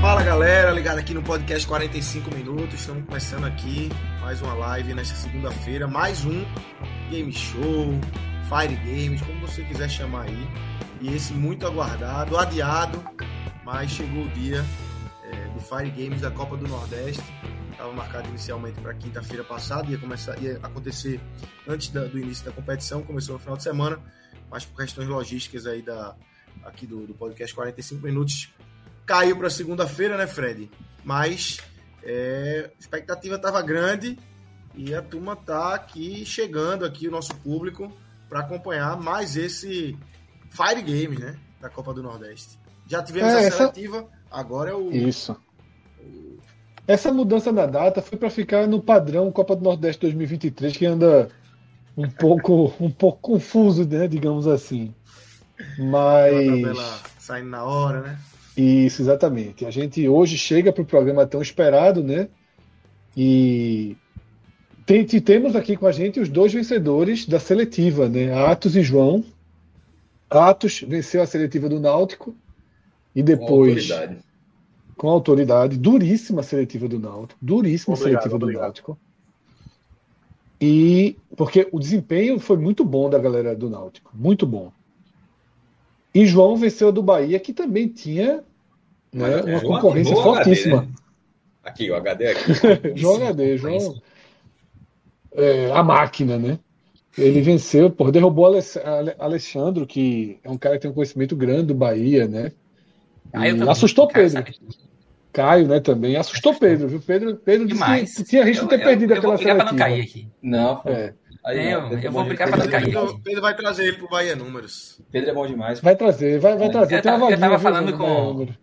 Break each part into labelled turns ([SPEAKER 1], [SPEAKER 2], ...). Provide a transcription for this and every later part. [SPEAKER 1] Fala galera, ligado aqui no podcast 45 minutos. Estamos começando aqui mais uma live nesta segunda-feira, mais um game show, Fire Games, como você quiser chamar aí. E esse muito aguardado, adiado, mas chegou o dia eh, do Fire Games da Copa do Nordeste. Estava marcado inicialmente para quinta-feira passada, ia começar, ia acontecer antes da- do início da competição, começou no final de semana, mas por questões logísticas aí da aqui do- do podcast 45 minutos caiu para segunda-feira, né, Fred? Mas é, a expectativa estava grande e a turma tá aqui chegando aqui o nosso público para acompanhar mais esse Fire Game, né, da Copa do Nordeste. Já tivemos
[SPEAKER 2] É,
[SPEAKER 1] a
[SPEAKER 2] essa-
[SPEAKER 1] seletiva, agora é o
[SPEAKER 2] Isso. Essa mudança da data foi para ficar no padrão Copa do Nordeste 2023, que anda um pouco, um pouco confuso, né, digamos assim.
[SPEAKER 1] a
[SPEAKER 2] Mas
[SPEAKER 1] tabela saindo na hora, né?
[SPEAKER 2] isso, exatamente. A gente hoje chega para o programa tão esperado, né? E tem- te- temos aqui com a gente os dois vencedores da seletiva, né? Atos e João. Atos venceu a seletiva do Náutico e depois
[SPEAKER 3] autoridade.
[SPEAKER 2] com autoridade, duríssima seletiva do Náutico, duríssima
[SPEAKER 3] Obrigado,
[SPEAKER 2] seletiva do
[SPEAKER 3] obrigado.
[SPEAKER 2] Náutico. E porque o desempenho foi muito bom da galera do Náutico, muito bom. E João venceu a do Bahia, que também tinha né,
[SPEAKER 3] Mas, é,
[SPEAKER 2] uma
[SPEAKER 3] João
[SPEAKER 2] concorrência
[SPEAKER 3] ativou o HD,
[SPEAKER 2] fortíssima.
[SPEAKER 3] né? Aqui, o é HD aqui.
[SPEAKER 2] João HD, João é, a máquina, né? Ele venceu, pô, derrubou o Aless- Ale- Alexandro, que é um cara que tem um conhecimento grande do Bahia, né?
[SPEAKER 4] Ah, eu
[SPEAKER 2] E
[SPEAKER 4] também.
[SPEAKER 2] Hum, assustou
[SPEAKER 4] Cara,
[SPEAKER 2] Pedro.
[SPEAKER 4] sabe?
[SPEAKER 2] Caio, né, também. Assustou Pedro, viu? Pedro, Pedro disse
[SPEAKER 4] Demais.
[SPEAKER 2] que tinha risco de ter
[SPEAKER 4] Eu- eu-
[SPEAKER 2] perdido
[SPEAKER 4] eu vou
[SPEAKER 2] aquela
[SPEAKER 4] brigar pra
[SPEAKER 2] seletiva.
[SPEAKER 4] não cair aqui.
[SPEAKER 3] Não, pô.
[SPEAKER 2] É.
[SPEAKER 3] Aí,
[SPEAKER 4] É,
[SPEAKER 3] ó, Pedro
[SPEAKER 4] eu
[SPEAKER 3] é
[SPEAKER 4] vou
[SPEAKER 3] bom
[SPEAKER 4] brincar
[SPEAKER 3] demais.
[SPEAKER 4] pra cair.
[SPEAKER 1] Pedro, Pedro vai trazer ele pro Bahia Números.
[SPEAKER 3] Pedro é bom demais.
[SPEAKER 2] Vai trazer, vai, vai trazer.
[SPEAKER 4] Eu
[SPEAKER 2] Tem uma
[SPEAKER 4] tava- eu
[SPEAKER 2] vaguinha,
[SPEAKER 4] tava
[SPEAKER 2] viu,
[SPEAKER 4] falando
[SPEAKER 2] Bruno,
[SPEAKER 4] com-
[SPEAKER 2] né, Álvaro?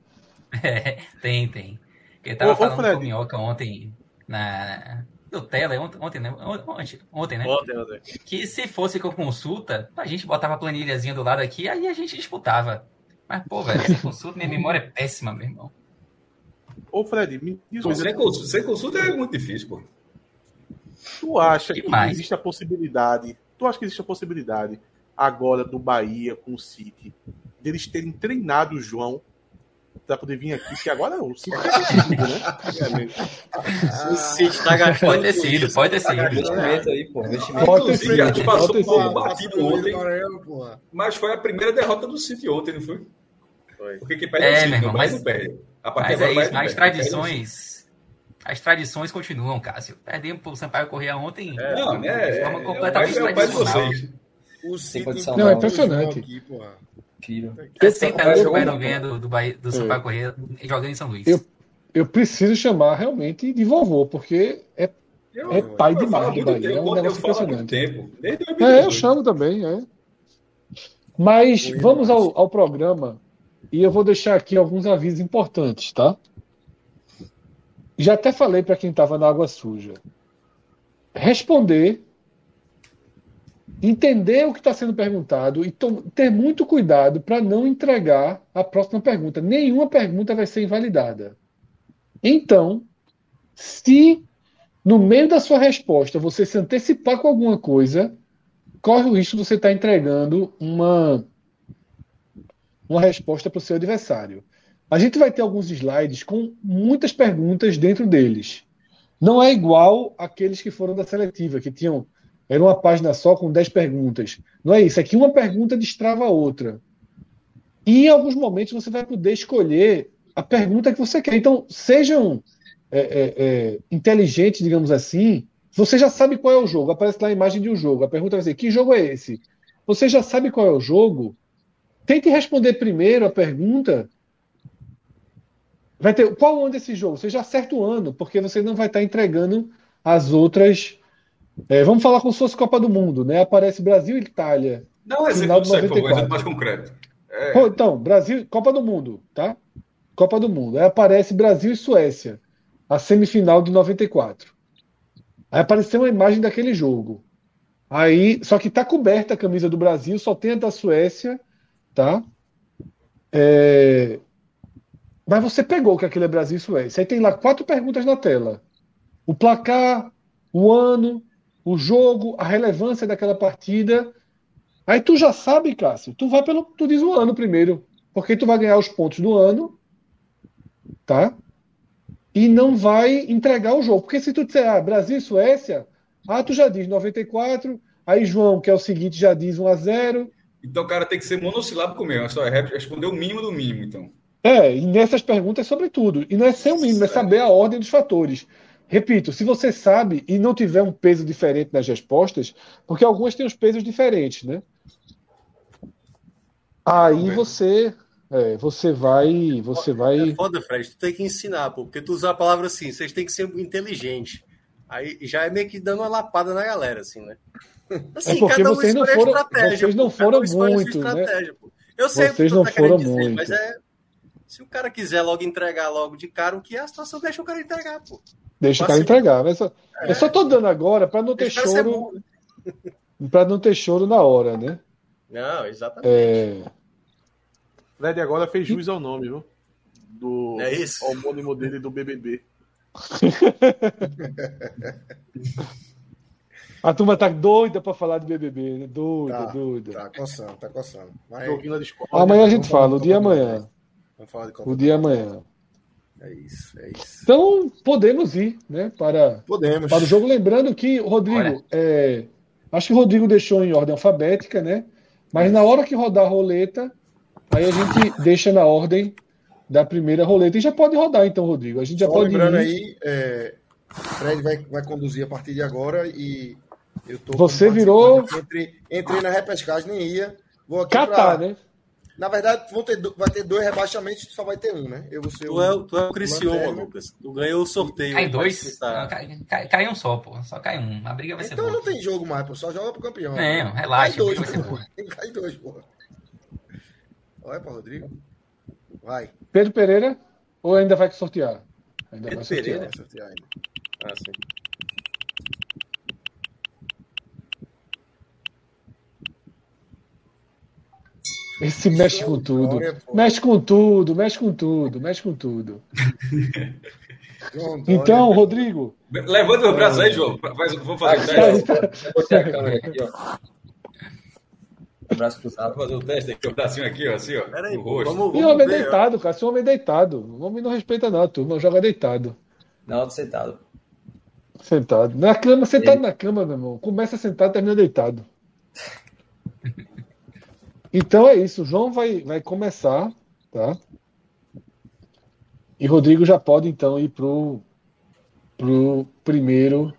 [SPEAKER 4] É, tem, tem. Eu tava
[SPEAKER 5] Ô, ô,
[SPEAKER 4] falando
[SPEAKER 5] Fred.
[SPEAKER 4] com o Minhoca ontem na Nutella, ontem, ontem, né? Ontem, ontem, né?
[SPEAKER 5] Ontem, ontem.
[SPEAKER 4] Que se fosse com consulta, a gente botava a planilhazinha do lado aqui, aí a gente disputava. Mas, pô, velho, sem consulta, minha memória é péssima, meu irmão.
[SPEAKER 5] Ô, Fred, me diz
[SPEAKER 3] Pô,
[SPEAKER 5] uma
[SPEAKER 3] sem,
[SPEAKER 5] coisa.
[SPEAKER 3] consulta, sem consulta é muito difícil, pô.
[SPEAKER 5] Tu acha
[SPEAKER 4] Demais.
[SPEAKER 5] que existe a possibilidade? Tu acha que existe a possibilidade agora do Bahia com o City deles terem treinado o João pra poder vir aqui? Porque agora o City tá garantido, né?
[SPEAKER 3] o City tá
[SPEAKER 4] Pode ter sido, pode ter sido.
[SPEAKER 3] Investimento É aí, pô. Investimento.
[SPEAKER 2] Pode ter
[SPEAKER 3] Inclusive,
[SPEAKER 2] sido,
[SPEAKER 3] a gente
[SPEAKER 2] pode
[SPEAKER 3] passou
[SPEAKER 2] ter
[SPEAKER 3] por um
[SPEAKER 2] sido.
[SPEAKER 3] batido ontem,
[SPEAKER 1] porra.
[SPEAKER 3] mas foi a primeira derrota do City ontem, não foi?
[SPEAKER 5] Foi.
[SPEAKER 3] Porque quem perde
[SPEAKER 4] É,
[SPEAKER 3] é o City,
[SPEAKER 4] meu irmão,
[SPEAKER 3] o Bahia
[SPEAKER 4] mas-
[SPEAKER 3] não perde. A partir
[SPEAKER 4] Mas
[SPEAKER 3] agora
[SPEAKER 4] é
[SPEAKER 3] o Bahia
[SPEAKER 4] isso,
[SPEAKER 3] não
[SPEAKER 4] as
[SPEAKER 3] perde.
[SPEAKER 4] tradições. As tradições continuam, Cássio. Perdemos pro Sampaio Correia ontem.
[SPEAKER 3] Não, né?
[SPEAKER 4] De
[SPEAKER 3] É,
[SPEAKER 4] forma
[SPEAKER 3] é,
[SPEAKER 4] completamente
[SPEAKER 3] o pai de
[SPEAKER 4] tradicional.
[SPEAKER 3] vocês.
[SPEAKER 1] O City
[SPEAKER 3] condição,
[SPEAKER 2] não, é
[SPEAKER 1] empatou o jogo
[SPEAKER 2] impressionante.
[SPEAKER 1] um aqui, porra.
[SPEAKER 3] Incrível.
[SPEAKER 4] Há 60
[SPEAKER 3] Eu-
[SPEAKER 4] anos que o
[SPEAKER 3] eu-
[SPEAKER 4] Bahia não ganha do, do, Bahia,
[SPEAKER 1] Hum.
[SPEAKER 4] do
[SPEAKER 2] É.
[SPEAKER 4] Sampaio Correia jogando em São Luís.
[SPEAKER 2] Eu- Eu preciso chamar realmente de vovô, porque é,
[SPEAKER 3] Eu-
[SPEAKER 2] é pai
[SPEAKER 3] eu falo há
[SPEAKER 2] demais do
[SPEAKER 3] muito
[SPEAKER 2] Bahia.
[SPEAKER 3] tempo,
[SPEAKER 2] É um
[SPEAKER 3] eu
[SPEAKER 2] negócio
[SPEAKER 3] falo há muito
[SPEAKER 2] impressionante.
[SPEAKER 3] tempo. Desde
[SPEAKER 2] É,
[SPEAKER 3] 2002.
[SPEAKER 2] eu chamo também, é. Mas
[SPEAKER 1] Ruim
[SPEAKER 2] vamos
[SPEAKER 1] demais.
[SPEAKER 2] ao, ao programa e eu vou deixar aqui alguns avisos importantes, tá? Já até falei para quem estava na água suja. Responder, entender o que está sendo perguntado e to- ter muito cuidado para não entregar a próxima pergunta. Nenhuma pergunta vai ser invalidada. Então, se no meio da sua resposta você se antecipar com alguma coisa, corre o risco de você estar entregando uma, uma resposta para o seu adversário. A gente vai ter alguns slides com muitas perguntas dentro deles. Não é igual aqueles que foram da seletiva, que tinham. Era uma página só com 10 perguntas. Não é isso. Aqui uma pergunta destrava a outra. E em alguns momentos você vai poder escolher a pergunta que você quer. Então, sejam é, é, é, inteligentes, digamos assim, você já sabe qual é o jogo. Aparece lá a imagem de um jogo. A pergunta vai ser: que jogo é esse? Você já sabe qual é o jogo Tente responder primeiro a pergunta. Vai ter qual ano desse jogo? Você já acerta o ano, porque você não vai estar entregando as outras. É, vamos falar como se fosse Copa do Mundo, né? Aparece Brasil e Itália.
[SPEAKER 3] Dá um
[SPEAKER 2] Final de
[SPEAKER 3] exemplo disso aí, por favor, um
[SPEAKER 2] 94.
[SPEAKER 3] exemplo mais concreto. É,
[SPEAKER 2] Pô, Então, Brasil, Copa do Mundo, tá? Copa do Mundo. Aí aparece Brasil e Suécia, a semifinal de 94. Aí apareceu uma imagem daquele jogo. Aí, só que tá coberta a camisa do Brasil, só tem a da Suécia, tá? É, Mas você pegou que aquilo é Brasil e Suécia. Aí tem lá quatro perguntas na tela: o placar, o ano, o jogo, a relevância daquela partida. Aí tu já sabe, Cássio, tu vai pelo, tu diz o ano primeiro, porque tu vai ganhar os pontos do ano, tá? E não vai entregar o jogo, porque se tu disser, ah, Brasil e Suécia, ah, tu já diz 94, aí João, que é o seguinte, já diz 1 a 0.
[SPEAKER 3] Então o cara tem que ser monossilábico mesmo. É só responder o mínimo do mínimo, então.
[SPEAKER 2] É, e nessas perguntas, sobretudo. E não é ser o mínimo, é saber a ordem dos fatores. Repito, se você sabe e não tiver um peso diferente nas respostas, porque algumas têm os pesos diferentes, né? Aí
[SPEAKER 3] Também.
[SPEAKER 2] você, é, você vai, você
[SPEAKER 6] É
[SPEAKER 2] vai.
[SPEAKER 6] foda, Fred. Tu tem que ensinar, pô. Porque tu usa a palavra assim, vocês têm que ser inteligente. Aí já é meio que dando uma lapada na galera, assim, né? um
[SPEAKER 2] É porque vocês não
[SPEAKER 6] escolhe a
[SPEAKER 2] foram-
[SPEAKER 6] estratégia,
[SPEAKER 2] vocês
[SPEAKER 6] pô.
[SPEAKER 2] não
[SPEAKER 6] Cada um
[SPEAKER 2] foram
[SPEAKER 6] escolhe a sua
[SPEAKER 2] muito, né?
[SPEAKER 6] estratégia, pô. Eu sei o que
[SPEAKER 2] Vocês
[SPEAKER 6] tu
[SPEAKER 2] não
[SPEAKER 6] tá querendo
[SPEAKER 2] foram
[SPEAKER 6] dizer,
[SPEAKER 2] muito.
[SPEAKER 6] mas é... Se o cara quiser logo entregar logo de cara o que é a situação, deixa o cara entregar, pô.
[SPEAKER 2] Deixa o cara
[SPEAKER 6] Assim,
[SPEAKER 2] entregar. Eu só,
[SPEAKER 1] É.
[SPEAKER 2] eu só tô dando agora para não ter
[SPEAKER 6] Deixa o cara ser
[SPEAKER 2] choro,
[SPEAKER 6] burro.
[SPEAKER 2] para não ter choro na hora, né?
[SPEAKER 6] Não, exatamente.
[SPEAKER 2] É,
[SPEAKER 5] Fred agora fez jus ao nome, viu? Do
[SPEAKER 6] É isso.
[SPEAKER 5] homônimo dele do BBB.
[SPEAKER 2] a turma tá doida para falar de BBB, né? doida,
[SPEAKER 1] Tá,
[SPEAKER 2] doida.
[SPEAKER 1] Tá coçando, tá coçando.
[SPEAKER 6] É
[SPEAKER 1] Mas
[SPEAKER 5] Joguinho na Discord.
[SPEAKER 2] Amanhã a
[SPEAKER 1] vamos
[SPEAKER 2] gente fala,
[SPEAKER 1] falar
[SPEAKER 2] o
[SPEAKER 1] de
[SPEAKER 2] dia
[SPEAKER 1] Copa do
[SPEAKER 2] amanhã,
[SPEAKER 1] vamos falar de Copa.
[SPEAKER 2] o dia amanhã.
[SPEAKER 1] É isso, é isso.
[SPEAKER 2] Então podemos ir, né, para
[SPEAKER 1] Podemos.
[SPEAKER 2] Para o jogo, lembrando que, Rodrigo,
[SPEAKER 4] Olha.
[SPEAKER 2] é, acho que o Rodrigo deixou em ordem alfabética, né? Mas na hora que rodar a roleta, aí a gente deixa na ordem da primeira roleta. E já pode rodar, então, Rodrigo. A gente já
[SPEAKER 1] Só
[SPEAKER 2] pode ir.
[SPEAKER 1] lembrando aí, é, Fred vai, vai conduzir a partir de agora e eu tô.
[SPEAKER 2] Você
[SPEAKER 1] como
[SPEAKER 2] virou-
[SPEAKER 1] participante aqui. Entrei, entrei na repescagem, nem ia. Vou aqui
[SPEAKER 2] Catar,
[SPEAKER 1] pra-
[SPEAKER 2] né?
[SPEAKER 1] Na verdade, vão ter, do- vai ter dois rebaixamentos, só vai ter um, né? Eu vou ser
[SPEAKER 6] Tu é,
[SPEAKER 1] o.
[SPEAKER 6] o- tu é o Criciúma,
[SPEAKER 1] Lanterna.
[SPEAKER 6] Lucas. Tu ganhou o sorteio.
[SPEAKER 4] Cai
[SPEAKER 6] né?
[SPEAKER 4] dois.
[SPEAKER 6] Tá.
[SPEAKER 4] Não, Cai, cai- cai um só, pô. Só cai um. A briga vai ser
[SPEAKER 1] Então
[SPEAKER 4] boa.
[SPEAKER 1] não tem jogo mais, pô. Só joga pro campeão.
[SPEAKER 4] Não,
[SPEAKER 1] Cai
[SPEAKER 4] relaxa. A
[SPEAKER 1] dois,
[SPEAKER 4] briga vai ser
[SPEAKER 1] pô.
[SPEAKER 4] boa.
[SPEAKER 1] Cai dois, pô. Olha pra Rodrigo. Vai.
[SPEAKER 2] Pedro Pereira? Ou ainda vai que sortear? Ainda
[SPEAKER 6] Pedro
[SPEAKER 2] vai sortear.
[SPEAKER 6] Pereira?
[SPEAKER 1] Vai sortear ainda.
[SPEAKER 6] Ah, sim.
[SPEAKER 2] Esse mexe com tudo.
[SPEAKER 1] Olha, pô.
[SPEAKER 2] Mexe com tudo, mexe com tudo, mexe com tudo.
[SPEAKER 1] João Dória.
[SPEAKER 2] Então, Rodrigo, tá
[SPEAKER 3] Levanta os braços aí, João. Faz- Vamos fazer o
[SPEAKER 1] É,
[SPEAKER 3] teste. Vou botar a câmera aqui, ó. Braço cruzado. Vou fazer o teste aqui, o bracinho aqui, ó, assim, ó.
[SPEAKER 6] Pera aí,
[SPEAKER 3] no
[SPEAKER 6] pô,
[SPEAKER 3] rosto.
[SPEAKER 6] vamos,
[SPEAKER 2] e
[SPEAKER 6] vamos
[SPEAKER 2] homem é
[SPEAKER 6] ver, ó.
[SPEAKER 2] deitado, cara. Se o homem é deitado, o homem não respeita, não, a turma, joga deitado.
[SPEAKER 7] Não, tô sentado.
[SPEAKER 2] Sentado. Na cama, sentado na cama, meu irmão. Começa sentado, termina deitado. Então é isso. O João vai, vai começar, tá? E Rodrigo já pode, então, ir pro, pro primeiro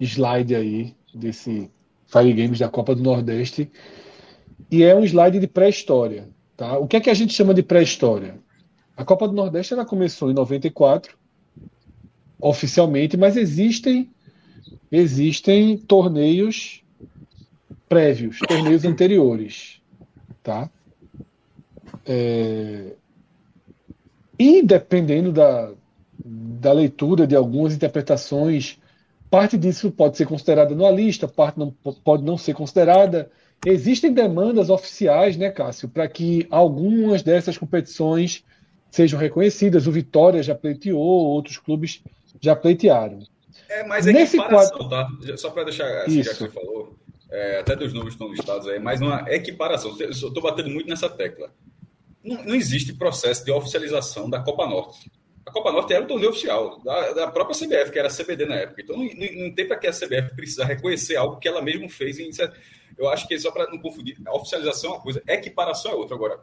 [SPEAKER 2] slide aí desse Fire Games da Copa do Nordeste. E é um slide de pré-história, tá? O que é que a gente chama de pré-história? A Copa do Nordeste, ela começou em 94, oficialmente, mas existem existem torneios prévios, torneios anteriores, tá? É, E dependendo da, da leitura de algumas interpretações, parte disso pode ser considerada anualista, parte não, pode não ser considerada. Existem demandas oficiais, né, Cássio, para que algumas dessas competições sejam reconhecidas. O Vitória já pleiteou, outros clubes já pleitearam.
[SPEAKER 3] É mais
[SPEAKER 2] Nesse
[SPEAKER 3] equiparação, tá? Só para deixar assim, já que
[SPEAKER 2] Isso.
[SPEAKER 3] você falou, é, até dos números que estão listados aí, mas uma equiparação. Eu estou batendo muito nessa tecla. Não, não existe processo de oficialização da Copa Norte. A Copa Norte era um torneio oficial da, da própria CBF, que era a CBD na época. Então, não, não- não tem para que a CBF precisar reconhecer algo que ela mesma fez. Em, certo- eu acho que só para não confundir, a oficialização é uma coisa, equiparação é outra. Agora,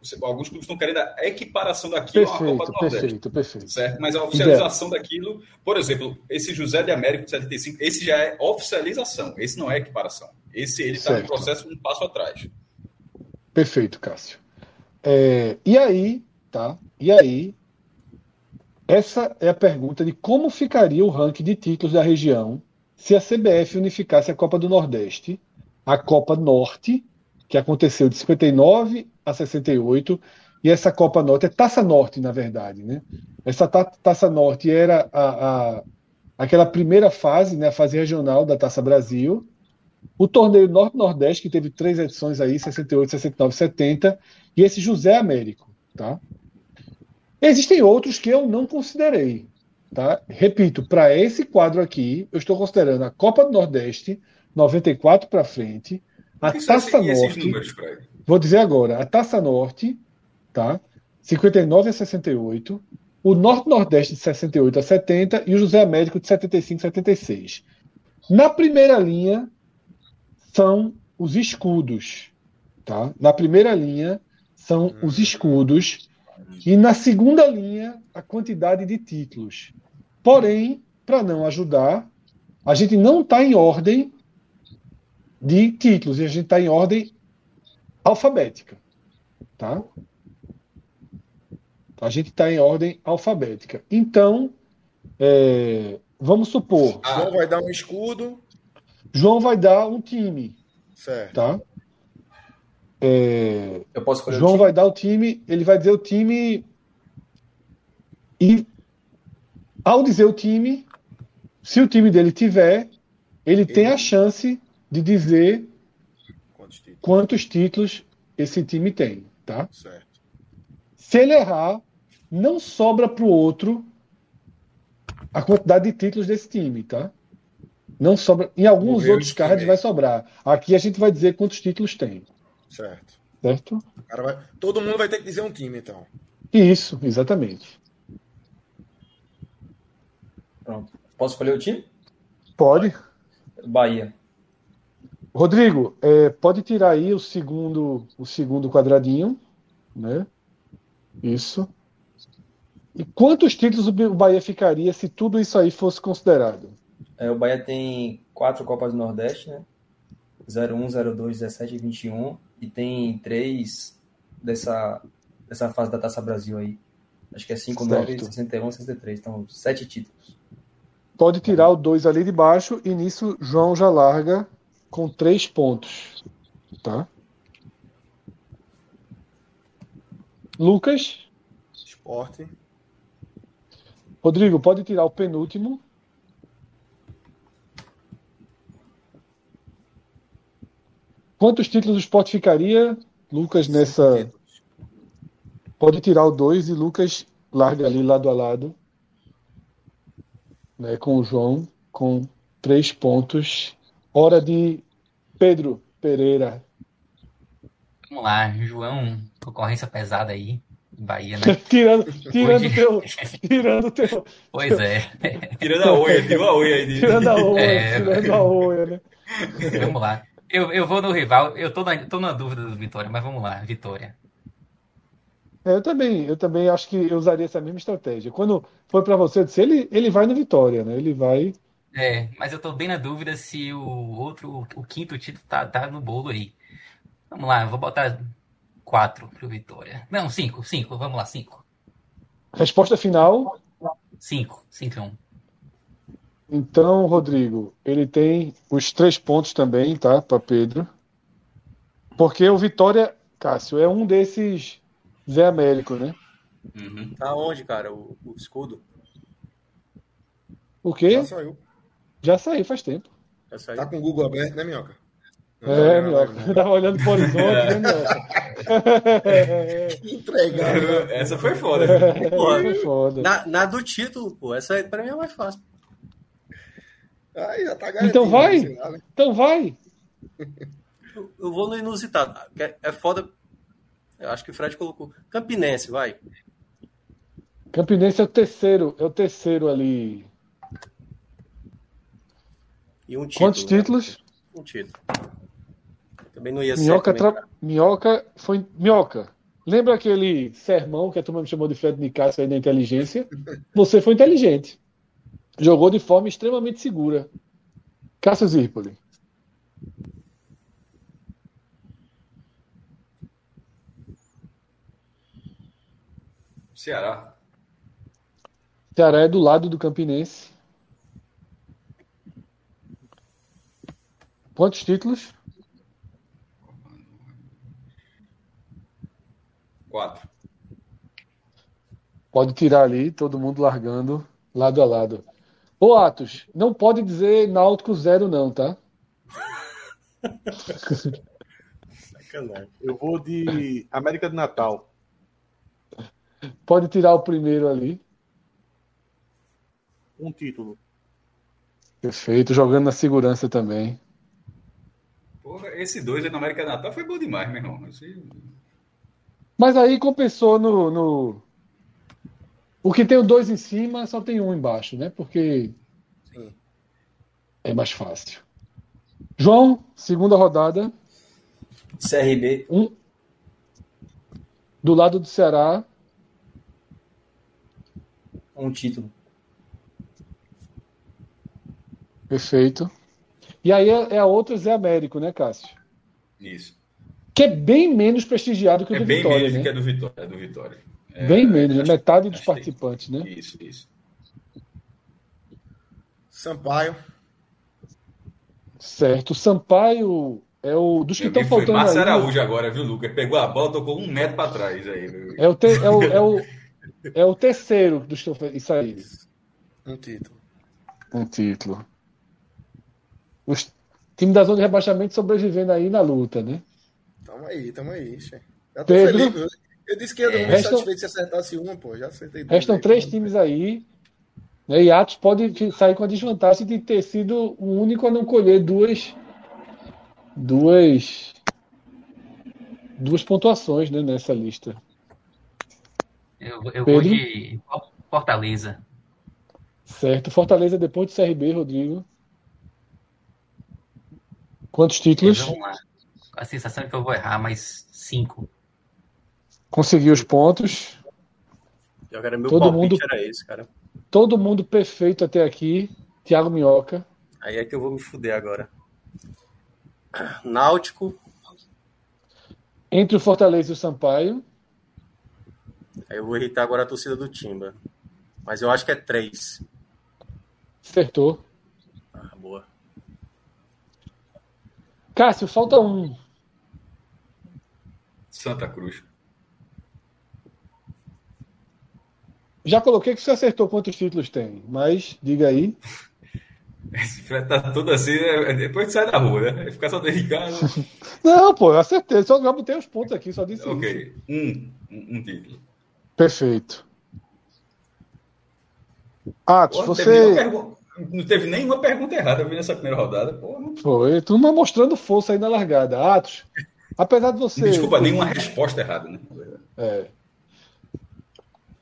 [SPEAKER 3] você- alguns clubes estão querendo a equiparação daquilo à Copa do
[SPEAKER 2] Perfeito,
[SPEAKER 3] Nordeste
[SPEAKER 2] perfeito, perfeito.
[SPEAKER 3] certo? Mas a oficialização daquilo, por exemplo, esse José de Américo de 75, esse já é oficialização, esse não é equiparação. Esse ele está no
[SPEAKER 2] Certo.
[SPEAKER 3] processo um passo atrás.
[SPEAKER 2] Perfeito, Cássio. É, e aí, tá? E aí, essa é a pergunta de como ficaria o ranking de títulos da região se a CBF unificasse a Copa do Nordeste, a Copa Norte, que aconteceu de 59 a 68, e essa Copa Norte, é Taça Norte, na verdade, né? Essa ta- Taça Norte era a, a- aquela primeira fase, né, a fase regional da Taça Brasil, o torneio Norte-Nordeste, que teve três edições aí, 68, 69, 70, e esse José Américo, tá? Existem outros que eu não considerei, tá? Repito, para esse quadro aqui, eu estou considerando a Copa do Nordeste, 94 para frente, a
[SPEAKER 3] Por que são
[SPEAKER 2] Tá Taça
[SPEAKER 3] esses- esses
[SPEAKER 2] Norte,
[SPEAKER 3] números, Fred?
[SPEAKER 2] Vou dizer agora, a Taça Norte, tá? 59 a 68, o Norte-Nordeste de 68 a 70 e o José Américo de 75 a 76. Na primeira linha são os escudos, tá? Na primeira linha são os escudos e na segunda linha a quantidade de títulos. Porém, para não ajudar, a gente não está em ordem de títulos, e a gente está em ordem alfabética, tá? A gente está em ordem alfabética. Então, é, vamos supor,
[SPEAKER 1] João vai dar um escudo.
[SPEAKER 2] João vai dar um time,
[SPEAKER 1] Certo.
[SPEAKER 2] tá? É,
[SPEAKER 7] Eu posso escolher
[SPEAKER 2] João
[SPEAKER 7] o time?
[SPEAKER 2] vai dar o time, ele vai dizer o time e ao dizer o time, se o time dele tiver, ele tem a chance de dizer
[SPEAKER 1] Quantos títulos?
[SPEAKER 2] quantos títulos esse time tem, tá?
[SPEAKER 1] Certo.
[SPEAKER 2] Se ele errar, não sobra para o outro a quantidade de títulos desse time, tá? Não sobra. Em alguns
[SPEAKER 1] Morreu
[SPEAKER 2] outros
[SPEAKER 1] isso
[SPEAKER 2] cards
[SPEAKER 1] também.
[SPEAKER 2] vai sobrar. Aqui a gente vai dizer quantos títulos tem,
[SPEAKER 1] Certo.
[SPEAKER 2] certo?
[SPEAKER 1] O cara vai- Todo mundo vai ter que dizer um time, então.
[SPEAKER 2] Isso, exatamente.
[SPEAKER 7] Pronto. Posso escolher o time?
[SPEAKER 2] Pode.
[SPEAKER 7] Bahia.
[SPEAKER 2] Rodrigo, é, pode tirar aí o segundo, o segundo quadradinho, né? Isso. E quantos títulos o Bahia ficaria se tudo isso aí fosse considerado?
[SPEAKER 7] É, o Bahia tem quatro Copas do Nordeste, né? 01, 02, 17 e 21. E tem três dessa, dessa fase da Taça Brasil aí. Acho que é 5, 9,
[SPEAKER 2] Certo.
[SPEAKER 7] 61, 63. Então, sete títulos.
[SPEAKER 2] Pode tirar o 2 ali de baixo e nisso João já larga com 3 pontos. Tá? Lucas,
[SPEAKER 1] Esporte.
[SPEAKER 2] Rodrigo, pode tirar o penúltimo. Quantos títulos o Sport ficaria, Lucas, nessa. Pode tirar o 2 e Lucas larga ali lado a lado. Né, com o João, com três pontos. Hora de Pedro Pereira.
[SPEAKER 4] Vamos lá, João, concorrência pesada aí, Bahia, né?
[SPEAKER 2] Tirando, tirando
[SPEAKER 4] Hoje-
[SPEAKER 2] teu. Tirando teu.
[SPEAKER 4] Pois é,
[SPEAKER 3] Tirando a oia, digo a oia aí. de-
[SPEAKER 2] Tirando a oia,
[SPEAKER 4] É.
[SPEAKER 2] tirando a oia, né?
[SPEAKER 4] vamos lá. Eu, eu vou no rival, eu tô na, tô na dúvida do Vitória, mas vamos lá, Vitória.
[SPEAKER 2] É, Eu também, eu também acho que eu usaria essa mesma estratégia. Quando foi para você, eu disse, ele, ele vai no Vitória, né? Ele vai.
[SPEAKER 4] É, mas eu tô bem na dúvida se o outro, o quinto título tá, tá no bolo aí. Vamos lá, eu vou botar quatro pro Vitória. Não, cinco, cinco, vamos lá, cinco.
[SPEAKER 2] Resposta final.
[SPEAKER 4] Cinco, cinco e um.
[SPEAKER 2] Então, Rodrigo, ele tem os três pontos também, tá? Para Pedro. Porque o Vitória, Cássio, é um desses Zé Américo, né?
[SPEAKER 3] Uhum.
[SPEAKER 6] Tá onde, cara, o, o escudo?
[SPEAKER 2] O quê?
[SPEAKER 1] Já saiu.
[SPEAKER 2] Já saiu faz tempo.
[SPEAKER 6] Eu saí.
[SPEAKER 1] Tá com o Google aberto, né, Minhoca? Não,
[SPEAKER 2] É,
[SPEAKER 1] não,
[SPEAKER 2] Minhoca,
[SPEAKER 1] não. É.
[SPEAKER 2] eu tava olhando pro horizonte, né, Minhoca?
[SPEAKER 1] Entregado.
[SPEAKER 3] Essa foi foda. viu?
[SPEAKER 2] É foda.
[SPEAKER 6] Na, na do título, pô. Essa aí pra mim é mais fácil.
[SPEAKER 1] Aí já tá
[SPEAKER 2] Então vai.
[SPEAKER 1] sei lá, né?
[SPEAKER 2] Então vai.
[SPEAKER 6] Eu, eu vou no inusitado. Ah, que É, é foda. Eu acho que o Fred colocou. Campinense, vai.
[SPEAKER 2] Campinense é o terceiro, é o terceiro ali.
[SPEAKER 6] E um título.
[SPEAKER 2] Quantos
[SPEAKER 6] né?
[SPEAKER 2] títulos?
[SPEAKER 6] Um título. Também não ia ser.
[SPEAKER 2] Minhoca,
[SPEAKER 6] também,
[SPEAKER 2] tra-
[SPEAKER 6] cara.
[SPEAKER 2] Minhoca foi. Minhoca, lembra aquele sermão que a turma me chamou de Fred de Castro aí na inteligência? Você foi inteligente. Jogou de forma extremamente segura. Cássio Zirpoli.
[SPEAKER 3] Ceará.
[SPEAKER 2] Ceará é do lado do Campinense. Quantos títulos?
[SPEAKER 3] Quatro.
[SPEAKER 2] Pode tirar ali, todo mundo largando lado a lado. Ô Atos, não pode dizer Náutico zero, não, tá?
[SPEAKER 6] Sacanagem.
[SPEAKER 5] Eu vou de América do Natal.
[SPEAKER 2] Pode tirar o primeiro ali.
[SPEAKER 5] Um título.
[SPEAKER 2] Perfeito, jogando na segurança também.
[SPEAKER 3] Porra, esse dois aí na América do Natal foi bom demais, meu irmão. Esse-
[SPEAKER 2] Mas aí compensou no. no... O que tem o dois em cima, só tem um embaixo, né? Porque
[SPEAKER 6] Sim.
[SPEAKER 2] é mais fácil. João, segunda rodada.
[SPEAKER 7] CRB,
[SPEAKER 2] Um... Do lado do Ceará,
[SPEAKER 7] um título.
[SPEAKER 2] perfeito. E aí é é a outra Zé Américo, né, Cássio?
[SPEAKER 3] Isso.
[SPEAKER 2] Que é bem menos prestigiado que o
[SPEAKER 3] É
[SPEAKER 2] do
[SPEAKER 3] bem
[SPEAKER 2] Vitória,
[SPEAKER 3] menos do
[SPEAKER 2] né?
[SPEAKER 3] que a do Vitória. é Do Vitória. É,
[SPEAKER 2] Bem menos, né?
[SPEAKER 3] acho-
[SPEAKER 2] metade dos
[SPEAKER 3] acho que- é
[SPEAKER 2] participantes, né?
[SPEAKER 3] Isso, isso.
[SPEAKER 1] Sampaio.
[SPEAKER 2] Certo. O Sampaio é o dos que
[SPEAKER 3] Meu
[SPEAKER 2] estão
[SPEAKER 3] amigo foi
[SPEAKER 2] faltando né?
[SPEAKER 3] Márcio
[SPEAKER 2] ainda.
[SPEAKER 3] Araújo agora, viu, Lucas? Pegou a bola, tocou um metro pra trás aí. meu.
[SPEAKER 2] É o, te- é o, é o, é o terceiro dos que eu falei. Isso aí.
[SPEAKER 1] Um título.
[SPEAKER 2] Um título. Os time da zona de rebaixamento sobrevivendo aí na luta, né?
[SPEAKER 1] Tamo aí, tamo aí. Che. Já tô
[SPEAKER 2] Pedro?
[SPEAKER 1] feliz. Eu, eu disse que eu
[SPEAKER 3] É.
[SPEAKER 1] não
[SPEAKER 2] né? Restam-
[SPEAKER 1] satisfeito se acertasse uma, pô. Já acertei duas.
[SPEAKER 2] Restam
[SPEAKER 1] aí.
[SPEAKER 2] três times aí. Né? E Atos pode fi- sair com a desvantagem de ter sido o único a não colher duas. Duas. Duas pontuações né, nessa lista.
[SPEAKER 4] Eu, eu
[SPEAKER 2] Pedro?
[SPEAKER 4] vou de Fortaleza.
[SPEAKER 2] Certo. Fortaleza depois do CRB, Rodrigo. Quantos títulos?
[SPEAKER 4] Vamos lá. A sensação é que eu vou errar, mas cinco.
[SPEAKER 2] Conseguiu os pontos.
[SPEAKER 6] Eu era meu
[SPEAKER 2] Todo
[SPEAKER 6] palpite,
[SPEAKER 2] mundo-
[SPEAKER 6] era esse, cara.
[SPEAKER 2] Todo mundo perfeito até aqui. Thiago Minhoca.
[SPEAKER 6] Aí é que eu vou me fuder agora. Náutico,
[SPEAKER 2] Entre o Fortaleza e o Sampaio.
[SPEAKER 6] aí eu vou irritar agora a torcida do Timba. Mas eu acho que é três.
[SPEAKER 2] Acertou.
[SPEAKER 6] Ah, boa.
[SPEAKER 2] Cássio, falta um.
[SPEAKER 3] Santa Cruz.
[SPEAKER 2] Já coloquei que você acertou quantos títulos tem, mas diga aí.
[SPEAKER 3] Esse Fred tá todo assim, né? depois sai da rua, né? Ficar só dentro de casa.
[SPEAKER 2] Não, pô, eu acertei. Só já botei os pontos aqui, só disse isso.
[SPEAKER 3] ok, um, um, um título.
[SPEAKER 2] Perfeito. Atos,
[SPEAKER 3] Porra, não teve
[SPEAKER 2] você.
[SPEAKER 3] nenhuma pergu- Não teve nenhuma pergunta errada viu, nessa primeira rodada. Porra.
[SPEAKER 2] Foi, tu não mostrando força aí na largada. Atos, apesar de você.
[SPEAKER 3] Desculpa, nenhuma resposta errada, né?
[SPEAKER 2] É.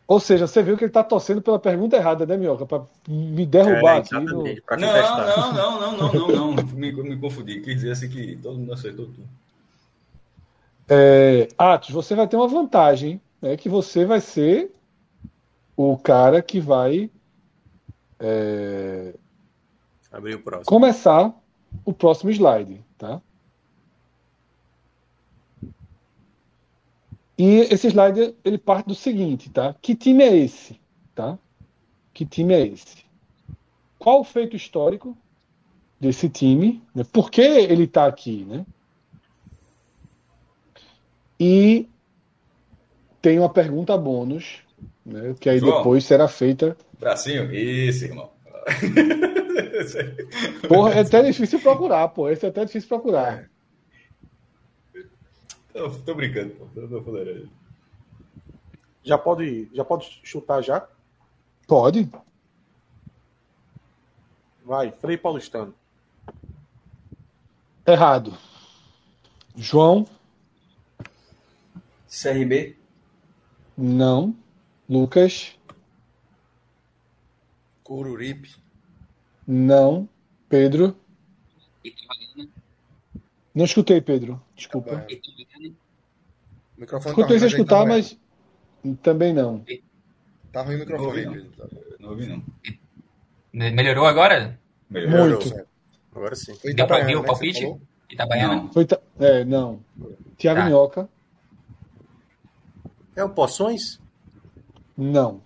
[SPEAKER 2] Ou seja, você viu que ele tá torcendo pela pergunta errada, né, Minhoca? Pra me derrubar
[SPEAKER 6] É,
[SPEAKER 2] aqui. no-
[SPEAKER 6] exatamente, pra contestar.
[SPEAKER 3] Não, não, não, não, não, não, não. Me, me confundi. Quis dizer assim que todo mundo acertou tudo.
[SPEAKER 2] É, Atos, você vai ter uma vantagem, né? Que você vai ser o cara que vai
[SPEAKER 6] Abrir o próximo.
[SPEAKER 2] começar o próximo slide, tá? E esse slide ele parte do seguinte, tá? Que time é esse, tá? Que time é esse? Qual o feito histórico desse time? né? Por que ele está aqui, né? E tem uma pergunta bônus, né? Que aí
[SPEAKER 3] João.
[SPEAKER 2] depois será feita.
[SPEAKER 3] Bracinho? Isso, irmão.
[SPEAKER 2] Porra, é até difícil procurar, pô. Esse é até difícil procurar.
[SPEAKER 3] tô, tô brincando, pô. Tô, tô fuleirando.
[SPEAKER 5] Já pode, já pode chutar já?
[SPEAKER 2] Pode?
[SPEAKER 5] Vai, Frei Paulistano.
[SPEAKER 2] Errado. João,
[SPEAKER 7] CRB,
[SPEAKER 2] não. Lucas,
[SPEAKER 1] Cururipe.
[SPEAKER 2] não. Pedro, não escutei, Pedro. Desculpa.
[SPEAKER 1] Bahia. É, O microfone tá
[SPEAKER 2] Escutei
[SPEAKER 1] ruim,
[SPEAKER 2] você
[SPEAKER 1] mas aí
[SPEAKER 2] escutar,
[SPEAKER 1] tá ruim.
[SPEAKER 2] mas também não.
[SPEAKER 1] Tá ruim o microfone aí, Pedro.
[SPEAKER 3] Não ouvi, não.
[SPEAKER 4] Me- Melhorou agora?
[SPEAKER 3] Melhor.
[SPEAKER 2] Muito.
[SPEAKER 6] Agora sim.
[SPEAKER 1] Foi
[SPEAKER 4] Deu pra
[SPEAKER 1] Itabaiana,
[SPEAKER 4] ver
[SPEAKER 1] né, que
[SPEAKER 4] o
[SPEAKER 1] você
[SPEAKER 4] palpite?
[SPEAKER 1] falou?
[SPEAKER 4] Itabaiana?
[SPEAKER 3] Não.
[SPEAKER 2] Foi ta- É, não. Tiago
[SPEAKER 4] Tá.
[SPEAKER 2] Minhoca,
[SPEAKER 6] É o Poções?
[SPEAKER 2] Não.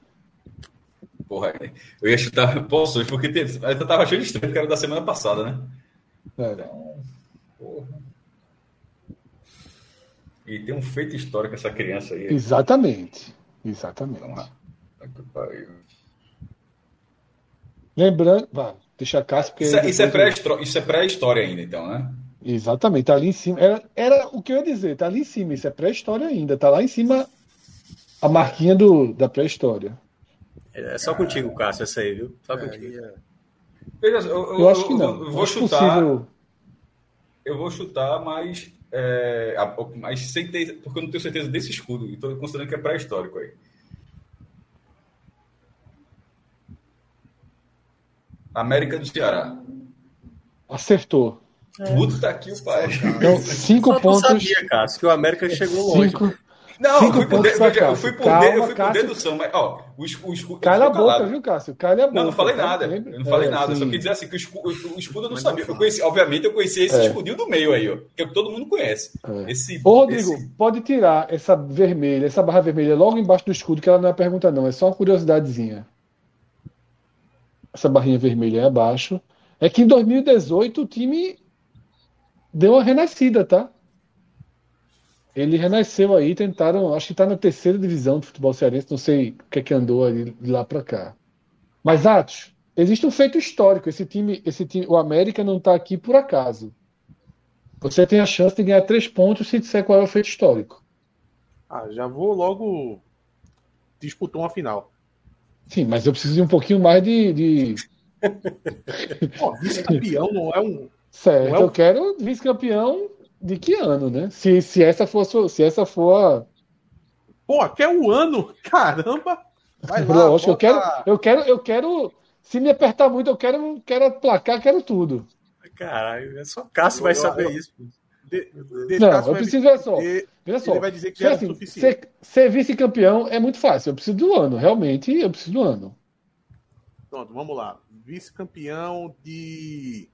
[SPEAKER 3] Porra, eu ia chutar poções, porque tem- eu tava achando estranho porque era da semana passada, né?
[SPEAKER 2] É.
[SPEAKER 3] E tem um feito histórico essa criança aí.
[SPEAKER 2] Exatamente.
[SPEAKER 3] Vamos
[SPEAKER 2] Exatamente.
[SPEAKER 3] lá. Tá que pariu.
[SPEAKER 2] Lembrando. Vá, deixa a Cássio, porque.
[SPEAKER 3] Isso, é- isso é
[SPEAKER 2] depois eu-
[SPEAKER 3] pré-histó- isso é pré-história ainda, então, né?
[SPEAKER 2] Exatamente, tá ali em cima. Era, era o que eu ia dizer, tá ali em cima, isso é pré-história ainda. Tá lá em cima a marquinha do, da pré-história.
[SPEAKER 6] É só contigo, Cássio, essa aí, viu? Só contigo.
[SPEAKER 1] É,
[SPEAKER 3] Veja só, Eu, eu-
[SPEAKER 2] Eu acho
[SPEAKER 3] eu-
[SPEAKER 2] que não.
[SPEAKER 3] eu
[SPEAKER 2] Eu
[SPEAKER 3] vou
[SPEAKER 2] acho
[SPEAKER 3] chutar,
[SPEAKER 2] possível.
[SPEAKER 3] eu vou chutar, mas, é, a- mas sem ter, porque eu não tenho certeza desse escudo. Estou considerando que é pré-histórico aí. América do Ceará.
[SPEAKER 2] Acertou.
[SPEAKER 3] Puta que
[SPEAKER 1] É
[SPEAKER 3] o pai.
[SPEAKER 2] Então, cinco
[SPEAKER 6] Só tu
[SPEAKER 2] pontos.
[SPEAKER 6] sabia, Cássio, que o América chegou longe.
[SPEAKER 2] cinco-
[SPEAKER 3] Não, eu
[SPEAKER 2] Cinco
[SPEAKER 3] fui por,
[SPEAKER 2] pontos
[SPEAKER 3] de,
[SPEAKER 2] pra
[SPEAKER 3] veja, eu
[SPEAKER 2] Cássio.
[SPEAKER 3] fui por,
[SPEAKER 2] Calma,
[SPEAKER 3] de- eu fui por
[SPEAKER 2] Cássio.
[SPEAKER 3] dedução, mas ó, o escudo. O escudo
[SPEAKER 2] Cala a
[SPEAKER 3] ficou
[SPEAKER 2] boca,
[SPEAKER 3] calado.
[SPEAKER 2] viu, Cássio? Cala a boca.
[SPEAKER 3] Não, não falei
[SPEAKER 2] tá?
[SPEAKER 3] nada. Eu não falei nada. Eu Só quis dizer assim que o escudo, o escudo eu não
[SPEAKER 1] Mas
[SPEAKER 3] sabia.
[SPEAKER 1] não
[SPEAKER 3] Eu
[SPEAKER 1] fala.
[SPEAKER 3] conheci, obviamente, eu conhecia esse
[SPEAKER 2] É.
[SPEAKER 3] escudinho do meio aí, ó. Que é o que todo mundo conhece.
[SPEAKER 2] É.
[SPEAKER 3] Esse,
[SPEAKER 2] Ô, Rodrigo,
[SPEAKER 3] esse-
[SPEAKER 2] pode tirar essa vermelha, essa barra vermelha logo embaixo do escudo, que ela não é pergunta, não. É só uma curiosidadezinha. Essa barrinha vermelha aí abaixo. É que em 2018 o time deu uma renascida, tá? Ele renasceu aí, tentaram. Acho que tá na terceira divisão do futebol cearense, não sei o que é que andou ali de lá pra cá. Mas, Atos, existe um feito histórico. Esse time, esse time, o América não tá aqui por acaso. Você tem a chance de ganhar três pontos se disser qual é o feito histórico.
[SPEAKER 5] Ah, já vou logo. Disputou uma final.
[SPEAKER 2] Sim, mas eu preciso de um pouquinho mais de. de-
[SPEAKER 5] Ó, vice-campeão não é um.
[SPEAKER 2] Certo,
[SPEAKER 5] Não é o-
[SPEAKER 2] eu quero vice-campeão de que ano, né? Se, se essa for, a sua- se essa for
[SPEAKER 5] Pô, quer o ano? Caramba!
[SPEAKER 2] a.
[SPEAKER 5] Vai lá,
[SPEAKER 2] Lógico, eu
[SPEAKER 5] bota-
[SPEAKER 2] quero, eu quero, eu quero. Se me apertar muito, eu quero, quero placar, quero tudo.
[SPEAKER 6] Caralho, é só Cássio vai
[SPEAKER 5] Eu-
[SPEAKER 6] saber
[SPEAKER 5] eu-
[SPEAKER 6] isso.
[SPEAKER 5] De, de,
[SPEAKER 2] Não,
[SPEAKER 5] Cássio
[SPEAKER 2] eu
[SPEAKER 5] vai
[SPEAKER 2] preciso ver só.
[SPEAKER 5] dizer-
[SPEAKER 2] Veja
[SPEAKER 5] ele
[SPEAKER 2] só.
[SPEAKER 5] vai dizer que
[SPEAKER 2] Se,
[SPEAKER 5] era
[SPEAKER 2] assim,
[SPEAKER 5] suficiente.
[SPEAKER 2] ser, ser vice-campeão é muito fácil. Eu preciso do ano, realmente, eu preciso do ano.
[SPEAKER 5] Pronto, vamos lá. Vice-campeão de.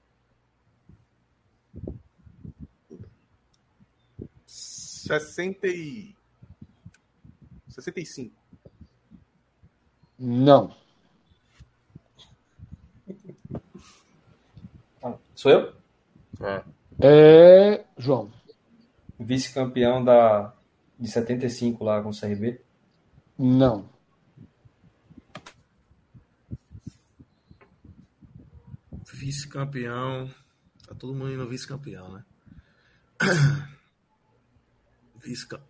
[SPEAKER 5] 60 e... 65.
[SPEAKER 2] Não.
[SPEAKER 7] Ah, Sou eu?
[SPEAKER 2] É. João.
[SPEAKER 7] Vice-campeão da, de 75 lá com o CRB.
[SPEAKER 2] Não.
[SPEAKER 1] Vice-campeão. Tá todo mundo indo vice-campeão, né? Vice-campeão.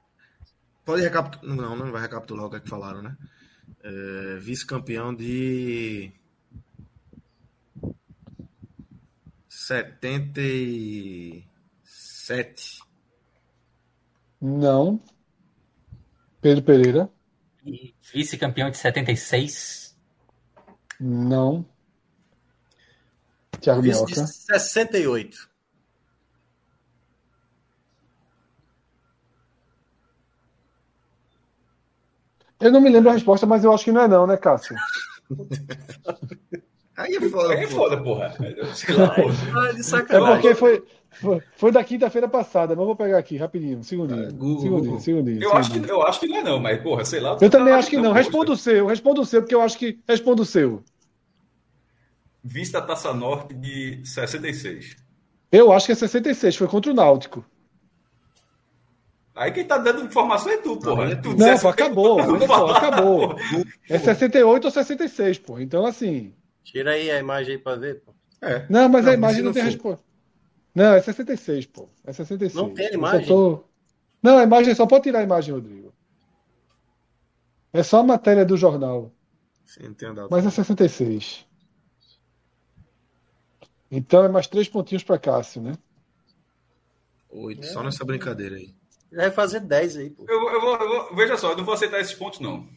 [SPEAKER 1] Pode recapitular. Não, não vai recapitular o que, é que falaram, né? É, vice-campeão de. 77.
[SPEAKER 2] Não. Pedro Pereira.
[SPEAKER 4] E vice-campeão de 76.
[SPEAKER 2] Não. Thiago
[SPEAKER 6] Vice
[SPEAKER 2] Minhoca.
[SPEAKER 6] de 68.
[SPEAKER 2] Eu não me lembro a resposta, mas eu acho que não é não, né, Cássio?
[SPEAKER 1] Aí é foda,
[SPEAKER 3] É
[SPEAKER 1] pô.
[SPEAKER 3] foda, porra. Sei lá, pô.
[SPEAKER 6] Ah, de
[SPEAKER 2] É
[SPEAKER 6] sacanagem.
[SPEAKER 2] porque foi, foi, foi da quinta-feira passada, mas eu vou pegar aqui rapidinho, um segundinho.
[SPEAKER 1] É, Google,
[SPEAKER 2] segundinho,
[SPEAKER 1] Google.
[SPEAKER 2] segundinho,
[SPEAKER 3] Eu acho,
[SPEAKER 2] segundinho.
[SPEAKER 3] que, eu acho que não é, não, mas, porra, sei lá. tá
[SPEAKER 2] Eu também acho que não.
[SPEAKER 3] poxa.
[SPEAKER 2] Responda o seu, responda o seu, porque eu acho que responda o seu.
[SPEAKER 3] Vista Taça Norte de 66.
[SPEAKER 2] Eu acho que é 66, foi contra o Náutico.
[SPEAKER 3] Aí quem tá dando informação é tu, porra. Tu
[SPEAKER 2] Não,
[SPEAKER 3] dissesse-
[SPEAKER 2] pô, acabou, olha só,
[SPEAKER 3] falar.
[SPEAKER 2] acabou. É 68 ou 66, pô. Então, assim.
[SPEAKER 6] Tira aí a imagem aí pra ver, pô.
[SPEAKER 1] É.
[SPEAKER 2] Não, mas
[SPEAKER 1] Não,
[SPEAKER 2] a imagem
[SPEAKER 1] isso
[SPEAKER 2] não
[SPEAKER 1] não
[SPEAKER 2] tem
[SPEAKER 1] foi.
[SPEAKER 2] resposta. Não, é 66, pô. É 66.
[SPEAKER 6] Não tem
[SPEAKER 2] Eu só
[SPEAKER 6] imagem?
[SPEAKER 2] tô- Não, a imagem só pode tirar a imagem, Rodrigo. É só a matéria do jornal.
[SPEAKER 1] Você entendeu?
[SPEAKER 2] Mas é 66. Então é mais três pontinhos para Cássio, né?
[SPEAKER 6] É.
[SPEAKER 1] Oito, só nessa brincadeira aí.
[SPEAKER 6] Já vai fazer 10 aí, pô.
[SPEAKER 3] Eu, eu vou, eu vou- veja só, eu não vou aceitar esses pontos, não.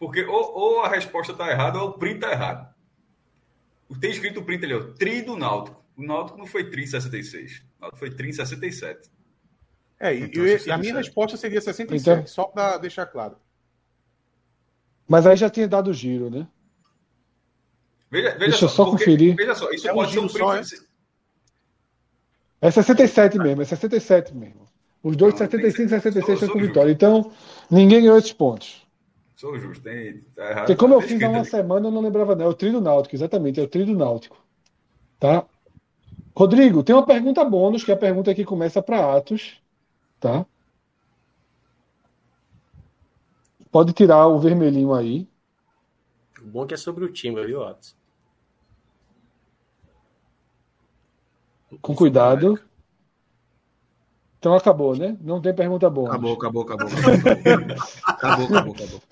[SPEAKER 3] Porque ou, ou a resposta tá errada ou o print tá errado. O- Tem escrito o print ali, ó, tri do Náutico. O Náutico não foi tri em 66. O Náutico foi tri em 67.
[SPEAKER 5] É, e
[SPEAKER 1] Então,
[SPEAKER 5] eu- a
[SPEAKER 1] 67.
[SPEAKER 5] minha resposta seria 67,
[SPEAKER 2] Então-
[SPEAKER 5] só pra deixar claro.
[SPEAKER 2] Mas aí já tinha dado o giro, né?
[SPEAKER 3] Veja, veja
[SPEAKER 2] Deixa eu só conferir.
[SPEAKER 3] Veja só, isso
[SPEAKER 5] É um
[SPEAKER 3] pode ser um
[SPEAKER 5] giro
[SPEAKER 3] print.
[SPEAKER 5] só, é?
[SPEAKER 2] É 67 mesmo, é 67 mesmo. Os dois,
[SPEAKER 3] Não, tem que
[SPEAKER 2] 75 e
[SPEAKER 3] ser-
[SPEAKER 2] 66
[SPEAKER 3] sou-
[SPEAKER 2] foi com
[SPEAKER 3] sou
[SPEAKER 2] vitória. Então, ninguém ganhou esses pontos.
[SPEAKER 3] Sou justo, tem. Tá errado.
[SPEAKER 2] Porque como eu
[SPEAKER 3] Tá
[SPEAKER 2] fiz há
[SPEAKER 3] escrito
[SPEAKER 2] uma
[SPEAKER 3] ali.
[SPEAKER 2] semana, eu não lembrava não. É o trio do náutico, exatamente. É o trio do náutico. Tá? Rodrigo, tem uma pergunta bônus, que é a pergunta que começa para Atos. Tá? Pode tirar o vermelhinho aí.
[SPEAKER 6] O bom é que é sobre o Timba, viu, Atos?
[SPEAKER 2] Com cuidado. Então acabou, né? Não tem pergunta bônus.
[SPEAKER 1] Acabou, acabou, acabou. Acabou, acabou, acabou.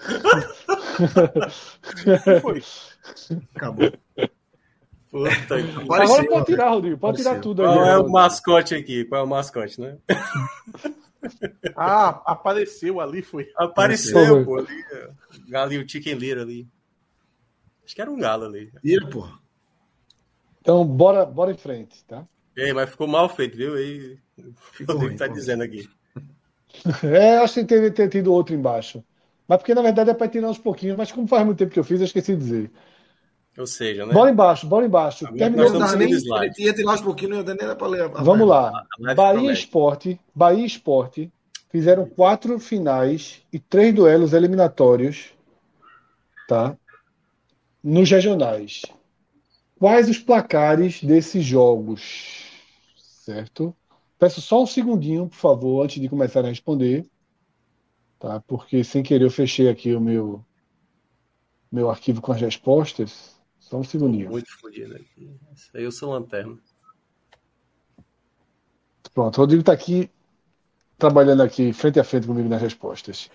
[SPEAKER 1] acabou.
[SPEAKER 5] Que foi?
[SPEAKER 1] acabou.
[SPEAKER 6] Puta
[SPEAKER 1] Apareceu,
[SPEAKER 6] que-
[SPEAKER 2] Agora pode tirar, Rodrigo. Pode tirar
[SPEAKER 1] Apareceu.
[SPEAKER 2] tudo aí.
[SPEAKER 6] Qual é o
[SPEAKER 2] Rodrigo.
[SPEAKER 6] mascote aqui? Qual é o mascote, né?
[SPEAKER 5] Ah, apareceu ali, foi.
[SPEAKER 6] Apareceu, pô. Ali, é. ali o Chicken Little ali. Acho que era um galo ali.
[SPEAKER 1] Tira, pô.
[SPEAKER 2] Então bora, bora em frente, tá?
[SPEAKER 6] Ei, mas ficou mal feito, viu? Aí, o
[SPEAKER 1] Ficou
[SPEAKER 6] Rodrigo
[SPEAKER 1] ruim,
[SPEAKER 6] tá
[SPEAKER 1] ficou
[SPEAKER 6] dizendo aqui.
[SPEAKER 2] É, acho que teria ter tido outro embaixo. Mas porque na verdade é para tirar uns pouquinhos, mas como faz muito tempo que eu fiz, eu esqueci de dizer.
[SPEAKER 6] Ou seja, né?
[SPEAKER 2] Bora embaixo, bora embaixo.
[SPEAKER 6] Agora
[SPEAKER 2] Terminou
[SPEAKER 6] nós
[SPEAKER 1] Não
[SPEAKER 2] o
[SPEAKER 6] estamos Ah,
[SPEAKER 1] dá
[SPEAKER 6] sem
[SPEAKER 1] nem.
[SPEAKER 2] time.
[SPEAKER 6] slide.
[SPEAKER 1] Ia tirar uns pouquinhos, não ia dar nem pra ler. a- a-
[SPEAKER 2] Vamos lá.
[SPEAKER 6] A
[SPEAKER 2] Bahia
[SPEAKER 6] live Tá promete.
[SPEAKER 2] Esporte, Bahia Esporte fizeram quatro finais e três duelos eliminatórios, tá? Nos regionais. Quais os placares desses jogos? Certo? Peço só um segundinho, por favor, antes de começar a responder, tá? Porque sem querer eu fechei aqui o meu meu arquivo com as respostas. Só um segundinho.
[SPEAKER 6] Muito fodido aqui. Isso aí eu sou lanterna.
[SPEAKER 2] Pronto, o Rodrigo está aqui trabalhando aqui frente a frente comigo nas respostas.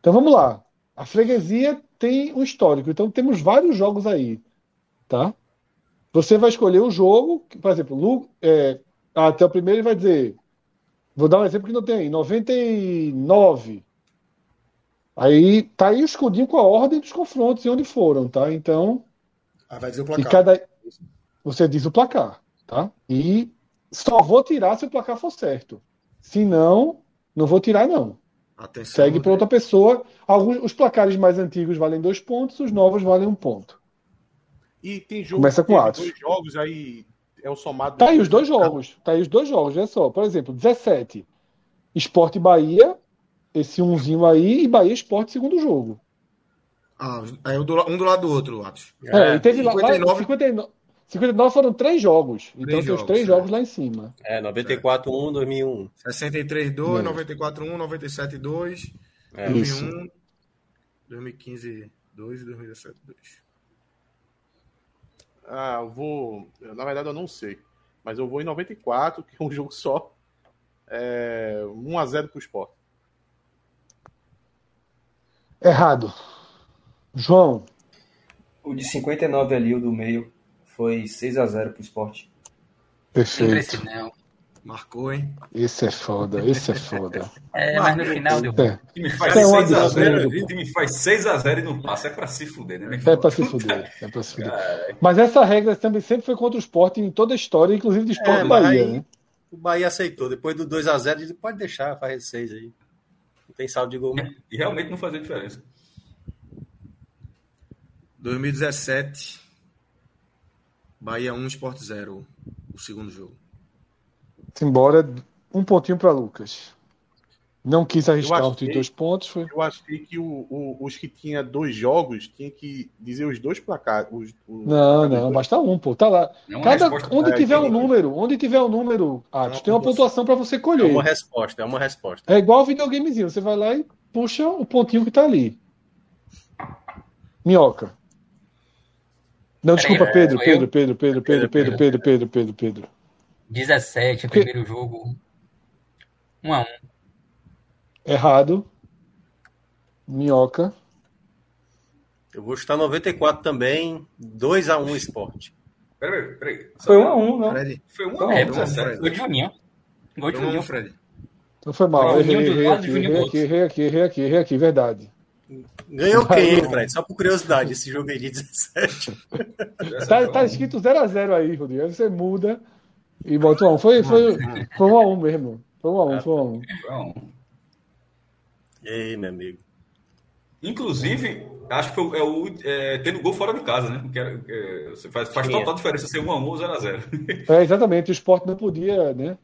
[SPEAKER 2] Então vamos lá. A freguesia tem um histórico, então temos vários jogos aí, tá? Você vai escolher um jogo, que, por exemplo, Lu- é, até o primeiro ele vai dizer, vou dar um exemplo que não tem aí, 99. Aí tá aí o escudinho com a ordem dos confrontos e onde foram, tá? Então
[SPEAKER 1] Ah, vai dizer o
[SPEAKER 2] e
[SPEAKER 1] placar.
[SPEAKER 2] cada. Você diz o placar, tá? E só vou tirar se o placar for certo. Se não, não vou tirar, não.
[SPEAKER 1] Atenção, né?
[SPEAKER 2] Segue
[SPEAKER 1] Rodrigo.
[SPEAKER 2] para outra pessoa. Alguns, os placares mais antigos valem dois pontos, os novos valem um ponto.
[SPEAKER 5] E tem jogo.
[SPEAKER 2] Começa com
[SPEAKER 5] tem
[SPEAKER 2] Atos.
[SPEAKER 5] Dois jogos aí é o somado.
[SPEAKER 2] Tá aí os dois jogos. Tá aí os dois jogos, olha só. Por exemplo, 17. Esporte Bahia, esse unzinho aí, e Bahia Esporte, segundo jogo.
[SPEAKER 1] Ah, aí um do, la- um do lado do outro, Atos.
[SPEAKER 2] É, e teve lá.
[SPEAKER 1] 59.
[SPEAKER 2] 59, 59 foram três jogos. Então
[SPEAKER 1] Três
[SPEAKER 2] tem os
[SPEAKER 1] jogos,
[SPEAKER 2] três
[SPEAKER 1] é.
[SPEAKER 2] jogos lá em cima.
[SPEAKER 6] É, 94, 1, 2001.
[SPEAKER 1] 63, 2,
[SPEAKER 2] Não.
[SPEAKER 1] 94, 1, 97, 2,
[SPEAKER 6] É.
[SPEAKER 1] 2001, 2015, 2 e 2017, 2.
[SPEAKER 5] Ah, eu vou. Na verdade, eu não sei. Mas eu vou em 94, que é um jogo só. É, 1x0 pro esporte.
[SPEAKER 2] Errado. João.
[SPEAKER 7] O de 59 ali, o do meio, foi 6 a 0 pro esporte.
[SPEAKER 2] Perfeito.
[SPEAKER 4] Impressionante.
[SPEAKER 1] Marcou, hein?
[SPEAKER 2] Esse é foda, esse é foda.
[SPEAKER 4] É, mas no final deu bom.
[SPEAKER 2] É,
[SPEAKER 3] O time faz
[SPEAKER 2] Isso é um
[SPEAKER 3] 6x0,
[SPEAKER 2] absurdo,
[SPEAKER 3] o time faz 6x0 e não passa. É pra se fuder, né, meu
[SPEAKER 2] é
[SPEAKER 3] irmão?
[SPEAKER 2] pra se fuder, é pra se fuder. Mas essa regra também sempre foi contra o esporte em toda a história, inclusive do esporte
[SPEAKER 6] É, mas
[SPEAKER 2] Bahia,
[SPEAKER 6] aí-
[SPEAKER 2] né?
[SPEAKER 6] O Bahia aceitou. Depois do 2x0, ele pode deixar, faz 6 aí. Não tem saldo de gol. não.
[SPEAKER 3] E realmente não fazia diferença.
[SPEAKER 1] 2017, Bahia 1, Sport 0, o segundo jogo.
[SPEAKER 2] Simbora, um pontinho pra Lucas. Não quis arriscar
[SPEAKER 5] Eu
[SPEAKER 2] os
[SPEAKER 5] achei-
[SPEAKER 2] dois pontos, foi.
[SPEAKER 5] Eu achei que o- o- os que tinha dois jogos tinha que dizer os dois placares. Os, o-
[SPEAKER 2] Não, não, basta um, pô. Tá lá.
[SPEAKER 3] É uma
[SPEAKER 2] Cada,
[SPEAKER 3] resposta-
[SPEAKER 2] onde
[SPEAKER 5] é,
[SPEAKER 2] tiver um
[SPEAKER 5] tem-
[SPEAKER 2] número, onde tiver um número, Atos,
[SPEAKER 5] Uma
[SPEAKER 2] tem uma
[SPEAKER 5] pontuação.
[SPEAKER 2] pontuação pra você
[SPEAKER 6] É uma
[SPEAKER 2] colher.
[SPEAKER 6] resposta, é uma resposta.
[SPEAKER 2] É igual videogamezinho, você vai lá e puxa o pontinho que tá ali. Minhoca. Não, desculpa,
[SPEAKER 4] é,
[SPEAKER 2] Pedro,
[SPEAKER 4] sou
[SPEAKER 2] Pedro,
[SPEAKER 4] eu?
[SPEAKER 2] Pedro, Pedro, Pedro, Pedro, Pedro, Pedro, Pedro, Pedro.
[SPEAKER 4] 17,
[SPEAKER 2] Que-
[SPEAKER 4] primeiro jogo. 1x1.
[SPEAKER 2] Errado. Minhoca.
[SPEAKER 6] Eu vou chutar 94 também. 2x1 esporte.
[SPEAKER 3] Peraí, peraí.
[SPEAKER 7] Foi 1 a 1 não?
[SPEAKER 1] Fred,
[SPEAKER 3] Foi um
[SPEAKER 7] Foi um
[SPEAKER 3] a
[SPEAKER 4] É,
[SPEAKER 3] um,
[SPEAKER 4] pô,
[SPEAKER 1] Vamos,
[SPEAKER 2] Tá,
[SPEAKER 3] 17.
[SPEAKER 4] gol de Juninho. Gol de
[SPEAKER 1] eu amo
[SPEAKER 4] Juninho.
[SPEAKER 1] o Fred.
[SPEAKER 2] Então foi mal.
[SPEAKER 4] Não,
[SPEAKER 2] Errei,
[SPEAKER 4] Juninho de um
[SPEAKER 2] errei
[SPEAKER 4] lado,
[SPEAKER 2] aqui,
[SPEAKER 4] Juninho do
[SPEAKER 2] errei
[SPEAKER 4] outro.
[SPEAKER 2] aqui, errei aqui, errei aqui, errei aqui, verdade.
[SPEAKER 6] Ganhou quem, hein, Fred? Só por curiosidade, esse jogo aí de 17.
[SPEAKER 2] Tá, tá escrito 0x0 aí, Rodrigo. Aí você muda e bota um. a um. Foi, foi, foi um a um mesmo. Foi um a um, foi um a um.
[SPEAKER 3] Foi um a um.
[SPEAKER 6] Ei, meu amigo.
[SPEAKER 3] Inclusive, acho que foi, é o é, tendo gol fora de casa, né? Que era- é, você faz faz
[SPEAKER 6] Sim,
[SPEAKER 3] total diferença ser 1x1 ou 0x0.
[SPEAKER 2] É, exatamente. O esporte não podia, né?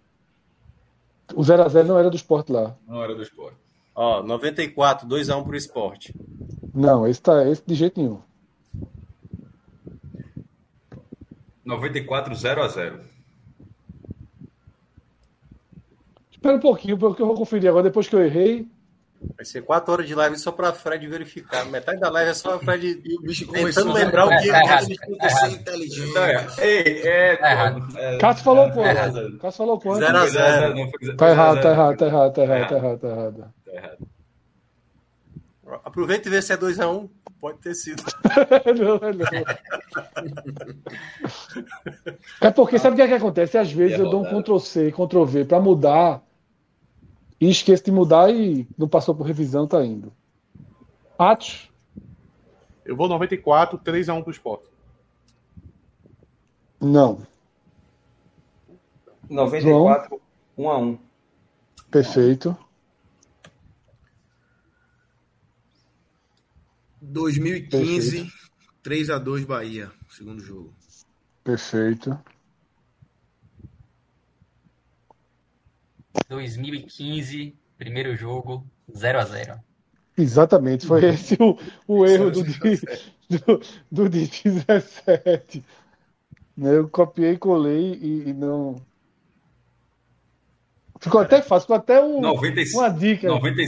[SPEAKER 2] O 0x0 não era do esporte lá.
[SPEAKER 3] Na hora do esporte.
[SPEAKER 6] um Ó, 94, 2x1 pro esporte.
[SPEAKER 2] Não, esse, tá, esse de jeito nenhum.
[SPEAKER 3] 94 0 a 0
[SPEAKER 2] Espera um pouquinho, porque eu vou conferir agora, depois que eu errei.
[SPEAKER 6] Vai ser quatro horas de live só pra Fred verificar. Metade da live é só a Fred
[SPEAKER 1] E o bicho
[SPEAKER 6] tentando
[SPEAKER 1] começou
[SPEAKER 6] lembrar o
[SPEAKER 4] É,
[SPEAKER 6] que
[SPEAKER 4] tá errado,
[SPEAKER 1] Ele tem
[SPEAKER 4] tá
[SPEAKER 1] que ser
[SPEAKER 4] errado.
[SPEAKER 1] inteligente.
[SPEAKER 3] Tá errado. Ei, é,
[SPEAKER 4] Tá errado.
[SPEAKER 3] pô, é,
[SPEAKER 2] Cássio falou
[SPEAKER 3] é,
[SPEAKER 2] quanto?
[SPEAKER 3] tá errado.
[SPEAKER 2] Cássio falou quanto?
[SPEAKER 6] Zero
[SPEAKER 3] Não
[SPEAKER 6] a
[SPEAKER 3] foi
[SPEAKER 6] zero.
[SPEAKER 3] não foi zero
[SPEAKER 2] Tá
[SPEAKER 3] a
[SPEAKER 2] errado,
[SPEAKER 3] zero.
[SPEAKER 2] tá errado, tá errado, tá errado,
[SPEAKER 3] Tá
[SPEAKER 2] tá errado, tá errado.
[SPEAKER 3] Tá errado.
[SPEAKER 6] Aproveita e vê se é 2x1. Pode ter sido.
[SPEAKER 2] Não, não. É porque sabe o que, é que acontece? Às vezes
[SPEAKER 3] E a
[SPEAKER 2] eu dou um
[SPEAKER 3] rodada?
[SPEAKER 2] Ctrl C e Ctrl V pra mudar e esqueço de mudar e não passou por revisão, tá indo. Atos,
[SPEAKER 5] Eu vou 94, 3x1 pro esporte.
[SPEAKER 2] não.
[SPEAKER 7] 94, 1 a 1
[SPEAKER 2] Perfeito.
[SPEAKER 1] 2015, 3x2 Bahia, segundo jogo.
[SPEAKER 2] Perfeito.
[SPEAKER 4] 2015, primeiro jogo, 0 a 0
[SPEAKER 2] Exatamente, foi esse o, o erro do, de, do, do de 17. Né, Eu copiei, colei e, e não. Ficou até fácil, ficou até um,
[SPEAKER 3] 95.
[SPEAKER 2] uma dica.
[SPEAKER 3] 90...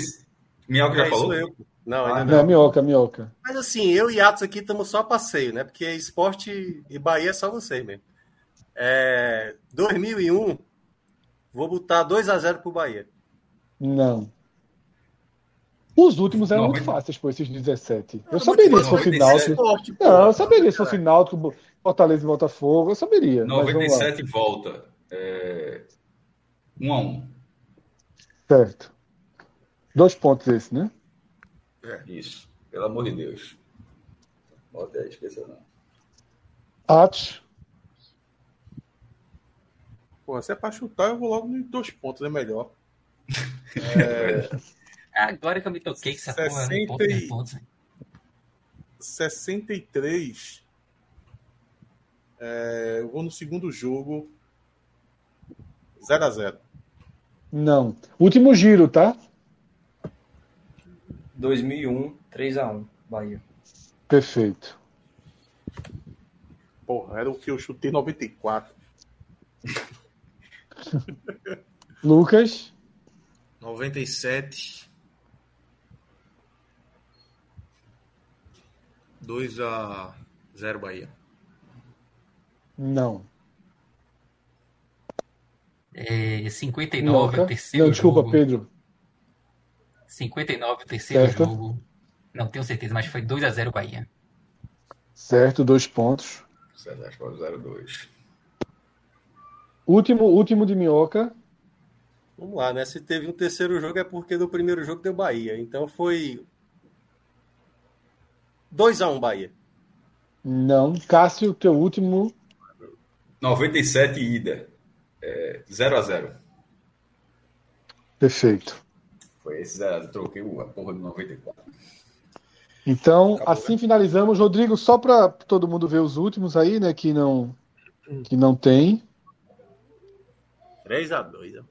[SPEAKER 3] Minhoca já
[SPEAKER 6] É,
[SPEAKER 3] falou?
[SPEAKER 6] sou eu. Não, ainda
[SPEAKER 2] Não,
[SPEAKER 6] não.
[SPEAKER 2] minhoca, minhoca.
[SPEAKER 6] Mas assim, eu e Atos aqui estamos só a passeio, né? Porque esporte e Bahia é só você mesmo. É, 2001, vou botar 2x0 pro Bahia.
[SPEAKER 2] Não. Os últimos eram
[SPEAKER 3] Não,
[SPEAKER 2] muito
[SPEAKER 3] mas-
[SPEAKER 2] fáceis, pô, esses 17. Eu
[SPEAKER 6] Não,
[SPEAKER 2] saberia
[SPEAKER 6] mas
[SPEAKER 2] se fosse
[SPEAKER 3] 97,
[SPEAKER 2] Náutico.
[SPEAKER 6] Esporte, pô.
[SPEAKER 2] Não, eu saberia se fosse Náutico, Fortaleza e Botafogo, eu saberia. Mas vamos lá.
[SPEAKER 3] 97 volta. É... 1 a 1
[SPEAKER 2] Certo. Dois pontos esse, né?
[SPEAKER 3] Isso. Pelo amor de Deus. Bota aí, esqueça não.
[SPEAKER 2] Atos.
[SPEAKER 5] Pô, se é pra chutar, eu vou logo nos dois pontos, é melhor.
[SPEAKER 4] Agora que eu me toquei que essa porra não
[SPEAKER 5] 60
[SPEAKER 4] importa né,
[SPEAKER 5] e-
[SPEAKER 4] nem pontos. velho.
[SPEAKER 5] 63. É, eu vou no segundo jogo. 0x0.
[SPEAKER 2] Não. Último giro, tá?
[SPEAKER 7] 2001, 3 um, a 1 Bahia.
[SPEAKER 2] Perfeito.
[SPEAKER 5] Porra, era o que eu chutei 94.
[SPEAKER 2] Lucas,
[SPEAKER 1] 97. 2x0 Bahia.
[SPEAKER 2] não.
[SPEAKER 4] É, 59,
[SPEAKER 2] Minhoca.
[SPEAKER 4] o terceiro
[SPEAKER 2] Não, desculpa,
[SPEAKER 4] jogo.
[SPEAKER 2] Pedro.
[SPEAKER 4] 59, o terceiro
[SPEAKER 2] Certo.
[SPEAKER 4] jogo. Não tenho certeza, mas foi 2 a 0 Bahia.
[SPEAKER 2] Certo, dois pontos.
[SPEAKER 3] é 02.
[SPEAKER 2] Último, último de minhoca.
[SPEAKER 6] Vamos lá, né? Se teve um terceiro jogo é porque no primeiro jogo deu Bahia. Então foi 2x1 Bahia.
[SPEAKER 2] Não. Cássio, teu último.
[SPEAKER 3] 97 ida. É, 0 a 0
[SPEAKER 2] Perfeito.
[SPEAKER 3] Foi esse 0 a 0 Troquei o- a porra do 94.
[SPEAKER 2] Então,
[SPEAKER 5] Acabou,
[SPEAKER 4] né?
[SPEAKER 2] assim finalizamos. Rodrigo, só para todo mundo ver os últimos aí, né? Que não, que não tem.
[SPEAKER 6] 3x2.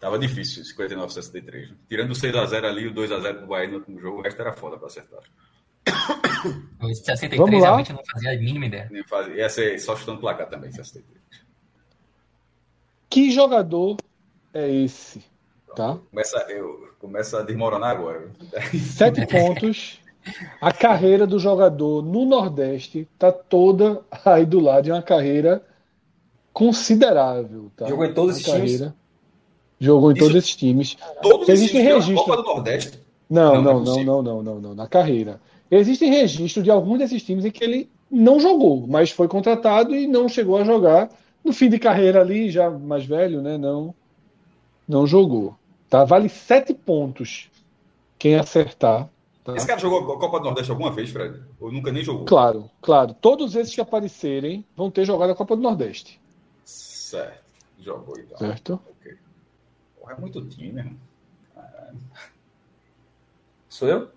[SPEAKER 3] Tava difícil, 59 63. né? Tirando o 6 a 0 ali, o 2 a 0 pro Bahia no último jogo, o resto era foda pra acertar.
[SPEAKER 4] O 63
[SPEAKER 2] Vamos lá.
[SPEAKER 4] realmente eu não fazia a mínima ideia.
[SPEAKER 3] Nem faz- Ia ser só chutando placar também, 63.
[SPEAKER 2] Que jogador é esse? Tá?
[SPEAKER 3] Começa, eu, começa a desmoronar agora.
[SPEAKER 2] Sete pontos. A carreira do jogador no Nordeste tá toda aí do lado de uma carreira considerável. Tá?
[SPEAKER 7] Jogou em todos
[SPEAKER 2] Uma
[SPEAKER 7] esses times?
[SPEAKER 2] carreira- Jogou em
[SPEAKER 3] Isso-
[SPEAKER 2] todos esses times.
[SPEAKER 3] Todos os
[SPEAKER 2] Existe
[SPEAKER 3] times da
[SPEAKER 2] registro.
[SPEAKER 3] Copa do Nordeste.
[SPEAKER 2] Não,
[SPEAKER 3] Não, não é
[SPEAKER 2] não, não,
[SPEAKER 3] possível.
[SPEAKER 2] não, não, não, não, na carreira. Existem registros de alguns desses times em que ele não jogou, mas foi contratado e não chegou a jogar. No fim de carreira ali, já mais velho, né? Não, não jogou. Tá? Vale sete pontos quem acertar. Tá?
[SPEAKER 3] Esse cara jogou a Copa do Nordeste alguma vez, Fred? Ou nunca nem jogou?
[SPEAKER 2] Claro, claro. Todos esses que aparecerem vão ter jogado a Copa do Nordeste,
[SPEAKER 3] Certo. Jogou então.
[SPEAKER 2] certo?
[SPEAKER 3] Ok. Porra, é muito time, né? irmão?
[SPEAKER 7] Sou eu?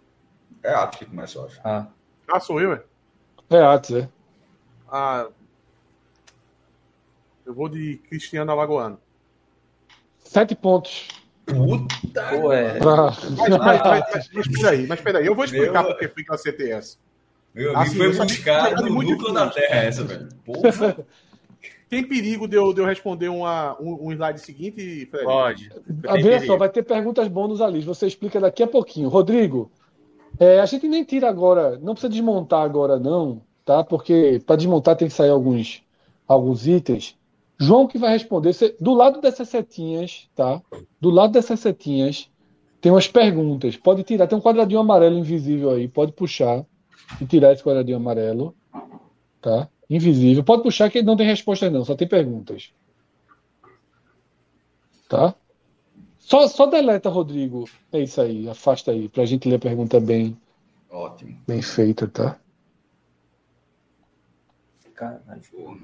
[SPEAKER 3] É ato que começa, eu acho.
[SPEAKER 7] Ah,
[SPEAKER 5] Ah, sou eu, é?
[SPEAKER 2] É, Atos, é.
[SPEAKER 5] Ah, eu vou de Cristiano Alagoano.
[SPEAKER 2] Sete pontos.
[SPEAKER 3] Puta!
[SPEAKER 7] Pô, é.
[SPEAKER 2] Pra-
[SPEAKER 5] Mas, mas, mas, mas, mas peraí, mas peraí, eu vou explicar
[SPEAKER 3] Meu-
[SPEAKER 5] porque foi que eu acertei essa.
[SPEAKER 3] Meu
[SPEAKER 5] Assim,
[SPEAKER 3] amigo foi
[SPEAKER 5] eu sabia que
[SPEAKER 3] buscar
[SPEAKER 5] era
[SPEAKER 3] no
[SPEAKER 5] muito
[SPEAKER 3] núcleo da
[SPEAKER 5] difícil.
[SPEAKER 3] Terra essa, velho. Porra!
[SPEAKER 5] Tem perigo de eu, de eu responder uma, um, um slide seguinte, Fred?
[SPEAKER 6] Pode.
[SPEAKER 2] Ah, Veja só, vai ter perguntas bônus ali. Você explica daqui a pouquinho. Rodrigo, é, a gente nem tira agora, não precisa desmontar agora, não, tá? Porque para desmontar tem que sair alguns, alguns itens. João que vai responder. Você- do lado dessas setinhas, tá? Do lado dessas setinhas tem umas perguntas. Pode tirar. Tem um quadradinho amarelo invisível aí. Pode puxar e tirar esse quadradinho amarelo, tá? Invisível. Pode puxar que não tem respostas não. Só tem perguntas, tá? Só, só deleta, Rodrigo. É isso aí, afasta aí, pra gente ler a pergunta bem,
[SPEAKER 3] Ótimo.
[SPEAKER 2] bem feita, tá?
[SPEAKER 7] Caralho.
[SPEAKER 3] Porra.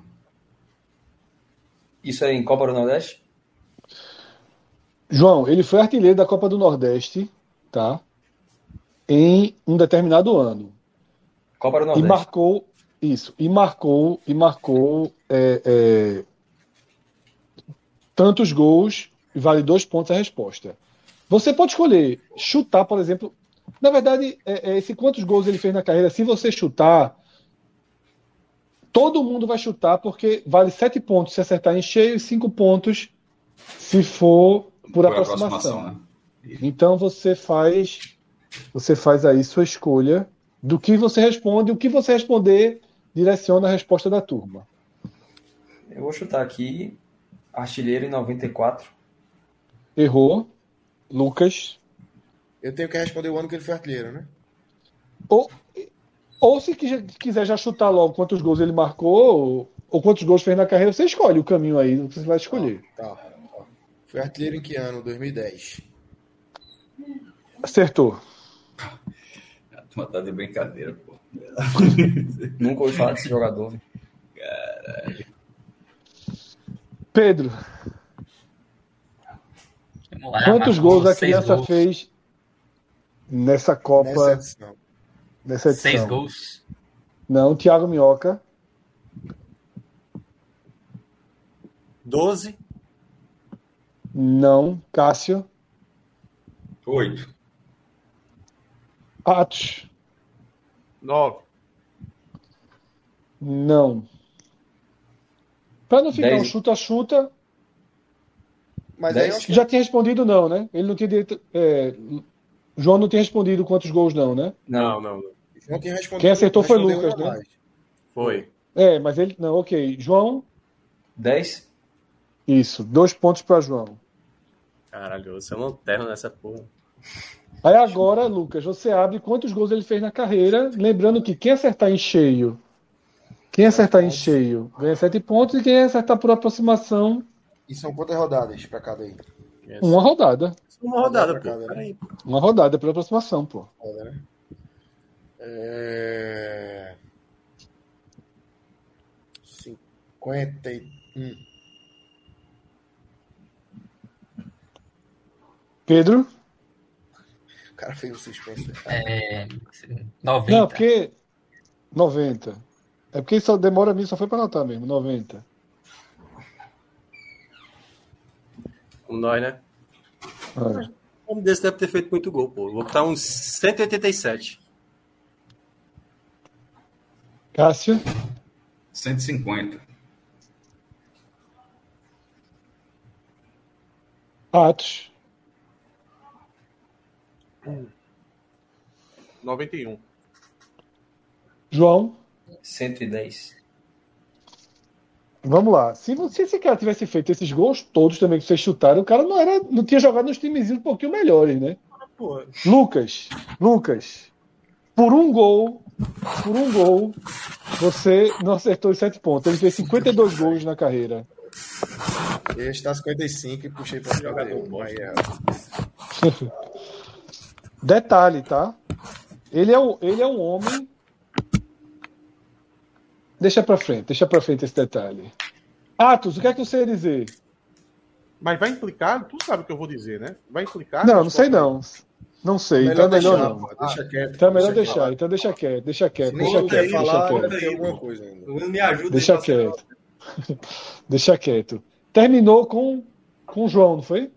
[SPEAKER 7] Isso é em Copa do Nordeste?
[SPEAKER 2] João, ele foi artilheiro da Copa do Nordeste, tá? Em um determinado ano.
[SPEAKER 7] Copa do
[SPEAKER 2] E
[SPEAKER 7] Nordeste.
[SPEAKER 2] marcou isso, e marcou, e marcou é, é, tantos gols, e vale dois pontos a resposta. Você pode escolher chutar, por exemplo. Na verdade, é, é, esse quantos gols ele fez na carreira, se você chutar, todo mundo vai chutar, porque vale sete pontos se acertar em cheio e cinco pontos se for por, aproximação.
[SPEAKER 3] né?
[SPEAKER 2] Então você faz você faz aí sua escolha do que você responde, o que você responder direciona a resposta da turma.
[SPEAKER 7] Eu vou chutar aqui. Artilheiro em 94.
[SPEAKER 2] Errou, Lucas.
[SPEAKER 1] Eu tenho que responder o ano que ele foi artilheiro, né?
[SPEAKER 2] Ou se quis- quiser já chutar logo quantos gols ele marcou ou, ou quantos gols fez na carreira, você escolhe o caminho aí, você vai escolher.
[SPEAKER 1] Tá. Foi artilheiro em que ano? 2010.
[SPEAKER 2] Acertou.
[SPEAKER 3] A turma tá de brincadeira, pô.
[SPEAKER 7] Nunca ouvi falar desse jogador. velho.
[SPEAKER 2] Pedro,
[SPEAKER 4] Vamos lá,
[SPEAKER 2] quantos
[SPEAKER 4] Marcos,
[SPEAKER 2] gols a
[SPEAKER 4] Ah, seis
[SPEAKER 2] criança
[SPEAKER 4] gols.
[SPEAKER 2] fez nessa Copa,
[SPEAKER 1] Nessa
[SPEAKER 2] nessa,
[SPEAKER 1] edição.
[SPEAKER 2] edição?
[SPEAKER 4] Seis gols.
[SPEAKER 2] Não, Thiago Minhoca.
[SPEAKER 6] 12,
[SPEAKER 2] Não, Cássio.
[SPEAKER 3] Oito.
[SPEAKER 2] Atos.
[SPEAKER 5] Nove.
[SPEAKER 2] Não. Pra não ficar
[SPEAKER 7] Dez.
[SPEAKER 2] um chuta-chuta,
[SPEAKER 1] Mas
[SPEAKER 7] Dez?
[SPEAKER 1] aí eu acho que
[SPEAKER 2] já tinha respondido não, né? Ele não tinha direito. é, João não tinha respondido quantos gols, não, né?
[SPEAKER 7] Não,
[SPEAKER 6] Não, não, não.
[SPEAKER 1] não tem respondido.
[SPEAKER 2] Quem acertou foi
[SPEAKER 1] respondeu
[SPEAKER 2] Lucas,
[SPEAKER 1] uma
[SPEAKER 2] né?
[SPEAKER 1] mais.
[SPEAKER 6] Foi.
[SPEAKER 2] É, mas ele. Não, ok. João,
[SPEAKER 7] 10?
[SPEAKER 2] isso. Dois pontos pra João.
[SPEAKER 6] Caralho, você é um lanterna nessa porra.
[SPEAKER 2] Aí agora, Lucas, você abre quantos gols ele fez na carreira. Lembrando que quem acertar em cheio. Quem acertar em cheio ganha sete pontos e quem acertar por aproximação,
[SPEAKER 1] E são quantas rodadas pra cada aí?
[SPEAKER 2] uma rodada.
[SPEAKER 6] Uma rodada,
[SPEAKER 1] Uma
[SPEAKER 6] pô.
[SPEAKER 1] rodada, né?
[SPEAKER 6] Peraí.
[SPEAKER 2] Uma rodada por aproximação, pô.
[SPEAKER 1] É... 51.
[SPEAKER 2] Pedro?
[SPEAKER 1] O cara fez um suspense.
[SPEAKER 4] É, 90.
[SPEAKER 2] Não, porque 90. É porque só demora mesmo, só foi pra anotar mesmo, 90.
[SPEAKER 6] Como nós, né?
[SPEAKER 2] É.
[SPEAKER 6] Um homem desse deve ter feito muito gol, pô. Vou botar um uns 187.
[SPEAKER 2] Cássio,
[SPEAKER 3] 150.
[SPEAKER 2] Atos,
[SPEAKER 5] 91.
[SPEAKER 2] João,
[SPEAKER 7] 110.
[SPEAKER 2] vamos lá. Se, você- se esse cara tivesse feito esses gols todos também que vocês chutaram, o cara não era, não tinha jogado nos timezinhos um pouquinho melhores, né?
[SPEAKER 6] Pô,
[SPEAKER 2] Lucas, Lucas, por um gol, por um gol, você não acertou os sete pontos. Ele fez 52 gols na carreira.
[SPEAKER 1] Eu está 55 e puxei pra jogador.
[SPEAKER 6] bosta.
[SPEAKER 1] Mas, é,
[SPEAKER 2] Detalhe, tá? Ele é, um, ele é um homem. Deixa pra frente, deixa pra frente esse detalhe. Atos, o que é que você ia dizer?
[SPEAKER 5] Mas vai implicar, tu sabe o que eu vou dizer, né? Vai implicar.
[SPEAKER 2] Não, não sei não. Não sei, então é melhor não.
[SPEAKER 1] pô, Deixa quieto.
[SPEAKER 2] Então é melhor
[SPEAKER 1] deixa
[SPEAKER 2] deixar, então deixa quieto, deixa quieto,
[SPEAKER 1] Se
[SPEAKER 2] deixa
[SPEAKER 1] nem quer
[SPEAKER 2] quieto, deixa
[SPEAKER 1] falar,
[SPEAKER 2] quieto.
[SPEAKER 1] vai ter alguma coisa ainda.
[SPEAKER 6] me ajuda
[SPEAKER 2] Deixa quieto. Deixa quieto. Terminou com com o João, não foi?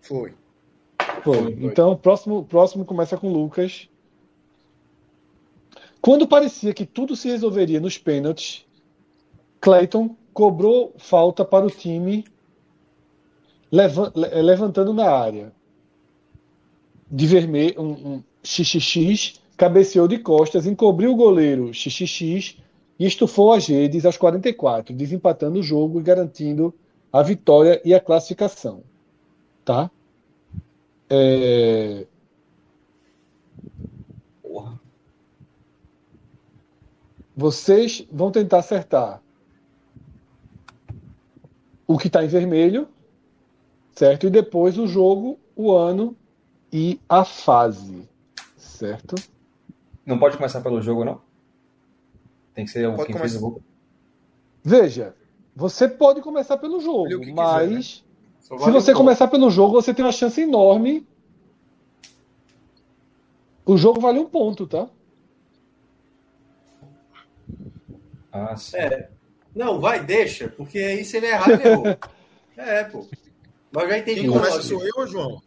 [SPEAKER 1] Foi.
[SPEAKER 2] Foi. Então, o próximo, próximo começa com Lucas. Quando parecia que tudo se resolveria nos pênaltis, Clayton cobrou falta para o time levan- le- levantando na área. De vermelho, um, um XXX, cabeceou de costas, encobriu o goleiro XXX e estufou as redes aos 44, desempatando o jogo e garantindo a vitória e a classificação. Tá? É,
[SPEAKER 3] Porra.
[SPEAKER 2] Vocês vão tentar acertar o que está em vermelho, certo? E depois o jogo, o ano e a fase, certo?
[SPEAKER 7] Não pode começar pelo jogo, não? Tem que ser o
[SPEAKER 1] Pode
[SPEAKER 7] quem fez o
[SPEAKER 1] começar.
[SPEAKER 7] gol.
[SPEAKER 2] Veja, você pode começar pelo
[SPEAKER 1] Olha o
[SPEAKER 2] jogo,
[SPEAKER 1] que
[SPEAKER 2] mas
[SPEAKER 1] quiser, né?
[SPEAKER 5] Só
[SPEAKER 2] se
[SPEAKER 5] vale
[SPEAKER 2] você
[SPEAKER 5] um
[SPEAKER 2] começar pelo jogo, você tem uma chance enorme. O jogo vale um ponto, tá?
[SPEAKER 7] Ah, sim.
[SPEAKER 6] É. Não, vai, deixa, porque aí se ele errar, ele errou. É, pô. Mas já entendi.
[SPEAKER 1] Quem
[SPEAKER 6] o
[SPEAKER 1] começa
[SPEAKER 6] lógico.
[SPEAKER 1] sou eu ou João?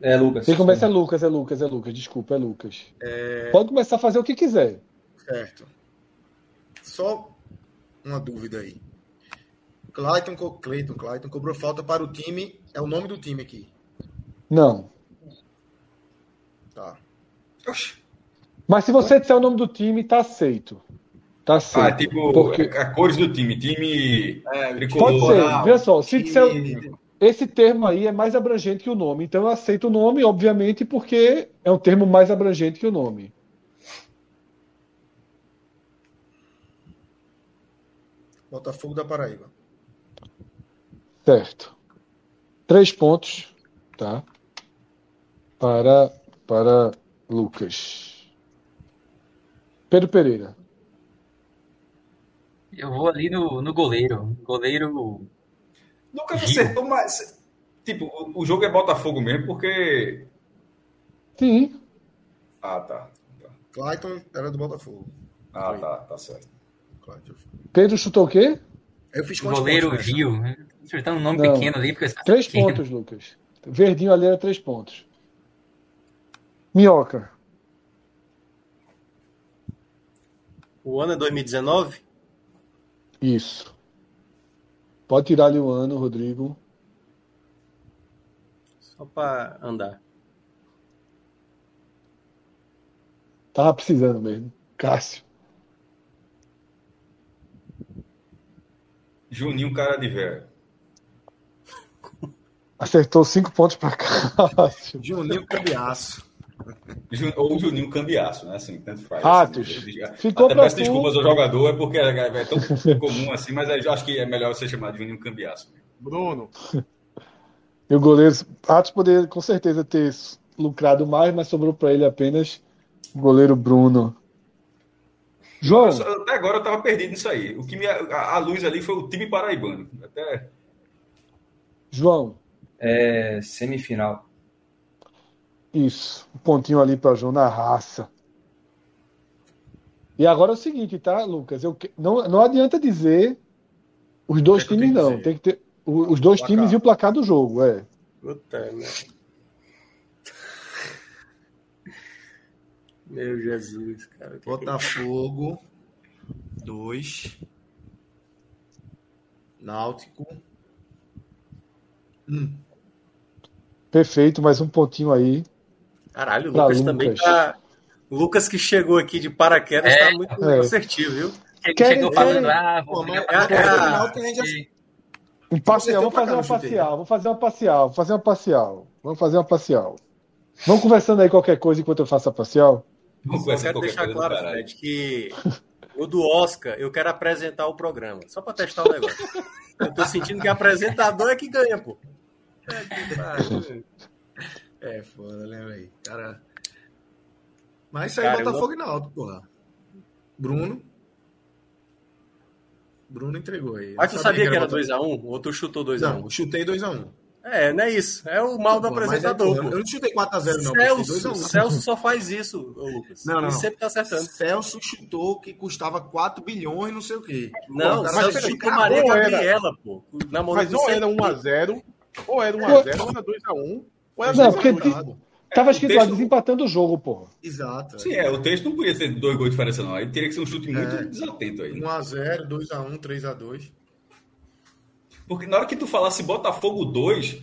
[SPEAKER 7] É, Lucas.
[SPEAKER 2] Quem começa é Lucas, é Lucas, é Lucas. Desculpa, é Lucas. Pode começar a fazer o que quiser.
[SPEAKER 1] Certo. Só uma dúvida aí. Clayton, co- Clayton, Clayton cobrou falta para o time. É o nome do time aqui.
[SPEAKER 2] Não.
[SPEAKER 1] Tá.
[SPEAKER 3] Oxi.
[SPEAKER 2] Mas se você disser o nome do time, tá aceito. Tá aceito.
[SPEAKER 3] Ah, é tipo,
[SPEAKER 2] Porque-
[SPEAKER 3] a cores do time. Time
[SPEAKER 6] É,
[SPEAKER 2] Pode
[SPEAKER 3] tricolor.
[SPEAKER 2] ser.
[SPEAKER 6] Coloral,
[SPEAKER 2] Veja só, se
[SPEAKER 6] time-
[SPEAKER 2] disser, esse termo aí é mais abrangente que o nome. Então eu aceito o nome, obviamente, porque é um termo mais abrangente que o nome.
[SPEAKER 1] Botafogo da Paraíba.
[SPEAKER 2] Certo. Três pontos, tá? Para, para Lucas. Pedro Pereira.
[SPEAKER 4] Eu vou ali no, no goleiro. Goleiro.
[SPEAKER 3] Nunca acertou, mas. Tipo, o- o jogo é Botafogo mesmo, porque.
[SPEAKER 2] Sim.
[SPEAKER 3] Ah, tá.
[SPEAKER 1] Clayton era do Botafogo.
[SPEAKER 3] Ah, tá, tá certo.
[SPEAKER 1] Clayton.
[SPEAKER 2] Pedro chutou o quê?
[SPEAKER 1] Eu fiz quantos
[SPEAKER 4] Goleiro
[SPEAKER 1] pontos nessa?
[SPEAKER 4] Gil. né? Tô Acertando um nome
[SPEAKER 2] Não.
[SPEAKER 4] pequeno ali, porque eu faço
[SPEAKER 2] Três
[SPEAKER 4] pequeno.
[SPEAKER 2] pontos, Lucas. Verdinho ali era três pontos. Minhoca.
[SPEAKER 6] O ano é 2019?
[SPEAKER 2] Isso. Pode tirar ali o ano, Rodrigo.
[SPEAKER 6] Só pra andar.
[SPEAKER 2] Tava precisando mesmo. Cássio.
[SPEAKER 3] Juninho, cara de velho.
[SPEAKER 2] Acertou cinco pontos para Cássio.
[SPEAKER 1] Juninho Cabiaço.
[SPEAKER 3] Ju- Ou Juninho cambiaço, né? Assim, tanto faz.
[SPEAKER 2] Atos.
[SPEAKER 3] Assim, eu-
[SPEAKER 2] Ficou
[SPEAKER 3] até
[SPEAKER 2] pra um-
[SPEAKER 3] peço
[SPEAKER 2] tu.
[SPEAKER 3] desculpas ao jogador, é porque é é tão comum assim, mas eu acho que é melhor você chamar de Juninho cambiaço.
[SPEAKER 5] Bruno,
[SPEAKER 2] E o goleiro, Atos poderia com certeza ter lucrado mais, mas sobrou para ele apenas o goleiro Bruno. João,
[SPEAKER 3] Eu só- até agora eu tava perdido nisso aí. O que me, a, a luz ali foi o time paraibano. Até
[SPEAKER 2] João,
[SPEAKER 7] É, semifinal.
[SPEAKER 2] isso. Um pontinho ali para João na raça. E agora é o seguinte, tá, Lucas? Eu que- não, não adianta dizer os dois
[SPEAKER 1] que eu
[SPEAKER 2] times,
[SPEAKER 1] tenho que
[SPEAKER 2] não.
[SPEAKER 1] dizer?
[SPEAKER 2] Tem que ter o- os dois
[SPEAKER 1] Placar.
[SPEAKER 2] times e o placar do jogo, é.
[SPEAKER 6] Puta merda. Meu Jesus, cara. O que que-
[SPEAKER 1] Botafogo. Dois. Náutico. Um.
[SPEAKER 2] Perfeito, mais um pontinho aí.
[SPEAKER 6] Caralho, o
[SPEAKER 2] Pra
[SPEAKER 6] Lucas
[SPEAKER 2] Lucas.
[SPEAKER 6] também tá. O Lucas que chegou aqui de paraquedas
[SPEAKER 4] É,
[SPEAKER 6] tá muito
[SPEAKER 2] é.
[SPEAKER 6] assertivo, viu?
[SPEAKER 4] Ele
[SPEAKER 2] Querem-
[SPEAKER 4] chegou
[SPEAKER 2] querem-
[SPEAKER 4] falando, ah,
[SPEAKER 1] Pô,
[SPEAKER 4] vou
[SPEAKER 1] mas
[SPEAKER 4] pegar
[SPEAKER 1] é a
[SPEAKER 6] pra
[SPEAKER 1] cara
[SPEAKER 6] cá.
[SPEAKER 1] do Náutico, a gente já
[SPEAKER 4] aqui.
[SPEAKER 2] Um parcial,
[SPEAKER 1] tem um
[SPEAKER 2] vamos fazer
[SPEAKER 1] placar
[SPEAKER 2] uma
[SPEAKER 1] no chute aí,
[SPEAKER 2] parcial, vamos fazer uma parcial, vamos fazer uma parcial, vamos fazer uma parcial. Vamos conversando aí qualquer coisa enquanto eu faço a parcial?
[SPEAKER 3] não
[SPEAKER 6] Só
[SPEAKER 3] conhece
[SPEAKER 6] quero
[SPEAKER 3] qualquer
[SPEAKER 6] deixar
[SPEAKER 3] coisa
[SPEAKER 6] claro,
[SPEAKER 3] do caralho.
[SPEAKER 6] Fred, que o do Oscar, eu quero apresentar o programa. Só pra testar o negócio. Eu tô sentindo que apresentador é que ganha, pô.
[SPEAKER 1] É foda, lembra aí. Cara. Mas isso aí é
[SPEAKER 6] Cara, eu
[SPEAKER 1] Botafogo e Náutico, porra. Bruno. Bruno entregou aí. Eu
[SPEAKER 6] Mas tu sabia que era
[SPEAKER 1] Botafogo.
[SPEAKER 6] 2x1? Ou tu chutou 2x1?
[SPEAKER 1] Não, eu chutei 2x1.
[SPEAKER 6] É, não é isso. É o mal do
[SPEAKER 1] Pô, mas
[SPEAKER 6] apresentador,
[SPEAKER 1] é, pô,
[SPEAKER 6] pô.
[SPEAKER 1] Eu não chutei 4x0, não. eu chutei
[SPEAKER 6] Celso,
[SPEAKER 1] 2 a 1.
[SPEAKER 6] Celso só faz isso, ô Lucas.
[SPEAKER 1] Não, não,
[SPEAKER 6] Ele
[SPEAKER 1] não.
[SPEAKER 6] sempre tá acertando.
[SPEAKER 1] Celso chutou que custava 4 bilhões, não sei o quê.
[SPEAKER 6] Não,
[SPEAKER 1] Pô, cara,
[SPEAKER 6] Celso
[SPEAKER 1] peraí,
[SPEAKER 6] chutou
[SPEAKER 1] cara,
[SPEAKER 6] Maria
[SPEAKER 5] era-
[SPEAKER 6] Gabriela, pô. Namorou
[SPEAKER 5] mas
[SPEAKER 1] um
[SPEAKER 6] com
[SPEAKER 5] ou
[SPEAKER 6] Celso.
[SPEAKER 5] era 1x0 Ou era 1x0, ou era 2x1, ou era
[SPEAKER 2] Não, porque
[SPEAKER 5] 2x2.
[SPEAKER 2] ti- tava escrito lá, desempatando o jogo, porra.
[SPEAKER 1] Exato.
[SPEAKER 3] Sim, é, o texto não podia ter dois gols de diferença, não. Aí teria que ser um chute muito
[SPEAKER 1] É.
[SPEAKER 3] desatento aí.
[SPEAKER 1] 1x0, 2x1, 3x2.
[SPEAKER 3] Porque na hora que tu falasse Botafogo 2,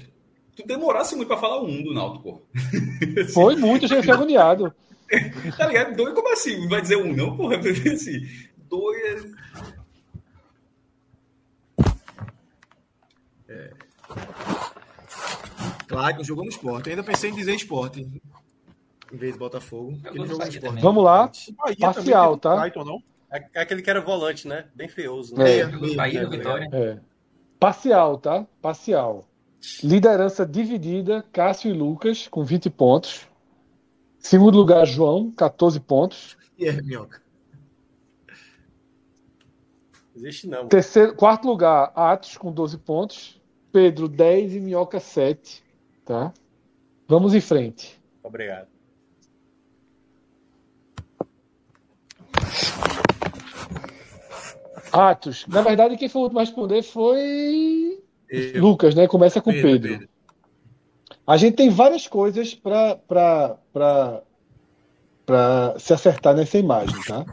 [SPEAKER 3] tu demorasse muito pra falar um do Náutico, pô.
[SPEAKER 2] Foi muito, eu cheguei agoniado.
[SPEAKER 3] Tá ligado? Dois, como assim? Vai dizer um não, porra? Assim, dois... é,
[SPEAKER 1] Claro que jogou no esporte. Eu ainda pensei em dizer esporte. Em vez de Botafogo. porque ele
[SPEAKER 4] não
[SPEAKER 1] jogou no
[SPEAKER 4] sabia
[SPEAKER 1] esporte.
[SPEAKER 2] Vamos lá.
[SPEAKER 5] O Bahia
[SPEAKER 2] Parcial,
[SPEAKER 5] também teve um
[SPEAKER 2] tá?
[SPEAKER 5] Brighton, não?
[SPEAKER 6] É é aquele que era volante, né? Bem feioso, né?
[SPEAKER 2] É.
[SPEAKER 1] Meia,
[SPEAKER 4] Bahia
[SPEAKER 1] meia,
[SPEAKER 4] do Vitória.
[SPEAKER 2] É. Parcial, tá? Parcial. Liderança dividida, Cássio e Lucas, com 20 pontos. Segundo lugar, João, 14 pontos.
[SPEAKER 1] E Minhoca.
[SPEAKER 6] Existe não.
[SPEAKER 2] Terceiro, quarto lugar, Atos, com 12 pontos. Pedro, 10 e Minhoca, 7. Tá? Vamos em frente.
[SPEAKER 6] Obrigado.
[SPEAKER 2] Atos. Na verdade, quem foi o último a responder foi Lucas, né? Começa com Pedro. A gente tem várias coisas para para se acertar nessa imagem, tá?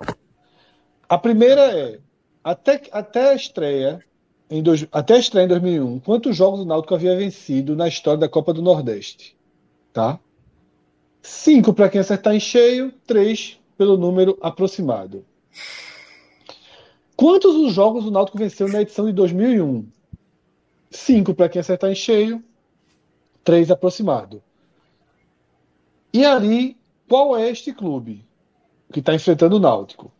[SPEAKER 2] A primeira é até, até a estreia em dois, até a estreia em 2001, quantos jogos o Náutico havia vencido na história da Copa do Nordeste, tá? Cinco para quem acertar em cheio, três pelo número aproximado. Quantos os jogos o Náutico venceu na edição de 2001? Cinco para quem acertar em cheio, 3 aproximado. E ali, qual é este clube que está enfrentando o Náutico?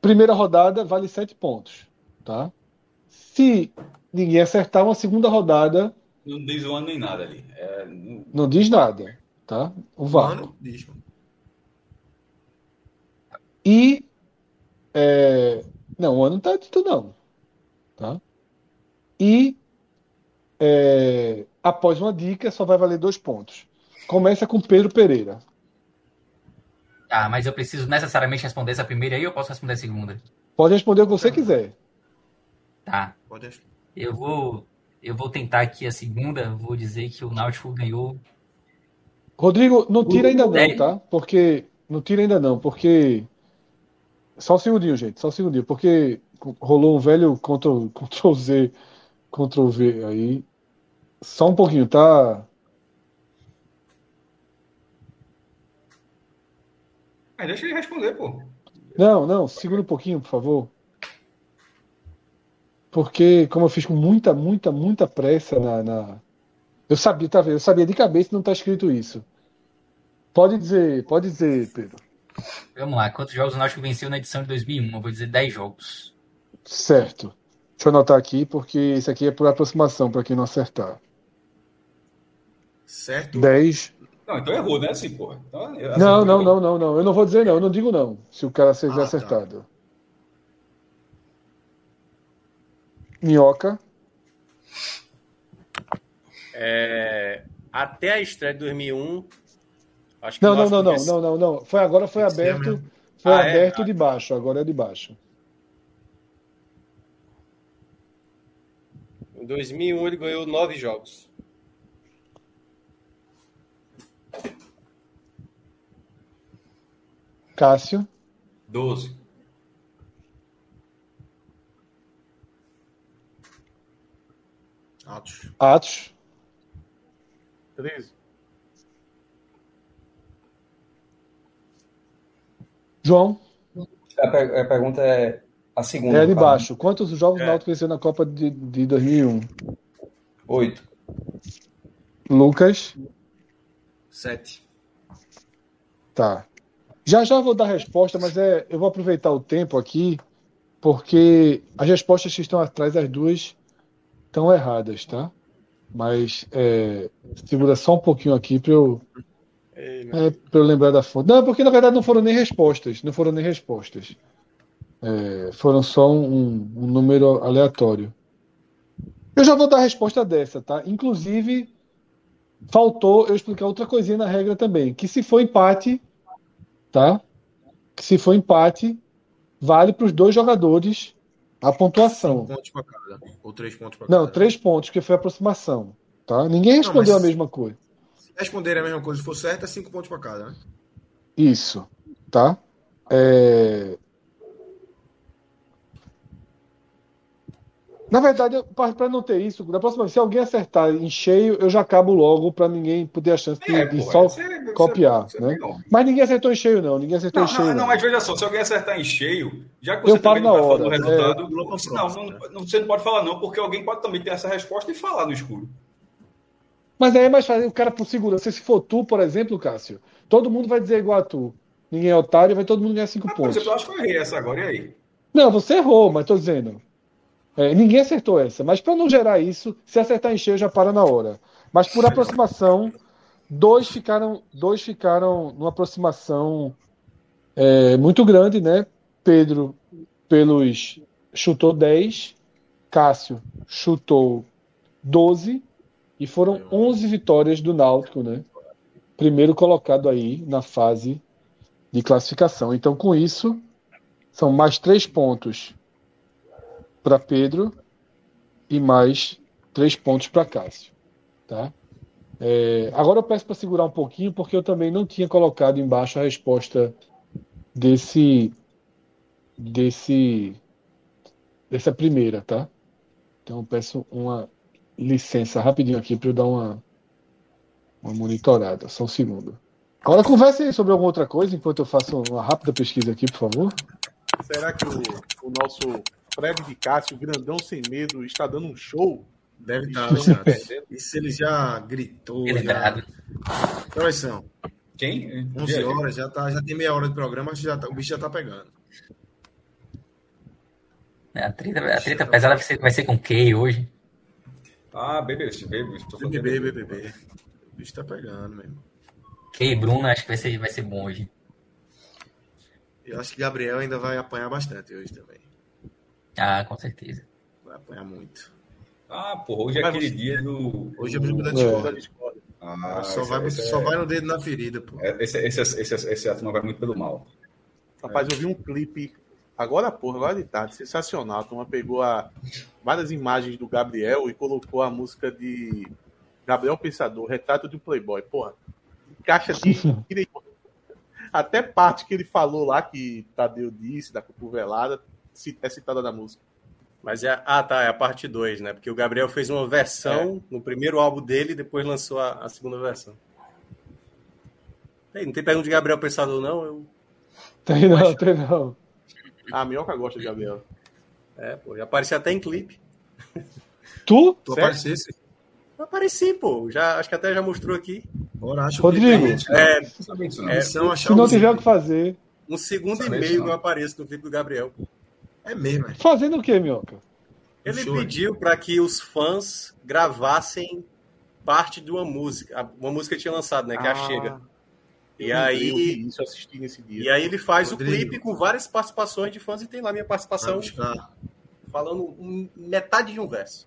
[SPEAKER 2] Primeira rodada vale 7 pontos. Tá? Se ninguém acertar, uma segunda rodada
[SPEAKER 3] Não diz um ano nem nada ali. É, não-
[SPEAKER 2] não diz nada. Tá? O vácuo.
[SPEAKER 1] Mano, diz, mano.
[SPEAKER 2] E. é, não, o ano não tá dito, não. Tá? E. é, após uma dica, só vai valer dois pontos. Começa com Pedro Pereira.
[SPEAKER 4] Ah, mas eu preciso necessariamente responder essa primeira aí ou eu posso responder a segunda?
[SPEAKER 2] Pode responder o que você quiser.
[SPEAKER 4] Tá.
[SPEAKER 1] Pode achar.
[SPEAKER 4] Eu vou, eu vou tentar aqui a segunda. Vou dizer que o Náutico ganhou.
[SPEAKER 2] Rodrigo, não tira ainda não,
[SPEAKER 4] Tem.
[SPEAKER 2] tá? Porque. Não tira ainda não, porque. Só um segundinho, gente. Só um segundinho, porque rolou um velho Ctrl, Ctrl Z, Ctrl V aí. Só um pouquinho, tá?
[SPEAKER 3] Ah, deixa ele responder, pô.
[SPEAKER 2] Não, não, segura um pouquinho, por favor. Porque, como eu fiz com muita, muita, muita pressa na. na- Eu sabia, tá vendo? Eu sabia de cabeça que não tá escrito isso. Pode dizer, pode dizer, Pedro.
[SPEAKER 4] Vamos lá. Quantos jogos o Náutico venceu na edição de 2001? Eu vou dizer 10 jogos.
[SPEAKER 2] Certo. Deixa eu anotar aqui, porque isso aqui é por aproximação, para quem não acertar.
[SPEAKER 1] Certo? Tá
[SPEAKER 2] 10.
[SPEAKER 3] Não, então errou, né? Assim, porra. Então, eu- assim,
[SPEAKER 2] Não,
[SPEAKER 3] eu-
[SPEAKER 2] não, não, não, não. Eu não vou dizer não, eu não digo não, se o cara seja
[SPEAKER 1] Ah, tá.
[SPEAKER 2] acertado. Minhoca.
[SPEAKER 6] É, até a estreia de 2001. Acho que
[SPEAKER 2] Não,
[SPEAKER 6] o
[SPEAKER 2] não, não,
[SPEAKER 6] Náutico
[SPEAKER 2] não,
[SPEAKER 6] venceu-
[SPEAKER 2] não, não, não. Foi agora, foi
[SPEAKER 1] Esse é
[SPEAKER 2] aberto.
[SPEAKER 1] mesmo.
[SPEAKER 2] Foi
[SPEAKER 6] Ah, é?
[SPEAKER 2] aberto de baixo, agora é de baixo.
[SPEAKER 6] Em 2001 ele ganhou nove jogos.
[SPEAKER 2] Cássio.
[SPEAKER 3] 12.
[SPEAKER 1] Atos.
[SPEAKER 2] Atos.
[SPEAKER 5] 13.
[SPEAKER 2] João.
[SPEAKER 7] A, per- a pergunta é a segunda.
[SPEAKER 2] É de
[SPEAKER 7] no caso.
[SPEAKER 2] baixo. Quantos jogos o
[SPEAKER 6] É.
[SPEAKER 2] Náutico venceu na Copa de, de 2001?
[SPEAKER 7] Oito.
[SPEAKER 2] Lucas.
[SPEAKER 1] 7.
[SPEAKER 2] Tá. Já já vou dar a resposta, mas é, eu vou aproveitar o tempo aqui, porque as respostas que estão atrás, as duas, estão erradas, tá? Mas é, segura só um pouquinho aqui para eu,
[SPEAKER 6] Ei, meu-
[SPEAKER 2] é, pra eu lembrar da fonte. Não, porque na verdade não foram nem respostas. Não foram nem respostas. É, foram só um, um número aleatório. Eu já vou dar a resposta dessa, tá? Inclusive, faltou eu explicar outra coisinha na regra também. Que se for empate, tá? Que se for empate, vale para os dois jogadores A pontuação.
[SPEAKER 1] pontos Um pra cada. Ou três pontos pra cada.
[SPEAKER 2] Não, três pontos, que foi a aproximação. Tá? Ninguém respondeu
[SPEAKER 1] mas-
[SPEAKER 2] a mesma coisa.
[SPEAKER 1] Responder a mesma coisa, se for certo, é cinco pontos pra cada, né?
[SPEAKER 2] Isso, tá? É... Na verdade, para não ter isso, da próxima vez, se alguém acertar em cheio, eu já acabo logo para ninguém poder a chance de, É, de
[SPEAKER 3] É, pô,
[SPEAKER 2] só
[SPEAKER 3] você- você-
[SPEAKER 2] copiar,
[SPEAKER 3] você-
[SPEAKER 2] né?
[SPEAKER 3] não.
[SPEAKER 2] Mas ninguém acertou em cheio, não. Ninguém acertou
[SPEAKER 3] Não,
[SPEAKER 2] em cheio.
[SPEAKER 3] não,
[SPEAKER 2] Não,
[SPEAKER 3] não, é- mas veja só, se alguém acertar em cheio, já que
[SPEAKER 2] Eu
[SPEAKER 3] você
[SPEAKER 2] paro
[SPEAKER 3] também não
[SPEAKER 2] na
[SPEAKER 3] tá falando o
[SPEAKER 2] hora,
[SPEAKER 3] resultado,
[SPEAKER 1] é.
[SPEAKER 3] assim, não, não- não- você não pode falar não, porque alguém pode também ter essa resposta e falar no escuro.
[SPEAKER 2] Mas aí é mais fácil o cara por segurança. Se for tu, por exemplo, Cássio, todo mundo vai dizer igual a tu. Ninguém é otário, vai todo mundo ganhar cinco
[SPEAKER 3] Mas, Ah, por
[SPEAKER 2] pontos.
[SPEAKER 3] exemplo, eu acho que eu errei essa agora, e aí?
[SPEAKER 2] Não, você errou, mas tô dizendo. É, ninguém acertou essa. Mas para não gerar isso, se acertar em cheio, já para na hora. Mas por aproximação, dois ficaram, dois ficaram numa aproximação é, muito grande, né? Pedro pelos chutou 10, Cássio chutou 12 e foram 11 vitórias do Náutico, né? Primeiro colocado aí na fase de classificação. Então, com isso, são mais três pontos para Pedro e mais três pontos para Cássio. Tá? É, agora eu peço para segurar um pouquinho, porque eu também não tinha colocado embaixo a resposta desse. desse dessa primeira, tá? Então eu peço uma licença rapidinho aqui para eu dar uma, uma monitorada, só um segundo. Agora conversem sobre alguma outra coisa enquanto eu faço uma rápida pesquisa aqui, por favor.
[SPEAKER 5] Será que o, o nosso Fred de Cássio, grandão sem medo, está dando um show?
[SPEAKER 1] Deve estar,
[SPEAKER 5] Estamos
[SPEAKER 1] Alexandre.
[SPEAKER 5] perdendo.
[SPEAKER 1] Isso ele já gritou. já...
[SPEAKER 4] Ele
[SPEAKER 1] Então, é
[SPEAKER 4] dado.
[SPEAKER 1] Que horas são?
[SPEAKER 3] Quem?
[SPEAKER 1] 11 horas, já, tá, já tem meia hora de programa, acho que já tá- o bicho já tá pegando.
[SPEAKER 4] né? A treta, a treta pesada vai ser, vai ser com quem hoje?
[SPEAKER 3] Ah, BBC, BBC. tô falando-
[SPEAKER 1] BBB, BBB. O bicho tá pegando mesmo.
[SPEAKER 4] Kay e Bruno, acho que vai ser, vai ser bom hoje.
[SPEAKER 1] Eu acho que Gabriel ainda vai apanhar bastante hoje também.
[SPEAKER 4] Ah, com certeza.
[SPEAKER 1] Vai apanhar muito.
[SPEAKER 3] Ah, porra, hoje é
[SPEAKER 5] Mas
[SPEAKER 3] aquele
[SPEAKER 5] você-
[SPEAKER 3] dia do...
[SPEAKER 1] Hoje é o jogo da
[SPEAKER 2] É.
[SPEAKER 1] discórdia.
[SPEAKER 3] Ah,
[SPEAKER 1] só,
[SPEAKER 3] esse-
[SPEAKER 1] vai,
[SPEAKER 3] esse
[SPEAKER 1] só
[SPEAKER 3] é-
[SPEAKER 1] vai no dedo na ferida, pô.
[SPEAKER 3] é- Esse, esse, esse, esse, esse ato não vai muito pelo mal.
[SPEAKER 5] Rapaz, eu vi um clipe agora, porra, agora de tarde, sensacional. A turma pegou a- várias imagens do Gabriel e colocou a música de Gabriel Pensador, Retrato de um Playboy. Porra, encaixa de. Até parte que ele falou lá que Tadeu disse, da cotovelada, ci- é citada na música.
[SPEAKER 6] Mas é. Ah, tá, é a parte 2, né? Porque o Gabriel fez uma versão no primeiro álbum dele e depois lançou a, a segunda versão. Ei, não tem pergunta de Gabriel Pensador, não? Eu...
[SPEAKER 2] Tem não, tem não.
[SPEAKER 5] A minhoca gosta de Gabriel.
[SPEAKER 6] É, pô, já apareci até em clipe.
[SPEAKER 2] Tu?
[SPEAKER 1] Tu
[SPEAKER 5] Certo?
[SPEAKER 1] aparecesse.
[SPEAKER 6] Eu Apareci, pô. Já, acho que até já mostrou aqui.
[SPEAKER 1] Bora, acho
[SPEAKER 2] Rodrigo.
[SPEAKER 1] que
[SPEAKER 6] É,
[SPEAKER 3] Não sabia disso, não.
[SPEAKER 1] é, missão achar
[SPEAKER 2] Se não
[SPEAKER 1] um-
[SPEAKER 2] tiver o que fazer.
[SPEAKER 6] um segundo e
[SPEAKER 3] Sabe
[SPEAKER 6] meio
[SPEAKER 3] isso,
[SPEAKER 6] que
[SPEAKER 3] não.
[SPEAKER 6] eu apareço no clipe do Gabriel.
[SPEAKER 1] É mesmo, é.
[SPEAKER 2] Fazendo o quê, Minhoca?
[SPEAKER 6] Ele
[SPEAKER 1] Show.
[SPEAKER 6] pediu para que os fãs gravassem parte de uma música. Uma música que tinha lançado, né? Que é a
[SPEAKER 1] Ah.
[SPEAKER 6] Chega. E
[SPEAKER 5] Eu vi
[SPEAKER 6] aí,
[SPEAKER 5] Isso, eu assisti nesse dia.
[SPEAKER 6] e aí ele faz
[SPEAKER 1] Rodrigo. Ah.
[SPEAKER 6] o clipe com várias participações de fãs e tem lá minha
[SPEAKER 1] Vai
[SPEAKER 6] participação
[SPEAKER 1] buscar.
[SPEAKER 6] falando um- metade de um verso.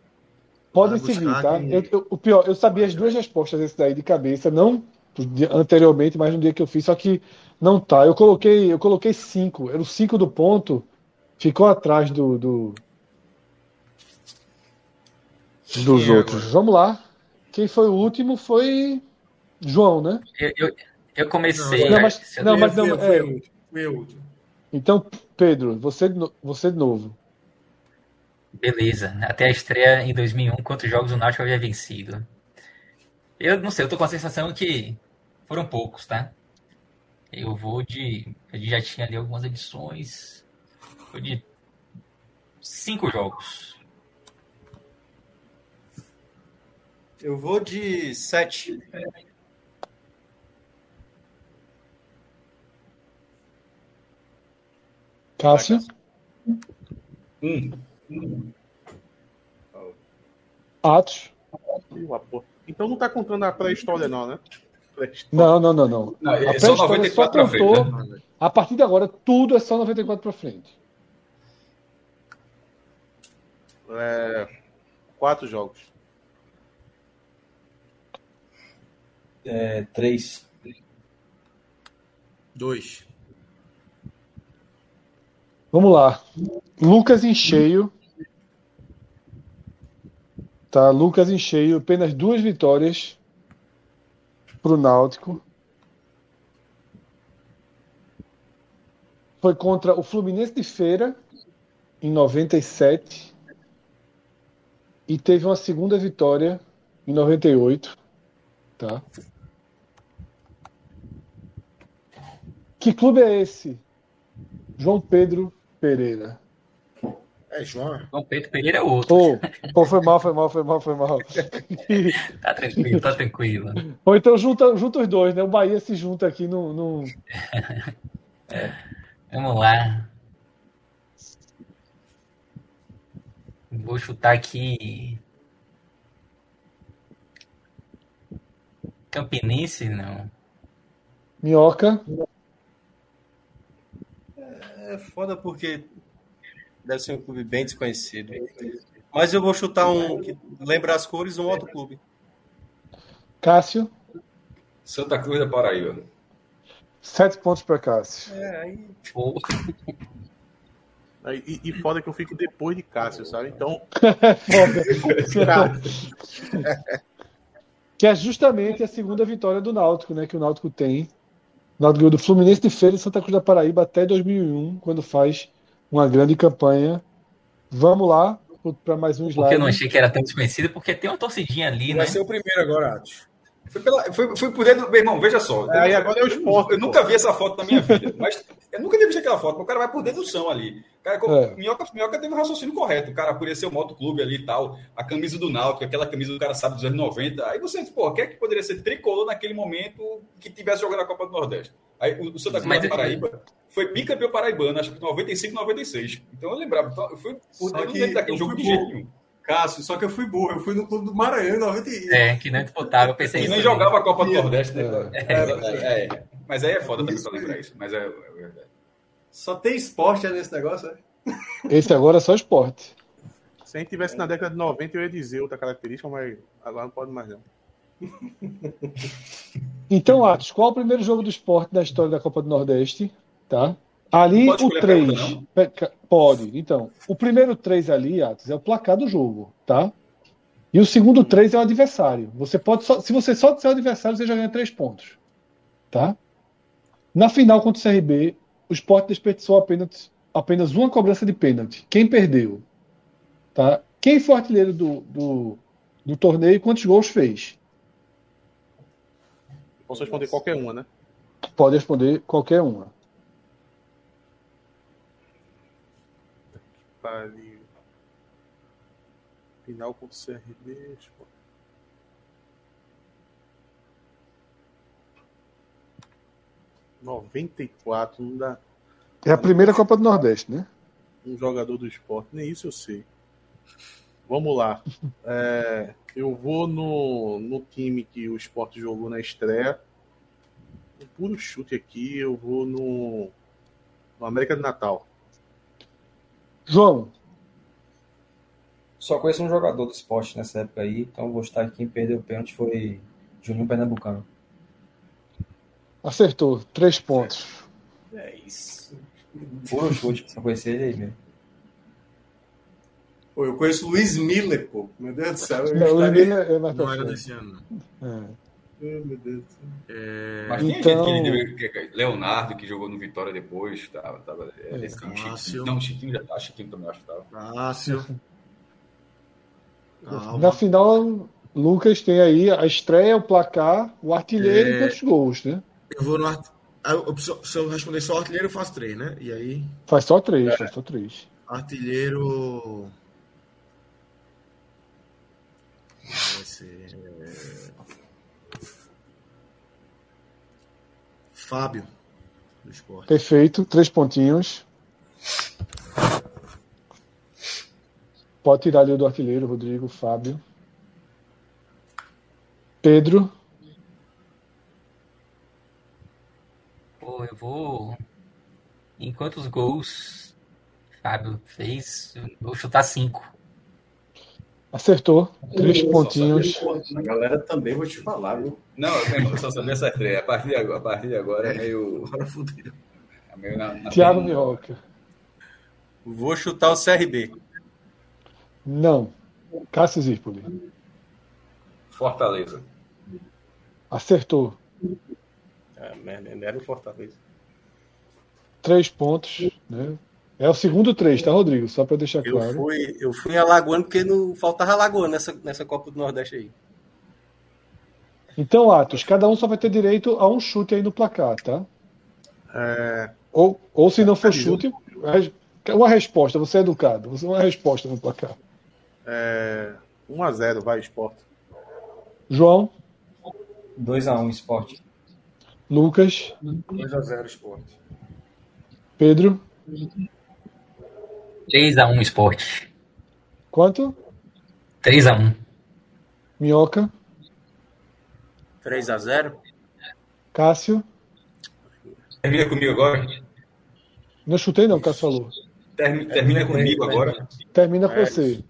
[SPEAKER 2] Podem
[SPEAKER 1] Vai
[SPEAKER 2] seguir,
[SPEAKER 1] buscar
[SPEAKER 2] tá?
[SPEAKER 1] quem-
[SPEAKER 2] Eu- eu- o pior, eu sabia as duas respostas desse daí de cabeça, não de- anteriormente, mas no dia que eu fiz, só que não tá. Eu coloquei, eu coloquei cinco. Era o cinco do ponto, ficou atrás do. do- dos
[SPEAKER 1] Quem é
[SPEAKER 2] outros. Vamos lá. Quem foi o último foi João, né?
[SPEAKER 4] Eu, eu, eu comecei.
[SPEAKER 2] Não, mas-
[SPEAKER 4] se eu-
[SPEAKER 2] não, mas não,
[SPEAKER 1] Fui eu, fui
[SPEAKER 2] é.
[SPEAKER 1] eu, fui eu.
[SPEAKER 2] Então, Pedro, você, de no- você de novo.
[SPEAKER 4] Beleza. Até a estreia em 2001, quantos um jogos o Náutico havia vencido? Eu não sei, eu tô com a sensação que foram poucos, tá? Eu vou de. Eu já tinha ali algumas edições. Vou de. Cinco jogos.
[SPEAKER 6] Eu vou de sete.
[SPEAKER 2] Cássio?
[SPEAKER 3] Um.
[SPEAKER 2] Atos?
[SPEAKER 5] Ih, uma porra. Então não tá contando a pré-história, não, né? Pré-história.
[SPEAKER 2] Não, não, não, não.
[SPEAKER 3] Não, é
[SPEAKER 2] A
[SPEAKER 3] só
[SPEAKER 2] pré-história só
[SPEAKER 3] 94 pra frente,
[SPEAKER 2] contou.
[SPEAKER 3] né?
[SPEAKER 2] A partir de agora, tudo é só 94 pra frente.
[SPEAKER 5] Quatro jogos.
[SPEAKER 7] É, três.
[SPEAKER 1] Dois.
[SPEAKER 2] Vamos lá. Lucas em cheio. Tá, Lucas em cheio, apenas duas vitórias pro Náutico. Foi contra o Fluminense de Feira em 97 e teve uma segunda vitória em 98, tá? Que clube é esse? João Pedro Pereira.
[SPEAKER 1] É, João.
[SPEAKER 4] João Pedro Pereira é outro.
[SPEAKER 2] Pô, pô, foi mal, foi mal, foi mal, foi mal.
[SPEAKER 4] Tá tranquilo, tá tranquilo.
[SPEAKER 2] Ou então junta, junta os dois, né? O Bahia se junta aqui no, no...
[SPEAKER 4] Vamos lá. Vou chutar aqui. Campinense, não.
[SPEAKER 2] Minhoca.
[SPEAKER 6] É foda porque deve ser um clube bem desconhecido. Mas eu vou chutar um que lembra as cores, um outro clube.
[SPEAKER 2] Cássio,
[SPEAKER 3] Santa Cruz da Paraíba.
[SPEAKER 2] sete pontos para Cássio.
[SPEAKER 6] É, aí
[SPEAKER 4] Pô,
[SPEAKER 5] E, e foda que eu fico depois de Cássio, sabe? Então,
[SPEAKER 2] Foda. que é justamente a segunda vitória do Náutico, né? Que o Náutico tem. O Náutico ganhou do Fluminense de Feira e Santa Cruz da Paraíba até 2001, quando faz uma grande campanha. Vamos lá para mais um
[SPEAKER 4] porque eu não
[SPEAKER 2] slide.
[SPEAKER 4] achei que era tão desconhecido, porque tem uma torcidinha ali, né?
[SPEAKER 1] Vai ser o primeiro agora, Atos.
[SPEAKER 3] Foi, pela, foi, foi por dentro. Meu irmão, veja só.
[SPEAKER 5] É, aí agora é o esporte,
[SPEAKER 3] Eu, nunca vi essa foto na minha vida. Mas eu nunca devia aquela foto. mas O cara vai por dedução ali. O Cara, co-
[SPEAKER 2] É.
[SPEAKER 3] minhoca, minhoca teve um raciocínio correto. O cara podia ser o motoclube ali e tal. A camisa do Náutico, aquela camisa do cara sabe dos anos 90. Aí você diz, pô, quem é que poderia ser tricolor naquele momento que tivesse jogando a Copa do Nordeste? Aí o, o Santa Cruz
[SPEAKER 4] Mas é
[SPEAKER 3] da
[SPEAKER 4] eu-
[SPEAKER 3] Paraíba foi bicampeão paraibano, acho que 95, 96. Então eu lembrava. Então, eu fui por
[SPEAKER 6] Só
[SPEAKER 3] dentro
[SPEAKER 6] que
[SPEAKER 3] dentro daquele
[SPEAKER 6] eu
[SPEAKER 3] jogo
[SPEAKER 6] fui
[SPEAKER 3] de
[SPEAKER 6] burro.
[SPEAKER 3] jeito nenhum.
[SPEAKER 6] Cássio, só que eu fui burro, eu fui no clube do Maranhão 91.
[SPEAKER 4] É, que não é disputável. Eu pensei
[SPEAKER 3] E
[SPEAKER 4] isso
[SPEAKER 3] nem
[SPEAKER 4] também.
[SPEAKER 3] jogava a Copa do Nordeste, né?
[SPEAKER 4] É.
[SPEAKER 3] É, é, é. Mas aí é foda também só lembrar isso. Mas é, é verdade.
[SPEAKER 6] Só tem esporte aí nesse negócio, né?
[SPEAKER 2] Esse agora é só esporte.
[SPEAKER 5] se a gente tivesse na década de 90, eu ia dizer outra característica, mas agora não pode mais não.
[SPEAKER 2] Então, Atos, qual é o primeiro jogo do esporte da história da Copa do Nordeste? Tá? Ali
[SPEAKER 3] Não pode
[SPEAKER 2] o
[SPEAKER 3] escolher a
[SPEAKER 2] 3.
[SPEAKER 3] pergunta, não?
[SPEAKER 2] Pode. Então, o primeiro 3 ali, Atos, é o placar do jogo, tá? E o
[SPEAKER 3] Uhum.
[SPEAKER 2] segundo 3 é o adversário. Você pode só, se você só disser o adversário, você já ganha 3 pontos. Tá? Na final contra o CRB, o esporte desperdiçou apenas, apenas uma cobrança de pênalti. Quem perdeu? Tá? Quem foi artilheiro do, do, do torneio e quantos gols fez?
[SPEAKER 5] Posso responder qualquer uma, né?
[SPEAKER 2] Pode responder qualquer uma.
[SPEAKER 5] Tá ali. Final contra o CRB. Esporte. ...94, não dá...
[SPEAKER 2] É a primeira Copa do Nordeste, né?
[SPEAKER 5] um jogador do esporte. Nem isso eu sei. Vamos lá. É, eu vou no, no time que o esporte jogou na estreia. Um puro chute aqui, eu vou no, no América de Natal.
[SPEAKER 2] João,
[SPEAKER 7] Só conheço um jogador do esporte nessa época aí, então vou estar quem perdeu o pênalti foi Juninho Pernambucano.
[SPEAKER 2] acertou. Três pontos.
[SPEAKER 6] É isso.
[SPEAKER 7] Puro chute, só conheci ele aí mesmo.
[SPEAKER 6] Pô, eu conheço o Luiz Miller, pô. Meu Deus do céu. Eu
[SPEAKER 2] Não, o
[SPEAKER 6] estaria-
[SPEAKER 2] Emílio é mais pra
[SPEAKER 1] Não era
[SPEAKER 2] frente.
[SPEAKER 1] desse ano.
[SPEAKER 2] É.
[SPEAKER 6] Ai, Meu Deus do céu.
[SPEAKER 3] Mas tem
[SPEAKER 2] Então-
[SPEAKER 3] gente que ele deve- que- que- Leonardo, que jogou no Vitória depois. Tava, tava, é,
[SPEAKER 2] É.
[SPEAKER 3] esse time, Chiquinho.
[SPEAKER 1] Cássio.
[SPEAKER 3] Não, Chiquinho já tá. Chiquinho também acho que tava.
[SPEAKER 1] Cássio.
[SPEAKER 2] Na
[SPEAKER 1] Ah, Calma.
[SPEAKER 2] final, Lucas tem aí a estreia, o placar, o artilheiro
[SPEAKER 1] É.
[SPEAKER 2] e quantos gols, né?
[SPEAKER 1] Eu vou no art... Ah, eu- eu preciso- Se eu responder só artilheiro, eu faço três, né? E aí,
[SPEAKER 2] Faz só três, faz só três.
[SPEAKER 1] artilheiro. Vai ser. é, Fábio, do esporte.
[SPEAKER 2] Perfeito, três pontinhos. Pode tirar ali o do artilheiro, Rodrigo, Fábio. Pedro,
[SPEAKER 4] Pô, eu vou. Enquanto os gols Fábio fez, eu vou chutar cinco.
[SPEAKER 2] acertou. Três
[SPEAKER 6] Eu só
[SPEAKER 2] pontinhos.
[SPEAKER 6] sabia, pô, A galera também vou te falar, viu?
[SPEAKER 3] Não, meu irmão, eu só sabia essa estreia. A partir de agora, a partir de agora é meio.
[SPEAKER 1] Agora fudeu.
[SPEAKER 3] É meio na, na
[SPEAKER 2] Thiago Minhoca.
[SPEAKER 6] Vou chutar o CRB.
[SPEAKER 2] Não. Cássio Zirpoli.
[SPEAKER 3] Fortaleza.
[SPEAKER 2] Acertou.
[SPEAKER 6] Ah, merda, era o Fortaleza.
[SPEAKER 2] Três pontos. Né? É o segundo três, tá, Rodrigo? Só para deixar
[SPEAKER 6] Eu
[SPEAKER 2] claro.
[SPEAKER 6] fui, eu fui alagoano porque não faltava alagoano nessa, nessa Copa do Nordeste aí.
[SPEAKER 2] Então, Atos, cada um só vai ter direito a um chute aí no placar, tá? Ou, ou se não for chute, res- uma resposta, você é educado. Você uma resposta no placar.
[SPEAKER 5] 1x0, vai, esporte.
[SPEAKER 2] João,
[SPEAKER 7] 2x1 esporte.
[SPEAKER 2] Lucas,
[SPEAKER 8] 2x0 esporte.
[SPEAKER 2] Pedro,
[SPEAKER 4] 3x1 esporte.
[SPEAKER 2] quanto?
[SPEAKER 4] 3x1.
[SPEAKER 2] Minhoca,
[SPEAKER 6] 3x0?
[SPEAKER 2] Cássio.
[SPEAKER 3] Termina comigo agora.
[SPEAKER 2] Não chutei, não, Cássio falou.
[SPEAKER 3] Termina, né? termina comigo agora.
[SPEAKER 2] Termina com
[SPEAKER 5] É,
[SPEAKER 2] você.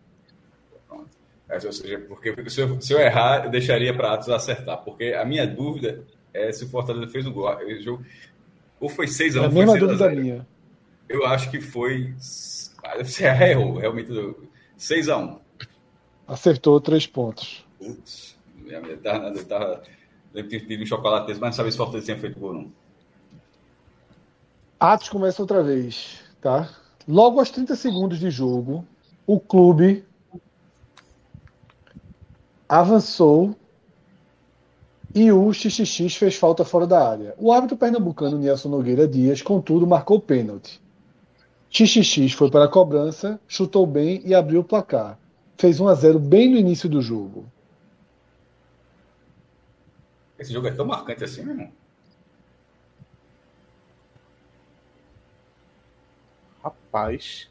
[SPEAKER 3] É, ou seja, porque se eu, se eu errar, eu deixaria para Atos acertar. Porque a minha dúvida é se o Fortaleza fez o gol. Ah, o jogo- Ou foi 6
[SPEAKER 2] É
[SPEAKER 3] a
[SPEAKER 2] a
[SPEAKER 3] 1 foi
[SPEAKER 2] mesma
[SPEAKER 3] 6 a
[SPEAKER 2] dúvida
[SPEAKER 3] 0
[SPEAKER 2] minha.
[SPEAKER 3] Eu acho que foi. Ah, Você errou, realmente. 6 a 1
[SPEAKER 2] Acertou três pontos.
[SPEAKER 3] Putz, eu tava, eu tava, eu tinha tido um chocolate desse, mas não sabia se o Fortaleza tinha feito gol, não.
[SPEAKER 2] Atos começa outra vez, tá? Logo aos 30 segundos de jogo, o clube avançou e o XXX fez falta fora da área. O árbitro pernambucano Nelson Nogueira Dias, contudo, marcou pênalti. XXX foi para a cobrança, chutou bem e abriu o placar. Fez 1 a 0 bem no início do jogo.
[SPEAKER 3] Esse jogo é tão marcante assim, meu irmão.
[SPEAKER 5] Rapaz.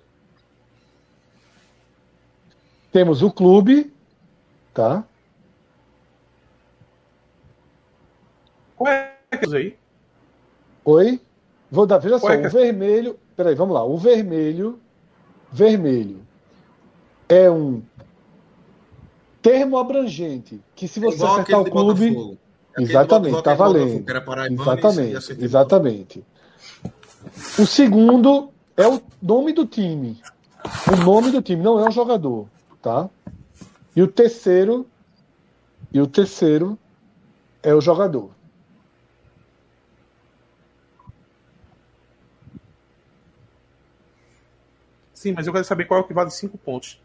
[SPEAKER 2] Temos o clube, tá?
[SPEAKER 5] Qual é que é isso aí?
[SPEAKER 2] Oi? Vou dar, veja só,
[SPEAKER 5] Cueca.
[SPEAKER 2] o vermelho. Peraí, vamos lá. O vermelho. Vermelho é um termo abrangente. Que se você
[SPEAKER 1] Igual aquele
[SPEAKER 2] acertar o
[SPEAKER 1] do
[SPEAKER 2] clube.
[SPEAKER 1] Botafogo. Aquele do
[SPEAKER 2] Exatamente,
[SPEAKER 1] Botafogo,
[SPEAKER 2] tá
[SPEAKER 1] aquele do
[SPEAKER 2] valendo.
[SPEAKER 1] Botafogo, que era paraibano, esse aí
[SPEAKER 2] Exatamente,
[SPEAKER 1] acertei.
[SPEAKER 2] exatamente. O segundo é o nome do time. O nome do time, não é um jogador, tá? E o terceiro. E o terceiro é o jogador.
[SPEAKER 5] Sim, mas eu quero saber qual é o que vale 5 pontos.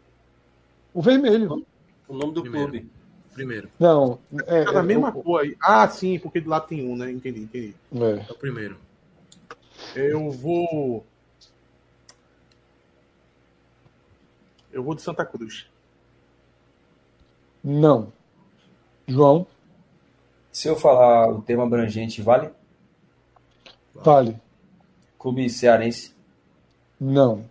[SPEAKER 2] O vermelho.
[SPEAKER 6] O nome do
[SPEAKER 1] Primeiro.
[SPEAKER 6] clube.
[SPEAKER 1] Primeiro,
[SPEAKER 2] Não, é,
[SPEAKER 5] É da
[SPEAKER 2] é,
[SPEAKER 5] mesma cor aí. Ah, sim, porque de lá tem um, né? Entendi, entendi.
[SPEAKER 2] é.
[SPEAKER 1] é o primeiro.
[SPEAKER 5] Eu vou. Eu vou de Santa Cruz.
[SPEAKER 2] Não. João,
[SPEAKER 7] Se eu falar o termo abrangente, vale?
[SPEAKER 2] vale.
[SPEAKER 7] Clube cearense.
[SPEAKER 2] Não.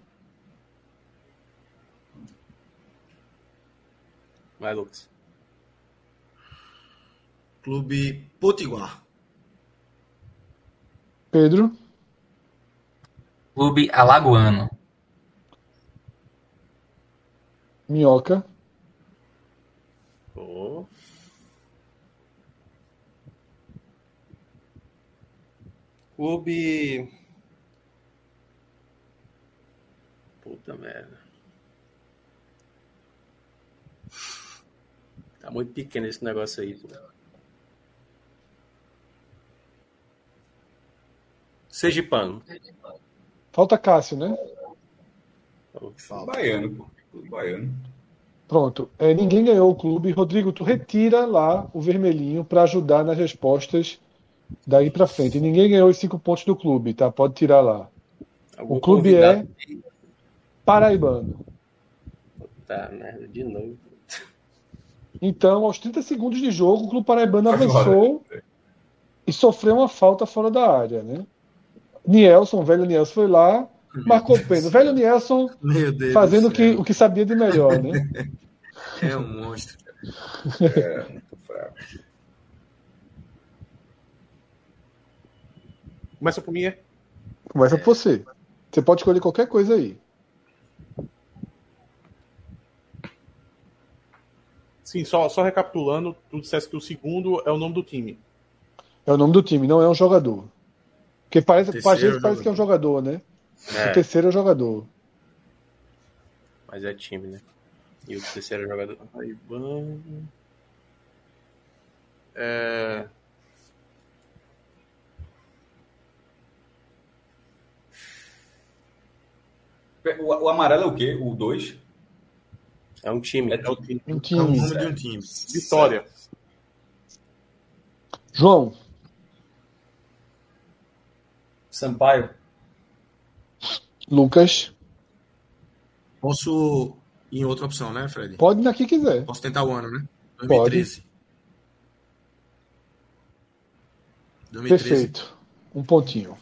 [SPEAKER 6] Vai, Lucas.
[SPEAKER 1] Clube Potiguar.
[SPEAKER 2] Pedro,
[SPEAKER 4] Clube Alagoano.
[SPEAKER 2] Minhoca,
[SPEAKER 6] Pô. Clube. Puta merda. Tá muito pequeno esse negócio aí. Pô. Sergipano.
[SPEAKER 2] falta Cássio, né?
[SPEAKER 3] Baiano, pô. Clube Baiano.
[SPEAKER 2] Pronto. É, ninguém ganhou o clube. Rodrigo, tu retira lá o vermelhinho para ajudar nas respostas daí para frente. E ninguém ganhou os cinco pontos do clube, tá? Pode tirar lá.
[SPEAKER 6] Algum
[SPEAKER 2] O clube é
[SPEAKER 6] convidado?
[SPEAKER 2] paraibano.
[SPEAKER 6] Tá, merda, de novo.
[SPEAKER 2] Então, aos 30 segundos de jogo, o clube paraibano
[SPEAKER 3] Agora.
[SPEAKER 2] avançou e sofreu uma falta fora da área, né? Nielson, o velho Nielson foi lá, marcou pênalti. O Velho Nielson
[SPEAKER 1] Meu Deus. É
[SPEAKER 2] fazendo o
[SPEAKER 1] do
[SPEAKER 2] que,
[SPEAKER 1] céu.
[SPEAKER 2] o que sabia de melhor, né?
[SPEAKER 1] É um monstro.
[SPEAKER 5] Começa por mim, é?
[SPEAKER 2] Começa por você. Você pode escolher qualquer coisa aí.
[SPEAKER 5] Sim, só, só recapitulando, tu disseste que o segundo é o nome do time.
[SPEAKER 2] É o nome do time, não é um jogador. Porque parece,
[SPEAKER 1] Terceiro
[SPEAKER 2] às vezes
[SPEAKER 1] jogador.
[SPEAKER 2] parece que é um jogador, né? O
[SPEAKER 6] É,
[SPEAKER 2] terceiro é o jogador.
[SPEAKER 6] Mas é time, né? E o terceiro é jogador. Raiban.
[SPEAKER 5] É...
[SPEAKER 3] O, o amarelo é o quê? O 2?
[SPEAKER 6] É um time.
[SPEAKER 3] É o time.
[SPEAKER 2] Um
[SPEAKER 1] É o
[SPEAKER 2] time.
[SPEAKER 1] nome de um time.
[SPEAKER 5] Vitória.
[SPEAKER 2] João,
[SPEAKER 7] Sampaio,
[SPEAKER 2] Lucas,
[SPEAKER 1] Posso ir em outra opção, né, Fred?
[SPEAKER 2] pode ir na que quiser.
[SPEAKER 1] Posso tentar o ano, né?
[SPEAKER 2] Pode.
[SPEAKER 1] 2013. 2013.
[SPEAKER 2] Perfeito. Um pontinho.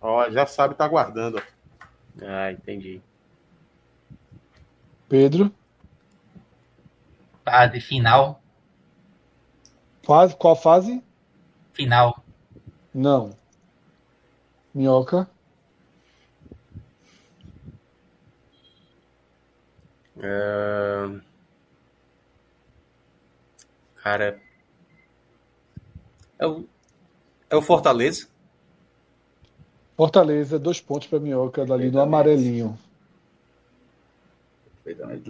[SPEAKER 5] Ó, já sabe, tá guardando. ó.
[SPEAKER 6] Ah, entendi.
[SPEAKER 2] Pedro,
[SPEAKER 4] Fase final.
[SPEAKER 2] fase, qual fase?
[SPEAKER 4] Final.
[SPEAKER 2] Não. Minhoca,
[SPEAKER 6] Cara. É o, é o Fortaleza?
[SPEAKER 2] Fortaleza, dois pontos para Minhoca, dali no amarelinho.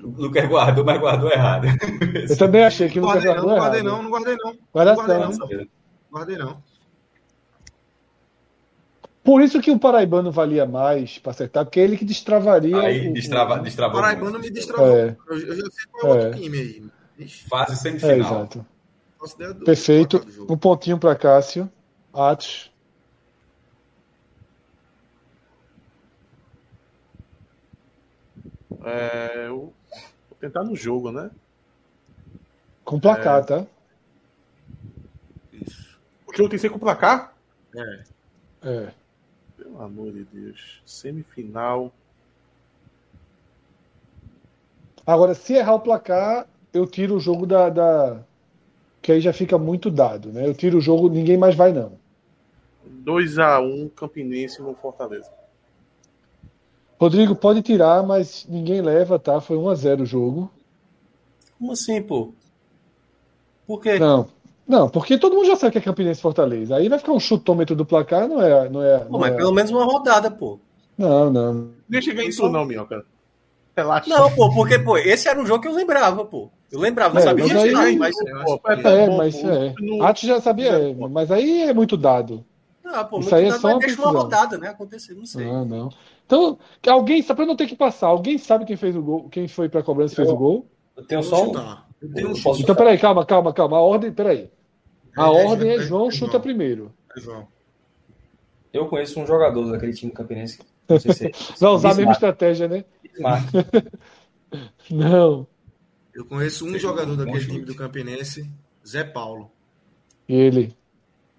[SPEAKER 3] Lucas guardou, mas guardou errado.
[SPEAKER 2] Eu também achei que
[SPEAKER 1] Não
[SPEAKER 2] o Lucas
[SPEAKER 1] guardei não,
[SPEAKER 2] guardou
[SPEAKER 1] não guardei
[SPEAKER 2] errado.
[SPEAKER 1] não, não guardei não.
[SPEAKER 2] Guardação, né?
[SPEAKER 1] não. Guardei não.
[SPEAKER 2] Por isso que o Paraibano valia mais para acertar, porque é ele que destravaria.
[SPEAKER 3] Aí
[SPEAKER 2] o-
[SPEAKER 3] destrava,
[SPEAKER 6] É.
[SPEAKER 3] destravou.
[SPEAKER 1] Paraibano me
[SPEAKER 3] muito.
[SPEAKER 1] destravou.
[SPEAKER 2] É.
[SPEAKER 1] Eu, eu já sei qual é o
[SPEAKER 2] É.
[SPEAKER 1] outro time aí. Ixi,
[SPEAKER 3] Fase
[SPEAKER 2] É,
[SPEAKER 3] semifinal.
[SPEAKER 2] exato.
[SPEAKER 1] faço ideia do-
[SPEAKER 2] Perfeito.
[SPEAKER 1] do jogo.
[SPEAKER 2] Um pontinho para Cássio. Atos.
[SPEAKER 5] É, eu vou tentar no jogo, né?
[SPEAKER 2] Com placar,
[SPEAKER 6] É.
[SPEAKER 2] tá?
[SPEAKER 1] Isso.
[SPEAKER 5] O jogo tem que ser com placar?
[SPEAKER 2] É.
[SPEAKER 5] Pelo amor de Deus. Semifinal.
[SPEAKER 2] Agora, se errar o placar, eu tiro o jogo da, da. Que aí já fica muito dado, né? Eu tiro o jogo, ninguém mais vai, não.
[SPEAKER 5] 2x1 Campinense no Fortaleza.
[SPEAKER 2] Rodrigo pode tirar, mas ninguém leva, tá? Foi 1x0 o jogo.
[SPEAKER 6] Como assim, pô? Por quê?
[SPEAKER 2] Não. Não, porque todo mundo já sabe que é Campinense e Fortaleza. Aí vai ficar um chutômetro do placar, não é. Não, é,
[SPEAKER 6] Pô,
[SPEAKER 2] não,
[SPEAKER 6] mas
[SPEAKER 2] é-
[SPEAKER 6] pelo menos uma rodada, pô.
[SPEAKER 2] não, não.
[SPEAKER 5] Deixa eu ganhar isso não, Minhoca. Relaxa.
[SPEAKER 6] Não, pô, porque, pô, esse era um jogo que eu lembrava, pô. Eu lembrava, não
[SPEAKER 2] É,
[SPEAKER 6] sabia né?
[SPEAKER 2] mas
[SPEAKER 6] onde
[SPEAKER 2] aí-
[SPEAKER 6] era, mas.
[SPEAKER 5] Pô, pô,
[SPEAKER 2] É,
[SPEAKER 5] pô,
[SPEAKER 2] mas
[SPEAKER 5] pô,
[SPEAKER 2] é.
[SPEAKER 5] não-
[SPEAKER 2] Atos já sabia,
[SPEAKER 5] não-
[SPEAKER 2] é, mas aí é muito dado.
[SPEAKER 6] Ah, pô,
[SPEAKER 2] Isso
[SPEAKER 6] muito
[SPEAKER 2] aí é
[SPEAKER 6] dado,
[SPEAKER 2] só
[SPEAKER 6] mas
[SPEAKER 2] uma
[SPEAKER 6] deixa uma
[SPEAKER 2] confusão. É.
[SPEAKER 6] rodada, né? Acontecer, não sei.
[SPEAKER 2] Não, não. Então, que alguém, só para não ter que passar, alguém sabe quem fez o gol, quem foi para cobrança e fez o gol?
[SPEAKER 7] eu tenho
[SPEAKER 1] Vou
[SPEAKER 7] só um.
[SPEAKER 1] chutar. Eu tenho um
[SPEAKER 7] Eu posso-
[SPEAKER 1] chute.
[SPEAKER 2] Então, peraí, calma, calma, calma. A ordem, peraí. A
[SPEAKER 1] É,
[SPEAKER 2] ordem é
[SPEAKER 1] é,
[SPEAKER 2] João
[SPEAKER 1] é,
[SPEAKER 2] chuta
[SPEAKER 1] João.
[SPEAKER 2] primeiro.
[SPEAKER 1] É, João.
[SPEAKER 7] Eu conheço um jogador daquele time campinense. Não sei se é.
[SPEAKER 2] Vai usar a mesma
[SPEAKER 7] Bismarck.
[SPEAKER 2] estratégia, né?
[SPEAKER 7] Bismarck.
[SPEAKER 2] Não.
[SPEAKER 1] Eu conheço um
[SPEAKER 3] Seja
[SPEAKER 1] jogador
[SPEAKER 3] um bom
[SPEAKER 1] daquele
[SPEAKER 3] chute.
[SPEAKER 1] time do Campinense, Zé Paulo.
[SPEAKER 2] Ele.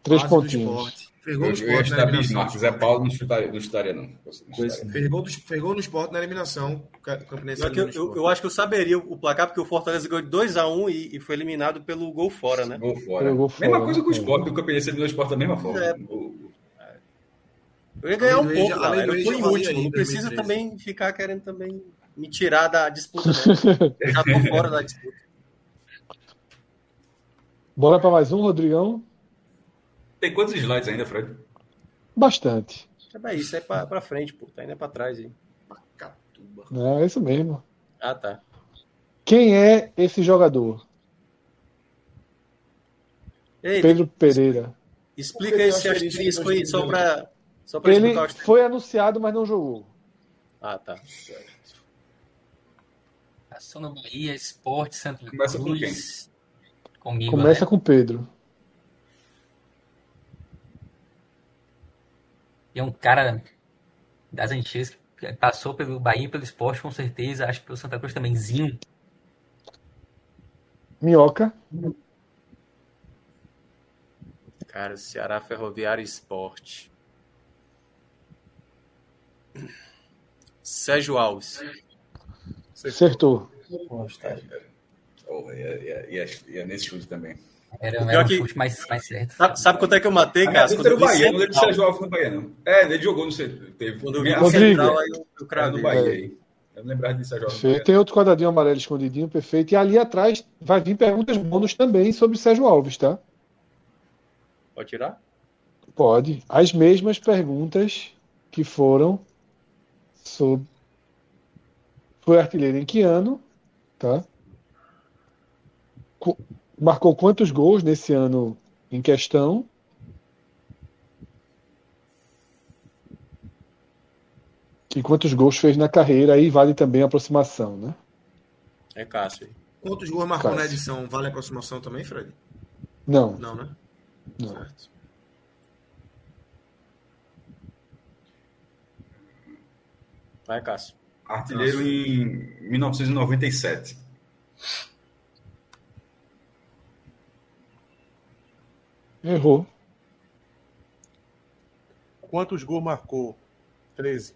[SPEAKER 2] Três
[SPEAKER 1] Base do
[SPEAKER 2] pontinhos.
[SPEAKER 1] esporte. Fez gol
[SPEAKER 3] Eu
[SPEAKER 1] do
[SPEAKER 3] eu ia
[SPEAKER 1] esporte na
[SPEAKER 6] né?
[SPEAKER 3] chutar Bismarck.
[SPEAKER 1] eliminação.
[SPEAKER 3] Zé Paulo não chutaria, não. chutaria, não. Não
[SPEAKER 7] Conheço,
[SPEAKER 3] chutaria.
[SPEAKER 7] né?
[SPEAKER 1] Fez gol, do, fez gol no esporte na eliminação. o Ca- Campinense
[SPEAKER 6] Só que eu, eu- eu acho que eu saberia o placar, porque o Fortaleza ganhou de 2x1 e, e foi eliminado pelo gol fora, né?
[SPEAKER 3] Gol fora.
[SPEAKER 2] Pegou
[SPEAKER 3] Mesma
[SPEAKER 2] fora,
[SPEAKER 3] coisa com o
[SPEAKER 2] é.
[SPEAKER 3] Sport, o Campinense eliminou o Sport da mesma forma.
[SPEAKER 6] É.
[SPEAKER 3] O-
[SPEAKER 6] Eu ia ganhar um
[SPEAKER 1] Alemanha
[SPEAKER 6] pouco,
[SPEAKER 1] já-
[SPEAKER 6] galera. Eu
[SPEAKER 1] Alemanha
[SPEAKER 6] tô
[SPEAKER 1] já
[SPEAKER 6] em
[SPEAKER 1] valia
[SPEAKER 6] último.
[SPEAKER 1] aí,
[SPEAKER 6] Não precisa
[SPEAKER 1] 2013.
[SPEAKER 6] também ficar querendo também me tirar da disputa, não. Eu já tô fora da disputa.
[SPEAKER 2] Bora para mais um, Rodrigão?
[SPEAKER 3] Tem quantos slides ainda, Fred?
[SPEAKER 2] Bastante.
[SPEAKER 6] Sabe aí, sai é pra, pra frente, pô. Tá indo pra trás aí.
[SPEAKER 1] Catuba.
[SPEAKER 2] É é isso mesmo.
[SPEAKER 6] Ah, tá.
[SPEAKER 2] Quem é esse jogador?
[SPEAKER 6] Ei,
[SPEAKER 2] Pedro Pereira.
[SPEAKER 6] explica
[SPEAKER 1] Eu
[SPEAKER 6] esse
[SPEAKER 1] acho que
[SPEAKER 6] asterisco
[SPEAKER 1] ele-
[SPEAKER 6] aí, só pra, só pra
[SPEAKER 2] Ele
[SPEAKER 6] explicar o asterisco.
[SPEAKER 2] foi anunciado, mas não jogou.
[SPEAKER 6] Ah, tá.
[SPEAKER 4] Passou no Bahia, Esporte, Santo
[SPEAKER 3] Começa com
[SPEAKER 4] Cruz. Comigo,
[SPEAKER 2] Começa
[SPEAKER 4] né?
[SPEAKER 2] com Pedro.
[SPEAKER 4] E é um cara das antigas que passou pelo Bahia, pelo Esporte, com certeza. Acho que pelo Santa Cruz também. Zinho.
[SPEAKER 2] Minhoca.
[SPEAKER 6] Cara, Ceará Ferroviário Esporte. Sérgio Alves.
[SPEAKER 2] Acertou.
[SPEAKER 7] Pô, está.
[SPEAKER 3] Oh, e, e, e, e é nesse chute também.
[SPEAKER 4] Era,
[SPEAKER 6] Pior
[SPEAKER 4] era um
[SPEAKER 6] que-
[SPEAKER 4] chute mais, mais certo.
[SPEAKER 6] Sabe, sabe quanto é que eu matei,
[SPEAKER 3] Ah,
[SPEAKER 6] Cássio?
[SPEAKER 3] Ele era o
[SPEAKER 6] eu vi
[SPEAKER 3] Bahia, não lembro se
[SPEAKER 6] Central,
[SPEAKER 3] Sérgio Alves no Bahia, não. É, ele jogou, não sei. Teve.
[SPEAKER 6] quando eu vi
[SPEAKER 3] Ganhava-
[SPEAKER 2] Rodrigo.
[SPEAKER 6] Central, aí eu, eu
[SPEAKER 3] Era do
[SPEAKER 6] cravei.
[SPEAKER 3] Bahia aí. Eu não lembrava de Sérgio Alves. no
[SPEAKER 2] Perfeito.
[SPEAKER 3] Bahia.
[SPEAKER 2] Tem outro quadradinho amarelo escondidinho, perfeito. E ali atrás vai vir perguntas bônus também sobre Sérgio Alves, tá?
[SPEAKER 6] Pode tirar?
[SPEAKER 2] Pode. As mesmas perguntas que foram sobre. Foi artilheiro em que ano? Tá? Co- Marcou quantos gols nesse ano em questão? E quantos gols fez na carreira? Aí vale também a aproximação, né?
[SPEAKER 6] É Cássio. aí.
[SPEAKER 1] Quantos gols marcou
[SPEAKER 2] Quase.
[SPEAKER 1] na edição? Vale a aproximação também, Fred?
[SPEAKER 2] Não,
[SPEAKER 1] Não, né?
[SPEAKER 2] não.
[SPEAKER 1] Certo.
[SPEAKER 6] Vai, Cássio.
[SPEAKER 3] Artilheiro em 1997.
[SPEAKER 2] Errou. Ah.
[SPEAKER 5] Quantos gols marcou? 13.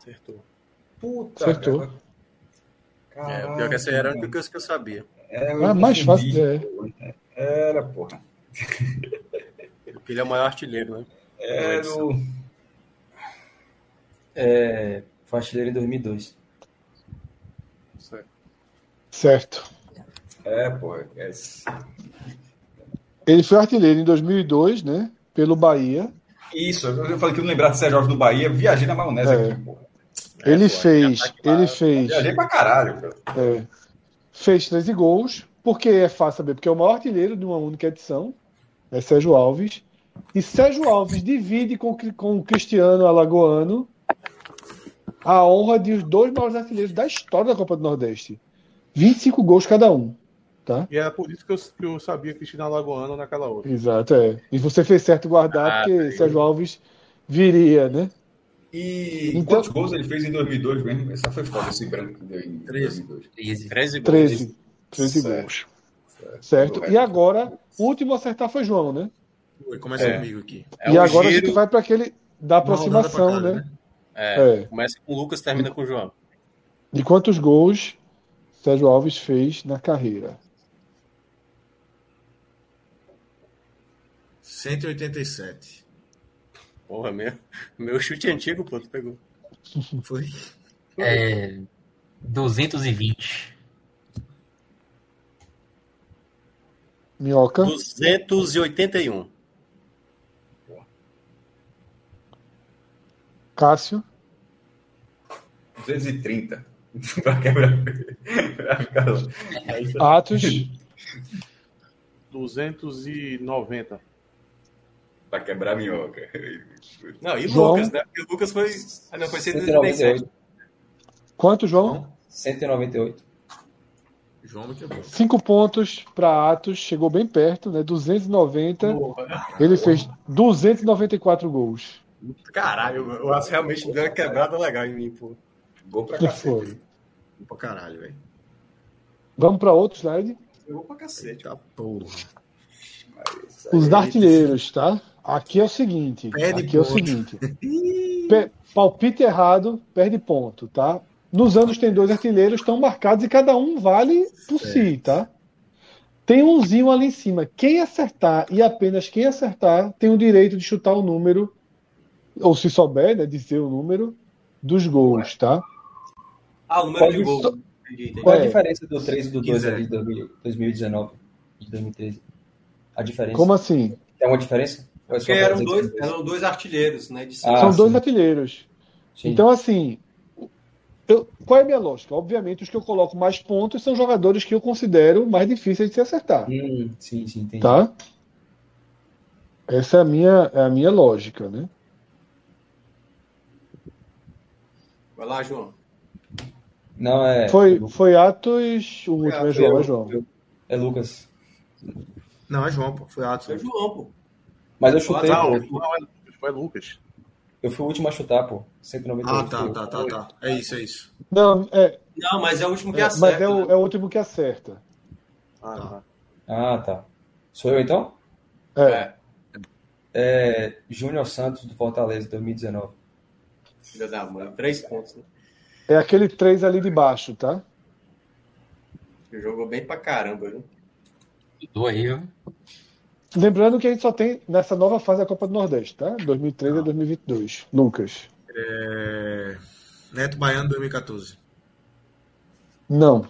[SPEAKER 6] Acertou.
[SPEAKER 7] Puta.
[SPEAKER 2] Acertou.
[SPEAKER 7] cara.
[SPEAKER 6] É, o
[SPEAKER 7] Caraca,
[SPEAKER 6] pior que essa era a única
[SPEAKER 7] mano.
[SPEAKER 6] coisa que eu sabia.
[SPEAKER 3] É, eu
[SPEAKER 2] Ah, mais
[SPEAKER 3] confundi.
[SPEAKER 2] fácil. É.
[SPEAKER 3] Era, porra.
[SPEAKER 6] Porque ele é o maior artilheiro, né?
[SPEAKER 3] Era o...
[SPEAKER 7] É, foi artilheiro em 2002.
[SPEAKER 2] Certo.
[SPEAKER 3] É, porra. É... esse.
[SPEAKER 2] Ele foi artilheiro em 2002, né? Pelo Bahia.
[SPEAKER 3] Isso, eu falei que eu não lembrava de ser jovem do Bahia. Viajei na maionese
[SPEAKER 2] É.
[SPEAKER 3] aqui, porra.
[SPEAKER 2] ele
[SPEAKER 6] pô,
[SPEAKER 2] fez,
[SPEAKER 6] ataque
[SPEAKER 2] ele fez,
[SPEAKER 3] Viajei pra caralho, cara.
[SPEAKER 2] é, fez 13 gols, porque é fácil saber, porque é o maior artilheiro de uma única edição, é Sérgio Alves. E Sérgio Alves divide com, Cri- com o Cristiano Alagoano a honra de os dois maiores artilheiros da história da Copa do Nordeste. 25 gols cada um, tá?
[SPEAKER 5] E era por isso que eu, que eu sabia que Cristina Lagoano naquela outra.
[SPEAKER 2] Exato, é. E você fez certo em guardar,
[SPEAKER 6] Ah,
[SPEAKER 2] porque
[SPEAKER 6] sim.
[SPEAKER 2] Sérgio Alves viria, né?
[SPEAKER 3] E
[SPEAKER 2] Então-
[SPEAKER 3] quantos gols ele fez em 2002 mesmo? Essa foi foda, esse branco que deu em
[SPEAKER 6] Treze.
[SPEAKER 3] 2002.
[SPEAKER 4] 13.
[SPEAKER 6] 13 gols.
[SPEAKER 2] 13. 13
[SPEAKER 3] Certo.
[SPEAKER 2] gols. Certo? E
[SPEAKER 3] Correto.
[SPEAKER 2] agora, o último a acertar foi João, né?
[SPEAKER 1] Foi, começa
[SPEAKER 6] É.
[SPEAKER 1] comigo aqui.
[SPEAKER 6] É
[SPEAKER 2] e
[SPEAKER 6] um
[SPEAKER 2] agora a
[SPEAKER 6] giro-
[SPEAKER 2] gente vai para aquele da aproximação,
[SPEAKER 1] rodada pra
[SPEAKER 2] né?
[SPEAKER 1] cada,
[SPEAKER 6] é,
[SPEAKER 2] É.
[SPEAKER 6] Começa com o Lucas, termina com o João.
[SPEAKER 2] De quantos gols Sérgio Alves fez na carreira?
[SPEAKER 1] 187.
[SPEAKER 6] Porra, meu, meu chute antigo, pô, tu pegou.
[SPEAKER 1] Foi.
[SPEAKER 4] É, 220.
[SPEAKER 2] Minhoca,
[SPEAKER 6] 281.
[SPEAKER 2] Cássio,
[SPEAKER 3] 230. pra quebrar. pra ficar lá.
[SPEAKER 2] Atos,
[SPEAKER 5] 290.
[SPEAKER 3] pra quebrar a minhoca.
[SPEAKER 6] Não, e
[SPEAKER 2] João?
[SPEAKER 6] Lucas, né? Porque o Lucas foi. Ah, não, foi 197.
[SPEAKER 7] 198.
[SPEAKER 2] quanto, João?
[SPEAKER 7] 198.
[SPEAKER 1] João me quebrou.
[SPEAKER 2] Cinco pontos para Atos, chegou bem perto, né? 290. Ele fez 294 gols.
[SPEAKER 6] Caralho, o Aço realmente deu uma quebrada legal em mim, pô.
[SPEAKER 3] Gol pra cacete.
[SPEAKER 2] Foi.
[SPEAKER 1] Vou pra caralho, velho.
[SPEAKER 2] Vamos para outro slide?
[SPEAKER 6] Pegou pra cacete.
[SPEAKER 1] Eita porra.
[SPEAKER 2] Os artilheiros, tá? Aqui é o seguinte.
[SPEAKER 1] É, Perde
[SPEAKER 2] aqui é o
[SPEAKER 1] ponto.
[SPEAKER 2] seguinte. Pe- palpite errado, perde ponto, tá? Nos anos tem dois artilheiros, estão marcados e cada um vale por si, tá? Tem umzinho ali em cima. Quem acertar e apenas quem acertar tem o direito de chutar o número, ou se souber, né, dizer o número dos gols, tá?
[SPEAKER 6] Ah, o número
[SPEAKER 7] Pode
[SPEAKER 6] de gol.
[SPEAKER 2] só-
[SPEAKER 6] Entendi, entendi.
[SPEAKER 7] Qual a
[SPEAKER 2] É.
[SPEAKER 7] diferença do 3 e do 2
[SPEAKER 1] Quiser.
[SPEAKER 7] ali de 2000 2019 e de 2013? A diferença?
[SPEAKER 2] Como assim?
[SPEAKER 7] Tem alguma diferença? Ou é só
[SPEAKER 6] Porque
[SPEAKER 7] pra dizer
[SPEAKER 6] eram
[SPEAKER 7] que
[SPEAKER 6] dois,
[SPEAKER 7] são
[SPEAKER 1] né?
[SPEAKER 6] eram dois artilheiros, né? De
[SPEAKER 7] Ah,
[SPEAKER 2] São dois
[SPEAKER 7] sim.
[SPEAKER 2] artilheiros.
[SPEAKER 7] Sim.
[SPEAKER 2] Então, assim, eu- qual é a minha lógica? Obviamente, os que eu coloco mais pontos são jogadores que eu considero mais difíceis de se acertar,
[SPEAKER 7] Hum, sim, sim, entendi.
[SPEAKER 2] tá? Essa é a minha, é a minha lógica, né?
[SPEAKER 6] Vai lá, João.
[SPEAKER 7] Não, é.
[SPEAKER 2] Foi, foi Atos, o último é João, é João.
[SPEAKER 7] É Lucas.
[SPEAKER 1] Não, é João, pô. Foi Atos.
[SPEAKER 6] Foi o João, pô.
[SPEAKER 7] Mas eu chutei.
[SPEAKER 1] Ah,
[SPEAKER 5] Não,
[SPEAKER 7] pô.
[SPEAKER 1] tá.
[SPEAKER 5] não, é Lucas, foi Lucas.
[SPEAKER 7] Eu fui o último a chutar, pô.
[SPEAKER 1] Ah,
[SPEAKER 7] 198.
[SPEAKER 1] tá, tá, tá, tá. É isso, é isso.
[SPEAKER 2] Não, é,
[SPEAKER 6] Não, mas é o último que
[SPEAKER 2] é,
[SPEAKER 6] acerta.
[SPEAKER 2] mas é o, é o último que acerta.
[SPEAKER 5] Ah, tá.
[SPEAKER 7] Ah, tá. Sou eu então?
[SPEAKER 2] É,
[SPEAKER 7] É, Júnior Santos do Fortaleza 2019.
[SPEAKER 6] Filha da mãe. Três pontos, né?
[SPEAKER 2] é aquele 3 ali de baixo, tá?
[SPEAKER 6] Ele Jogou bem pra caramba, viu?
[SPEAKER 4] Mudou aí, viu?
[SPEAKER 2] Lembrando que a gente só tem nessa nova fase da Copa do Nordeste, tá? 2013 a 2022. Lucas.
[SPEAKER 1] É... Neto Baiano 2014.
[SPEAKER 2] Não.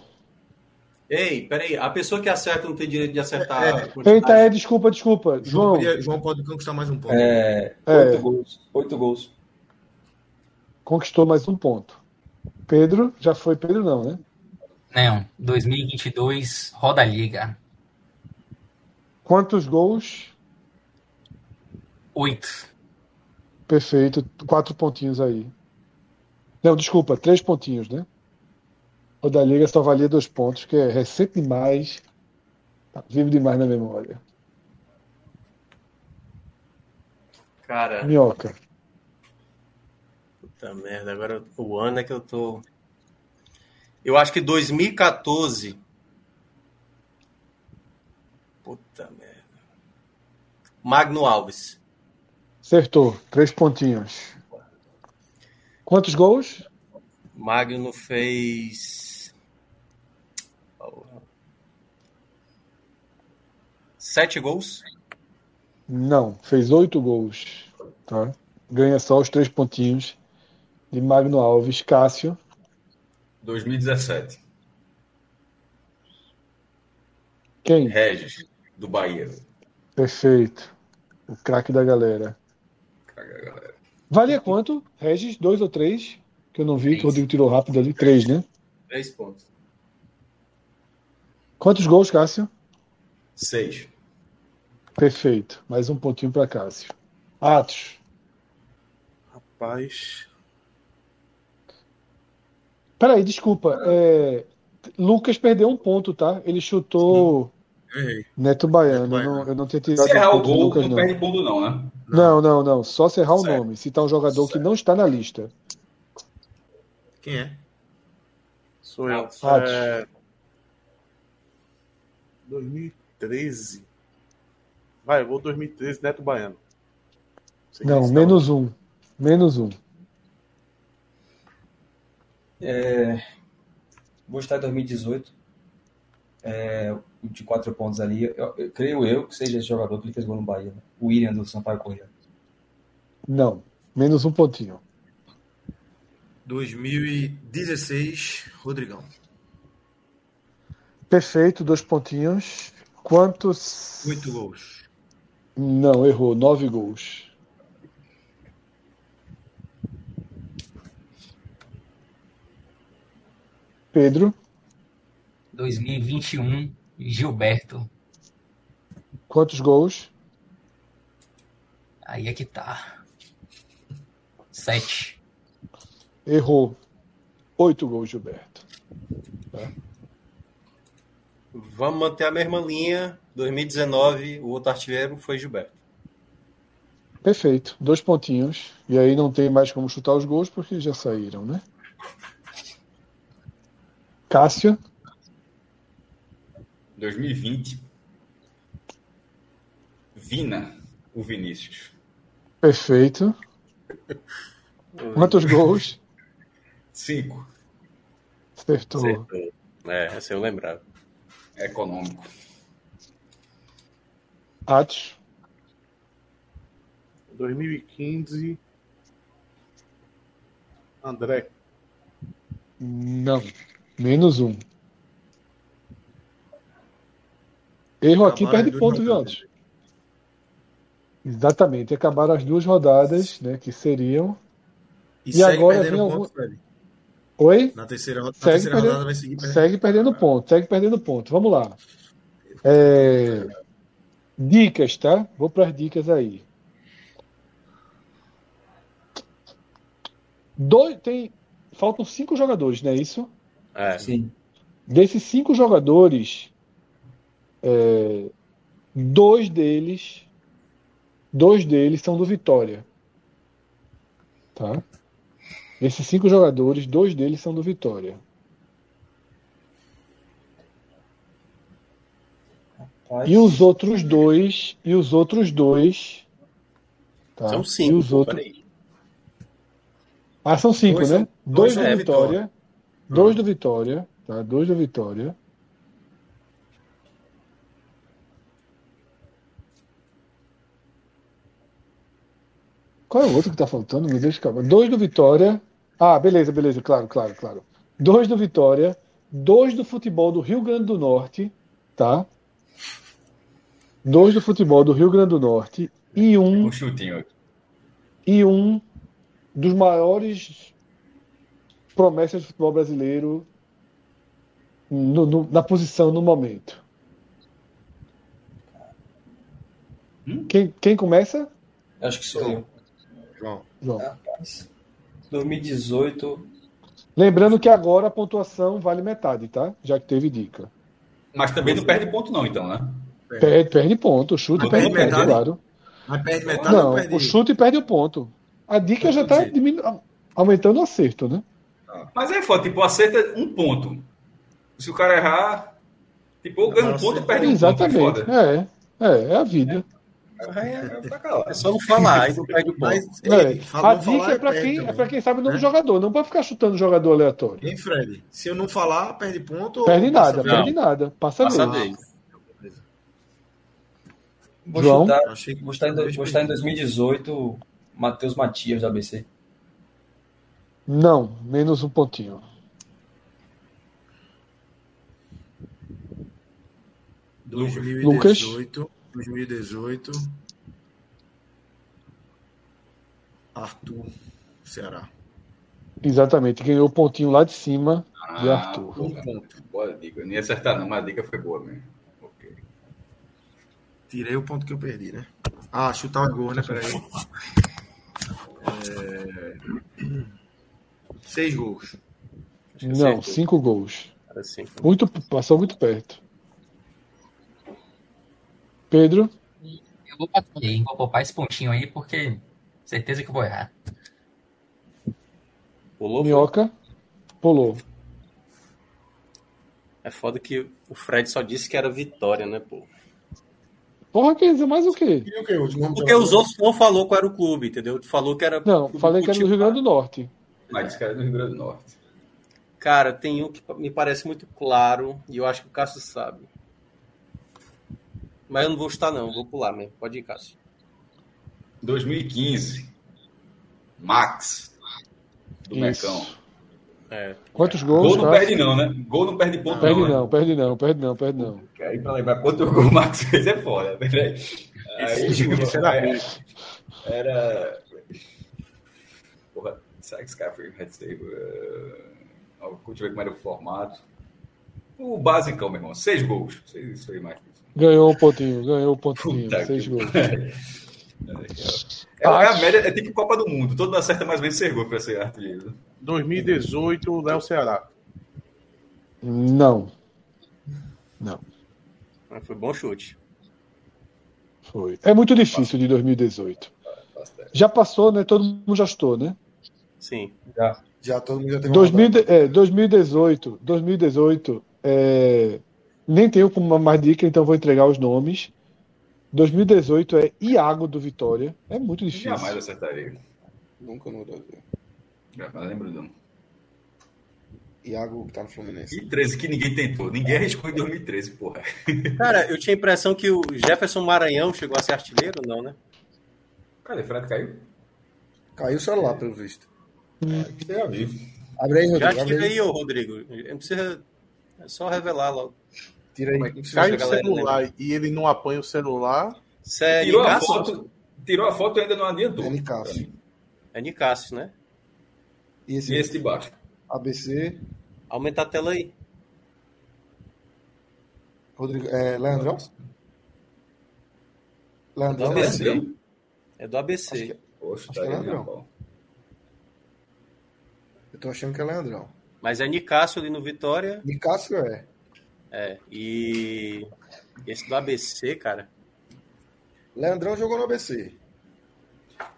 [SPEAKER 6] Ei, peraí, a pessoa que acerta não tem direito de acertar. a quantidade?
[SPEAKER 2] Eita, é, desculpa, desculpa. João.
[SPEAKER 1] podia- João pode conquistar mais um ponto.
[SPEAKER 7] É,
[SPEAKER 2] É.
[SPEAKER 7] Oito gols. Oito gols.
[SPEAKER 2] conquistou mais um ponto. Pedro, já foi Pedro não, né?
[SPEAKER 4] Não, 2022, Roda Liga.
[SPEAKER 2] Quantos gols?
[SPEAKER 4] Oito.
[SPEAKER 2] Perfeito, quatro pontinhos aí. Não, desculpa, três pontinhos, né? O da Liga só valia dois pontos, que é recente demais, tá vivo demais na memória.
[SPEAKER 6] Cara,
[SPEAKER 2] Minhoca,
[SPEAKER 6] puta merda. Agora eu- o ano é que eu tô. Eu acho que 2014. Puta merda. Magno Alves.
[SPEAKER 2] acertou, três pontinhos. Quantos gols?
[SPEAKER 6] Magno fez. Sete gols?
[SPEAKER 2] Não, fez oito gols, tá? Ganha só os três pontinhos de Magno Alves, Cássio.
[SPEAKER 3] 2017.
[SPEAKER 2] Quem?
[SPEAKER 3] Regis, do Bahia.
[SPEAKER 2] Perfeito. O craque da galera.
[SPEAKER 3] Caga, galera.
[SPEAKER 2] Valia quanto? Regis, dois ou três? Que eu não vi, que o Rodrigo tirou rápido ali. Três, né?
[SPEAKER 6] Três pontos.
[SPEAKER 2] Quantos gols, Cássio?
[SPEAKER 3] Seis.
[SPEAKER 2] Perfeito. Mais um pontinho para Cássio. Atos.
[SPEAKER 5] Rapaz.
[SPEAKER 2] Peraí, desculpa. é, Lucas perdeu um ponto, tá? Ele chutou
[SPEAKER 5] Errei.
[SPEAKER 2] Neto Baiano.
[SPEAKER 6] Neto
[SPEAKER 2] Eu
[SPEAKER 6] Baiano.
[SPEAKER 2] não- eu não tinha tirado
[SPEAKER 3] Se errar
[SPEAKER 2] o
[SPEAKER 3] o
[SPEAKER 2] ponto do
[SPEAKER 3] gol,
[SPEAKER 2] Lucas,
[SPEAKER 3] não,
[SPEAKER 2] não.
[SPEAKER 3] perde ponto, não, né?
[SPEAKER 2] Não, não, não. Só se errar o
[SPEAKER 6] Certo.
[SPEAKER 2] nome. Citar um jogador que não está na lista.
[SPEAKER 1] Quem é?
[SPEAKER 5] Sou eu.
[SPEAKER 2] Atos.
[SPEAKER 5] É, 2013. Vai, eu vou 2013, Neto Baiano. Você quer
[SPEAKER 2] Não,
[SPEAKER 5] estar
[SPEAKER 2] menos um. Menos um.
[SPEAKER 7] Vou estar em 2018. É, de quatro pontos ali. Eu, eu- creio eu que seja esse jogador que ele fez gol no Bahia. né? O William do Sampaio Correia.
[SPEAKER 2] Não. Menos um pontinho.
[SPEAKER 1] 2016, Rodrigão.
[SPEAKER 2] Perfeito, dois pontinhos. Quantos?
[SPEAKER 1] Oito gols.
[SPEAKER 2] Não, errou. Nove gols. Pedro,
[SPEAKER 4] 2021, Gilberto.
[SPEAKER 2] quantos gols?
[SPEAKER 4] Aí é que tá. Sete.
[SPEAKER 2] Errou. Oito gols, Gilberto.
[SPEAKER 6] Vamos manter a mesma linha. 2019, o outro artilheiro foi Gilberto.
[SPEAKER 2] Perfeito, dois pontinhos. E aí não tem mais como chutar os gols porque já saíram, né? Cássio,
[SPEAKER 3] 2020. Vina, o Vinícius.
[SPEAKER 2] perfeito. Quantos gols?
[SPEAKER 3] Cinco.
[SPEAKER 2] Acertou.
[SPEAKER 6] É, essa eu lembrava.
[SPEAKER 3] Econômico.
[SPEAKER 2] Atos.
[SPEAKER 5] 2015. André.
[SPEAKER 2] Não. Menos um. Erro aqui
[SPEAKER 1] Acabaram
[SPEAKER 2] perde
[SPEAKER 1] as duas
[SPEAKER 2] ponto, viu,
[SPEAKER 1] rodadas.
[SPEAKER 2] Atos? Exatamente. Acabaram as duas rodadas, né? Que seriam. E agora vem algum-
[SPEAKER 1] velho.
[SPEAKER 2] Oi?
[SPEAKER 1] Na terceira, ro- na
[SPEAKER 2] Segue
[SPEAKER 1] terceira
[SPEAKER 2] perdendo-
[SPEAKER 1] rodada vai seguir perdendo.
[SPEAKER 2] É. Segue perdendo ponto, segue perdendo ponto. Vamos lá. É, Dicas, tá? Vou para as dicas aí. Dois, tem, faltam cinco jogadores, não é isso?
[SPEAKER 6] É.
[SPEAKER 7] Sim.
[SPEAKER 2] Desses cinco jogadores, é, dois deles, dois deles são do Vitória, tá? Esses cinco jogadores, dois deles são do Vitória.
[SPEAKER 7] Rapaz,
[SPEAKER 2] E os outros dois, e os outros dois, tá?
[SPEAKER 6] São
[SPEAKER 2] E
[SPEAKER 6] cinco.
[SPEAKER 2] os
[SPEAKER 6] pô,
[SPEAKER 2] outros,
[SPEAKER 6] peraí.
[SPEAKER 2] ah, são cinco,
[SPEAKER 1] Dois
[SPEAKER 2] né?
[SPEAKER 1] são- dois
[SPEAKER 2] dois do
[SPEAKER 1] são do
[SPEAKER 2] Vitória,
[SPEAKER 1] Vitória.
[SPEAKER 2] dois do Vitória, tá? Dois do Vitória. Qual é o outro que tá faltando? Meu Deus, calma. Dois do Vitória. Ah, beleza, beleza, claro, claro, claro. Dois do Vitória, dois do futebol do Rio Grande do Norte, tá? Dois do futebol do Rio Grande do Norte e um
[SPEAKER 3] Um chutinho.
[SPEAKER 2] e um dos maiores promessas do futebol brasileiro no- no- na posição no momento.
[SPEAKER 3] Hum?
[SPEAKER 2] Quem, quem começa?
[SPEAKER 7] Acho que sou eu.
[SPEAKER 1] João.
[SPEAKER 2] João.
[SPEAKER 7] Rapaz, 2018,
[SPEAKER 2] Lembrando que agora a pontuação vale metade, tá? Já que teve dica.
[SPEAKER 3] Mas também não perde ponto, não, então, né?
[SPEAKER 2] Perde, perde ponto, o chute
[SPEAKER 1] É. Ah,
[SPEAKER 2] perde
[SPEAKER 1] perde
[SPEAKER 2] ponto,
[SPEAKER 1] metade?
[SPEAKER 2] claro.
[SPEAKER 1] Mas perde metade, eu
[SPEAKER 2] Não,
[SPEAKER 1] perdi.
[SPEAKER 2] o chute perde o ponto. A dica já está aumentando o acerto, né?
[SPEAKER 3] Mas é foda, tipo, acerta um ponto. Se o cara errar, tipo, ou ganha um ponto ou perde um ponto.
[SPEAKER 2] Exatamente.
[SPEAKER 3] é foda.
[SPEAKER 2] É, é, é a vida.
[SPEAKER 3] Aí é- é pra calar.
[SPEAKER 6] É só não falar, aí não perde o ponto.
[SPEAKER 1] Mas,
[SPEAKER 2] É,
[SPEAKER 1] um. ei, fala-
[SPEAKER 2] a
[SPEAKER 1] não
[SPEAKER 2] dica
[SPEAKER 1] falar
[SPEAKER 2] é para
[SPEAKER 1] perde um
[SPEAKER 2] quem, é
[SPEAKER 1] também.
[SPEAKER 2] pra quem sabe o nome do jogador, não para ficar chutando jogador aleatório.
[SPEAKER 1] Hein, Fred? Se eu não falar, perde ponto. ou
[SPEAKER 2] Perde
[SPEAKER 1] passa
[SPEAKER 2] nada,
[SPEAKER 1] pra-
[SPEAKER 2] perde nada. Passa,
[SPEAKER 6] Passa a
[SPEAKER 2] mesmo.
[SPEAKER 6] vez.
[SPEAKER 7] vou
[SPEAKER 2] João?
[SPEAKER 7] chutar,
[SPEAKER 1] Eu Achei que
[SPEAKER 7] vou chutar em, do- vou chutar em 2018, Matheus Matias da ABC.
[SPEAKER 2] Não, menos um pontinho. Lucas?
[SPEAKER 1] 2018, 2018. Arthur, Ceará.
[SPEAKER 2] Exatamente, ganhou o pontinho lá de cima. de
[SPEAKER 3] Ah,
[SPEAKER 2] Arthur.
[SPEAKER 3] porra. Boa dica. Eu não ia acertar, não, mas a dica foi boa mesmo. Ok.
[SPEAKER 1] Tirei o ponto que eu perdi, né? Ah, chutar o gol, né? Peraí. É... Seis gols.
[SPEAKER 2] Não, cinco gols.
[SPEAKER 6] Era assim.
[SPEAKER 2] Muito, passou muito perto. Pedro,
[SPEAKER 4] Eu vou bater aí, vou poupar esse pontinho aí, porque certeza que eu vou errar.
[SPEAKER 6] Pulou, foi?
[SPEAKER 2] Minhoca, pulou.
[SPEAKER 6] É foda que o Fred só disse que era vitória, né, pô?
[SPEAKER 2] Porra, quer dizer mais o quê?
[SPEAKER 1] E o que? Os nomes
[SPEAKER 6] Porque os outros não falou qual era o clube, entendeu? Tu falou que era.
[SPEAKER 2] Não,
[SPEAKER 6] clube
[SPEAKER 2] falei que era no Rio Grande do Norte.
[SPEAKER 3] Mas esse cara é do Rio Grande do Norte.
[SPEAKER 6] Cara, tem um que me parece muito claro e eu acho que o Cássio sabe. Mas eu não vou chutar, não. Vou pular mesmo. Pode ir, Cássio.
[SPEAKER 3] 2015. Max. Do
[SPEAKER 2] Isso.
[SPEAKER 3] Mecão.
[SPEAKER 6] É.
[SPEAKER 2] Quantos
[SPEAKER 3] Gol
[SPEAKER 2] gols?
[SPEAKER 3] não
[SPEAKER 2] tá?
[SPEAKER 3] perde, não, né? Gol não perde ponto,
[SPEAKER 2] Perde
[SPEAKER 3] não. né?
[SPEAKER 2] não, perde não, perde não, perde não.
[SPEAKER 3] Aí pra lembrar quanto gol o Max fez é foda. Peraí. Aí,
[SPEAKER 5] Esse jogo será
[SPEAKER 3] era, era. Porra, será que esse cara foi Red Save? Deixa É, eu ver como era o formato. O basicão, meu irmão. Seis gols. Seis, seis mais.
[SPEAKER 2] Ganhou um pontinho, ganhou um pontinho,
[SPEAKER 3] Puta
[SPEAKER 2] seis
[SPEAKER 3] que
[SPEAKER 2] gols.
[SPEAKER 3] pariu. É, é a média, é tipo Copa do Mundo. Todo mundo acerta mais ou menos seis gols pra ser artilheiro.
[SPEAKER 5] 2018, Léo Ceará.
[SPEAKER 2] Não,
[SPEAKER 6] Mas foi bom chute.
[SPEAKER 2] foi. É muito difícil de 2018. Já passou, né? Todo mundo já estou, né?
[SPEAKER 6] Sim.
[SPEAKER 7] Já.
[SPEAKER 1] Já todo mundo já teve
[SPEAKER 2] 2000, é, 2018, 2018, é, nem tenho como uma mais dica, então vou entregar os nomes. 2018 é Iago do Vitória. É muito difícil.
[SPEAKER 3] Jamais acertaria.
[SPEAKER 8] Nunca no Brasil.
[SPEAKER 3] Jamais lembro, não.
[SPEAKER 8] Iago que tá no Fluminense.
[SPEAKER 3] E 13 que ninguém tentou. Ninguém arriscou em 2013, porra.
[SPEAKER 6] Cara, eu tinha a impressão que o Jefferson Maranhão chegou a ser artilheiro, não, né?
[SPEAKER 3] Cadê? Fred caiu?
[SPEAKER 8] Caiu o celular, pelo visto. É,
[SPEAKER 3] Esteja vivo.
[SPEAKER 8] Abre aí,
[SPEAKER 6] Já
[SPEAKER 8] Rodrigo. Abre
[SPEAKER 6] estive
[SPEAKER 2] é
[SPEAKER 8] aí.
[SPEAKER 6] aí, ô Rodrigo. Não precisa. É só revelar logo.
[SPEAKER 8] Tira aí.
[SPEAKER 5] Cai
[SPEAKER 6] a
[SPEAKER 5] o
[SPEAKER 6] galera
[SPEAKER 5] celular e ele não apanha o celular.
[SPEAKER 6] Isso é
[SPEAKER 3] Tirou a
[SPEAKER 6] Nicásio?
[SPEAKER 3] foto. Tirou a foto e ainda não adiantou.
[SPEAKER 8] É Nicasso.
[SPEAKER 6] É Nicásio, né?
[SPEAKER 8] E
[SPEAKER 3] E
[SPEAKER 8] esse
[SPEAKER 3] esse de baixo.
[SPEAKER 8] ABC,
[SPEAKER 6] Aumenta a tela aí.
[SPEAKER 8] Rodrigo. É, Leandrão? Leandrão,
[SPEAKER 6] Não,
[SPEAKER 8] né?
[SPEAKER 3] Leandrão.
[SPEAKER 6] É do ABC.
[SPEAKER 3] Poxa,
[SPEAKER 8] Acho
[SPEAKER 3] tá
[SPEAKER 8] que é
[SPEAKER 3] aí,
[SPEAKER 8] Leandrão.
[SPEAKER 3] meu pau.
[SPEAKER 8] Eu tô achando que é Leandrão.
[SPEAKER 6] Mas é Nicásio ali no Vitória.
[SPEAKER 8] Nicasso é.
[SPEAKER 6] É. E esse do ABC, cara.
[SPEAKER 8] Leandrão jogou no ABC.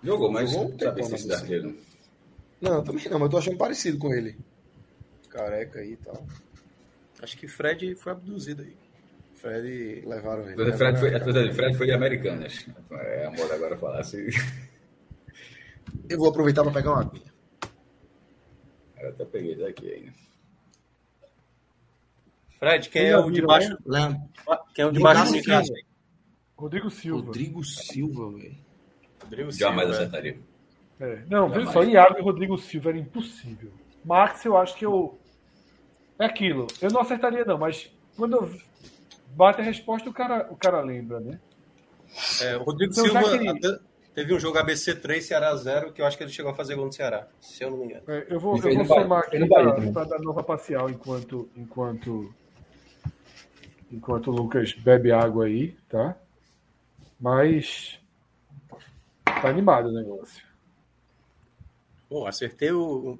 [SPEAKER 3] Jogou, mas
[SPEAKER 8] Jogou um
[SPEAKER 3] não
[SPEAKER 8] tempão
[SPEAKER 3] sabe se esse
[SPEAKER 8] na
[SPEAKER 3] dá dinheiro.
[SPEAKER 8] Não, também não, mas eu tô achando parecido com ele. Careca aí e tal.
[SPEAKER 6] Acho que o Fred foi abduzido aí.
[SPEAKER 8] Fred levaram ele.
[SPEAKER 3] A coisa de Fred foi, a coisa de Fred foi Americanas. É a moda agora falar assim.
[SPEAKER 1] Eu vou aproveitar para pegar uma aguinha.
[SPEAKER 3] Eu até peguei daqui ainda.
[SPEAKER 6] Fred, quem é o de baixo?
[SPEAKER 1] Leandro.
[SPEAKER 6] Quem é o de baixo do
[SPEAKER 1] Nicásio
[SPEAKER 6] Nicásio?
[SPEAKER 9] Rodrigo Silva.
[SPEAKER 1] Rodrigo Silva, velho.
[SPEAKER 6] Rodrigo
[SPEAKER 8] né?
[SPEAKER 3] Jamais
[SPEAKER 6] Silva.
[SPEAKER 3] acertaria.
[SPEAKER 9] É, Não, veja
[SPEAKER 3] Jamais.
[SPEAKER 9] só, Iago e Rodrigo Silva era impossível. Max, eu acho que eu. É aquilo. Eu não acertaria, não, mas quando eu bate a resposta, o cara, o cara lembra, né?
[SPEAKER 6] É, o Rodrigo
[SPEAKER 9] Então, já
[SPEAKER 6] Silva
[SPEAKER 9] que ele-
[SPEAKER 6] até, Teve um jogo ABC 3, Ceará 0, que eu acho que ele chegou a fazer gol no Ceará, se eu não me engano.
[SPEAKER 2] É, eu vou,
[SPEAKER 7] E fez
[SPEAKER 2] eu vou
[SPEAKER 7] no Bahia,
[SPEAKER 2] somar
[SPEAKER 7] fez
[SPEAKER 2] aqui
[SPEAKER 7] no Bahia
[SPEAKER 2] para
[SPEAKER 7] também.
[SPEAKER 2] dar nova parcial enquanto, enquanto, enquanto o Lucas bebe água aí, tá? Mas tá animado o negócio.
[SPEAKER 6] Bom, acertei o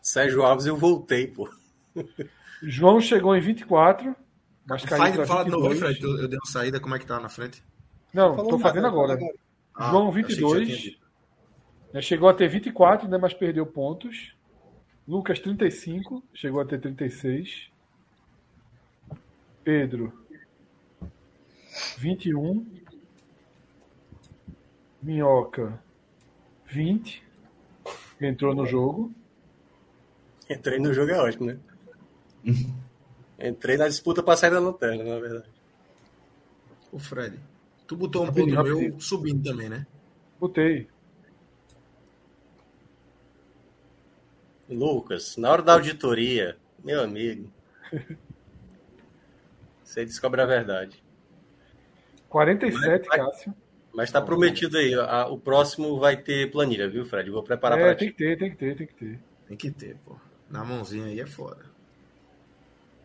[SPEAKER 6] Sérgio Alves e eu voltei, pô.
[SPEAKER 2] João chegou em 24, mas caiu
[SPEAKER 1] Faz,
[SPEAKER 2] para
[SPEAKER 1] fala de novo,
[SPEAKER 2] 22.
[SPEAKER 1] Fred. Eu, eu dei uma saída, como é que tá na frente?
[SPEAKER 2] Não,
[SPEAKER 6] Falou
[SPEAKER 2] tô
[SPEAKER 6] nada,
[SPEAKER 2] fazendo
[SPEAKER 6] né?
[SPEAKER 2] agora.
[SPEAKER 1] Ah,
[SPEAKER 2] João
[SPEAKER 1] achei que já tinha
[SPEAKER 2] 22.
[SPEAKER 1] dito.
[SPEAKER 2] né, Chegou a ter 24, né, mas perdeu pontos. Lucas 35, chegou a ter 36. Pedro 21. Minhoca 20. Entrou no jogo.
[SPEAKER 6] Entrei no jogo é ótimo, né? Entrei na disputa pra sair da lanterna, na verdade.
[SPEAKER 1] Ô, Fred, tu botou um
[SPEAKER 2] Rapidinho,
[SPEAKER 1] ponto meu
[SPEAKER 2] rapidinho.
[SPEAKER 1] subindo também, né?
[SPEAKER 2] Botei.
[SPEAKER 6] Lucas, na hora da auditoria, meu amigo, você descobre a verdade.
[SPEAKER 2] 47,
[SPEAKER 6] Vai-
[SPEAKER 2] Cássio.
[SPEAKER 6] Mas tá prometido aí, a- o próximo vai ter planilha, viu, Fred? Vou preparar
[SPEAKER 2] É,
[SPEAKER 6] pra
[SPEAKER 2] tem
[SPEAKER 6] ti.
[SPEAKER 2] que ter, tem que ter, tem que ter.
[SPEAKER 1] Tem que ter, pô. Na mãozinha aí é foda.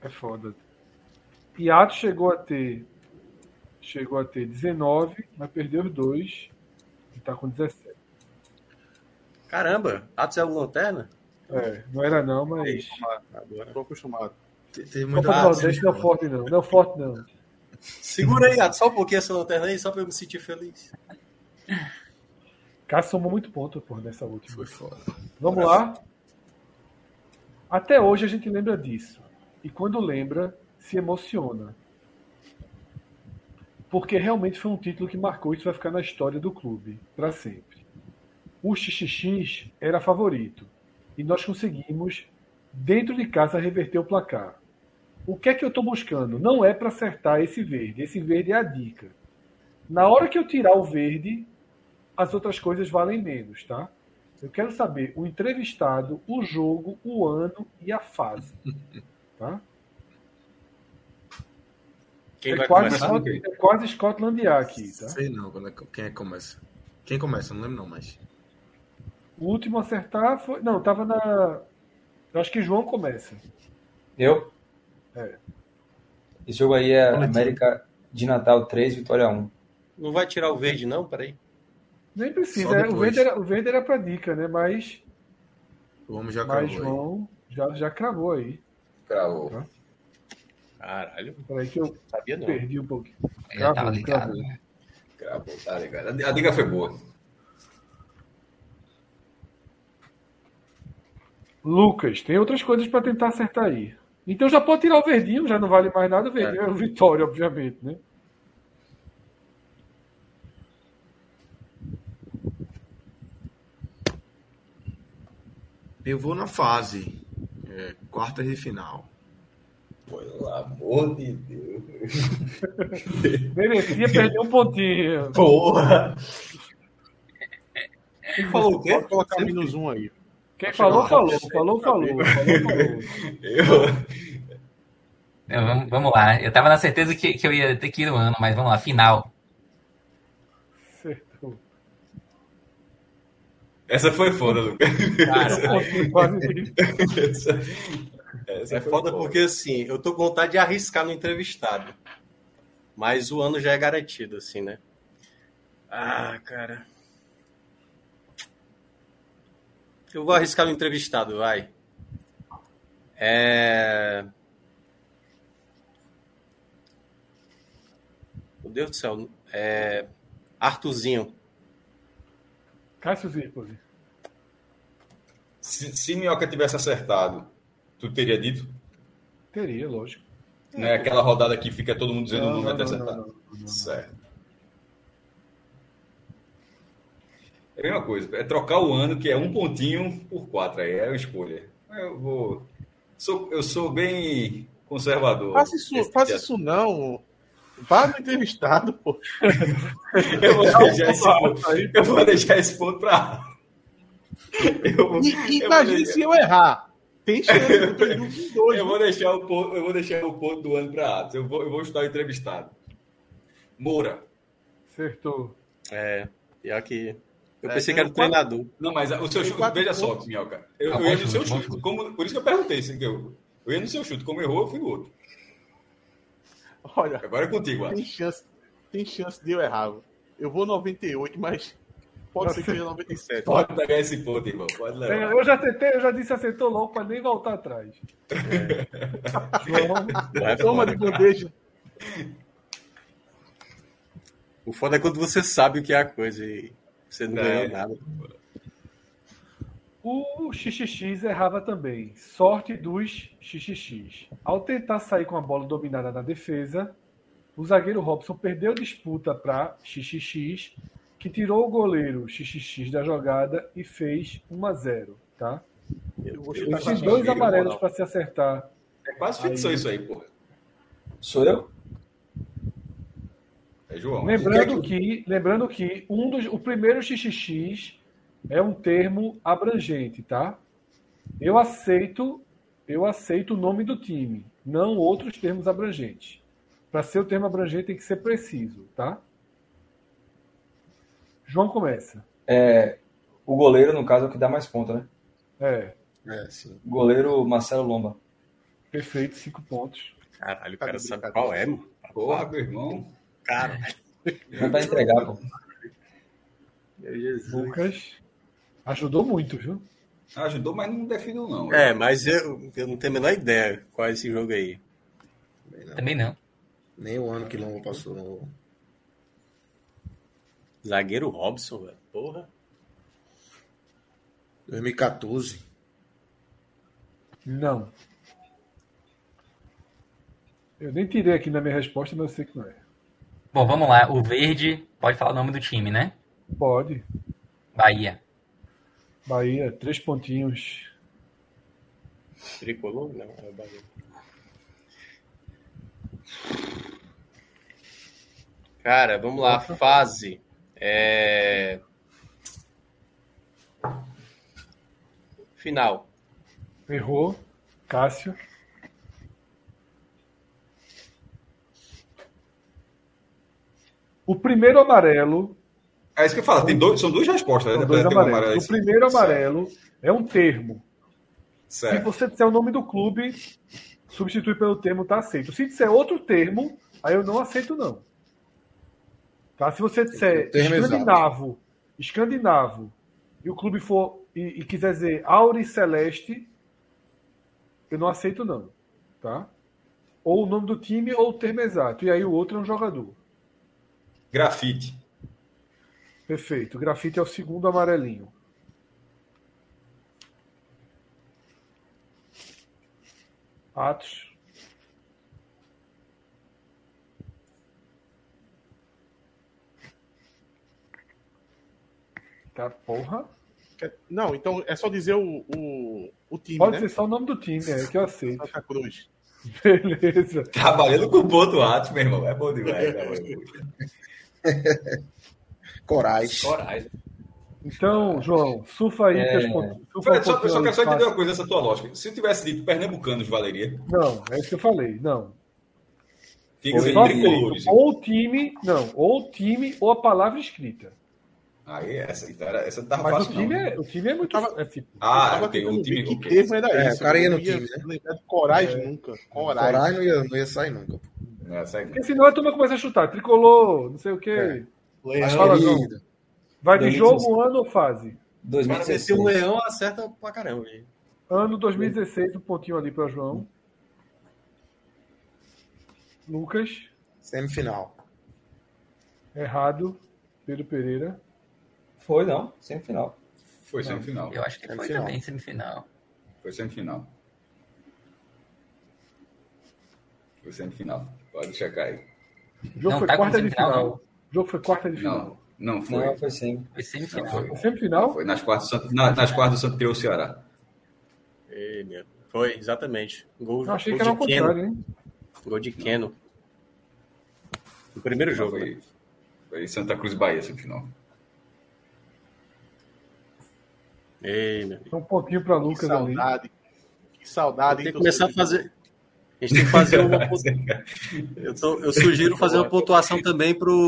[SPEAKER 2] É foda. Iato chegou a ter. Chegou a ter 19, mas perdeu os dois. E tá com 17.
[SPEAKER 6] Caramba, Atos é o lanterna?
[SPEAKER 2] É, não era não, mas.
[SPEAKER 6] Agora.
[SPEAKER 5] Tô acostumado.
[SPEAKER 1] Te- Teve
[SPEAKER 2] Copa
[SPEAKER 1] muita
[SPEAKER 2] do Nordeste
[SPEAKER 1] gente,
[SPEAKER 2] não é
[SPEAKER 1] pô.
[SPEAKER 2] forte, não. Não é forte, não.
[SPEAKER 6] Segura aí, Atos, só um pouquinho essa lanterna aí, só pra eu me sentir feliz.
[SPEAKER 2] Cássio somou muito ponto, pô, nessa última.
[SPEAKER 1] Foi foda.
[SPEAKER 2] Vamos lá. Até hoje a gente lembra disso. E quando lembra, se emociona. Porque realmente foi um título que marcou, isso vai ficar na história do clube, para sempre. O XXX era favorito. E nós conseguimos, dentro de casa, reverter o placar. O que é que eu estou buscando? Não é para acertar esse verde. Esse verde é a dica. Na hora que eu tirar o verde, as outras coisas valem menos, tá? Eu quero saber o entrevistado, o jogo, o ano e a fase. Tá?
[SPEAKER 6] Quem
[SPEAKER 2] é,
[SPEAKER 6] vai
[SPEAKER 2] quase
[SPEAKER 6] começar?
[SPEAKER 2] Scot- é quase Scotland Yard aqui, tá?
[SPEAKER 1] Sei não, quando é que- quem é que começa? Quem começa? Não lembro não, mas.
[SPEAKER 2] O último a acertar foi. Não, tava na. Eu acho que João começa.
[SPEAKER 7] Eu?
[SPEAKER 2] É.
[SPEAKER 7] Esse jogo aí é
[SPEAKER 1] Coletivo.
[SPEAKER 7] América de Natal 3, vitória 1.
[SPEAKER 6] Não vai tirar o verde, não? Peraí.
[SPEAKER 2] Nem
[SPEAKER 1] Só
[SPEAKER 2] precisa. é, o,
[SPEAKER 1] depois.
[SPEAKER 2] verde era, o verde era pra dica, né? Mas,
[SPEAKER 1] O homem já
[SPEAKER 2] mas
[SPEAKER 1] acabou.
[SPEAKER 2] João já, já cravou aí.
[SPEAKER 3] Cravou.
[SPEAKER 6] Caralho, não
[SPEAKER 2] Peraí que eu
[SPEAKER 6] sabia não.
[SPEAKER 2] perdi um pouquinho.
[SPEAKER 4] Eu já né? tava
[SPEAKER 2] Cravou,
[SPEAKER 4] ligado.
[SPEAKER 2] cravou.
[SPEAKER 3] Cravou, tá ligado. A- A dica foi boa.
[SPEAKER 2] Lucas, tem outras coisas pra tentar acertar aí. Então já pode tirar o verdinho, já não vale mais nada. O verdinho é, o Vitória, obviamente, né?
[SPEAKER 1] Eu vou na fase. É, quartas de final.
[SPEAKER 3] Pelo amor de Deus.
[SPEAKER 2] Merecia perder um pontinho.
[SPEAKER 3] Porra!
[SPEAKER 6] Ele falou o quê?
[SPEAKER 5] Pode colocar menos um aí.
[SPEAKER 2] Quem falou, falou. Falou, falou. Falou, falou.
[SPEAKER 3] Eu...
[SPEAKER 4] Não, vamos, vamos lá. Eu tava na certeza que, que eu ia ter que ir no ano, mas vamos lá. Final.
[SPEAKER 2] Acertou.
[SPEAKER 3] Essa foi foda, Lucas.
[SPEAKER 4] Cara,
[SPEAKER 2] Quase-
[SPEAKER 3] Essa... Essa
[SPEAKER 6] É
[SPEAKER 3] foi
[SPEAKER 6] foda porque assim, eu tô com vontade de arriscar no entrevistado. Mas o ano já é garantido, assim, né? Ah, cara. Eu vou arriscar no entrevistado, vai. É. Meu Deus do céu. É. Artuzinho.
[SPEAKER 2] Cássio Zirpoli.
[SPEAKER 3] Se, se Minhoca tivesse acertado, tu teria dito?
[SPEAKER 2] Teria, lógico.
[SPEAKER 3] Não é aquela rodada que fica todo mundo dizendo não, vai
[SPEAKER 2] não,
[SPEAKER 3] ter acertado.
[SPEAKER 2] não, não, não.
[SPEAKER 3] Certo. É a mesma coisa, é trocar o ano, que é um pontinho por quatro, aí é a escolha. Eu vou. Sou, eu sou bem conservador.
[SPEAKER 5] Faça isso, faça isso não. Vá no entrevistado, pô.
[SPEAKER 3] Eu vou deixar esse ponto, eu vou deixar esse ponto pra. Eu vou,
[SPEAKER 5] E, e
[SPEAKER 3] eu vou
[SPEAKER 5] imagina se eu errar. Tem chance de perder um dos dois.
[SPEAKER 3] Eu vou deixar o ponto, eu vou deixar o ponto do ano para Atos. Eu vou, eu vou estar entrevistado. Moura.
[SPEAKER 2] Acertou.
[SPEAKER 6] É. Pior que. Eu
[SPEAKER 5] É,
[SPEAKER 6] pensei que
[SPEAKER 5] tem
[SPEAKER 6] era o
[SPEAKER 5] um
[SPEAKER 6] treinador.
[SPEAKER 3] Não, mas o seu
[SPEAKER 5] Tem
[SPEAKER 3] chute,
[SPEAKER 5] quatro
[SPEAKER 3] veja só,
[SPEAKER 5] pontos.
[SPEAKER 3] Minhoca. Eu,
[SPEAKER 4] Tá
[SPEAKER 3] eu
[SPEAKER 4] bom
[SPEAKER 3] ia no
[SPEAKER 4] chute,
[SPEAKER 3] seu
[SPEAKER 4] bom
[SPEAKER 3] chute.
[SPEAKER 4] chute.
[SPEAKER 3] Como, por isso que eu perguntei, assim, que eu, eu ia no seu chute. Como errou, eu fui no outro.
[SPEAKER 5] Olha,
[SPEAKER 3] Agora é contigo, Atos.
[SPEAKER 5] tem chance, tem chance de eu errar. Eu vou 98, mas pode ser que seja 97.
[SPEAKER 3] Pode pegar esse ponto, irmão. Pode levar.
[SPEAKER 2] É, eu já tentei, eu já disse acertou logo pra nem voltar atrás. João,
[SPEAKER 6] Não é
[SPEAKER 5] Toma
[SPEAKER 6] foda.
[SPEAKER 5] de bandeja.
[SPEAKER 6] O foda é quando você sabe o que é a coisa e você não
[SPEAKER 3] É.
[SPEAKER 6] ganhou nada.
[SPEAKER 2] o XXX errava também. Sorte dos XXX. Ao tentar sair com a bola dominada na defesa, o zagueiro Robson perdeu a disputa para XXX, que tirou o goleiro XXX da jogada e fez 1 a 0, tá?
[SPEAKER 5] Eu vou chutar
[SPEAKER 2] Existem
[SPEAKER 5] com a
[SPEAKER 2] dois
[SPEAKER 5] minha,
[SPEAKER 2] amarelos
[SPEAKER 5] moral.
[SPEAKER 2] para se acertar
[SPEAKER 3] É quase ficção isso aí, porra.
[SPEAKER 7] Sou eu?
[SPEAKER 3] É João.
[SPEAKER 2] Lembrando que, lembrando que um dos, o primeiro XXX é um termo abrangente, tá? Eu aceito, eu aceito o nome do time, não outros termos abrangentes. Para ser o termo abrangente tem que ser preciso, tá? João começa.
[SPEAKER 7] É, o goleiro, no caso, é o que dá mais ponto, né?
[SPEAKER 2] É,
[SPEAKER 1] É, sim.
[SPEAKER 7] Goleiro Marcelo Lomba.
[SPEAKER 2] perfeito, cinco pontos.
[SPEAKER 6] Caralho, o
[SPEAKER 5] Tá
[SPEAKER 6] cara
[SPEAKER 5] de
[SPEAKER 6] sabe
[SPEAKER 5] brincadeira.
[SPEAKER 6] qual é, mano.
[SPEAKER 3] Porra, meu irmão.
[SPEAKER 6] Cara,
[SPEAKER 7] Não vai entregar, pô.
[SPEAKER 6] meu Jesus.
[SPEAKER 2] Lucas ajudou muito, viu?
[SPEAKER 3] Ajudou, mas não definiu, não.
[SPEAKER 6] É, mas eu, eu não tenho a menor ideia qual é esse jogo aí.
[SPEAKER 1] Também não.
[SPEAKER 4] Também não.
[SPEAKER 1] Nem o ano que Lomba passou no.
[SPEAKER 6] Zagueiro Robson, velho. Porra.
[SPEAKER 1] 2014.
[SPEAKER 2] Não. Eu nem tirei aqui na minha resposta, mas eu sei que não é.
[SPEAKER 4] Bom, vamos lá. O verde pode falar o nome do time, né?
[SPEAKER 2] Pode.
[SPEAKER 4] Bahia.
[SPEAKER 2] Bahia, três pontinhos.
[SPEAKER 6] Tricolor? Não, é o Bahia. Cara, vamos lá. Fase. É... Final.
[SPEAKER 2] Errou. Cássio. O primeiro amarelo.
[SPEAKER 3] É isso que eu falo. Tem dois, são duas respostas.
[SPEAKER 2] Não,
[SPEAKER 3] né?
[SPEAKER 2] dois
[SPEAKER 3] Tem um amarelo aí,
[SPEAKER 2] amarelos. O
[SPEAKER 3] sim.
[SPEAKER 2] primeiro amarelo é um termo. Se
[SPEAKER 3] Certo.
[SPEAKER 2] você disser o nome do clube, substitui pelo termo, tá aceito. Se disser outro termo, aí eu não aceito, não. Tá? Se você disser
[SPEAKER 1] O termo é exato.
[SPEAKER 2] escandinavo, escandinavo, e o clube for e, e quiser dizer Auri Celeste, eu não aceito, não. Tá? Ou o nome do time ou o termo exato. E aí o outro é um jogador.
[SPEAKER 3] Grafite.
[SPEAKER 2] Perfeito. O grafite é o segundo amarelinho. Atos. Tá, porra.
[SPEAKER 5] Quer- Não, então é só dizer o, o, o time,
[SPEAKER 2] Pode
[SPEAKER 5] né?
[SPEAKER 2] ser só o nome do time, é que eu aceito.
[SPEAKER 5] Santa Cruz.
[SPEAKER 2] Beleza.
[SPEAKER 3] Trabalhando com o ponto Atos, meu irmão. É bom demais. né, mano?
[SPEAKER 1] Corais.
[SPEAKER 3] Corais.
[SPEAKER 2] Então, João, surfa aí.
[SPEAKER 7] É.
[SPEAKER 2] teus pontos- surfa
[SPEAKER 3] Fred,
[SPEAKER 2] um
[SPEAKER 3] só, eu só
[SPEAKER 2] pouquinho
[SPEAKER 3] quero só
[SPEAKER 2] aí,
[SPEAKER 3] entender uma coisa dessa tua lógica. Se eu tivesse dito pernambucanos, valeria.
[SPEAKER 2] Não, é isso que eu falei. Não.
[SPEAKER 3] Fica
[SPEAKER 7] Foi
[SPEAKER 3] sem
[SPEAKER 2] Só
[SPEAKER 7] Entendi.
[SPEAKER 3] tricolores.
[SPEAKER 2] aceito ou o time, não, ou o time ou a palavra escrita.
[SPEAKER 3] Aí essa, então, era- essa não tava
[SPEAKER 2] Mas o
[SPEAKER 3] fácil,
[SPEAKER 2] time,
[SPEAKER 3] não.
[SPEAKER 2] é, o time é muito. É, tipo,
[SPEAKER 3] Ah,
[SPEAKER 5] Tava
[SPEAKER 3] ok.
[SPEAKER 5] tentando
[SPEAKER 3] O
[SPEAKER 5] ver
[SPEAKER 3] time.
[SPEAKER 5] um que É.
[SPEAKER 3] ok.
[SPEAKER 5] termo era
[SPEAKER 1] É,
[SPEAKER 5] esse.
[SPEAKER 1] o cara ia
[SPEAKER 5] Eu
[SPEAKER 1] no
[SPEAKER 5] não ia
[SPEAKER 1] time, né?
[SPEAKER 5] lembrar de Corais nunca. Corais.
[SPEAKER 1] Corais não ia, não ia sair nunca. pô.
[SPEAKER 3] É, segue.
[SPEAKER 2] porque senão a turma começa a chutar. Tricolor, não sei o quê.
[SPEAKER 1] É.
[SPEAKER 5] Leão.
[SPEAKER 2] fala,
[SPEAKER 1] Querida.
[SPEAKER 2] João. Vai de
[SPEAKER 7] Delícia.
[SPEAKER 2] jogo, ano ou fase?
[SPEAKER 6] O cara
[SPEAKER 7] Você
[SPEAKER 6] venceu o leão, acerta pra caramba. velho.
[SPEAKER 2] Ano 2016, um pontinho ali para João. Lucas,
[SPEAKER 1] Semifinal.
[SPEAKER 2] errado. Pedro Pereira.
[SPEAKER 7] Foi, não. Semifinal.
[SPEAKER 3] Foi semifinal.
[SPEAKER 4] Eu acho que foi
[SPEAKER 1] Semifinal.
[SPEAKER 4] também semifinal.
[SPEAKER 3] Foi semifinal. Foi semifinal. Pode checar aí.
[SPEAKER 2] O jogo
[SPEAKER 4] Não,
[SPEAKER 2] foi
[SPEAKER 4] tá como
[SPEAKER 2] quarta de
[SPEAKER 4] semifinal,
[SPEAKER 2] final. O jogo foi quarta de final. É
[SPEAKER 3] Não, não foi.
[SPEAKER 7] Não, foi sem.
[SPEAKER 4] Foi
[SPEAKER 3] Não
[SPEAKER 4] semifinal.
[SPEAKER 3] foi.
[SPEAKER 2] Semifinal?
[SPEAKER 3] Foi nas quartas do Santo, na- nas quartas do Santo Teu Ceará.
[SPEAKER 6] Ei, meu. Foi, exatamente. Gol,
[SPEAKER 2] Eu achei
[SPEAKER 6] gol
[SPEAKER 2] que era ao
[SPEAKER 6] de Keno.
[SPEAKER 2] contrário, hein?
[SPEAKER 6] Gol de Keno. No primeiro
[SPEAKER 3] Não,
[SPEAKER 6] jogo. né?
[SPEAKER 3] Foi, foi Santa Cruz e Bahia semifinal.
[SPEAKER 6] Ei, meu.
[SPEAKER 2] Então, um pontinho para
[SPEAKER 5] Que
[SPEAKER 2] Lucas ali. um
[SPEAKER 5] saudade. Que saudade.
[SPEAKER 6] Tem que
[SPEAKER 5] hein,
[SPEAKER 1] Ah,
[SPEAKER 6] começar a
[SPEAKER 5] torcedor.
[SPEAKER 6] fazer. A gente tem que fazer uma. Eu, tô- eu sugiro fazer uma pontuação também pro,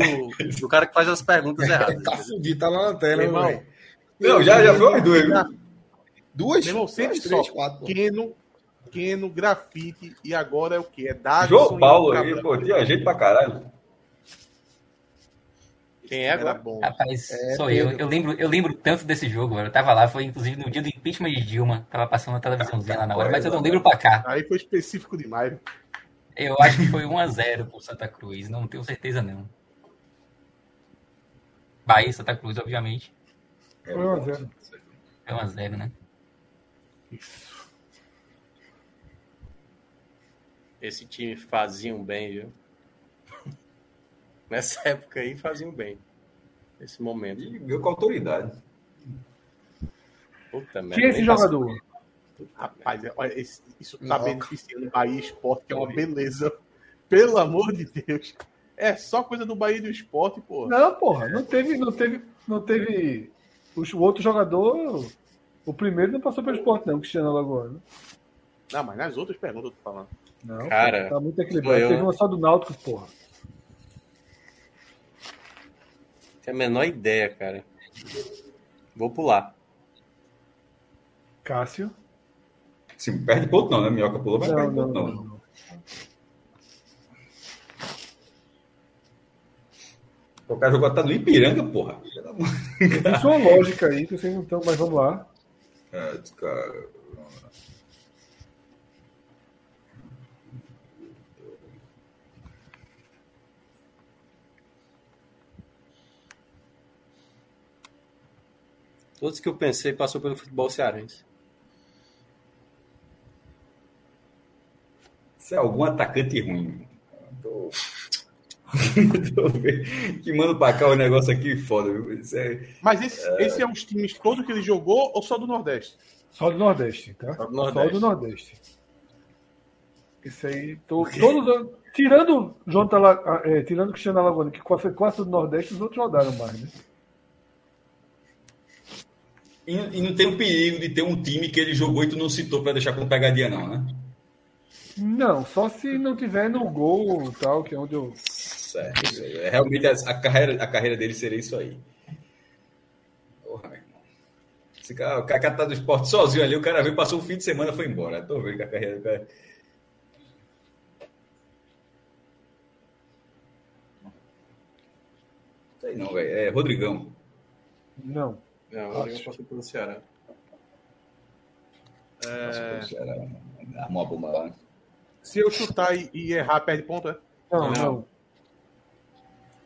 [SPEAKER 6] pro cara que faz as perguntas erradas.
[SPEAKER 1] Tá fudido, tá lá na tela,
[SPEAKER 5] Irmão.
[SPEAKER 1] irmão.
[SPEAKER 3] Não, já, já foi umas duas.
[SPEAKER 1] né?
[SPEAKER 3] viu?
[SPEAKER 1] Duas?
[SPEAKER 5] Meu irmão, sempre
[SPEAKER 1] Duas,
[SPEAKER 5] só.
[SPEAKER 1] três, quatro. pô.
[SPEAKER 5] Keno, Keno, grafite e agora é o quê? É Davi.
[SPEAKER 3] João Paulo aí, pô, tinha gente pra caralho.
[SPEAKER 5] Quem é agora? bom.
[SPEAKER 4] Rapaz,
[SPEAKER 1] É,
[SPEAKER 4] sou eu.
[SPEAKER 1] Pedro.
[SPEAKER 4] Eu lembro, eu lembro tanto desse jogo, mano. Eu tava lá, foi inclusive no dia do impeachment de Dilma. Tava passando na televisãozinha lá na hora, mas eu não lembro pra cá.
[SPEAKER 5] Aí foi específico demais.
[SPEAKER 4] Eu acho que foi 1x0 pro Santa Cruz, não tenho certeza não. Bahia e Santa Cruz, obviamente.
[SPEAKER 2] Foi 1 a 0.
[SPEAKER 4] É 1x0, né?
[SPEAKER 2] Isso.
[SPEAKER 6] Esse time faziam bem, viu? Nessa época aí faziam bem. Nesse momento.
[SPEAKER 3] E veio com autoridade.
[SPEAKER 6] Puta merda.
[SPEAKER 2] Quem é esse
[SPEAKER 6] nem tá-
[SPEAKER 2] jogador?
[SPEAKER 5] Rapaz, é- olha, esse- isso tá
[SPEAKER 1] Não.
[SPEAKER 5] beneficiando o Bahia Esporte, que é uma beleza. Pelo amor de Deus. É só coisa do Bahia e do Esporte, pô.
[SPEAKER 2] Não, porra, não teve, não teve, não teve. os- O outro jogador, o primeiro não passou pelo esporte, não, Cristiano Alagoano.
[SPEAKER 5] Não, mas nas outras perguntas eu tô falando.
[SPEAKER 2] Não,
[SPEAKER 6] Cara,
[SPEAKER 2] pô, tá muito equilibrado.
[SPEAKER 6] eu-
[SPEAKER 2] Teve uma só do Náutico, porra.
[SPEAKER 6] Tem a menor ideia, cara. Vou pular.
[SPEAKER 2] Cássio.
[SPEAKER 3] Se perde ponto não, né? Minhoca pulou, mas
[SPEAKER 2] Não,
[SPEAKER 3] perde
[SPEAKER 2] não,
[SPEAKER 3] ponto
[SPEAKER 2] não.
[SPEAKER 3] não.
[SPEAKER 2] não.
[SPEAKER 3] O cara jogou até no Ipiranga, porra.
[SPEAKER 2] Isso é uma lógica aí que vocês não estão, mas vamos lá.
[SPEAKER 3] É, cara.
[SPEAKER 6] Todos que eu pensei passou pelo futebol cearense.
[SPEAKER 3] Se é algum atacante ruim. Tô... Tô vendo. que manda pra cá o negócio aqui, foda. viu? Isso é-
[SPEAKER 5] Mas esse, esse é os times todos que ele jogou ou só do Nordeste?
[SPEAKER 2] Só do Nordeste, tá?
[SPEAKER 6] Só do
[SPEAKER 2] Só
[SPEAKER 6] Nordeste.
[SPEAKER 2] do Nordeste. Isso aí, tô, todos. Tirando o Jonathan, La- ah, é, tirando o Cristiano Alagoano, que qua- foi quase do Nordeste, os outros rodaram mais, né?
[SPEAKER 3] E, e não tem o perigo de ter um time que ele jogou e tu não citou pra deixar com pegadinha, não, né?
[SPEAKER 2] Não, só se não tiver no gol e tal, que é onde eu.
[SPEAKER 3] Certo. isso aí. É, realmente a, a carreira, a carreira dele seria isso aí. Porra, meu irmão. Esse cara, o cara tá do esporte sozinho ali, o cara veio, passou o fim de semana e foi embora. Tô vendo que a carreira do cara. é- Sei não, velho. É Rodrigão.
[SPEAKER 2] Não.
[SPEAKER 6] Não, o Rodrigo passou pelo Ceará.
[SPEAKER 3] Nossa, pô, Ceará Armou a bomba lá. né?
[SPEAKER 5] Se eu chutar e, e errar, perde ponto, é?
[SPEAKER 2] Não,
[SPEAKER 6] Não.
[SPEAKER 2] não,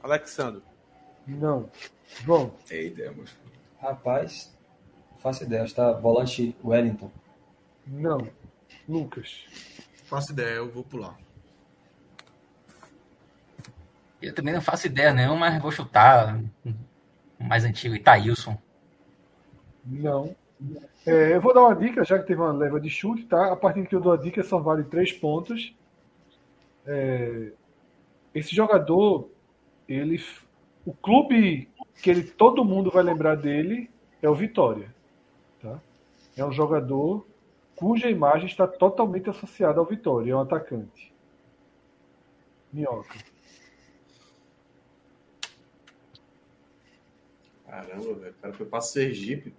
[SPEAKER 5] Alexandre.
[SPEAKER 2] não. João,
[SPEAKER 3] Eita, moço.
[SPEAKER 7] Rapaz, não faço ideia. Acho que tá volante Wellington.
[SPEAKER 2] não. Lucas.
[SPEAKER 10] Faço ideia, eu vou pular.
[SPEAKER 4] Eu também não faço ideia não, mas vou chutar o mais antigo, Itaílson.
[SPEAKER 2] Não. É, eu vou dar uma dica, já que teve uma leva de chute, tá? A partir que eu dou a dica só vale três pontos. É, esse jogador, ele, o clube que ele, todo mundo vai lembrar dele é o Vitória, tá? É um jogador cuja imagem está totalmente associada ao Vitória, é um atacante. Minhoca.
[SPEAKER 6] Caramba, velho. O cara foi pra Sergipe.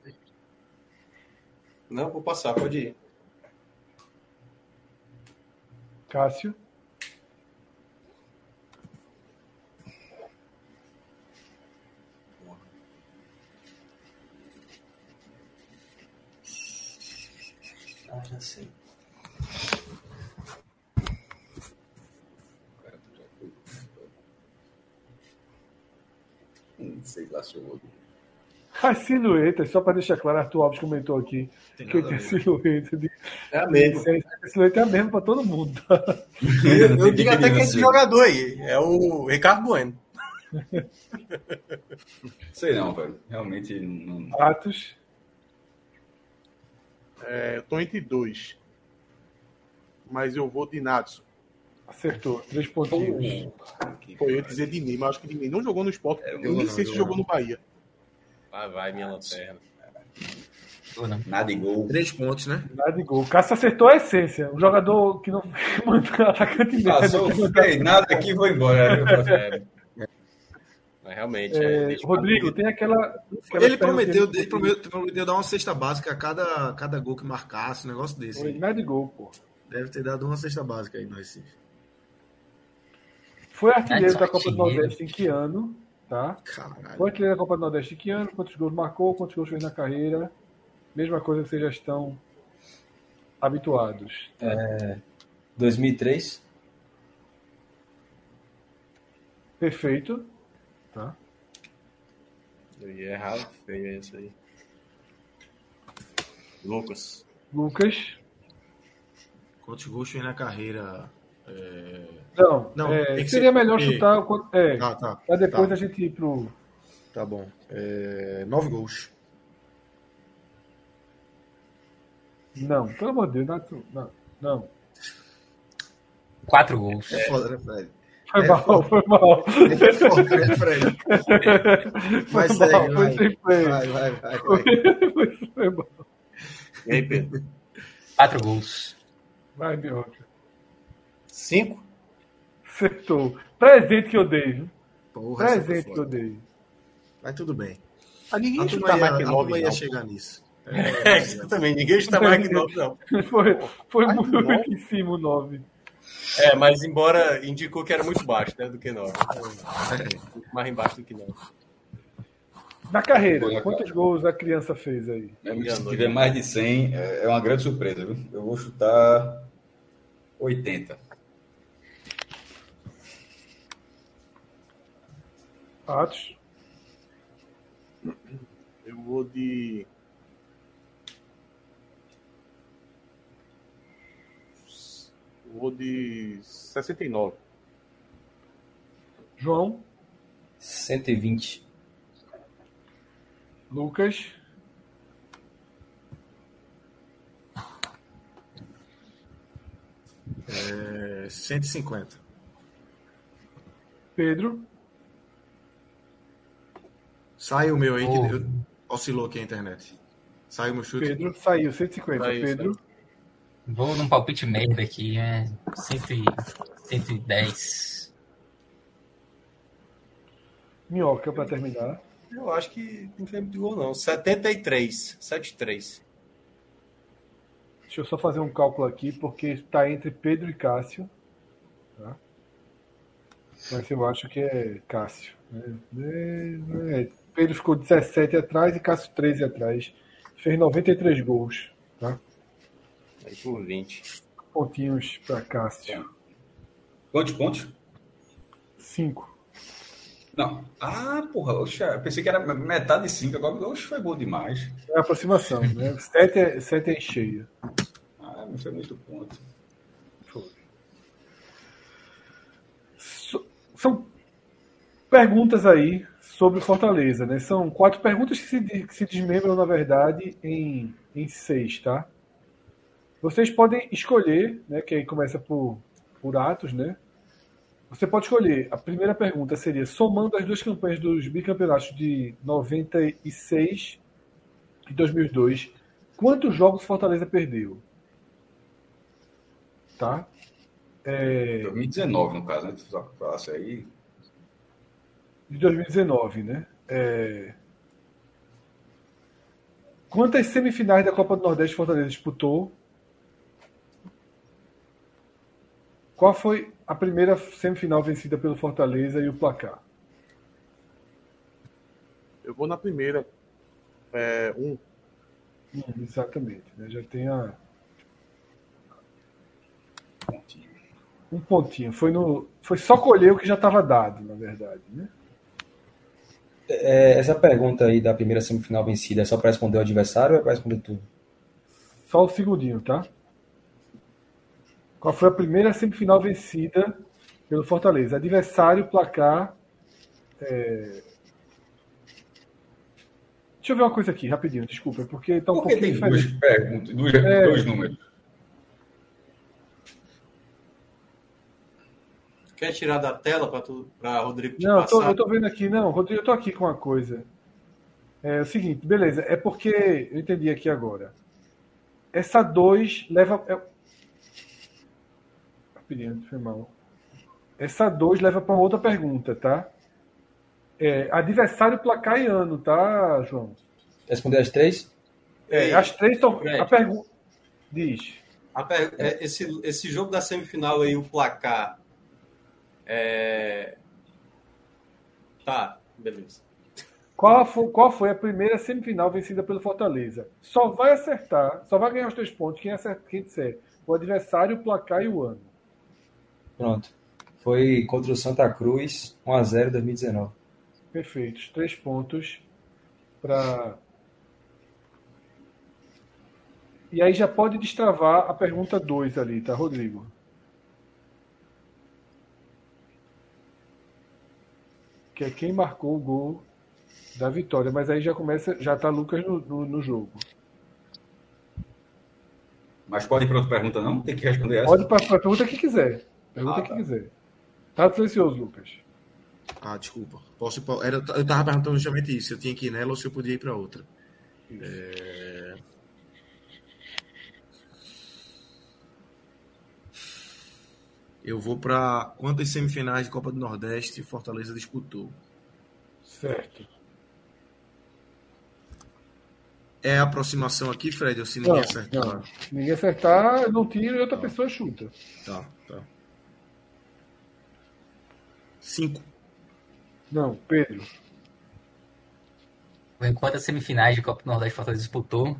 [SPEAKER 6] Não, vou passar, pode ir.
[SPEAKER 2] Cássio.
[SPEAKER 6] Ah, já sei.
[SPEAKER 3] Hum, Sei lá se eu vou.
[SPEAKER 2] As silhuetas, só para deixar claro, Arthur Alves comentou aqui
[SPEAKER 10] Tem
[SPEAKER 2] que
[SPEAKER 10] nada a
[SPEAKER 2] tem
[SPEAKER 10] ver.
[SPEAKER 2] silhueta de
[SPEAKER 6] É a mesma.
[SPEAKER 2] Esse leite é a mesma pra todo mundo. tá?
[SPEAKER 6] Eu,
[SPEAKER 3] Não tem
[SPEAKER 6] digo até que é
[SPEAKER 3] dividendo,
[SPEAKER 6] esse
[SPEAKER 3] né?
[SPEAKER 6] jogador aí é o Ricardo Bueno.
[SPEAKER 3] Sei não, velho. Realmente não.
[SPEAKER 2] Atos,
[SPEAKER 5] É, eu tô entre dois. Mas eu vou de Natsu.
[SPEAKER 2] acertou. Três pontinhos.
[SPEAKER 5] Pô, eu ia dizer de Ney, mas acho que de Ney não jogou no esporte.
[SPEAKER 3] É,
[SPEAKER 5] eu nem
[SPEAKER 3] não,
[SPEAKER 5] sei se
[SPEAKER 3] não,
[SPEAKER 5] jogou
[SPEAKER 3] não.
[SPEAKER 5] no Bahia.
[SPEAKER 6] Lá vai minha lanterna.
[SPEAKER 4] Ou não?
[SPEAKER 3] Nada em gol.
[SPEAKER 1] Três pontos, né?
[SPEAKER 2] Nada de gol. O Cássio acertou a essência. Um jogador que não manda atacante
[SPEAKER 3] Passou, fez nada aqui, vou embora.
[SPEAKER 6] Mas realmente.
[SPEAKER 2] É,
[SPEAKER 6] deixa eu-
[SPEAKER 2] Rodrigo, tem aquela. aquela
[SPEAKER 1] Ele
[SPEAKER 2] pergunta-
[SPEAKER 1] prometeu, ele prometeu, prometeu dar uma cesta básica a cada, cada gol que marcasse, um negócio desse.
[SPEAKER 2] Foi nada de gol, pô.
[SPEAKER 1] Deve ter dado uma cesta básica aí no Recife.
[SPEAKER 2] Foi artilheiro
[SPEAKER 4] Ah,
[SPEAKER 2] da Copa do
[SPEAKER 4] artilheiro.
[SPEAKER 2] Nordeste em que ano? Tá?
[SPEAKER 1] Caralho.
[SPEAKER 2] Foi artilheiro da Copa do Nordeste em que ano? Quantos gols marcou? Quantos gols fez na carreira? Mesma coisa que vocês já estão habituados.
[SPEAKER 7] 2003,
[SPEAKER 2] Perfeito. Tá?
[SPEAKER 6] Eu ia errar feio é isso aí. Lucas.
[SPEAKER 2] Lucas.
[SPEAKER 1] Quantos gols fez na carreira? É...
[SPEAKER 2] Não,
[SPEAKER 1] Não,
[SPEAKER 2] é,
[SPEAKER 1] tem que
[SPEAKER 2] seria
[SPEAKER 1] ser-
[SPEAKER 2] melhor
[SPEAKER 1] tem-
[SPEAKER 2] chutar o quanto. É,
[SPEAKER 1] Ah, tá.
[SPEAKER 2] pra depois
[SPEAKER 1] tá.
[SPEAKER 2] a gente ir pro.
[SPEAKER 1] Tá bom. É, Nove gols.
[SPEAKER 2] Não, pelo amor de Deus, não, é não. não.
[SPEAKER 4] Quatro gols.
[SPEAKER 1] É foda, né, Fred?
[SPEAKER 2] Foi
[SPEAKER 1] É,
[SPEAKER 2] mal, foi mal.
[SPEAKER 1] É foda, né, Fred? Vai,
[SPEAKER 2] Foi mal,
[SPEAKER 1] segue,
[SPEAKER 2] foi
[SPEAKER 1] vai.
[SPEAKER 2] sem play.
[SPEAKER 1] Vai, vai, vai. vai.
[SPEAKER 2] Foi mal.
[SPEAKER 6] E aí, Pedro?
[SPEAKER 4] Quatro gols.
[SPEAKER 2] Vai, Bioca.
[SPEAKER 6] Cinco?
[SPEAKER 2] Acertou. Presente que eu dei. viu?
[SPEAKER 1] Porra, essa foi
[SPEAKER 2] Presente que eu
[SPEAKER 1] é foda.
[SPEAKER 2] dei.
[SPEAKER 1] Mas tudo bem.
[SPEAKER 6] Ah,
[SPEAKER 1] A
[SPEAKER 6] ninguém
[SPEAKER 2] tá
[SPEAKER 1] turma
[SPEAKER 6] chuta
[SPEAKER 1] ia,
[SPEAKER 6] mais
[SPEAKER 1] a
[SPEAKER 6] que
[SPEAKER 1] turma
[SPEAKER 6] nove,
[SPEAKER 1] ia
[SPEAKER 6] não.
[SPEAKER 1] chegar nisso.
[SPEAKER 6] É, isso também. Ninguém chuta mais que nove, não.
[SPEAKER 2] Foi, foi
[SPEAKER 6] Ai,
[SPEAKER 2] muito
[SPEAKER 6] nove?
[SPEAKER 2] em cima o 9.
[SPEAKER 6] É, mas embora indicou que era muito baixo, né? Do que nove.
[SPEAKER 1] É.
[SPEAKER 6] Mais embaixo do que nove.
[SPEAKER 2] Na carreira,
[SPEAKER 3] Boa, cara.
[SPEAKER 2] quantos gols a criança fez aí?
[SPEAKER 6] É
[SPEAKER 3] É, Se
[SPEAKER 6] né?
[SPEAKER 3] tiver mais de 100, é é uma grande surpresa, viu? Eu vou chutar 80.
[SPEAKER 2] Atos?
[SPEAKER 5] Eu vou de. 69. de 69.
[SPEAKER 2] João?
[SPEAKER 7] 120.
[SPEAKER 2] Lucas?
[SPEAKER 1] É, 150.
[SPEAKER 2] Pedro?
[SPEAKER 1] Sai o meu aí,
[SPEAKER 4] Oh.
[SPEAKER 1] que deu- oscilou aqui a internet. Sai o meu chute.
[SPEAKER 2] Pedro saiu, 150.
[SPEAKER 6] Saiu,
[SPEAKER 2] Pedro?
[SPEAKER 4] Vou num palpite merda aqui, é 100, 110.
[SPEAKER 2] Minhoca pra terminar.
[SPEAKER 6] Eu acho que não tem muito gol, não. 73. 73.
[SPEAKER 2] Deixa eu só fazer um cálculo aqui, porque tá entre Pedro e Cássio. tá? Mas eu acho que é Cássio. né? É, é. Pedro ficou 17 atrás e Cássio 13 atrás. Fez 93 gols.
[SPEAKER 6] Aí por 20.
[SPEAKER 2] Pontinhos pra Cássio.
[SPEAKER 3] Quantos pontos?
[SPEAKER 2] 5.
[SPEAKER 3] Não. Ah, porra, oxe, eu pensei que era metade de 5, agora oxe, foi bom demais.
[SPEAKER 2] É aproximação, né? 7 é, sete é em cheia.
[SPEAKER 3] Ah, não foi muito ponto.
[SPEAKER 2] So- são perguntas aí sobre o Fortaleza, né? São quatro perguntas que se, de- que se desmembram, na verdade, em, em seis, tá? Vocês podem escolher, né? Que aí começa por, por Atos, né? Você pode escolher. A primeira pergunta seria: somando as duas campanhas dos bicampeonatos de 96 e 2002, quantos jogos o Fortaleza perdeu? Tá?
[SPEAKER 3] 2019, no caso, né? Só que falasse aí.
[SPEAKER 2] de 2019, né? É. Quantas semifinais da Copa do Nordeste Fortaleza disputou? Qual foi a primeira semifinal vencida pelo Fortaleza e o placar?
[SPEAKER 5] Eu vou na primeira. É, um.
[SPEAKER 2] Hum, exatamente, né? já tem a- um pontinho. Foi, no, foi só colher o que já estava dado, na verdade. Né?
[SPEAKER 7] É, essa pergunta aí da primeira semifinal vencida é só para responder o adversário ou é para responder tudo?
[SPEAKER 2] Só o segundinho, tá? Qual foi a primeira semifinal vencida pelo Fortaleza? Adversário, placar. é, Deixa eu ver uma coisa aqui, rapidinho, desculpa, porque tá um
[SPEAKER 3] Porque
[SPEAKER 2] pouquinho
[SPEAKER 3] tem
[SPEAKER 2] diferente.
[SPEAKER 3] duas perguntas, duas-
[SPEAKER 2] É.
[SPEAKER 3] dois números.
[SPEAKER 6] Quer tirar da tela para Rodrigo te
[SPEAKER 2] Não, eu tô,
[SPEAKER 6] passar?
[SPEAKER 2] eu tô vendo aqui, não, Rodrigo, eu tô aqui com uma coisa. É o seguinte, beleza, é porque eu entendi aqui agora. Essa 2 leva. É... Rapidinho, foi mal. Essa 2 leva para outra pergunta, tá? É, adversário, placar e ano, tá, João?
[SPEAKER 7] Responder as três?
[SPEAKER 2] É, as três são.
[SPEAKER 6] Fred.
[SPEAKER 2] A pergunta. Diz.
[SPEAKER 6] A per- é, Esse, esse jogo da semifinal aí, o placar. é, Tá, beleza.
[SPEAKER 2] Qual foi, qual foi a primeira semifinal vencida pelo Fortaleza? Só vai acertar, só vai ganhar os três pontos quem, acertar, quem disser o adversário, o placar e o ano.
[SPEAKER 7] Pronto. Foi contra o Santa Cruz, 1x0 2019.
[SPEAKER 2] Perfeitos. Três pontos para. E aí já pode destravar a pergunta 2 ali, tá, Rodrigo? Que é quem marcou o gol da vitória. Mas aí já começa, já tá Lucas no, no, no jogo.
[SPEAKER 3] Mas pode ir para outra pergunta, não? Tem que responder essa.
[SPEAKER 2] Pode passar a pergunta que quiser. Pergunta
[SPEAKER 3] Ah,
[SPEAKER 2] que
[SPEAKER 3] tá.
[SPEAKER 2] quiser. Tá silencioso, Lucas.
[SPEAKER 1] Ah, desculpa. Posso ir pra... Era... Eu tava perguntando justamente isso. Se eu tinha que ir nela ou se eu podia ir para outra. É... Eu vou para quantas semifinais de Copa do Nordeste Fortaleza disputou?
[SPEAKER 2] Certo.
[SPEAKER 1] É a aproximação aqui, Fred, ou se
[SPEAKER 2] Não,
[SPEAKER 1] ninguém acertar?
[SPEAKER 2] não. Ninguém acertar, eu não tiro e outra pessoa chuta.
[SPEAKER 1] Tá, tá. Cinco.
[SPEAKER 2] Não, Pedro.
[SPEAKER 4] Enquanto as semifinais de Copa do Nordeste Fortaleza disputou,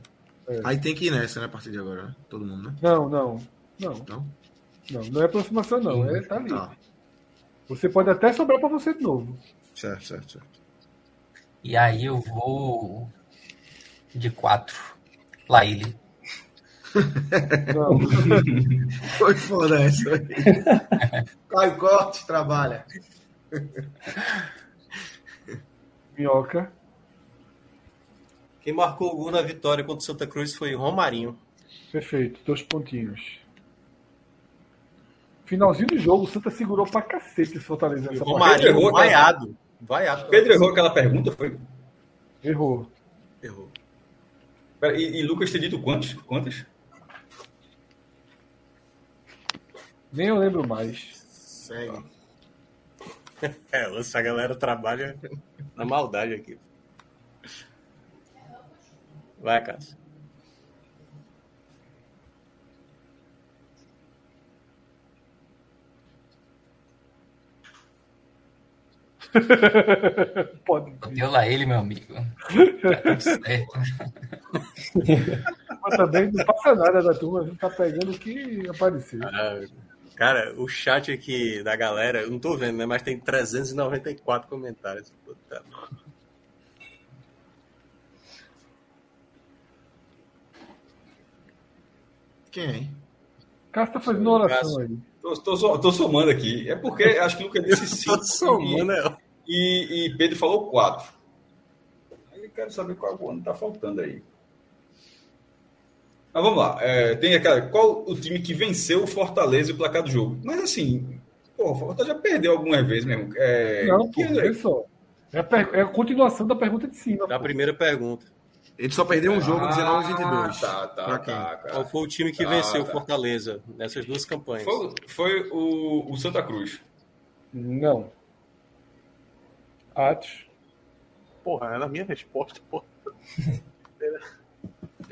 [SPEAKER 1] Aí tem que ir nessa, né? A partir de agora, né? Todo mundo, né?
[SPEAKER 2] Não, não. Não,
[SPEAKER 1] Então,
[SPEAKER 2] não, não é aproximação, não. É, tá ali.
[SPEAKER 1] tá.
[SPEAKER 2] Você pode até sobrar pra você de novo.
[SPEAKER 1] Certo, certo, certo.
[SPEAKER 4] e aí eu vou de quatro. Lá ele.
[SPEAKER 2] Não,
[SPEAKER 1] Foi foda essa. aí. Caio Cortes trabalha.
[SPEAKER 2] minhoca.
[SPEAKER 6] Quem marcou o gol na vitória contra o Santa Cruz foi Romarinho.
[SPEAKER 2] Perfeito, dois pontinhos. Finalzinho do jogo, o Santa segurou pra cacete esse Fortaleza
[SPEAKER 6] E
[SPEAKER 2] nessa partida.
[SPEAKER 6] Romarinho
[SPEAKER 3] errou, cara.
[SPEAKER 6] vaiado. Vaiado.
[SPEAKER 3] Pedro errou aquela pergunta, foi?
[SPEAKER 2] Errou.
[SPEAKER 1] Errou.
[SPEAKER 3] Pera, E, e Lucas tem dito quantos? Quantas?
[SPEAKER 2] Nem eu lembro mais.
[SPEAKER 1] Segue.
[SPEAKER 6] É, essa galera trabalha na maldade aqui. Vai, Cássio.
[SPEAKER 2] Pode. vir.
[SPEAKER 4] Deu lá ele, meu amigo. Tá tudo certo.
[SPEAKER 2] Mas também não passa nada da turma, a gente tá pegando o que apareceu.
[SPEAKER 6] Ah, Cara, o chat aqui da galera, eu não tô vendo, né? Mas tem 394 comentários. Puta merda.
[SPEAKER 1] Quem é, hein?
[SPEAKER 2] Cássio tá fazendo uma oração aí.
[SPEAKER 3] Tô, tô, so- tô somando aqui. É porque acho que Lucas disse é cinco.
[SPEAKER 6] Tô somando, né?
[SPEAKER 3] E, e Pedro falou quatro. Aí eu quero saber qual ano tá faltando aí. Mas vamos lá. É, tem aquela. Qual o time que venceu o Fortaleza e o placar do jogo? Mas assim, pô, o Fortaleza já perdeu algumas vezes mesmo. É,
[SPEAKER 2] Não, pô,
[SPEAKER 3] que-
[SPEAKER 2] olha só. É a, per- é a continuação da pergunta de cima.
[SPEAKER 6] Da
[SPEAKER 2] pô.
[SPEAKER 6] primeira pergunta.
[SPEAKER 1] Ele só perdeu um jogo, 19 e 22.
[SPEAKER 3] Tá, tá,
[SPEAKER 1] Pra quem?
[SPEAKER 3] tá,
[SPEAKER 6] Qual
[SPEAKER 3] cara.
[SPEAKER 6] foi o time que
[SPEAKER 3] Ah,
[SPEAKER 6] venceu o
[SPEAKER 3] tá.
[SPEAKER 6] Fortaleza nessas duas campanhas?
[SPEAKER 3] Foi, foi o, o Santa Cruz.
[SPEAKER 2] Não. Atos.
[SPEAKER 5] Porra, era a minha resposta, porra.
[SPEAKER 6] Eles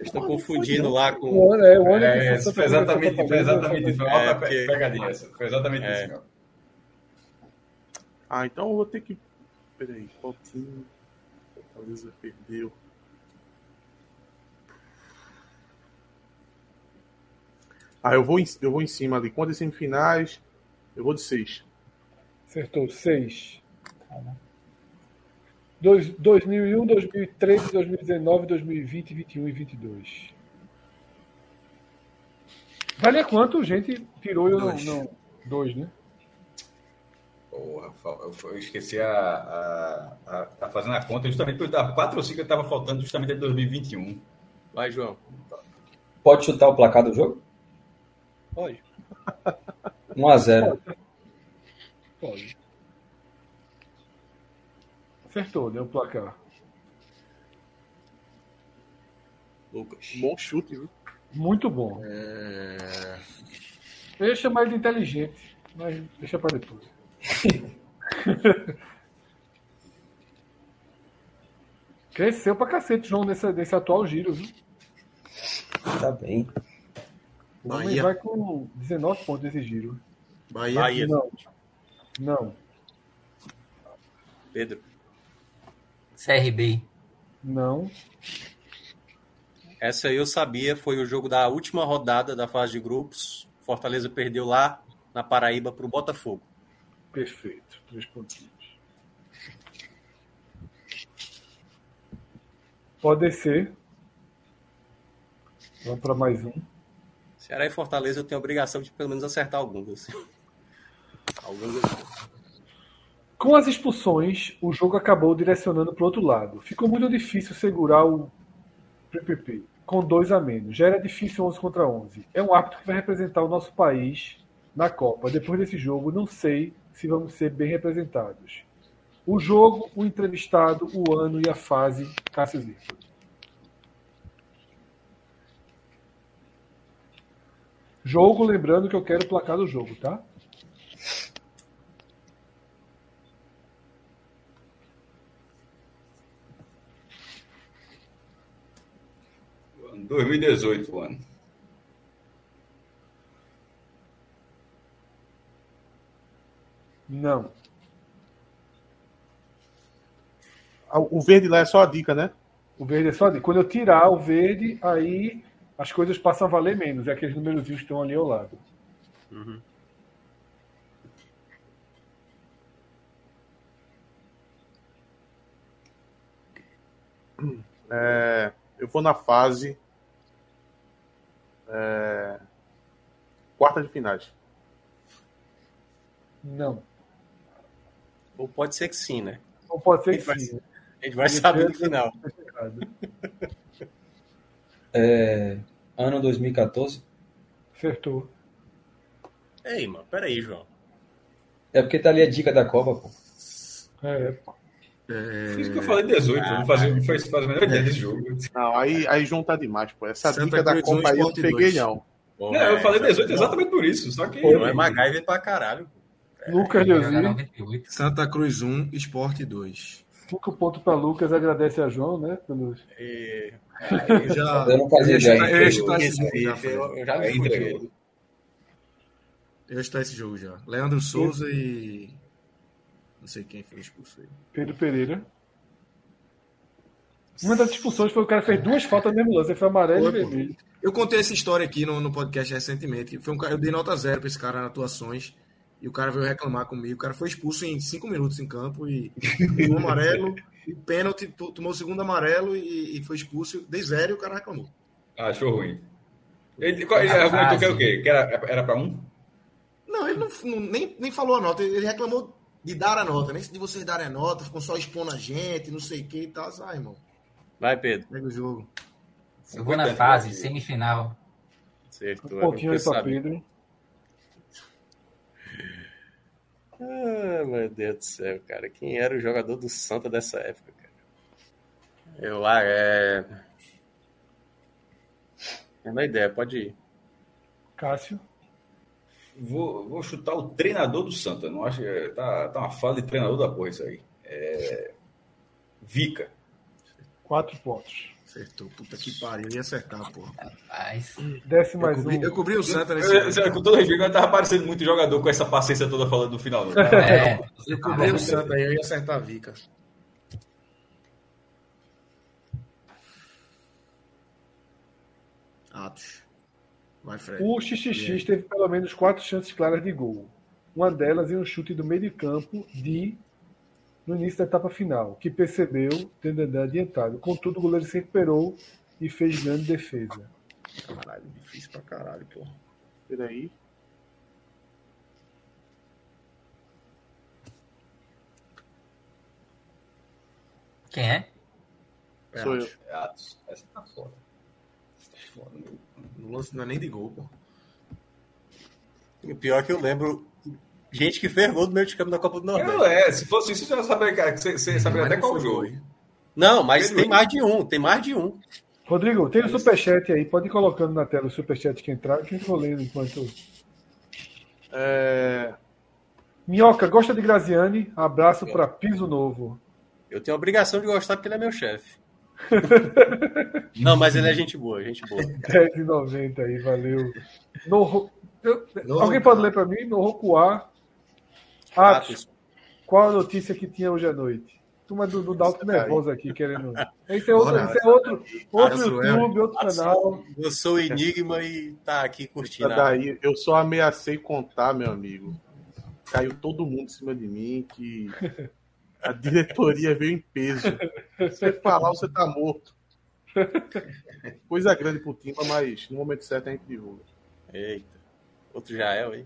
[SPEAKER 6] estão confundindo lá com.
[SPEAKER 2] O ano é o ano que
[SPEAKER 3] É,
[SPEAKER 2] Santa
[SPEAKER 3] foi
[SPEAKER 2] Cruz
[SPEAKER 3] exatamente,
[SPEAKER 2] Santa
[SPEAKER 3] foi
[SPEAKER 2] Cruz,
[SPEAKER 3] exatamente isso. Foi uma
[SPEAKER 6] É,
[SPEAKER 3] outra
[SPEAKER 6] porque-
[SPEAKER 3] pegadinha essa. Foi exatamente
[SPEAKER 6] É.
[SPEAKER 3] isso. Cara.
[SPEAKER 5] Ah, então eu vou ter que. Peraí, qual time? Fortaleza perdeu. Ah, eu vou, em, eu vou em cima ali. Quantas semifinais? Eu vou de seis.
[SPEAKER 2] Acertou seis. 2, 2001, 2013, 2019, 2020, 21 e 22. Vale a quanto, gente? Tirou e eu não,
[SPEAKER 1] Dois.
[SPEAKER 2] não. Dois, né?
[SPEAKER 3] Porra, fal- eu f- eu esqueci a, a, a- Tá fazendo a conta justamente porque da 4 ou 5 eu tava faltando justamente em 2021.
[SPEAKER 6] Vai, João.
[SPEAKER 7] Pode chutar o placar do jogo?
[SPEAKER 6] Pode.
[SPEAKER 7] 1x0.
[SPEAKER 2] Pode. Acertou, né? O placar.
[SPEAKER 6] Lucas.
[SPEAKER 5] Bom chute, viu?
[SPEAKER 2] Muito bom. Eu ia chamar ele de inteligente, mas deixa para depois. Cresceu pra cacete, João, nesse, nesse atual giro, viu?
[SPEAKER 7] Tá bem.
[SPEAKER 2] O homem
[SPEAKER 1] Bahia.
[SPEAKER 2] vai com 19 pontos nesse giro.
[SPEAKER 1] Bahia.
[SPEAKER 6] Bahia,
[SPEAKER 2] Não. Não,
[SPEAKER 6] Pedro.
[SPEAKER 4] CRB.
[SPEAKER 2] não.
[SPEAKER 6] Essa eu sabia, foi o jogo da última rodada da fase de grupos. Fortaleza perdeu lá na Paraíba para o Botafogo.
[SPEAKER 2] Perfeito. Três pontinhos. Pode descer. Vamos para mais um.
[SPEAKER 6] Ceará e Fortaleza eu tenho a obrigação de pelo menos acertar alguns. assim. Alguns
[SPEAKER 2] Com as expulsões, o jogo acabou direcionando para o outro lado. Ficou muito difícil segurar o PPP, com dois a menos. Já era difícil 11 contra 11. É um árbitro que vai representar o nosso país na Copa. Depois desse jogo, não sei se vamos ser bem representados. O jogo, o entrevistado, o ano e a fase, Cássio Zirpoli. Jogo, lembrando que eu quero o placar do jogo, tá?
[SPEAKER 3] O ano 2018, o ano.
[SPEAKER 2] Não.
[SPEAKER 5] Ah, O verde lá é só a dica, né?
[SPEAKER 2] O verde é só de. Quando eu tirar o verde, aí as coisas passam a valer menos. É aqueles números que estão ali ao lado.
[SPEAKER 5] É, eu vou na fase. é, quarta de finais.
[SPEAKER 2] Não.
[SPEAKER 6] Ou pode ser que sim, né?
[SPEAKER 2] Não pode ser assim, que
[SPEAKER 6] Vai
[SPEAKER 2] sim.
[SPEAKER 6] A gente vai saber no final.
[SPEAKER 7] É, ano 2014.
[SPEAKER 2] Acertou.
[SPEAKER 6] Ei, mano, peraí, João.
[SPEAKER 7] É porque tá ali a dica da Copa, pô.
[SPEAKER 2] É, pô.
[SPEAKER 3] Por isso que eu falei 18, não fazia, não faz, faz a menor ideia desse jogo.
[SPEAKER 5] Não, aí, aí João tá demais, pô. Essa
[SPEAKER 1] É. Santa
[SPEAKER 5] dica da
[SPEAKER 1] Cruz, um
[SPEAKER 5] Copa aí eu não
[SPEAKER 1] esporte
[SPEAKER 5] peguei,
[SPEAKER 1] dois.
[SPEAKER 5] não.
[SPEAKER 6] Bom,
[SPEAKER 3] Não, eu
[SPEAKER 6] é,
[SPEAKER 3] falei
[SPEAKER 6] já-
[SPEAKER 3] 18
[SPEAKER 6] não,
[SPEAKER 3] exatamente por isso, só que...
[SPEAKER 6] Não é MacGyver pra caralho.
[SPEAKER 4] é,
[SPEAKER 2] Lucas Leozir,
[SPEAKER 4] 98.
[SPEAKER 1] Santa Cruz 1, Sport 2.
[SPEAKER 2] cinco pontos para Lucas. Agradece a João, né? Pelos...
[SPEAKER 6] E...
[SPEAKER 1] Eu já.
[SPEAKER 7] Eu não fazia
[SPEAKER 1] eu ia chutar-
[SPEAKER 7] ideia.
[SPEAKER 1] eu ia chutar esse
[SPEAKER 6] Isso,
[SPEAKER 1] jogo já.
[SPEAKER 6] isso,
[SPEAKER 1] Fred.
[SPEAKER 6] eu, eu já
[SPEAKER 3] Aí
[SPEAKER 6] me
[SPEAKER 3] entreguei.
[SPEAKER 6] fudi.
[SPEAKER 1] Eu ia chutar esse jogo já. Leandro Souza e. Não sei quem foi expulso aí.
[SPEAKER 2] Pedro Pereira. Uma das expulsões foi o cara fez duas faltas no mesmo lance. Ele foi amarelo
[SPEAKER 1] Foi,
[SPEAKER 2] e
[SPEAKER 1] pô.
[SPEAKER 2] vermelho.
[SPEAKER 1] Eu contei essa história aqui no, no podcast recentemente. Foi um, cara- eu dei nota zero pra esse cara nas atuações. E o cara veio reclamar comigo. O cara foi expulso em cinco minutos em campo e tomou um amarelo, e pênalti, to- tomou o segundo amarelo e, e foi expulso. Dei zero e o cara reclamou.
[SPEAKER 3] Ah, achou ruim. Ele, qual, ele
[SPEAKER 4] Essa
[SPEAKER 3] argumentou
[SPEAKER 4] fase.
[SPEAKER 3] que era o quê? Que era, era pra um?
[SPEAKER 1] Não, ele não, não- nem, nem falou a nota, ele ele reclamou de dar a nota, nem de vocês darem a nota, ficam só expondo a gente, não sei o que e tal. Ai, irmão,
[SPEAKER 6] Vai, Pedro.
[SPEAKER 1] pega o jogo.
[SPEAKER 4] Eu vou na fase, semifinal.
[SPEAKER 6] Acertou.
[SPEAKER 2] Um
[SPEAKER 6] é
[SPEAKER 2] pontinho aí
[SPEAKER 6] porque
[SPEAKER 2] para
[SPEAKER 6] sabe.
[SPEAKER 2] Pedro.
[SPEAKER 6] Ah, meu Deus do céu, cara. Quem era o jogador do Santa dessa época, cara? Eu lá, é. É uma ideia, pode ir.
[SPEAKER 2] Cássio.
[SPEAKER 3] Vou, vou chutar o treinador do Santa. Não acho, é, tá, tá uma fala de treinador da porra isso aí. É, Vica.
[SPEAKER 2] Quatro pontos.
[SPEAKER 1] Acertou, puta que pariu, ia acertar, porra.
[SPEAKER 4] Mas
[SPEAKER 2] Desce
[SPEAKER 1] Eu
[SPEAKER 2] mais
[SPEAKER 1] cobri,
[SPEAKER 2] um.
[SPEAKER 1] eu cobri o Santa nesse
[SPEAKER 3] Eu-
[SPEAKER 1] jogo.
[SPEAKER 3] eu- com todo respeito, mas tava parecendo muito jogador com essa paciência toda falando no final. né? Não,
[SPEAKER 4] é.
[SPEAKER 1] Eu
[SPEAKER 6] tá
[SPEAKER 1] cobri o Santa aí, eu ia acertar a Vica. Atos. Vai, Fred.
[SPEAKER 2] O XXX teve pelo menos quatro chances claras de gol. Uma delas em um chute do meio de campo de no início da etapa final, que percebeu tendo andado adiantado. Contudo, o goleiro se recuperou e fez grande defesa.
[SPEAKER 1] Caralho, difícil pra caralho, porra.
[SPEAKER 5] Peraí.
[SPEAKER 4] Quem é?
[SPEAKER 1] É,
[SPEAKER 5] Sou eu.
[SPEAKER 1] Atos.
[SPEAKER 3] é Atos. Essa tá foda. Essa tá foda, meu.
[SPEAKER 1] O lance não é nem de gol, pô.
[SPEAKER 6] E O pior é que eu lembro gente que fez gol do meio de campo da Copa do Nordeste.
[SPEAKER 3] Não, é, se fosse isso, eu já saberia, cara, que você, você saberia até qual jogo.
[SPEAKER 6] Não, mas
[SPEAKER 3] Pedro.
[SPEAKER 6] tem mais de um, tem mais de um.
[SPEAKER 2] Rodrigo, tem o um superchat aí. Pode ir colocando na tela o superchat que entrar, que eu vou lendo enquanto.
[SPEAKER 5] É,
[SPEAKER 2] Minhoca, gosta de Graziani? Abraço para Piso Novo.
[SPEAKER 6] Eu tenho a obrigação de gostar porque ele é meu chefe. Não, mas ele é gente boa, gente boa.
[SPEAKER 2] 10,90 aí, valeu. No Ro- eu- Alguém pode ler para mim? No Rocuar. Atos,
[SPEAKER 6] Atos.
[SPEAKER 2] qual a notícia que tinha hoje à noite? Turma do, do Dalton
[SPEAKER 5] aí.
[SPEAKER 2] nervoso aqui, querendo. Esse é outro,
[SPEAKER 1] Bora.
[SPEAKER 2] esse é outro, outro
[SPEAKER 1] Atos,
[SPEAKER 2] YouTube, outro
[SPEAKER 6] Atos.
[SPEAKER 2] canal.
[SPEAKER 6] Eu sou o Enigma e tá aqui curtindo.
[SPEAKER 5] Essa daí, eu só ameacei contar, meu amigo. Caiu todo mundo em cima de mim que a diretoria veio em peso. Se você falar, você tá morto. Coisa grande pro Timba, mas no momento certo a gente divulga.
[SPEAKER 6] Eita. Outro é, Jael aí.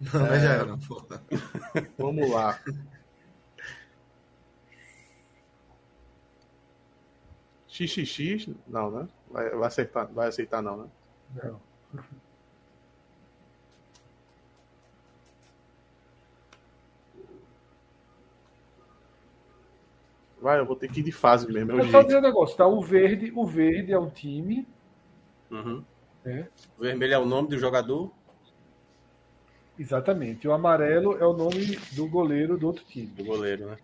[SPEAKER 1] Não, mas já era, pô.
[SPEAKER 5] Vamos lá. XXX? Não, né? Vai, vai aceitar, vai aceitar não, né?
[SPEAKER 2] Não.
[SPEAKER 5] Vai, eu vou ter que ir de fase mesmo, é o
[SPEAKER 2] Eu só
[SPEAKER 5] jeito.
[SPEAKER 2] dizer um negócio, tá? O verde, o verde é um time.
[SPEAKER 6] Uhum.
[SPEAKER 2] É.
[SPEAKER 6] O vermelho é o nome do jogador.
[SPEAKER 2] Exatamente. O amarelo é o nome do goleiro do outro time.
[SPEAKER 6] Do goleiro, né?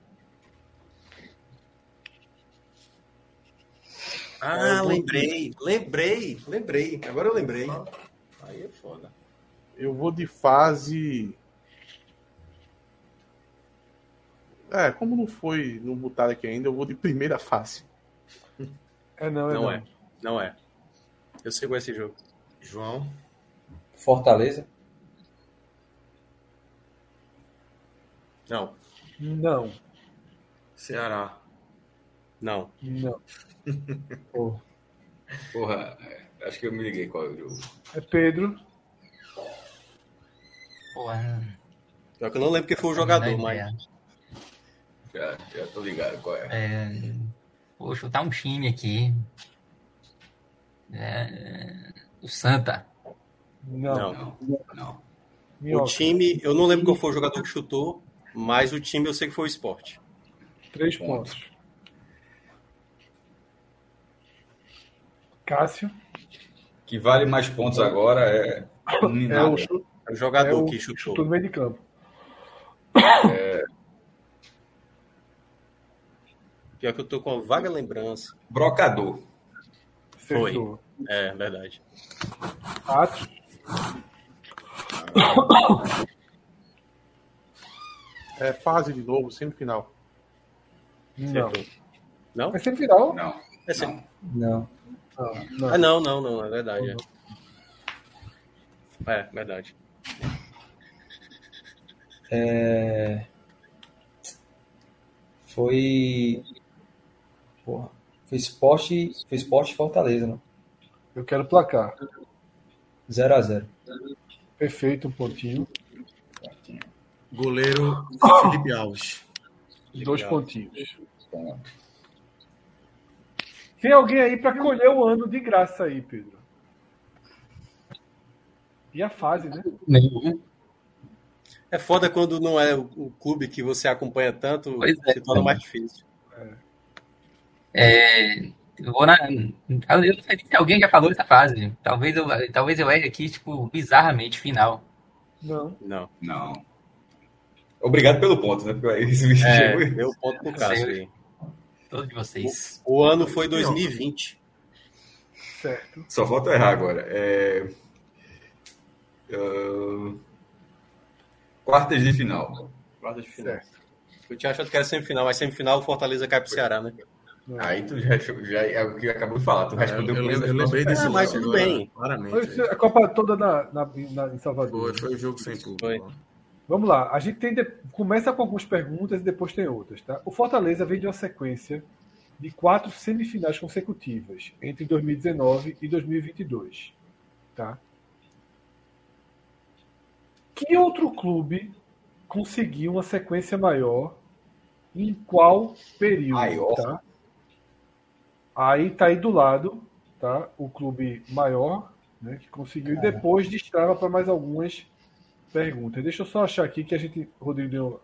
[SPEAKER 6] Ah, lembrei, lembrei, lembrei. Agora eu lembrei. Aí é foda.
[SPEAKER 5] Eu vou de fase. É, como não foi, não botaram aqui ainda, eu vou de primeira fase.
[SPEAKER 2] É não, é não.
[SPEAKER 6] Não é, não é. Eu sei qual é esse jogo.
[SPEAKER 1] João.
[SPEAKER 7] Fortaleza.
[SPEAKER 6] Não,
[SPEAKER 2] Não,
[SPEAKER 1] Ceará.
[SPEAKER 6] não.
[SPEAKER 2] não.
[SPEAKER 3] Porra, é, acho que eu me liguei qual é o jogo.
[SPEAKER 2] É Pedro.
[SPEAKER 4] Porra, não-
[SPEAKER 6] Pior que eu não lembro quem foi o Um jogador,
[SPEAKER 4] não é. dá
[SPEAKER 6] mas.
[SPEAKER 4] ideia.
[SPEAKER 3] Já, já tô ligado qual é.
[SPEAKER 4] É, vou chutar um time aqui. É, o Santa.
[SPEAKER 2] Não.
[SPEAKER 6] Não.
[SPEAKER 3] Não, não.
[SPEAKER 6] O
[SPEAKER 2] Minhoca,
[SPEAKER 6] time, eu não lembro qual foi o jogador que chutou, mas o time eu sei que foi o esporte.
[SPEAKER 2] três pontos. Cássio.
[SPEAKER 3] Que vale mais pontos agora é.
[SPEAKER 2] É o,
[SPEAKER 3] Nada.
[SPEAKER 2] chu-
[SPEAKER 6] É o
[SPEAKER 2] é
[SPEAKER 6] jogador
[SPEAKER 2] o
[SPEAKER 6] que chutou.
[SPEAKER 2] chutou no meio de campo.
[SPEAKER 6] Pior que eu tô com uma vaga lembrança.
[SPEAKER 3] Brocador.
[SPEAKER 2] Acertou.
[SPEAKER 6] É, verdade.
[SPEAKER 2] Atos.
[SPEAKER 5] É fase de novo, semifinal.
[SPEAKER 2] Não.
[SPEAKER 6] Não?
[SPEAKER 2] É semifinal?
[SPEAKER 3] Não.
[SPEAKER 6] É sem-
[SPEAKER 3] não.
[SPEAKER 7] Não.
[SPEAKER 6] Ah,
[SPEAKER 2] Não.
[SPEAKER 6] não, não, não, é verdade. É, é verdade.
[SPEAKER 7] É... Foi. Porra. Foi esporte, foi esporte Fortaleza, não?
[SPEAKER 2] Eu quero placar.
[SPEAKER 7] 0x0.
[SPEAKER 2] Perfeito, um pontinho.
[SPEAKER 1] Goleiro Felipe Alves.
[SPEAKER 2] Dois pontinhos. Tem alguém aí para colher o ano de graça aí, Pedro. E a fase, né?
[SPEAKER 6] É foda quando não é o o clube que você acompanha tanto,
[SPEAKER 4] Pois é.
[SPEAKER 6] se torna mais difícil.
[SPEAKER 4] É, eu vou na. Eu não sei se alguém já falou essa fase. Talvez eu, talvez eu erre aqui, tipo, bizarramente final.
[SPEAKER 2] Não.
[SPEAKER 6] Não.
[SPEAKER 3] Não. Obrigado pelo ponto, né? Porque aí esse bicho
[SPEAKER 6] É,
[SPEAKER 3] chegou.
[SPEAKER 6] deu ponto pro Cássio aí.
[SPEAKER 4] Todos de vocês.
[SPEAKER 6] O ano foi 2020.
[SPEAKER 2] Certo.
[SPEAKER 3] Só falta eu errar agora. É... ahn, Quartas de final.
[SPEAKER 6] Quartas de final.
[SPEAKER 2] Certo.
[SPEAKER 6] Eu tinha achado que era semifinal, mas semifinal o Fortaleza cai pro Ceará, né?
[SPEAKER 3] Aí tu já, já é o que eu acabou de falar. Tu respondeu
[SPEAKER 1] É, eu, um
[SPEAKER 3] com
[SPEAKER 1] eu,
[SPEAKER 3] essa
[SPEAKER 1] eu lembrei desse
[SPEAKER 6] Ah, mas
[SPEAKER 1] lance
[SPEAKER 6] tudo
[SPEAKER 1] agora,
[SPEAKER 6] bem.
[SPEAKER 2] Foi
[SPEAKER 1] Claramente.
[SPEAKER 2] é a Copa toda na, na- na- em Salvador.
[SPEAKER 1] Foi, foi o jogo sem público.
[SPEAKER 6] Foi.
[SPEAKER 2] Vamos lá. A gente tem de- começa com algumas perguntas e depois tem outras, tá? O Fortaleza vem de uma sequência de quatro semifinais consecutivas entre 2019 e 2022, tá? Que outro clube conseguiu uma sequência maior em qual período,
[SPEAKER 3] Maior?
[SPEAKER 2] tá? Aí tá aí do lado, tá? O clube maior, né, que conseguiu e depois destrava para mais algumas perguntas. Deixa eu só achar aqui que a gente, Rodrigo, deu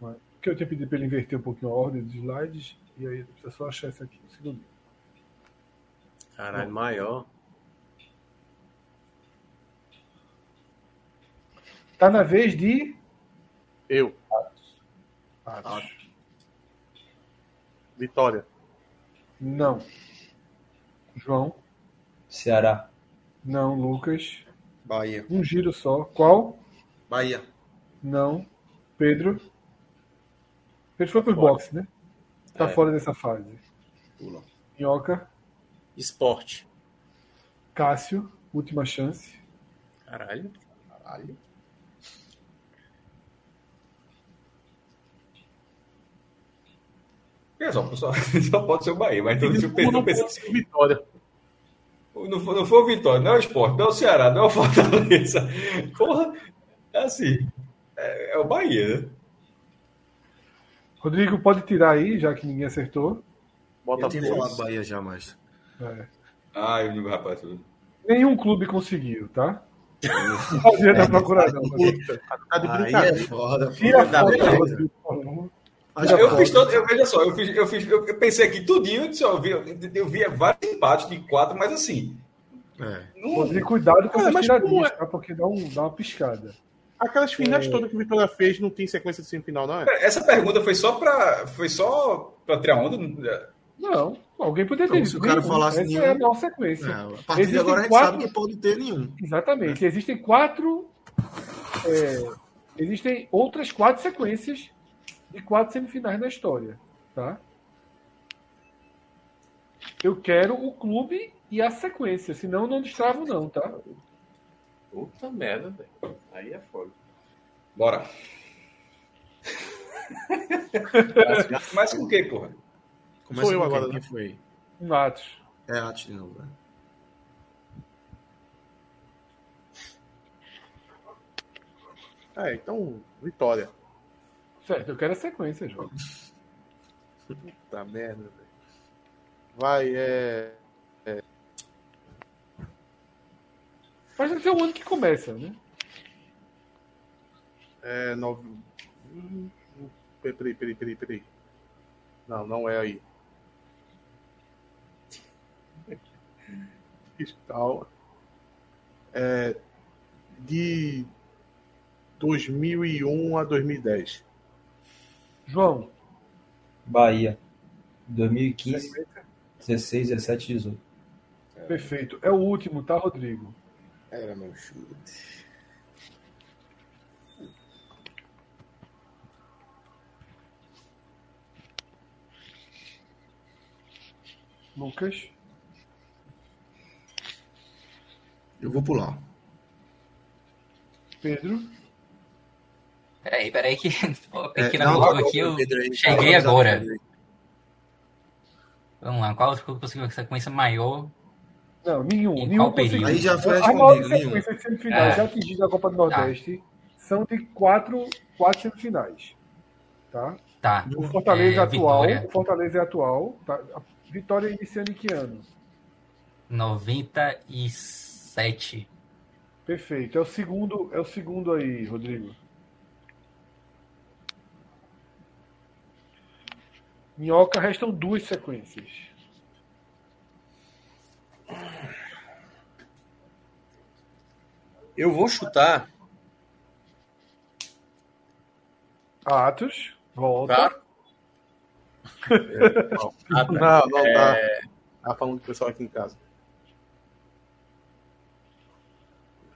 [SPEAKER 2] uma- que eu tinha pedido para ele inverter um pouquinho a ordem dos slides, e aí precisa só achar isso aqui, um segundinho.
[SPEAKER 6] Caralho, maior.
[SPEAKER 2] Tá na vez de.
[SPEAKER 5] Eu.
[SPEAKER 2] Atos.
[SPEAKER 5] Vitória.
[SPEAKER 2] Não. João.
[SPEAKER 7] Ceará.
[SPEAKER 2] Não, Lucas.
[SPEAKER 11] Bahia.
[SPEAKER 2] Um giro só. Qual?
[SPEAKER 1] Bahia.
[SPEAKER 2] Não. Pedro. Pedro foi pro boxe, né? Tá fora dessa fase.
[SPEAKER 11] Pula.
[SPEAKER 2] Minhoca.
[SPEAKER 6] Esporte.
[SPEAKER 2] Cássio. Última chance.
[SPEAKER 6] Caralho.
[SPEAKER 11] Caralho.
[SPEAKER 3] É, só, só, só pode ser o Bahia, mas então se o Pedro
[SPEAKER 5] Não
[SPEAKER 3] pensa.
[SPEAKER 5] pode ser vitória.
[SPEAKER 3] Não foi, não foi o Vitória, não é o Sport, não é o Ceará, não é o Fortaleza. Porra, é assim. É, é o Bahia, né?
[SPEAKER 2] Rodrigo, pode tirar aí, já que ninguém acertou.
[SPEAKER 1] Eu tinha falado
[SPEAKER 5] Botafogo.
[SPEAKER 1] Bahia já, mas.
[SPEAKER 2] É.
[SPEAKER 3] Ai, meu rapaz.
[SPEAKER 2] Nenhum clube conseguiu, tá? Não adianta
[SPEAKER 1] É,
[SPEAKER 2] procurar, não.
[SPEAKER 5] Tá de
[SPEAKER 1] Aí
[SPEAKER 5] brincadeira.
[SPEAKER 1] é foda. pô.
[SPEAKER 2] Tira a
[SPEAKER 6] Ainda
[SPEAKER 2] foto
[SPEAKER 6] bem,
[SPEAKER 2] da
[SPEAKER 6] né?
[SPEAKER 2] Rodrigo Colombo.
[SPEAKER 1] Mas
[SPEAKER 2] Já
[SPEAKER 1] é
[SPEAKER 3] Eu
[SPEAKER 1] foda.
[SPEAKER 3] fiz todo, eu, veja só, eu, fiz, eu, fiz, eu pensei aqui tudinho, eu, disse, ó, eu, vi, eu via vários empates de quatro, mas assim.
[SPEAKER 1] É.
[SPEAKER 3] Não,
[SPEAKER 2] Rodrigo, cuidado com
[SPEAKER 5] Cara,
[SPEAKER 2] essas
[SPEAKER 5] mas como é?
[SPEAKER 2] tiradinhas, tá? Porque dá, um, dá uma piscada.
[SPEAKER 5] Aquelas finais todas que o Vitória fez não tem sequência de semifinal, não é?
[SPEAKER 3] essa pergunta foi só pra. Foi só pra tirar onda?
[SPEAKER 2] Não, alguém poderia
[SPEAKER 1] Então,
[SPEAKER 2] ter dito.
[SPEAKER 1] se o cara
[SPEAKER 2] nenhum.
[SPEAKER 1] falasse
[SPEAKER 2] Essa
[SPEAKER 1] nenhum-
[SPEAKER 2] é a maior sequência.
[SPEAKER 1] Não, a partir de
[SPEAKER 2] Existem
[SPEAKER 1] agora a gente
[SPEAKER 2] quatro-
[SPEAKER 1] sabe que pode ter nenhum.
[SPEAKER 2] Exatamente. Existem quatro. é, existem outras quatro sequências de quatro semifinais na história. Tá? Eu quero o clube e a sequência, senão eu não destravo, não, tá?
[SPEAKER 6] Puta merda, velho. Aí é foda.
[SPEAKER 3] Bora. Mas com quem, porra?
[SPEAKER 1] Começa
[SPEAKER 5] eu
[SPEAKER 1] com
[SPEAKER 5] agora,
[SPEAKER 1] quem?
[SPEAKER 5] né?
[SPEAKER 1] Quem foi?
[SPEAKER 2] Um Atos.
[SPEAKER 1] É Atos de novo. né?
[SPEAKER 5] É, então, vitória.
[SPEAKER 2] Certo, eu quero a sequência, João.
[SPEAKER 5] Puta merda, velho. Vai, é.
[SPEAKER 2] Mas deve ser o ano que começa, né?
[SPEAKER 5] É. Nove... Hum, Peraí, peraí, peraí, peraí. Não, não é aí. Fiscal. É. De 2001 a 2010.
[SPEAKER 2] João,
[SPEAKER 7] Bahia. 2015, 16, 17, 18.
[SPEAKER 2] perfeito. É o último, tá, Rodrigo?
[SPEAKER 11] Era meu chute.
[SPEAKER 2] Lucas.
[SPEAKER 1] Eu vou pular.
[SPEAKER 2] Pedro.
[SPEAKER 4] Peraí, peraí que pô, aqui
[SPEAKER 1] É,
[SPEAKER 4] na
[SPEAKER 1] não,
[SPEAKER 4] Globo
[SPEAKER 1] agora,
[SPEAKER 4] aqui eu
[SPEAKER 1] Pedro, aí,
[SPEAKER 4] cheguei
[SPEAKER 1] tá,
[SPEAKER 4] agora.
[SPEAKER 1] Pedro, aí.
[SPEAKER 4] Vamos lá, qual clube conseguiu essa sequência maior?
[SPEAKER 2] Não, nenhum.
[SPEAKER 4] Em
[SPEAKER 2] nenhum
[SPEAKER 4] qual período?
[SPEAKER 1] Aí
[SPEAKER 2] conseguiu.
[SPEAKER 1] já foi
[SPEAKER 2] As maiores
[SPEAKER 1] respondido, nenhum.
[SPEAKER 2] sequências de semifinais
[SPEAKER 4] É.
[SPEAKER 2] já atingidas na Copa do Nordeste são de quatro, quatro semifinais. Tá?
[SPEAKER 4] Tá.
[SPEAKER 2] O Fortaleza
[SPEAKER 4] É,
[SPEAKER 2] atual.
[SPEAKER 4] Vitória.
[SPEAKER 2] O Fortaleza é atual. Tá? A Vitória iniciando em que ano?
[SPEAKER 4] 97.
[SPEAKER 2] Perfeito. É o segundo, é o segundo aí, Rodrigo. Minhoca restam duas sequências.
[SPEAKER 6] Eu vou chutar.
[SPEAKER 2] Atos, volta.
[SPEAKER 6] Tá? Ah, tá.
[SPEAKER 5] Não, não dá. Tá É. falando do pessoal aqui em casa.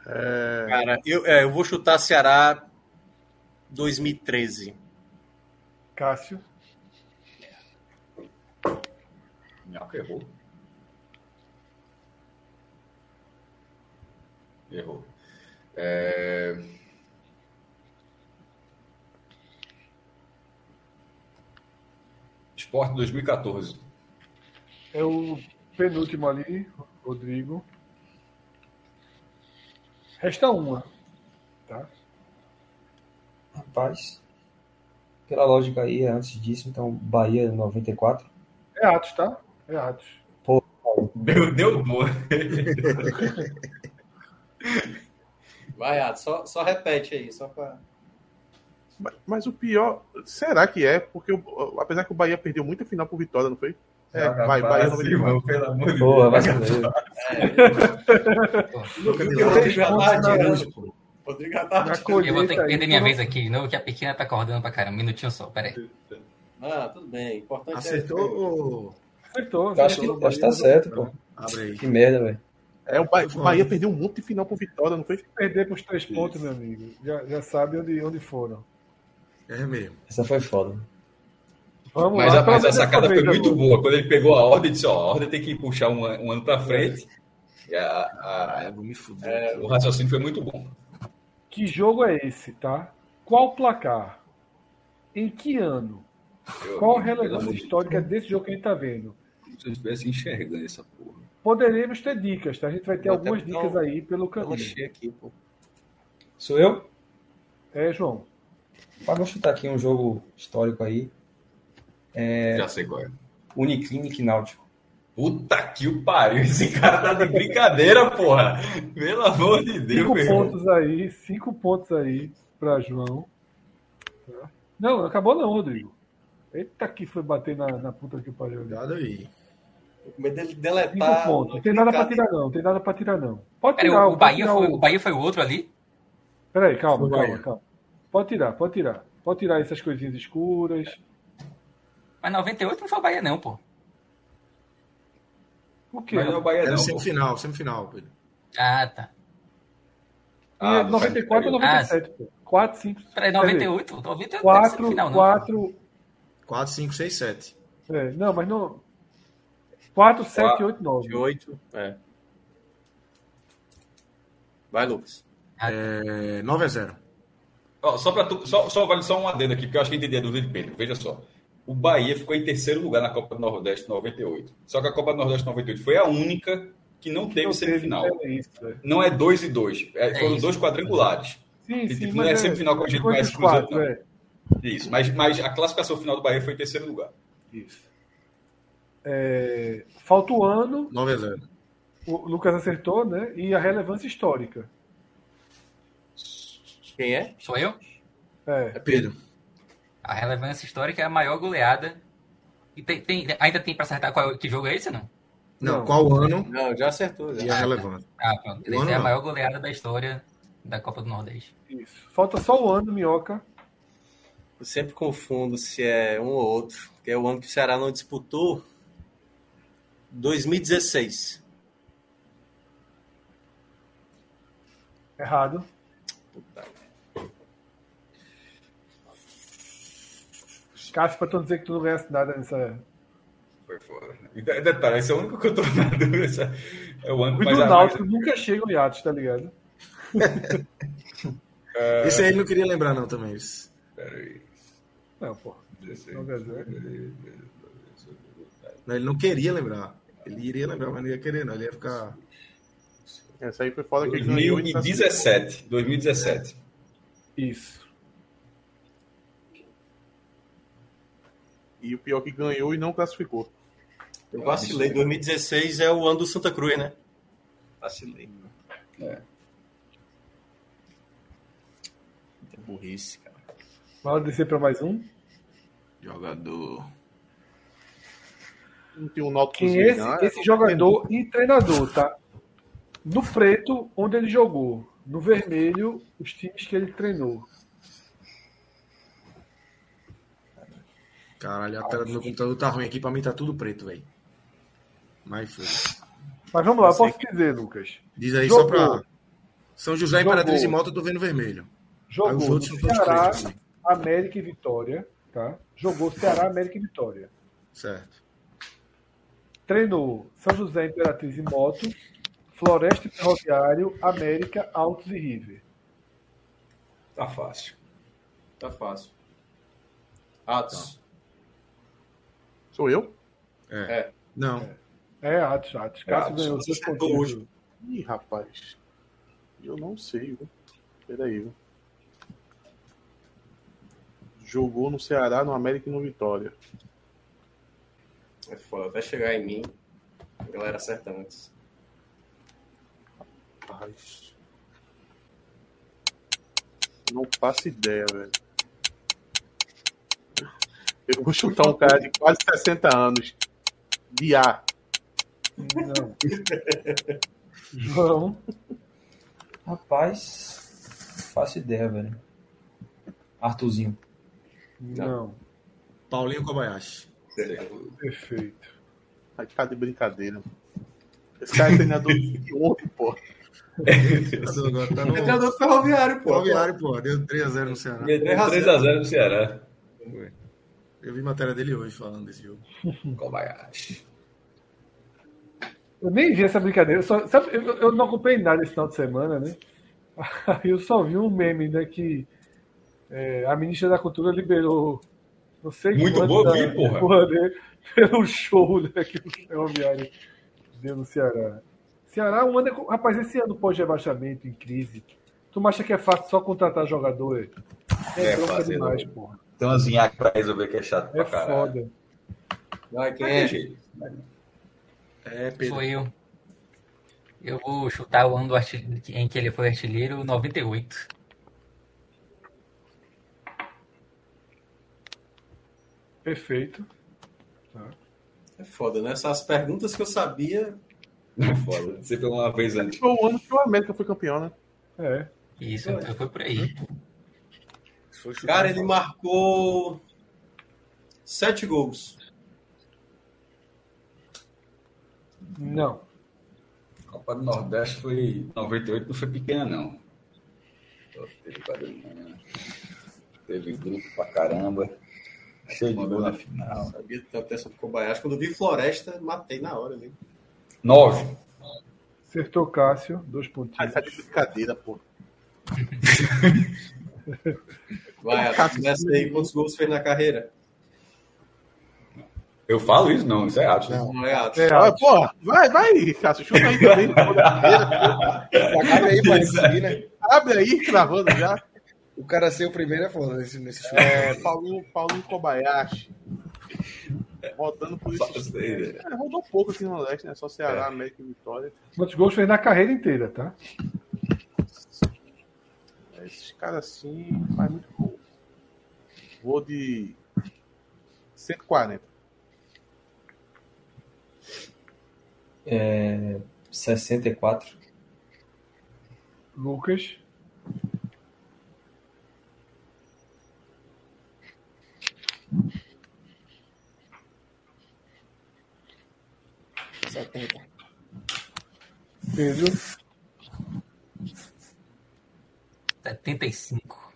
[SPEAKER 5] É,
[SPEAKER 6] Cara, eu, é, eu vou chutar Ceará 2013.
[SPEAKER 2] Cássio,
[SPEAKER 3] Minhoca errou. Errou. É... Esporte 2014.
[SPEAKER 2] é o penúltimo ali, Rodrigo. Resta uma. Tá?
[SPEAKER 7] Rapaz, pela lógica aí, é antes disso, então Bahia 94.
[SPEAKER 2] É Atos, tá? É Atos.
[SPEAKER 3] Deu, deu boa.
[SPEAKER 6] Vai, Atos, só, só repete aí, só pra.
[SPEAKER 5] mas, mas o pior, será que é? Porque o- apesar que o Bahia perdeu muita final por vitória, não foi? É, vai, vai,
[SPEAKER 3] Silvão, assim, pelo amor de
[SPEAKER 7] Porra, vai
[SPEAKER 3] Deus.
[SPEAKER 7] se fuder.
[SPEAKER 3] Rodrigo já tá atirando, pô. Rodrigo já tá
[SPEAKER 2] Na
[SPEAKER 3] atirando.
[SPEAKER 4] Eu vou
[SPEAKER 2] colheita
[SPEAKER 4] ter que
[SPEAKER 2] aí,
[SPEAKER 4] perder minha
[SPEAKER 2] tu
[SPEAKER 4] vez aqui de novo, que a pequena tá acordando pra caramba. Um minutinho só, peraí.
[SPEAKER 6] Ah, tudo bem. Importante
[SPEAKER 1] Acertou?
[SPEAKER 6] É...
[SPEAKER 1] ou-
[SPEAKER 2] não acertou,
[SPEAKER 7] Eu acho que,
[SPEAKER 2] acertou
[SPEAKER 7] eu acho que tá certo, pô.
[SPEAKER 1] Abre aí.
[SPEAKER 7] Que merda, velho.
[SPEAKER 5] É, o Bahia, o Bahia perdeu um monte de final pro Vitória, não foi?
[SPEAKER 2] Perder pros três pontos, meu amigo. Já, já sabe onde, onde foram.
[SPEAKER 1] É mesmo.
[SPEAKER 7] Essa foi foda.
[SPEAKER 2] Vamos
[SPEAKER 3] Mas,
[SPEAKER 2] lá.
[SPEAKER 3] a- mas a sacada foi
[SPEAKER 2] Aproveita,
[SPEAKER 3] muito
[SPEAKER 2] Lu.
[SPEAKER 3] boa. Quando ele pegou a ordem, disse: ó, a ordem tem que puxar um, an- um ano
[SPEAKER 2] É.
[SPEAKER 3] pra frente. E a- a-
[SPEAKER 1] eu vou me fuder.
[SPEAKER 3] é, o raciocínio foi muito bom.
[SPEAKER 2] Que jogo é esse, tá? Qual placar? Em que ano?
[SPEAKER 3] Eu-
[SPEAKER 2] Qual a
[SPEAKER 3] pelo
[SPEAKER 2] relevância
[SPEAKER 3] amor de
[SPEAKER 2] histórica desse jogo que a gente tá vendo?
[SPEAKER 3] Deus, Se eu estivesse enxergando essa porra.
[SPEAKER 2] Poderemos ter dicas, tá? A gente vai ter
[SPEAKER 6] Eu
[SPEAKER 2] algumas
[SPEAKER 6] até-
[SPEAKER 2] dicas aí pelo
[SPEAKER 6] Eu
[SPEAKER 2] caminho.
[SPEAKER 6] achei aqui, pô.
[SPEAKER 7] Sou eu?
[SPEAKER 2] É, João.
[SPEAKER 7] Mas vou chutar aqui um jogo histórico aí.
[SPEAKER 3] Já sei qual é.
[SPEAKER 7] Uniclinic Náutico.
[SPEAKER 3] Puta que o pariu. Esse cara tá de brincadeira, porra. Pelo amor de Deus,
[SPEAKER 2] Cinco
[SPEAKER 3] meu irmão.
[SPEAKER 2] pontos aí, cinco pontos aí pra João. Tá? Não, não acabou não, Rodrigo. Eita, que foi bater na, na puta que pariu. ali.
[SPEAKER 4] Tá
[SPEAKER 1] Cuidado aí.
[SPEAKER 6] Tô com medo é, dele
[SPEAKER 2] Cinco
[SPEAKER 6] deletar.
[SPEAKER 2] pontos. Não tem nada pra tirar, não. Tem nada pra tirar, não. Pode
[SPEAKER 4] Peraí,
[SPEAKER 2] tirar.
[SPEAKER 4] o, o
[SPEAKER 2] pode
[SPEAKER 4] Bahia
[SPEAKER 2] tirar
[SPEAKER 4] foi,
[SPEAKER 2] o-
[SPEAKER 4] o Bahia foi o outro ali?
[SPEAKER 2] Peraí, calma,
[SPEAKER 1] Foi
[SPEAKER 2] calma,
[SPEAKER 1] Bahia.
[SPEAKER 2] calma. Pode tirar, pode tirar. Pode tirar essas coisinhas escuras.
[SPEAKER 4] Mas 98 não foi o Bahia, não, pô.
[SPEAKER 2] O quê?
[SPEAKER 3] Mas não é o Bahia,
[SPEAKER 1] Era
[SPEAKER 3] não. pô.
[SPEAKER 1] semifinal, semifinal, Pedro.
[SPEAKER 4] Ah, tá.
[SPEAKER 3] Ah,
[SPEAKER 2] E é 94 ou 97, pô. 4, 5,
[SPEAKER 4] Ah, Peraí, 98? 98 não foi
[SPEAKER 2] 4,
[SPEAKER 4] final, não.
[SPEAKER 2] 4,
[SPEAKER 1] 4, 5, 6, 7.
[SPEAKER 2] É, não, mas não. 4, 7, 8, 9.
[SPEAKER 6] De oito. É. Vai, Lucas.
[SPEAKER 1] É, 9 a 0.
[SPEAKER 3] Ó, só, pra tu, só, só vale só um adendo aqui, porque eu acho que eu entendi a dúvida de Pedro. Veja só. O Bahia ficou em terceiro lugar na Copa do Nordeste 98. Só que a Copa do Nordeste 98 foi a única que não teve semifinal.
[SPEAKER 2] É isso, é.
[SPEAKER 3] Não é dois e dois. É, foram
[SPEAKER 4] isso.
[SPEAKER 3] dois quadrangulares.
[SPEAKER 2] Sim,
[SPEAKER 3] E,
[SPEAKER 2] sim,
[SPEAKER 3] tipo,
[SPEAKER 2] mas
[SPEAKER 3] não é semifinal que a gente
[SPEAKER 2] foi
[SPEAKER 3] conhece
[SPEAKER 2] dos
[SPEAKER 3] cruzando,
[SPEAKER 2] quatro,
[SPEAKER 3] não.
[SPEAKER 2] é.
[SPEAKER 3] Isso. Mas, mas a classificação final do Bahia foi em terceiro lugar.
[SPEAKER 2] Isso. É, falta o ano,
[SPEAKER 1] 9 a 0.
[SPEAKER 2] o Lucas acertou, né? E a relevância histórica.
[SPEAKER 6] Quem é?
[SPEAKER 4] Sou eu?
[SPEAKER 2] É,
[SPEAKER 1] É Pedro.
[SPEAKER 4] A relevância histórica é a maior goleada. E tem, tem- ainda tem pra acertar qual, é- que jogo é esse, não?
[SPEAKER 1] Não,
[SPEAKER 2] Não.
[SPEAKER 1] qual ano
[SPEAKER 6] Não, já acertou.
[SPEAKER 1] e é a
[SPEAKER 6] Já.
[SPEAKER 1] relevância?
[SPEAKER 4] Ah, pronto.
[SPEAKER 1] Não,
[SPEAKER 4] Beleza, é a
[SPEAKER 1] não.
[SPEAKER 4] maior goleada da história da Copa do Nordeste.
[SPEAKER 2] isso. Falta só o ano, minhoca.
[SPEAKER 6] Eu sempre confundo se é um ou outro, que é o ano que o Ceará não disputou. 2016.
[SPEAKER 2] Errado. Cássio, pra tu não dizer que tu não ganhasse nada nessa.
[SPEAKER 3] Foi fora. E de- detalhe, esse é o único que eu tô na dúvida. essa- É o ano
[SPEAKER 2] O
[SPEAKER 3] que mais
[SPEAKER 2] do Náutico nunca chega em Iates, tá ligado?
[SPEAKER 1] Esse aí ele não queria lembrar, não, também. Esse-
[SPEAKER 2] Não, pô.
[SPEAKER 3] 16.
[SPEAKER 2] Não, quer dizer.
[SPEAKER 1] Não, ele não queria lembrar. Ele iria lembrar, mas não ia querer, não. Ele ia ficar.
[SPEAKER 5] Essa aí foi foda que ele ganhou e tá-
[SPEAKER 3] 2017. 2017.
[SPEAKER 2] Isso.
[SPEAKER 5] E o pior que ganhou e não classificou.
[SPEAKER 6] Eu vacilei. 2016 é o ano do Santa Cruz, né? Vacilei.
[SPEAKER 3] É.
[SPEAKER 6] É burrice, cara.
[SPEAKER 2] Bora descer pra mais um?
[SPEAKER 1] Jogador.
[SPEAKER 5] Não tem um Náutico
[SPEAKER 2] Quem é
[SPEAKER 5] conseguindo
[SPEAKER 2] esse,
[SPEAKER 5] ganhar.
[SPEAKER 2] esse jogador e treinador, tá? No preto, onde ele jogou. No vermelho, os times que ele treinou.
[SPEAKER 1] Caralho, a tela do meu computador tá ruim aqui. Pra mim tá tudo preto, velho. Mas foi.
[SPEAKER 2] Mas vamos lá, eu posso dizer, Lucas.
[SPEAKER 1] Diz aí
[SPEAKER 2] Jogou.
[SPEAKER 1] só pra. São José,
[SPEAKER 2] Jogou.
[SPEAKER 1] Imperatriz e Malta, eu tô vendo vermelho. Aí os
[SPEAKER 2] Jogou no
[SPEAKER 1] outros não estão
[SPEAKER 2] Ceará,
[SPEAKER 1] pretos. também.
[SPEAKER 2] América e Vitória, tá? Jogou Ceará, América e Vitória.
[SPEAKER 1] Certo.
[SPEAKER 2] Treinou São José, Imperatriz e Moto, Floresta e Ferroviário, América, Altos e River.
[SPEAKER 3] Tá fácil.
[SPEAKER 6] Tá fácil. Atos.
[SPEAKER 5] Sou eu?
[SPEAKER 1] É.
[SPEAKER 6] É.
[SPEAKER 1] Não.
[SPEAKER 2] É, Atos, Atos. Cássio
[SPEAKER 3] Atos,
[SPEAKER 2] ganhou os dois
[SPEAKER 6] acertou
[SPEAKER 2] pontinhos.
[SPEAKER 6] hoje.
[SPEAKER 5] Ih, rapaz. Eu não sei, viu? Peraí, viu? Jogou no Ceará, no América e no Vitória.
[SPEAKER 6] É foda. Até chegar em mim, a galera acerta antes.
[SPEAKER 5] Rapaz. Não faço ideia, velho. Eu vou chutar um cara de quase 60 anos. Biá.
[SPEAKER 2] Não. João,
[SPEAKER 7] Rapaz, faço ideia, velho. Arthurzinho.
[SPEAKER 2] não.
[SPEAKER 12] Paulinho Kobayashi.
[SPEAKER 2] Perfeito.
[SPEAKER 5] Aí tá de brincadeira. Esse cara é treinador de ontem, pô.
[SPEAKER 12] Treinador agora tá
[SPEAKER 6] É
[SPEAKER 12] no
[SPEAKER 6] treinador do ferroviário, pô.
[SPEAKER 12] Ferroviário, pô. Deu 3x0 no Ceará.
[SPEAKER 3] Meteu 3x0 no Ceará.
[SPEAKER 12] Eu vi matéria dele hoje falando desse jogo.
[SPEAKER 3] Kobayashi.
[SPEAKER 2] Eu nem vi essa brincadeira. eu só- sabe, eu, eu não acompanhei nada esse final de semana, né? Aí eu só vi um meme, né? Que é, a ministra da Cultura liberou não sei
[SPEAKER 3] Muito
[SPEAKER 2] quanta
[SPEAKER 3] bom, eu vi, porra.
[SPEAKER 2] né, pelo show né, que o Ferroviário deu no Ceará. Ceará um ano. é co- Rapaz, esse ano pós-rebaixamento, em crise. Tu acha que é fácil só contratar jogador? É,
[SPEAKER 3] É
[SPEAKER 2] bronca
[SPEAKER 3] fácil,
[SPEAKER 2] demais,
[SPEAKER 3] não.
[SPEAKER 2] porra.
[SPEAKER 3] Tem umas vinhacas pra resolver que é chato
[SPEAKER 2] É
[SPEAKER 3] pra caralho.
[SPEAKER 2] foda.
[SPEAKER 6] Vai, quem
[SPEAKER 3] Mas
[SPEAKER 6] é?
[SPEAKER 3] tem jeito.
[SPEAKER 6] É, Pedro.
[SPEAKER 4] Sou eu. Eu vou chutar o ano do artil- em que ele foi artilheiro, 98.
[SPEAKER 2] Perfeito.
[SPEAKER 6] É foda, né? Essas perguntas que eu sabia.
[SPEAKER 3] É foda. Sempre uma vez antes.
[SPEAKER 5] Foi o ano que o América foi campeão, né?
[SPEAKER 2] É.
[SPEAKER 4] Isso, então foi por aí.
[SPEAKER 6] Cara, ele marcou sete gols.
[SPEAKER 2] Não.
[SPEAKER 3] Copa do Nordeste foi 98, não foi pequena, não. Só Teve, Paraná, teve grupo pra caramba. Cheio de gol na final.
[SPEAKER 6] Sabia que até sobre Kobayashi. Quando eu vi Floresta, matei na hora ali.
[SPEAKER 3] Nove.
[SPEAKER 2] Acertou Cássio, dois
[SPEAKER 5] Aí
[SPEAKER 2] pontinhos.
[SPEAKER 5] tá de brincadeira, pô.
[SPEAKER 6] Vai, começa aí. Quantos gols fez na carreira?
[SPEAKER 3] Eu falo isso? Não, isso é Atos.
[SPEAKER 1] Não.
[SPEAKER 6] Não é Atos.
[SPEAKER 2] É,
[SPEAKER 5] Ah, porra, vai, vai, Cássio, chuta aí também.
[SPEAKER 1] Abre aí pra seguir, né?
[SPEAKER 5] Abre aí, travando já.
[SPEAKER 1] O cara ser o primeiro é foda nesse, nesse chute.
[SPEAKER 5] É, Paulo, Paulo Kobayashi. Rodando por
[SPEAKER 3] Só
[SPEAKER 5] isso.
[SPEAKER 3] sei, né?
[SPEAKER 5] É, rodou pouco aqui no Nordeste, né? Só Ceará, América e Vitória.
[SPEAKER 2] Quantos gols fez na carreira inteira, tá?
[SPEAKER 5] Esses caras assim faz muito gol. Vou de 140.
[SPEAKER 7] 64.
[SPEAKER 2] Lucas, Pedro,
[SPEAKER 4] 75.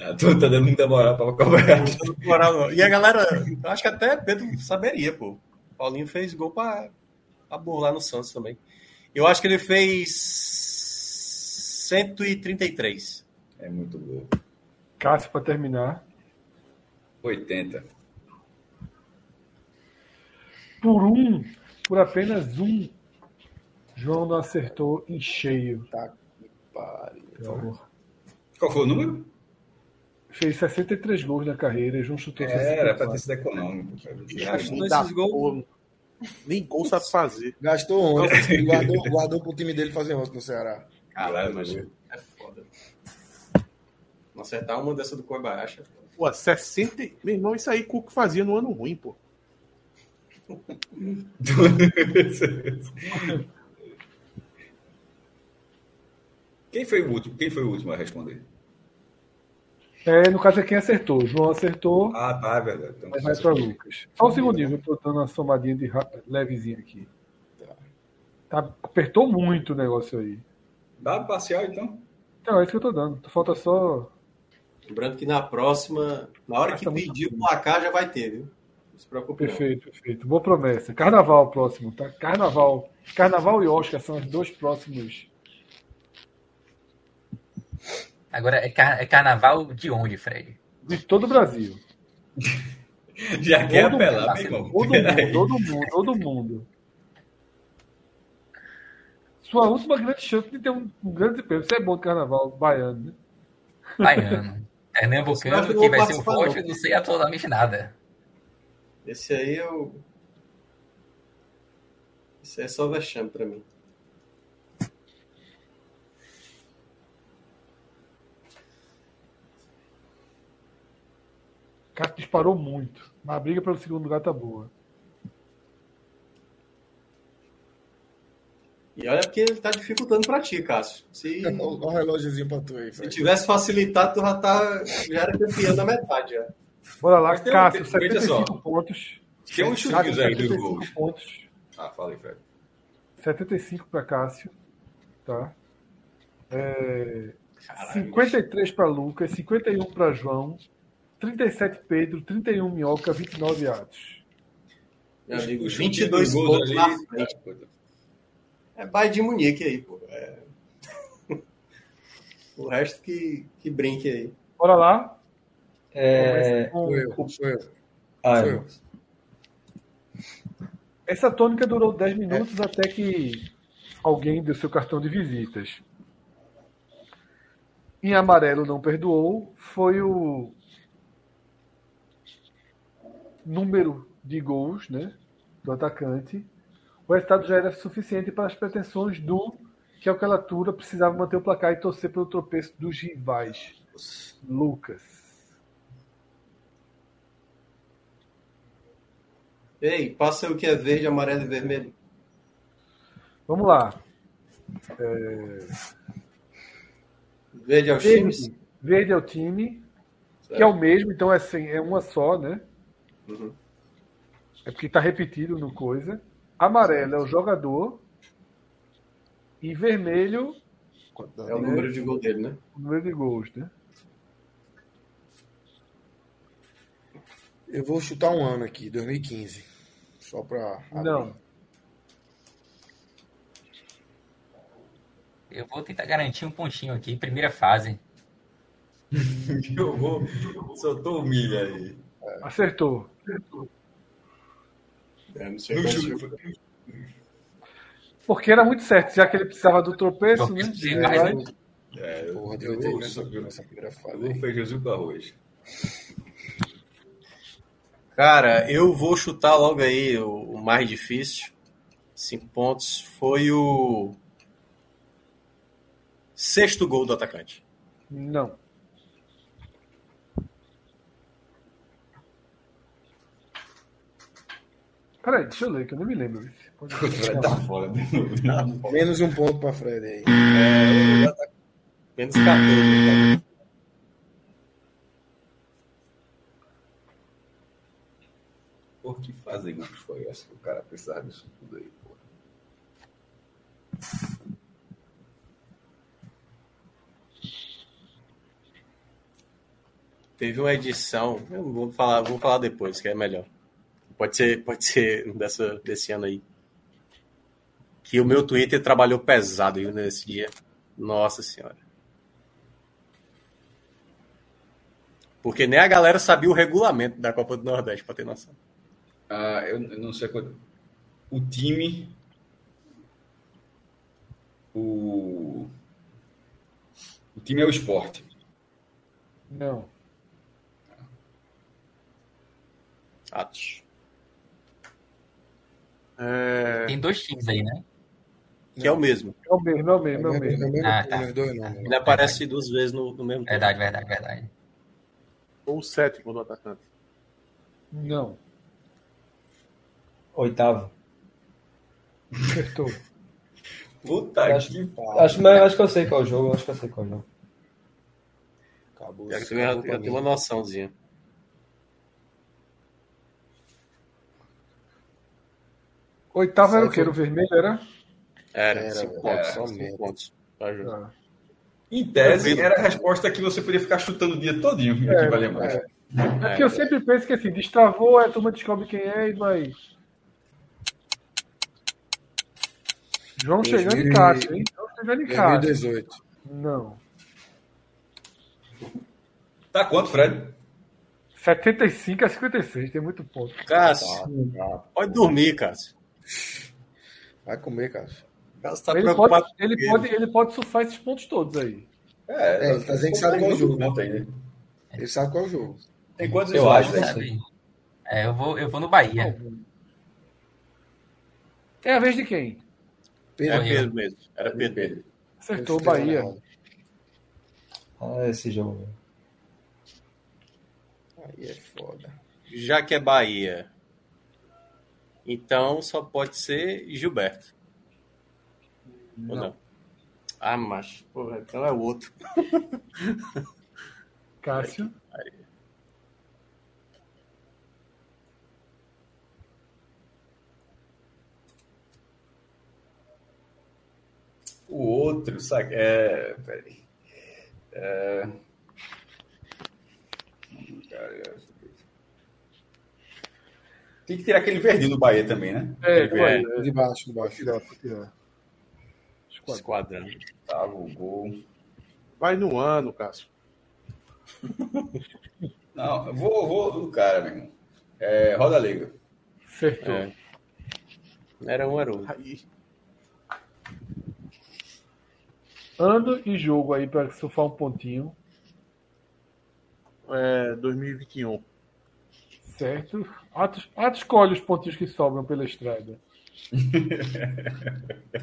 [SPEAKER 3] Ah, tu tá dando muita moral pra Kobayashi.
[SPEAKER 6] Não tem moral, não. E a galera, eu acho que até Pedro saberia, pô. Paulinho fez gol pra, pra burlar no Santos também. Eu acho que ele fez 133.
[SPEAKER 3] É muito gol.
[SPEAKER 2] Cássio pra terminar.
[SPEAKER 3] 80.
[SPEAKER 2] Por um, por apenas um, João não acertou em cheio.
[SPEAKER 3] Tá
[SPEAKER 2] Então,
[SPEAKER 3] Qual foi o número?
[SPEAKER 2] Fez 63 gols na carreira, João chutou
[SPEAKER 3] Era pra ter
[SPEAKER 2] 64.
[SPEAKER 3] sido econômico. cara. "Ah,
[SPEAKER 1] Gastou,
[SPEAKER 6] Mas
[SPEAKER 5] Da
[SPEAKER 6] esses gols-
[SPEAKER 5] porra, Nem gol sabe fazer.
[SPEAKER 1] gastou ontem e guardou, guardou pro time dele fazer ontem no Ceará.
[SPEAKER 3] Caralho,
[SPEAKER 6] mas
[SPEAKER 3] meu.
[SPEAKER 6] é foda. Não acertar uma dessa do Kobayashi. é foda.
[SPEAKER 5] Pô, 60. e- Meu irmão, isso aí Cuco fazia no ano ruim, pô.
[SPEAKER 3] Quem foi o último? Quem foi o último a responder?
[SPEAKER 2] É, no caso é quem acertou. João acertou,
[SPEAKER 3] Ah, tá, é verdade. Então,
[SPEAKER 2] mas vai pra Lucas. Só um segundinho, eu tô dando uma somadinha de ra- levezinha aqui. Tá, apertou muito o negócio aí.
[SPEAKER 3] Dado parcial, então.
[SPEAKER 2] Então, é isso que eu tô dando. Falta só.
[SPEAKER 6] Lembrando que na próxima, na hora que
[SPEAKER 2] Essa muito
[SPEAKER 6] pedir o placar, já vai ter, viu? Não se preocupe. não.
[SPEAKER 2] Perfeito, perfeito. Boa promessa. Carnaval próximo, tá? Carnaval. Carnaval e Oscar são os dois próximos.
[SPEAKER 4] Agora, é, car- é carnaval de onde, Fred?
[SPEAKER 2] De todo o Brasil.
[SPEAKER 3] Já
[SPEAKER 6] É
[SPEAKER 3] quer
[SPEAKER 2] Todo
[SPEAKER 3] apelar,
[SPEAKER 4] mundo,
[SPEAKER 3] meu irmão.
[SPEAKER 2] Todo mundo, todo mundo, todo mundo. Sua última grande chance de ter um, um grande prêmio. Você é bom de carnaval baiano, né?
[SPEAKER 4] Baiano.
[SPEAKER 6] Eu acho que
[SPEAKER 4] Pernambucano,
[SPEAKER 6] eu
[SPEAKER 4] que vai
[SPEAKER 6] vou
[SPEAKER 4] ser o
[SPEAKER 6] participar,
[SPEAKER 4] forte,
[SPEAKER 6] não.
[SPEAKER 4] eu não sei absolutamente nada.
[SPEAKER 6] Esse aí eu. Esse aí é só vexame pra mim.
[SPEAKER 2] O cara disparou muito. Mas a briga pelo segundo lugar tá boa.
[SPEAKER 6] E olha porque ele tá dificultando pra ti, Cássio. Se,
[SPEAKER 1] Olha É, o relógiozinho pra tu aí,
[SPEAKER 6] se
[SPEAKER 1] velho.
[SPEAKER 6] tivesse facilitado, tu já, tá, já era campeão na metade. Já.
[SPEAKER 2] Bora lá,
[SPEAKER 3] Mas tem-
[SPEAKER 2] Cássio,
[SPEAKER 3] tem- veja só. é
[SPEAKER 2] 75 pontos.
[SPEAKER 3] Tem uns chutinhos aí dos gols.
[SPEAKER 2] 75 pontos.
[SPEAKER 3] Ah, fala aí, Fred.
[SPEAKER 2] 75 para Cássio. Tá? É,
[SPEAKER 3] Caralho,
[SPEAKER 2] 53 para Lucas, 51 para João, 37 Pedro, 31 Minhoca, 29 Atos.
[SPEAKER 6] Meu amigo,
[SPEAKER 3] os chutinhos
[SPEAKER 6] 22
[SPEAKER 3] dos gols
[SPEAKER 6] pontos na
[SPEAKER 3] ali.
[SPEAKER 6] frente.
[SPEAKER 3] é coisa.
[SPEAKER 6] É Bayern de Munique aí, pô. É. o resto que, que brinque aí.
[SPEAKER 2] Bora lá.
[SPEAKER 7] É,
[SPEAKER 2] Com-
[SPEAKER 1] Sou eu, sou eu.
[SPEAKER 7] ah,
[SPEAKER 1] Sou eu.
[SPEAKER 2] Essa tônica durou 10 minutos até que alguém deu seu cartão de visitas. Em amarelo não perdoou, foi o número de gols né, do atacante. O resultado já era suficiente para as pretensões do que aquela altura precisava manter o placar e torcer pelo tropeço dos rivais. Lucas.
[SPEAKER 6] Ei, passa o que é verde, amarelo e vermelho.
[SPEAKER 2] Vamos lá.
[SPEAKER 6] Verde é aos
[SPEAKER 2] Verde,
[SPEAKER 6] times.
[SPEAKER 2] verde é o time, que é o mesmo, então é, sem- é uma só, né?
[SPEAKER 6] Uhum.
[SPEAKER 2] É porque tá repetido no coisa. Amarelo é o jogador. E vermelho,
[SPEAKER 6] É o número de gol dele, né?
[SPEAKER 2] o número de gols, né?
[SPEAKER 1] Eu vou chutar um ano aqui, 2015. Só pra. abrir.
[SPEAKER 2] Não.
[SPEAKER 4] Eu vou tentar garantir um pontinho aqui, primeira fase.
[SPEAKER 3] Eu vou. Soltou o milho aí.
[SPEAKER 2] tá. Acertou.
[SPEAKER 6] É, não sei
[SPEAKER 3] No
[SPEAKER 6] qual
[SPEAKER 3] chute.
[SPEAKER 2] Porque era muito certo, já que ele precisava do tropeço, né?
[SPEAKER 4] Tropeço de
[SPEAKER 2] É,
[SPEAKER 4] raiva.
[SPEAKER 2] mas
[SPEAKER 3] É, eu
[SPEAKER 1] Porra,
[SPEAKER 3] eu
[SPEAKER 1] devia ter
[SPEAKER 3] vou
[SPEAKER 1] ido nessa, nessa primeira
[SPEAKER 3] eu
[SPEAKER 1] fase.
[SPEAKER 3] vou
[SPEAKER 1] aí.
[SPEAKER 3] feijãozinho com arroz.
[SPEAKER 6] Cara, eu vou chutar logo aí o, o mais difícil. Cinco pontos. Foi o sexto gol do atacante.
[SPEAKER 2] Não. Peraí, deixa eu ler, que eu não me lembro. Pode-
[SPEAKER 3] Vai tá né? fora.
[SPEAKER 1] Menos um ponto pra Fred aí.
[SPEAKER 6] Menos 14. né, cara?
[SPEAKER 3] Por que fazem gols foi essa que o cara precisava disso tudo aí, pô?
[SPEAKER 6] Teve uma edição. Eu não vou falar, vou falar depois, que é melhor. Pode ser, pode ser dessa, desse ano aí. Que o meu Twitter trabalhou pesado viu, nesse dia. Nossa senhora. Porque nem a galera sabia o regulamento da Copa do Nordeste, pra ter noção.
[SPEAKER 3] Ah, eu, eu não sei quanto. O time. O. O time é o esporte.
[SPEAKER 2] Não.
[SPEAKER 6] Atos.
[SPEAKER 4] Tem dois times aí, né?
[SPEAKER 6] Que é o mesmo.
[SPEAKER 2] É o mesmo, é o
[SPEAKER 1] É
[SPEAKER 2] mesmo, é o
[SPEAKER 1] o
[SPEAKER 2] mesmo.
[SPEAKER 1] mesmo
[SPEAKER 4] Ah,
[SPEAKER 1] time,
[SPEAKER 4] tá.
[SPEAKER 1] os dois nomes.
[SPEAKER 6] Ele aparece duas vezes no, no mesmo tempo.
[SPEAKER 4] Verdade, verdade, verdade.
[SPEAKER 5] Ou o sétimo do atacante.
[SPEAKER 2] Não.
[SPEAKER 7] oitavo.
[SPEAKER 2] Acertou.
[SPEAKER 3] Puta
[SPEAKER 7] Acho-
[SPEAKER 3] que pariu.
[SPEAKER 7] Acho, mas eu acho que eu sei qual é o jogo, eu acho que eu sei qual é o jogo.
[SPEAKER 1] Acabou.
[SPEAKER 6] Já que tu já, já tem uma noçãozinha.
[SPEAKER 2] Oitavo era o quê?
[SPEAKER 1] Certo.
[SPEAKER 2] Era o vermelho? Era?
[SPEAKER 6] Era,
[SPEAKER 1] Era,
[SPEAKER 6] cinco
[SPEAKER 1] era,
[SPEAKER 6] pontos.
[SPEAKER 1] só
[SPEAKER 6] cinco
[SPEAKER 1] merda.
[SPEAKER 6] pontos. Tá, Ju?
[SPEAKER 2] Tá.
[SPEAKER 3] Em tese, era a resposta que você podia ficar chutando o dia todinho aqui pra lembrar.
[SPEAKER 2] É porque eu sempre penso que assim, destravou, aí a turma descobre quem é e vai. João chegando em casa, hein? João chegando em casa.
[SPEAKER 1] 2018.
[SPEAKER 2] Não.
[SPEAKER 3] Tá quanto, Fred?
[SPEAKER 2] 75 a 56, tem muito ponto.
[SPEAKER 6] É. Cássio, pode dormir, Cássio.
[SPEAKER 1] Vai comer, cara.
[SPEAKER 6] Cássio tá
[SPEAKER 2] ele,
[SPEAKER 6] preocupado.
[SPEAKER 2] pode, ele, pode, ele pode surfar esses pontos todos aí.
[SPEAKER 3] É,
[SPEAKER 1] É, ele tá dizendo que sabe qual jogo.
[SPEAKER 3] Conta aí, né?
[SPEAKER 1] Ele sabe qual é o jogo.
[SPEAKER 3] Tem quantos
[SPEAKER 7] Eu
[SPEAKER 3] slides
[SPEAKER 7] acho,
[SPEAKER 3] aí?
[SPEAKER 4] Sabe? Então, É, eu vou, eu vou no Bahia.
[SPEAKER 2] É a vez de quem?
[SPEAKER 3] É
[SPEAKER 6] Era
[SPEAKER 4] Morreu.
[SPEAKER 6] Pedro mesmo. Era Pedro. Pedro.
[SPEAKER 2] Acertou o Bahia.
[SPEAKER 7] Ah, esse jogo. velho.
[SPEAKER 1] Aí é foda.
[SPEAKER 6] Já que é Bahia, então só pode ser Gilberto. Ou não? Ah, macho. Porra, então é o outro.
[SPEAKER 2] Cássio,
[SPEAKER 3] O outro, sabe? É. Peraí. É. Hum, cara, eu acho que- Tem que tirar aquele verdinho do Bahia também, né?
[SPEAKER 2] É,
[SPEAKER 3] Aquele verde,
[SPEAKER 13] De baixo, de baixo.
[SPEAKER 2] tirar, pra tirar.
[SPEAKER 6] Esquadrão.
[SPEAKER 3] tá, o gol.
[SPEAKER 5] Vai no ano, Cássio.
[SPEAKER 3] Não, eu vou, vou do cara, meu irmão. É, Roda Negra.
[SPEAKER 2] Acertou.
[SPEAKER 6] É. Era um, era outro.
[SPEAKER 5] Aí,
[SPEAKER 2] Ano e jogo aí para surfar um pontinho,
[SPEAKER 5] é, 2021.
[SPEAKER 2] certo? Atos, Atos escolhe os pontinhos que sobram pela estrada.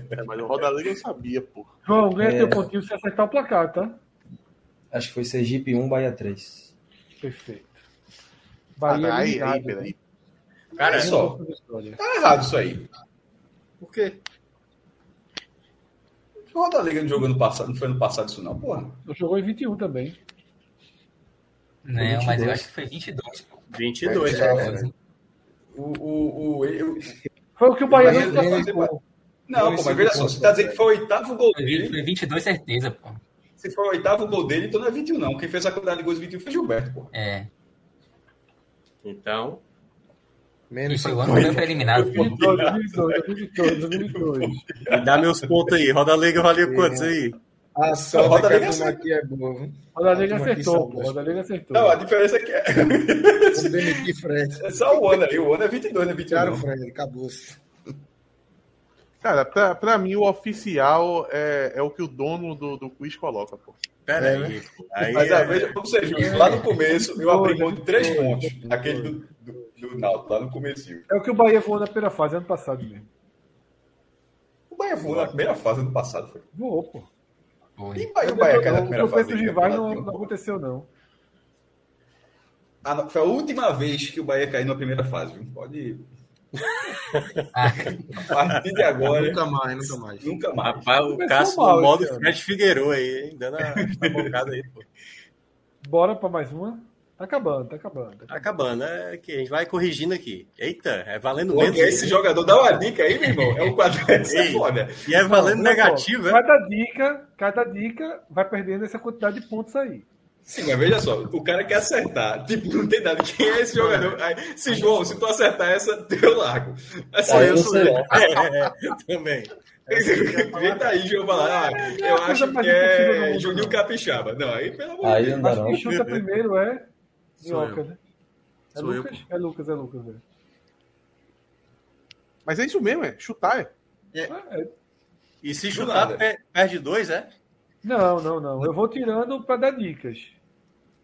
[SPEAKER 5] É, mas o Roda Liga eu sabia, pô.
[SPEAKER 2] João, ganha
[SPEAKER 7] É.
[SPEAKER 2] teu pontinho se acertar o placar, tá?
[SPEAKER 7] Acho que foi Sergipe 1, Bahia 3.
[SPEAKER 2] Perfeito. é
[SPEAKER 5] Ah, aí,
[SPEAKER 2] eliminado.
[SPEAKER 5] aí, peraí.
[SPEAKER 3] Cara,
[SPEAKER 2] Tem
[SPEAKER 3] só.
[SPEAKER 2] outra vitória.
[SPEAKER 3] Tá errado isso aí.
[SPEAKER 13] Por quê?
[SPEAKER 3] O Roda Liga não jogou no passado, não foi no passado isso, não, porra.
[SPEAKER 2] Jogou em 21 também.
[SPEAKER 4] Não, né? mas eu
[SPEAKER 7] 22.
[SPEAKER 4] acho que foi 22. pô.
[SPEAKER 6] 22.
[SPEAKER 13] É,
[SPEAKER 6] né?
[SPEAKER 3] O. o, o eu-
[SPEAKER 2] Foi o que o Bahia não
[SPEAKER 3] Bahia-
[SPEAKER 2] conseguiu.
[SPEAKER 3] Não, pô, mas veja só, você tá dizendo que foi o oitavo gol
[SPEAKER 4] Foi
[SPEAKER 3] dele.
[SPEAKER 4] 22, certeza, pô.
[SPEAKER 3] Se foi o oitavo gol dele, então não é 21, não. Quem fez a quantidade de gols é de 21 foi Gilberto, pô.
[SPEAKER 4] É.
[SPEAKER 6] Então,
[SPEAKER 4] E
[SPEAKER 13] Menos
[SPEAKER 3] é
[SPEAKER 4] foi o ano que foi eliminado, pô.
[SPEAKER 2] 2002, 2002, 2002.
[SPEAKER 6] me dá meus pontos aí. Roda Liga valeu quantos aí?
[SPEAKER 13] A
[SPEAKER 3] Roda
[SPEAKER 13] sorte que
[SPEAKER 3] Liga
[SPEAKER 13] a turma
[SPEAKER 3] assim.
[SPEAKER 13] aqui é boa. viu?
[SPEAKER 2] Rodalega
[SPEAKER 13] A turma aqui
[SPEAKER 2] acertou,
[SPEAKER 13] são
[SPEAKER 2] pô.
[SPEAKER 13] boas.
[SPEAKER 2] Rodalega acertou.
[SPEAKER 3] Não, a diferença é que é,
[SPEAKER 13] Vou demitir Fred.
[SPEAKER 3] é só o ano ali. O ano é 22, não é 21.
[SPEAKER 13] Tiraram o
[SPEAKER 3] não.
[SPEAKER 13] Fred, acabou-se.
[SPEAKER 5] Cara, pra, pra mim o oficial é, é o que o dono do, do quiz coloca, pô.
[SPEAKER 6] Pera aí. pô. Aí
[SPEAKER 3] Mas a
[SPEAKER 6] é-
[SPEAKER 3] veja, vamos ser justos, lá no começo eu abri mão de três pontos. Aquele do, do, do Náutico, lá no comecinho.
[SPEAKER 2] É o que o Bahia voou na primeira fase ano passado mesmo.
[SPEAKER 3] O Bahia voou na primeira fase do passado. Foi.
[SPEAKER 2] Voou, pô.
[SPEAKER 4] Foi.
[SPEAKER 3] E o Bahia, o Bahia caiu na
[SPEAKER 2] o
[SPEAKER 3] primeira
[SPEAKER 2] tropeço
[SPEAKER 3] fase. né? Tá
[SPEAKER 2] dos
[SPEAKER 3] do
[SPEAKER 2] rivais não,
[SPEAKER 3] campeonato.
[SPEAKER 2] não aconteceu, não.
[SPEAKER 3] Ah, não, foi a última vez que o Bahia caiu na primeira fase. Viu? Pode ir.
[SPEAKER 4] Ah,
[SPEAKER 3] A partir de agora,
[SPEAKER 1] Nunca mais, nunca mais.
[SPEAKER 3] nunca mais.
[SPEAKER 6] Rapaz, o
[SPEAKER 2] Começou
[SPEAKER 6] Cássio
[SPEAKER 2] mal
[SPEAKER 6] no modo
[SPEAKER 2] esse ano.
[SPEAKER 6] Fred Figueiredo aí, hein? Dando a, a bocada aí, pô.
[SPEAKER 2] Bora pra mais uma? Tá acabando, tá acabando.
[SPEAKER 6] Tá acabando, é que a gente vai corrigindo aqui. Eita, é valendo
[SPEAKER 3] Pô,
[SPEAKER 6] menos.
[SPEAKER 3] que é esse
[SPEAKER 6] hein?
[SPEAKER 3] jogador dá uma dica aí, meu irmão. É um quadro. Essa é
[SPEAKER 6] Ei.
[SPEAKER 3] foda.
[SPEAKER 6] E é valendo
[SPEAKER 2] Olha só,
[SPEAKER 6] negativo, é?
[SPEAKER 2] Cada dica, cada dica vai perdendo essa quantidade de pontos aí.
[SPEAKER 3] Sim, mas veja só, o cara quer acertar. Tipo, não tem nada. Quem é esse jogador? Aí, se João, se tu acertar essa, eu largo. Assim,
[SPEAKER 6] Aí
[SPEAKER 3] eu sou.
[SPEAKER 6] sei lá. É, é, também.
[SPEAKER 3] Vem daí, João, vai lá. Ah, eu
[SPEAKER 2] coisa
[SPEAKER 3] acho
[SPEAKER 2] mais
[SPEAKER 3] que
[SPEAKER 2] impossível do
[SPEAKER 3] é
[SPEAKER 2] mundo,
[SPEAKER 3] Juninho
[SPEAKER 2] não.
[SPEAKER 3] Capixaba. Não, aí pelo amor de
[SPEAKER 7] Aí
[SPEAKER 3] Deus.
[SPEAKER 7] não dá
[SPEAKER 2] Mas
[SPEAKER 7] não.
[SPEAKER 2] quem chuta primeiro é
[SPEAKER 5] Sou
[SPEAKER 2] Minhoca, né? É
[SPEAKER 5] Sou eu,
[SPEAKER 2] Lucas? é Lucas, é Lucas, velho.
[SPEAKER 5] Mas é isso mesmo, é. Chutar, é.
[SPEAKER 2] É, é.
[SPEAKER 6] E se
[SPEAKER 3] Do
[SPEAKER 6] chutar,
[SPEAKER 3] nada.
[SPEAKER 6] pe- perde dois, é?
[SPEAKER 2] Não, não, não. Eu vou tirando pra dar dicas.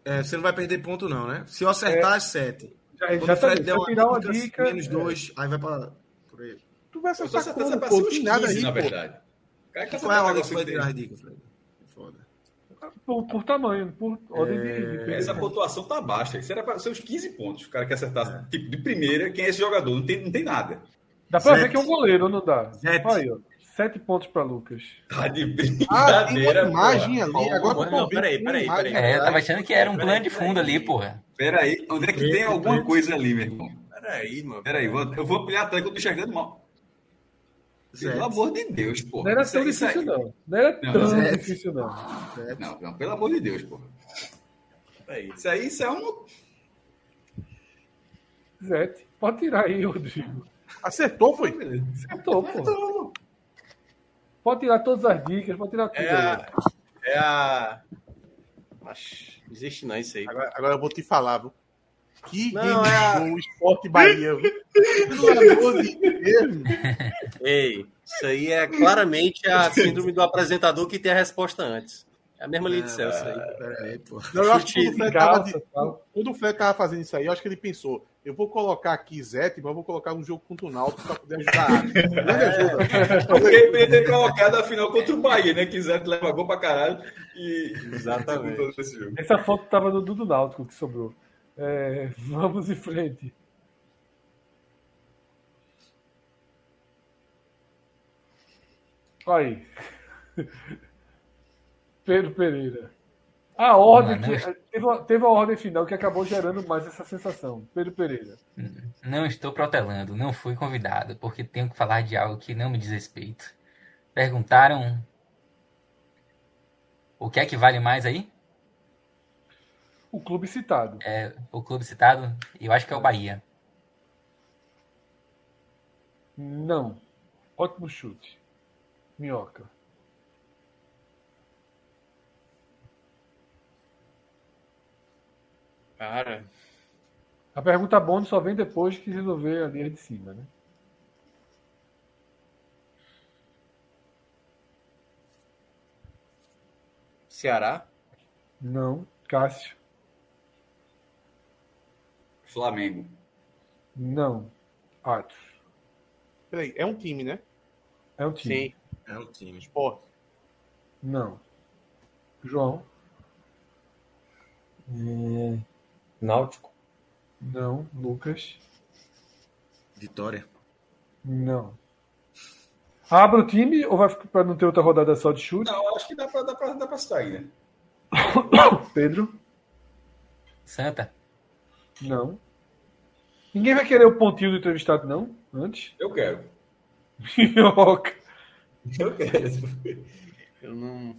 [SPEAKER 1] É, você não vai perder ponto, não, né? Se eu acertar, é 7.
[SPEAKER 2] Já,
[SPEAKER 1] Quando o
[SPEAKER 2] já tá
[SPEAKER 1] Fred
[SPEAKER 2] Se
[SPEAKER 1] der
[SPEAKER 2] eu
[SPEAKER 1] uma
[SPEAKER 2] tirar uma
[SPEAKER 1] dica,
[SPEAKER 2] dica.
[SPEAKER 1] menos
[SPEAKER 2] é.
[SPEAKER 1] 2, aí vai pra. Por aí.
[SPEAKER 5] Tu vai
[SPEAKER 3] Eu só
[SPEAKER 5] acertar
[SPEAKER 3] acertar
[SPEAKER 5] como,
[SPEAKER 3] essa
[SPEAKER 5] pô? Tem um nada aí,
[SPEAKER 3] um na
[SPEAKER 5] pô.
[SPEAKER 3] verdade. O cara quer
[SPEAKER 1] Qual é a
[SPEAKER 3] acertar um
[SPEAKER 1] ordem que você
[SPEAKER 3] negócio
[SPEAKER 1] vai
[SPEAKER 3] que
[SPEAKER 1] tirar
[SPEAKER 3] tem.
[SPEAKER 1] as dicas, Fred? Foda.
[SPEAKER 2] Por, por tamanho, por ordem de- de.
[SPEAKER 3] Essa pontuação tá baixa. Isso era para ser uns 15 pontos. O cara quer acertar, tipo, de primeira, quem é esse jogador? Não tem, não tem nada.
[SPEAKER 2] Dá pra ver
[SPEAKER 1] Sete.
[SPEAKER 2] que é um goleiro, não dá?
[SPEAKER 1] Sete.
[SPEAKER 2] Aí, ó. Sete pontos pra Lucas.
[SPEAKER 3] Tá de
[SPEAKER 5] Ah, tem
[SPEAKER 3] brincadeira,
[SPEAKER 5] uma imagem
[SPEAKER 3] porra.
[SPEAKER 5] ali. Agora eu tô
[SPEAKER 6] Não,
[SPEAKER 5] vendo,
[SPEAKER 6] peraí,
[SPEAKER 5] tem
[SPEAKER 6] peraí,
[SPEAKER 5] uma imagem.
[SPEAKER 4] É, eu tava achando que era um plano de fundo ali, porra.
[SPEAKER 3] Pera aí, onde é que tem alguma coisa ali, meu irmão?
[SPEAKER 6] Peraí, mano.
[SPEAKER 3] Peraí, vou- eu vou ampliar atrás que eu tô enxergando mal. Pelo
[SPEAKER 1] Zete.
[SPEAKER 3] amor de Deus, pô.
[SPEAKER 2] Não era
[SPEAKER 3] Isso
[SPEAKER 2] tão
[SPEAKER 3] aí- isso aí-
[SPEAKER 2] difícil, não. Não era
[SPEAKER 3] Não,
[SPEAKER 2] tão
[SPEAKER 3] sete.
[SPEAKER 2] difícil, não.
[SPEAKER 3] Não, não, pelo amor de Deus, pô.
[SPEAKER 6] Peraí.
[SPEAKER 3] Isso aí, isso é um.
[SPEAKER 2] Zete. Pode tirar aí, Rodrigo.
[SPEAKER 5] Acertou, foi?
[SPEAKER 2] Acertou, pô. Pode tirar todas as dicas, pode tirar tudo.
[SPEAKER 6] É
[SPEAKER 2] aí.
[SPEAKER 6] a. É a. Oxe, não existe não isso aí.
[SPEAKER 5] Agora, agora eu vou te falar, viu? Que
[SPEAKER 6] Não,
[SPEAKER 5] game
[SPEAKER 6] é a-
[SPEAKER 5] show, Esporte Bahia, viu? Pelo amor de Deus, meu.
[SPEAKER 6] Ei, isso aí é claramente a síndrome do apresentador que tem a resposta antes. É a mesma lei de Celso aí.
[SPEAKER 1] Pera aí, é, pô.
[SPEAKER 5] Não, eu acho que quando o
[SPEAKER 6] Chute,
[SPEAKER 5] Fred tava
[SPEAKER 2] Calça,
[SPEAKER 5] de-
[SPEAKER 2] tal.
[SPEAKER 5] Quando o Fred tava fazendo isso aí, eu acho que ele pensou: eu vou colocar aqui Zete, mas eu vou colocar um jogo contra o Náutico pra poder ajudar. a área. Não me ajuda.
[SPEAKER 3] Eu queria ter colocado a final contra o Bahia, né? Quiser, leva gol pra caralho. E.
[SPEAKER 6] Exatamente.
[SPEAKER 3] Todo esse jogo.
[SPEAKER 2] Essa foto tava no Dudu Náutico que sobrou. É, vamos em frente. Aí. Pedro Pereira. A ordem
[SPEAKER 4] Não,
[SPEAKER 2] que-
[SPEAKER 4] não.
[SPEAKER 2] teve, uma, teve uma ordem final que acabou gerando mais essa sensação. Pedro Pereira.
[SPEAKER 4] Não estou protelando, não fui convidado, porque tenho que falar de algo que não me diz respeito. Perguntaram o que é que vale mais aí?
[SPEAKER 2] O clube citado.
[SPEAKER 4] É, o clube citado? Eu acho que é o Bahia.
[SPEAKER 2] Não. Ótimo chute. Minhoca.
[SPEAKER 6] Cara,
[SPEAKER 2] A pergunta bônus só vem depois que resolver a linha de cima, né?
[SPEAKER 6] Ceará,
[SPEAKER 2] Não. Cássio.
[SPEAKER 3] Flamengo.
[SPEAKER 2] Não. Atos.
[SPEAKER 5] Peraí, é um time, né?
[SPEAKER 2] É o time.
[SPEAKER 6] sim.
[SPEAKER 1] É um time.
[SPEAKER 5] Esporte.
[SPEAKER 2] Não. João.
[SPEAKER 7] Náutico,
[SPEAKER 2] Não. Lucas.
[SPEAKER 1] Vitória.
[SPEAKER 2] Não. Abre o time ou vai ficar para não ter outra rodada só de chute?
[SPEAKER 3] Não, acho que dá pra, dá pra, dá pra sair, né?
[SPEAKER 2] Pedro?
[SPEAKER 4] Santa?
[SPEAKER 2] Não. Ninguém vai querer o pontinho do entrevistado, não? Antes?
[SPEAKER 3] Eu quero.
[SPEAKER 2] Minhoca.
[SPEAKER 3] Eu quero.
[SPEAKER 6] Eu não.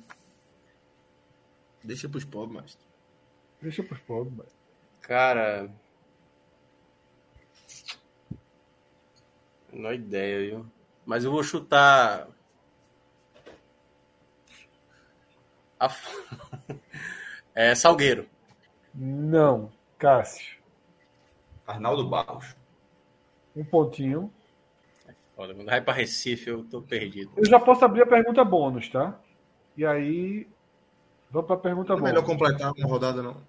[SPEAKER 1] Deixa pros pobres, mestre.
[SPEAKER 2] Deixa pros pobres, mas.
[SPEAKER 6] Cara. Não ideia, viu? Mas eu vou chutar. A... f- é Salgueiro.
[SPEAKER 2] Não. Cássio.
[SPEAKER 3] Arnaldo Barros.
[SPEAKER 2] Um pontinho.
[SPEAKER 6] Olha, quando vai pra Recife, eu tô perdido.
[SPEAKER 2] Eu já posso abrir a pergunta bônus, tá? E aí. Vamos pra pergunta
[SPEAKER 6] Tá
[SPEAKER 1] Não é
[SPEAKER 2] bônus.
[SPEAKER 1] melhor completar uma rodada, não.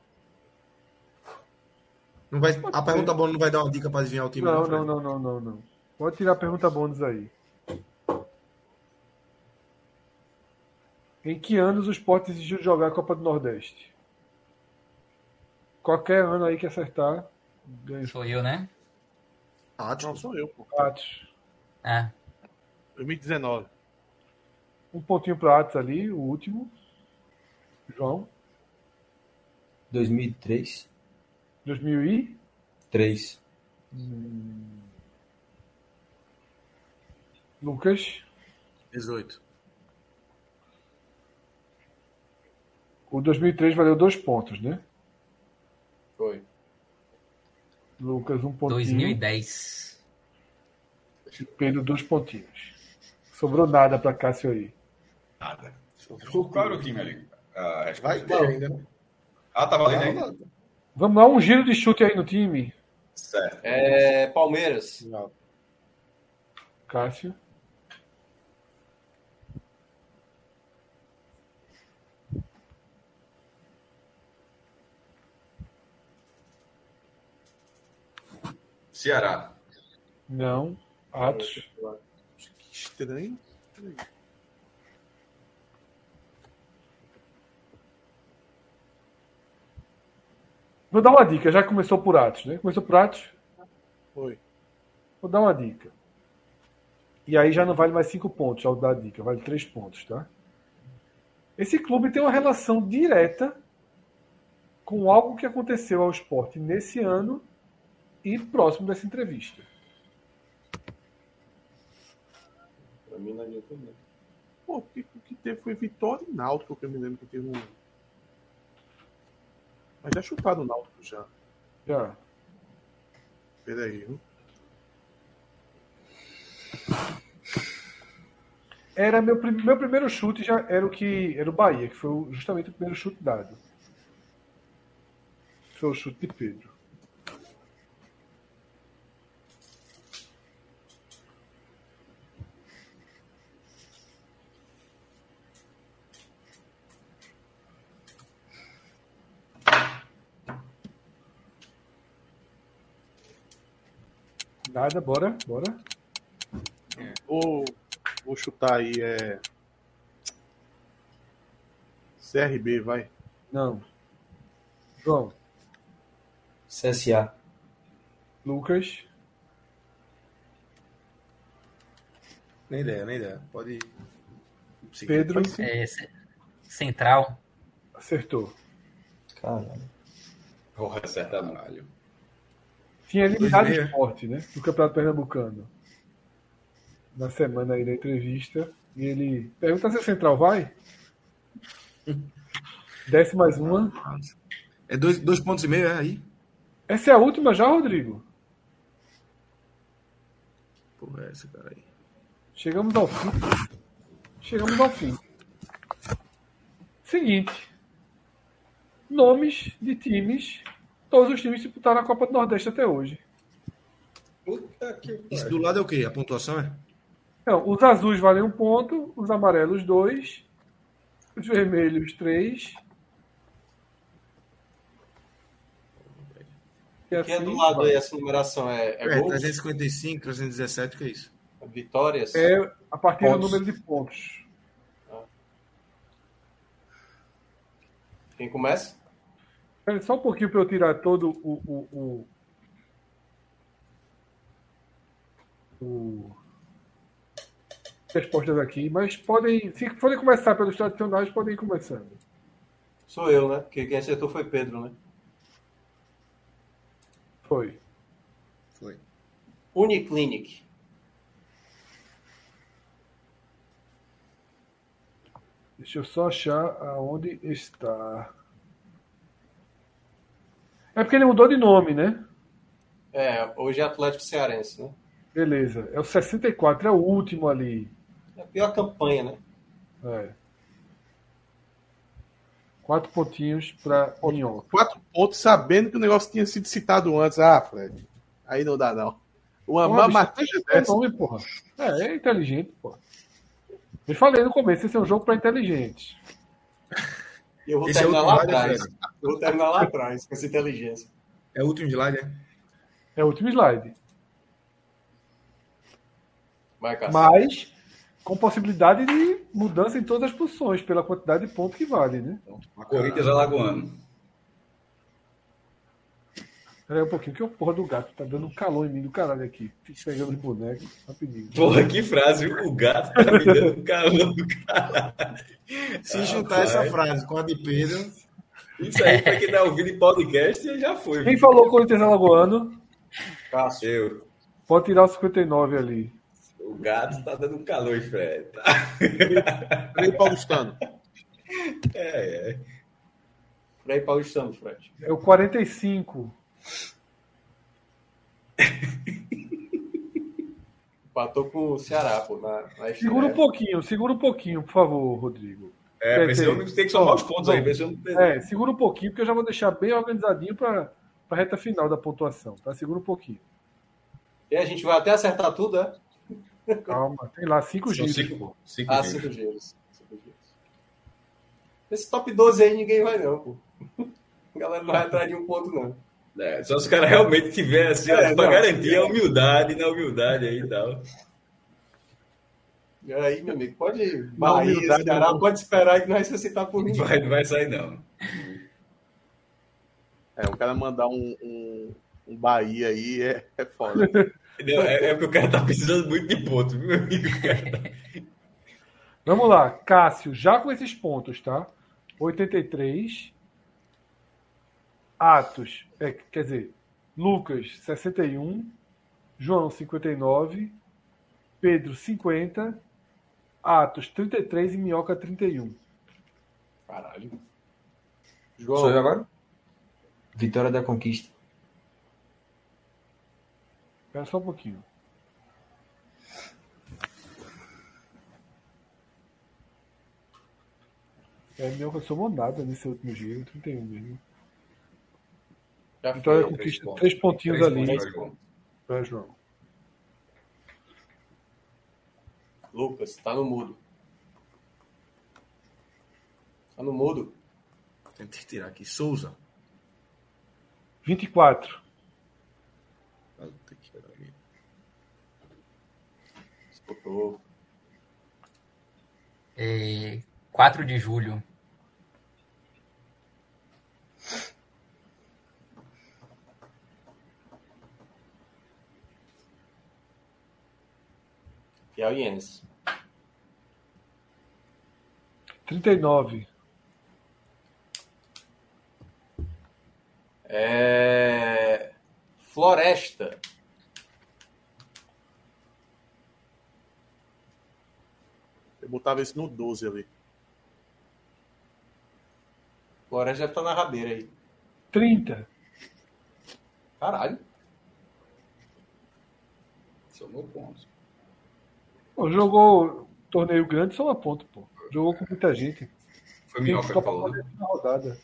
[SPEAKER 1] não vai, a
[SPEAKER 2] ser.
[SPEAKER 1] pergunta boa não vai dar uma dica pra adivinhar o time.
[SPEAKER 2] Não,
[SPEAKER 1] Fred?
[SPEAKER 2] não, não, não, não, não. Pode tirar a pergunta bônus aí. Em que anos o Sport decidiu jogar a Copa do Nordeste? Qualquer ano aí que acertar, ganha
[SPEAKER 4] Sou eu, né?
[SPEAKER 1] Ah,
[SPEAKER 5] Não,
[SPEAKER 1] tipo,
[SPEAKER 5] sou eu, pô.
[SPEAKER 2] Atos.
[SPEAKER 4] Ah,
[SPEAKER 5] 2019.
[SPEAKER 2] Um pontinho para Atos ali, o último. João,
[SPEAKER 7] 2003,
[SPEAKER 2] 2000 e...
[SPEAKER 7] 3.
[SPEAKER 2] Lucas,
[SPEAKER 1] 18.
[SPEAKER 2] o 2003 valeu dois pontos, né?
[SPEAKER 6] Foi.
[SPEAKER 2] Lucas, um pontinho.
[SPEAKER 4] 2010.
[SPEAKER 2] Pedro, dois pontinhos. Sobrou nada para Cássio aí.
[SPEAKER 3] Nada. Qual era o time ali? Ah, A resposta.
[SPEAKER 14] Vai ter ainda, né?
[SPEAKER 3] Ah, tá valendo
[SPEAKER 14] Vai,
[SPEAKER 3] ainda?
[SPEAKER 14] vai.
[SPEAKER 2] Vamos lá, um giro de chute aí no time.
[SPEAKER 3] Certo.
[SPEAKER 6] É Palmeiras.
[SPEAKER 2] Cássio.
[SPEAKER 3] Ceará.
[SPEAKER 2] Não. Atos.
[SPEAKER 5] Que estranho.
[SPEAKER 2] Vou dar uma dica, já começou por Atos, né? Começou por Atos,
[SPEAKER 5] Foi.
[SPEAKER 2] vou dar uma dica. E aí já não vale mais cinco pontos ao dar a dica, vale três pontos, tá? Esse clube tem uma relação direta com algo que aconteceu ao esporte nesse ano e próximo dessa entrevista.
[SPEAKER 6] Pra mim não adianta não.
[SPEAKER 5] Pô, o que, o que teve foi Vitória e Náutico, que eu me lembro que teve um. Mas já chutaram o Náutico já.
[SPEAKER 2] Já.
[SPEAKER 5] Peraí. viu?
[SPEAKER 2] Era meu, prim- meu primeiro chute já era o que era o Bahia, que foi o- justamente o primeiro chute dado. Foi o chute de Pedro. Nada, bora, bora.
[SPEAKER 5] Vou, vou chutar aí, é. CRB, vai.
[SPEAKER 2] Não. João.
[SPEAKER 7] CSA,
[SPEAKER 2] Lucas,
[SPEAKER 1] Nem ideia, nem ideia. Pode
[SPEAKER 2] Pedro
[SPEAKER 4] É, ce- central.
[SPEAKER 2] acertou.
[SPEAKER 7] Caralho.
[SPEAKER 3] Porra, acertar não.
[SPEAKER 2] Tinha eliminado o
[SPEAKER 1] Dois e meia.
[SPEAKER 2] esporte, né? Do Campeonato Pernambucano. Na semana aí da entrevista. E ele. Pergunta se a central vai? Desce mais uma.
[SPEAKER 1] É dois, dois pontos e meio, é aí?
[SPEAKER 2] Essa é a última já, Rodrigo?
[SPEAKER 1] Porra, é essa, cara aí.
[SPEAKER 2] Chegamos ao fim. Chegamos ao fim. Seguinte. Nomes de times. Todos os times disputaram a Copa do Nordeste até hoje.
[SPEAKER 3] Puta que pariu.
[SPEAKER 1] Isso do lado é o quê? A pontuação é?
[SPEAKER 2] Então, os azuis valem um ponto, os amarelos dois, os vermelhos três. E
[SPEAKER 6] O que é do
[SPEAKER 2] assim
[SPEAKER 6] lado
[SPEAKER 2] vai.
[SPEAKER 6] aí, essa numeração? É, é,
[SPEAKER 1] É,
[SPEAKER 6] gols?
[SPEAKER 1] 355, 317, que é isso?
[SPEAKER 6] Vitórias?
[SPEAKER 2] É a partir
[SPEAKER 6] Pontos.
[SPEAKER 2] do número de pontos.
[SPEAKER 6] Quem começa?
[SPEAKER 2] Espera só um pouquinho para eu tirar todo o. o, o- o- respostas aqui, mas podem, se forem começar pelos tradicionais, podem ir começando.
[SPEAKER 6] Sou eu, né? Porque quem acertou foi Pedro, né?
[SPEAKER 2] Foi.
[SPEAKER 6] Uniclinic.
[SPEAKER 2] Deixa eu só achar aonde está. É porque ele mudou de nome, né?
[SPEAKER 6] É, hoje é Atlético Cearense, né?
[SPEAKER 2] Beleza. É o 64, é o último ali.
[SPEAKER 6] É a pior campanha, né?
[SPEAKER 2] É. Quatro pontinhos para Minhoca.
[SPEAKER 5] Quatro pontos sabendo que o negócio tinha sido citado antes. Ah, Fred. Aí não dá, não. Uma
[SPEAKER 2] Uma
[SPEAKER 5] mamateja
[SPEAKER 2] É
[SPEAKER 5] dessa.
[SPEAKER 2] nome, porra. É, é inteligente, porra. Eu falei no começo, esse é um jogo para inteligentes.
[SPEAKER 6] E eu vou
[SPEAKER 1] Esse é
[SPEAKER 6] terminar
[SPEAKER 1] outro
[SPEAKER 6] lá
[SPEAKER 1] lado, né,
[SPEAKER 6] atrás. Eu vou terminar lá atrás, com essa inteligência.
[SPEAKER 1] É o último slide, é?
[SPEAKER 2] É o último slide.
[SPEAKER 6] Vai, Cássio.
[SPEAKER 2] Mas com possibilidade de mudança em todas as posições, pela quantidade de ponto que vale, né?
[SPEAKER 3] Corinthians Alagoano.
[SPEAKER 2] Pera aí um pouquinho, que o porra do gato tá dando um calor em mim do caralho aqui. Fico pegando os bonecos, rapidinho.
[SPEAKER 3] Porra, que frase. viu? O gato tá me dando calor.
[SPEAKER 6] É,
[SPEAKER 1] Se juntar essa frase com a de Pedro,
[SPEAKER 3] Isso aí, pra quem tá ouvindo em podcast, já foi.
[SPEAKER 2] Quem falou Corinthians Alagoano,
[SPEAKER 6] Cássio.
[SPEAKER 3] Eu.
[SPEAKER 2] pode tirar o 59 ali.
[SPEAKER 3] O gato tá dando calor, Fred.
[SPEAKER 5] Frei Paulistano.
[SPEAKER 3] É, é.
[SPEAKER 6] Frei Paulistano, Fred.
[SPEAKER 2] É o 45.
[SPEAKER 6] Empatou com o Ceará, pô. Na, na
[SPEAKER 2] Segura um
[SPEAKER 6] estreia. pouquinho.
[SPEAKER 2] pouquinho, segura um pouquinho, por favor, Rodrigo.
[SPEAKER 3] É, pra esse homem tem que somar os pontos aí. pra esse homem tem-
[SPEAKER 2] É, segura um pouquinho, porque eu já vou deixar bem organizadinho para a reta final da pontuação, tá? Segura um pouquinho.
[SPEAKER 6] E a gente vai até acertar tudo, né?
[SPEAKER 2] Calma, tem lá cinco
[SPEAKER 3] São
[SPEAKER 2] giros.
[SPEAKER 3] cinco, cinco
[SPEAKER 6] Ah,
[SPEAKER 3] giros.
[SPEAKER 6] cinco giros. Cinco giros. Esse top 12 aí ninguém vai, não, pô. A galera não vai atrás de um ponto, não.
[SPEAKER 3] É, só se o cara realmente tiver assim,
[SPEAKER 6] É,
[SPEAKER 3] ó, pra
[SPEAKER 6] não.
[SPEAKER 3] garantir a humildade, na humildade aí e tal.
[SPEAKER 6] E aí, meu amigo, pode ir. Bahia,
[SPEAKER 5] humildade,
[SPEAKER 6] Ceará,
[SPEAKER 5] não.
[SPEAKER 6] pode esperar que nós acertar por mim.
[SPEAKER 3] Não vai, não vai sair, não.
[SPEAKER 5] É, o cara mandar um, um, um Bahia aí é, é foda.
[SPEAKER 3] Não, é, é porque o cara tá precisando muito de ponto, viu, meu amigo? O cara tá-
[SPEAKER 2] Vamos lá, Cássio, já com esses pontos, tá? 83. Atos, é, quer dizer, Lucas, 61. João, 59. Pedro, 50. Atos, 33 e um. Minhoca, 31.
[SPEAKER 6] Caralho.
[SPEAKER 7] Sou eu
[SPEAKER 6] João,
[SPEAKER 7] agora? Vitória da Conquista.
[SPEAKER 2] Espera só um pouquinho. É, Minhoca somou nada nesse último giro, 31 mesmo.
[SPEAKER 6] já
[SPEAKER 2] Vitória
[SPEAKER 6] foi,
[SPEAKER 2] conquista,
[SPEAKER 6] três pontos.
[SPEAKER 2] Então três pontinhos
[SPEAKER 3] Três
[SPEAKER 2] ali
[SPEAKER 3] pontos.
[SPEAKER 6] Três pontos.
[SPEAKER 2] para João.
[SPEAKER 6] Lucas, tá no mudo. Tá no mudo.
[SPEAKER 1] tentei tirar aqui. Souza.
[SPEAKER 2] 24.
[SPEAKER 1] Puta que pariu.
[SPEAKER 6] Escutou.
[SPEAKER 4] É, 4 de julho.
[SPEAKER 6] Piauiense.
[SPEAKER 2] 39.
[SPEAKER 6] É... Floresta.
[SPEAKER 5] Eu botava esse no 12 ali.
[SPEAKER 6] Floresta deve estar na rabeira aí.
[SPEAKER 2] 30.
[SPEAKER 6] Caralho.
[SPEAKER 3] Somou pontos.
[SPEAKER 2] Pô, jogou torneio grande, só uma ponta, pô. Jogou com muita gente.
[SPEAKER 3] Foi minhoca que
[SPEAKER 2] Copa
[SPEAKER 3] falou. né?
[SPEAKER 2] Paulista na rodada.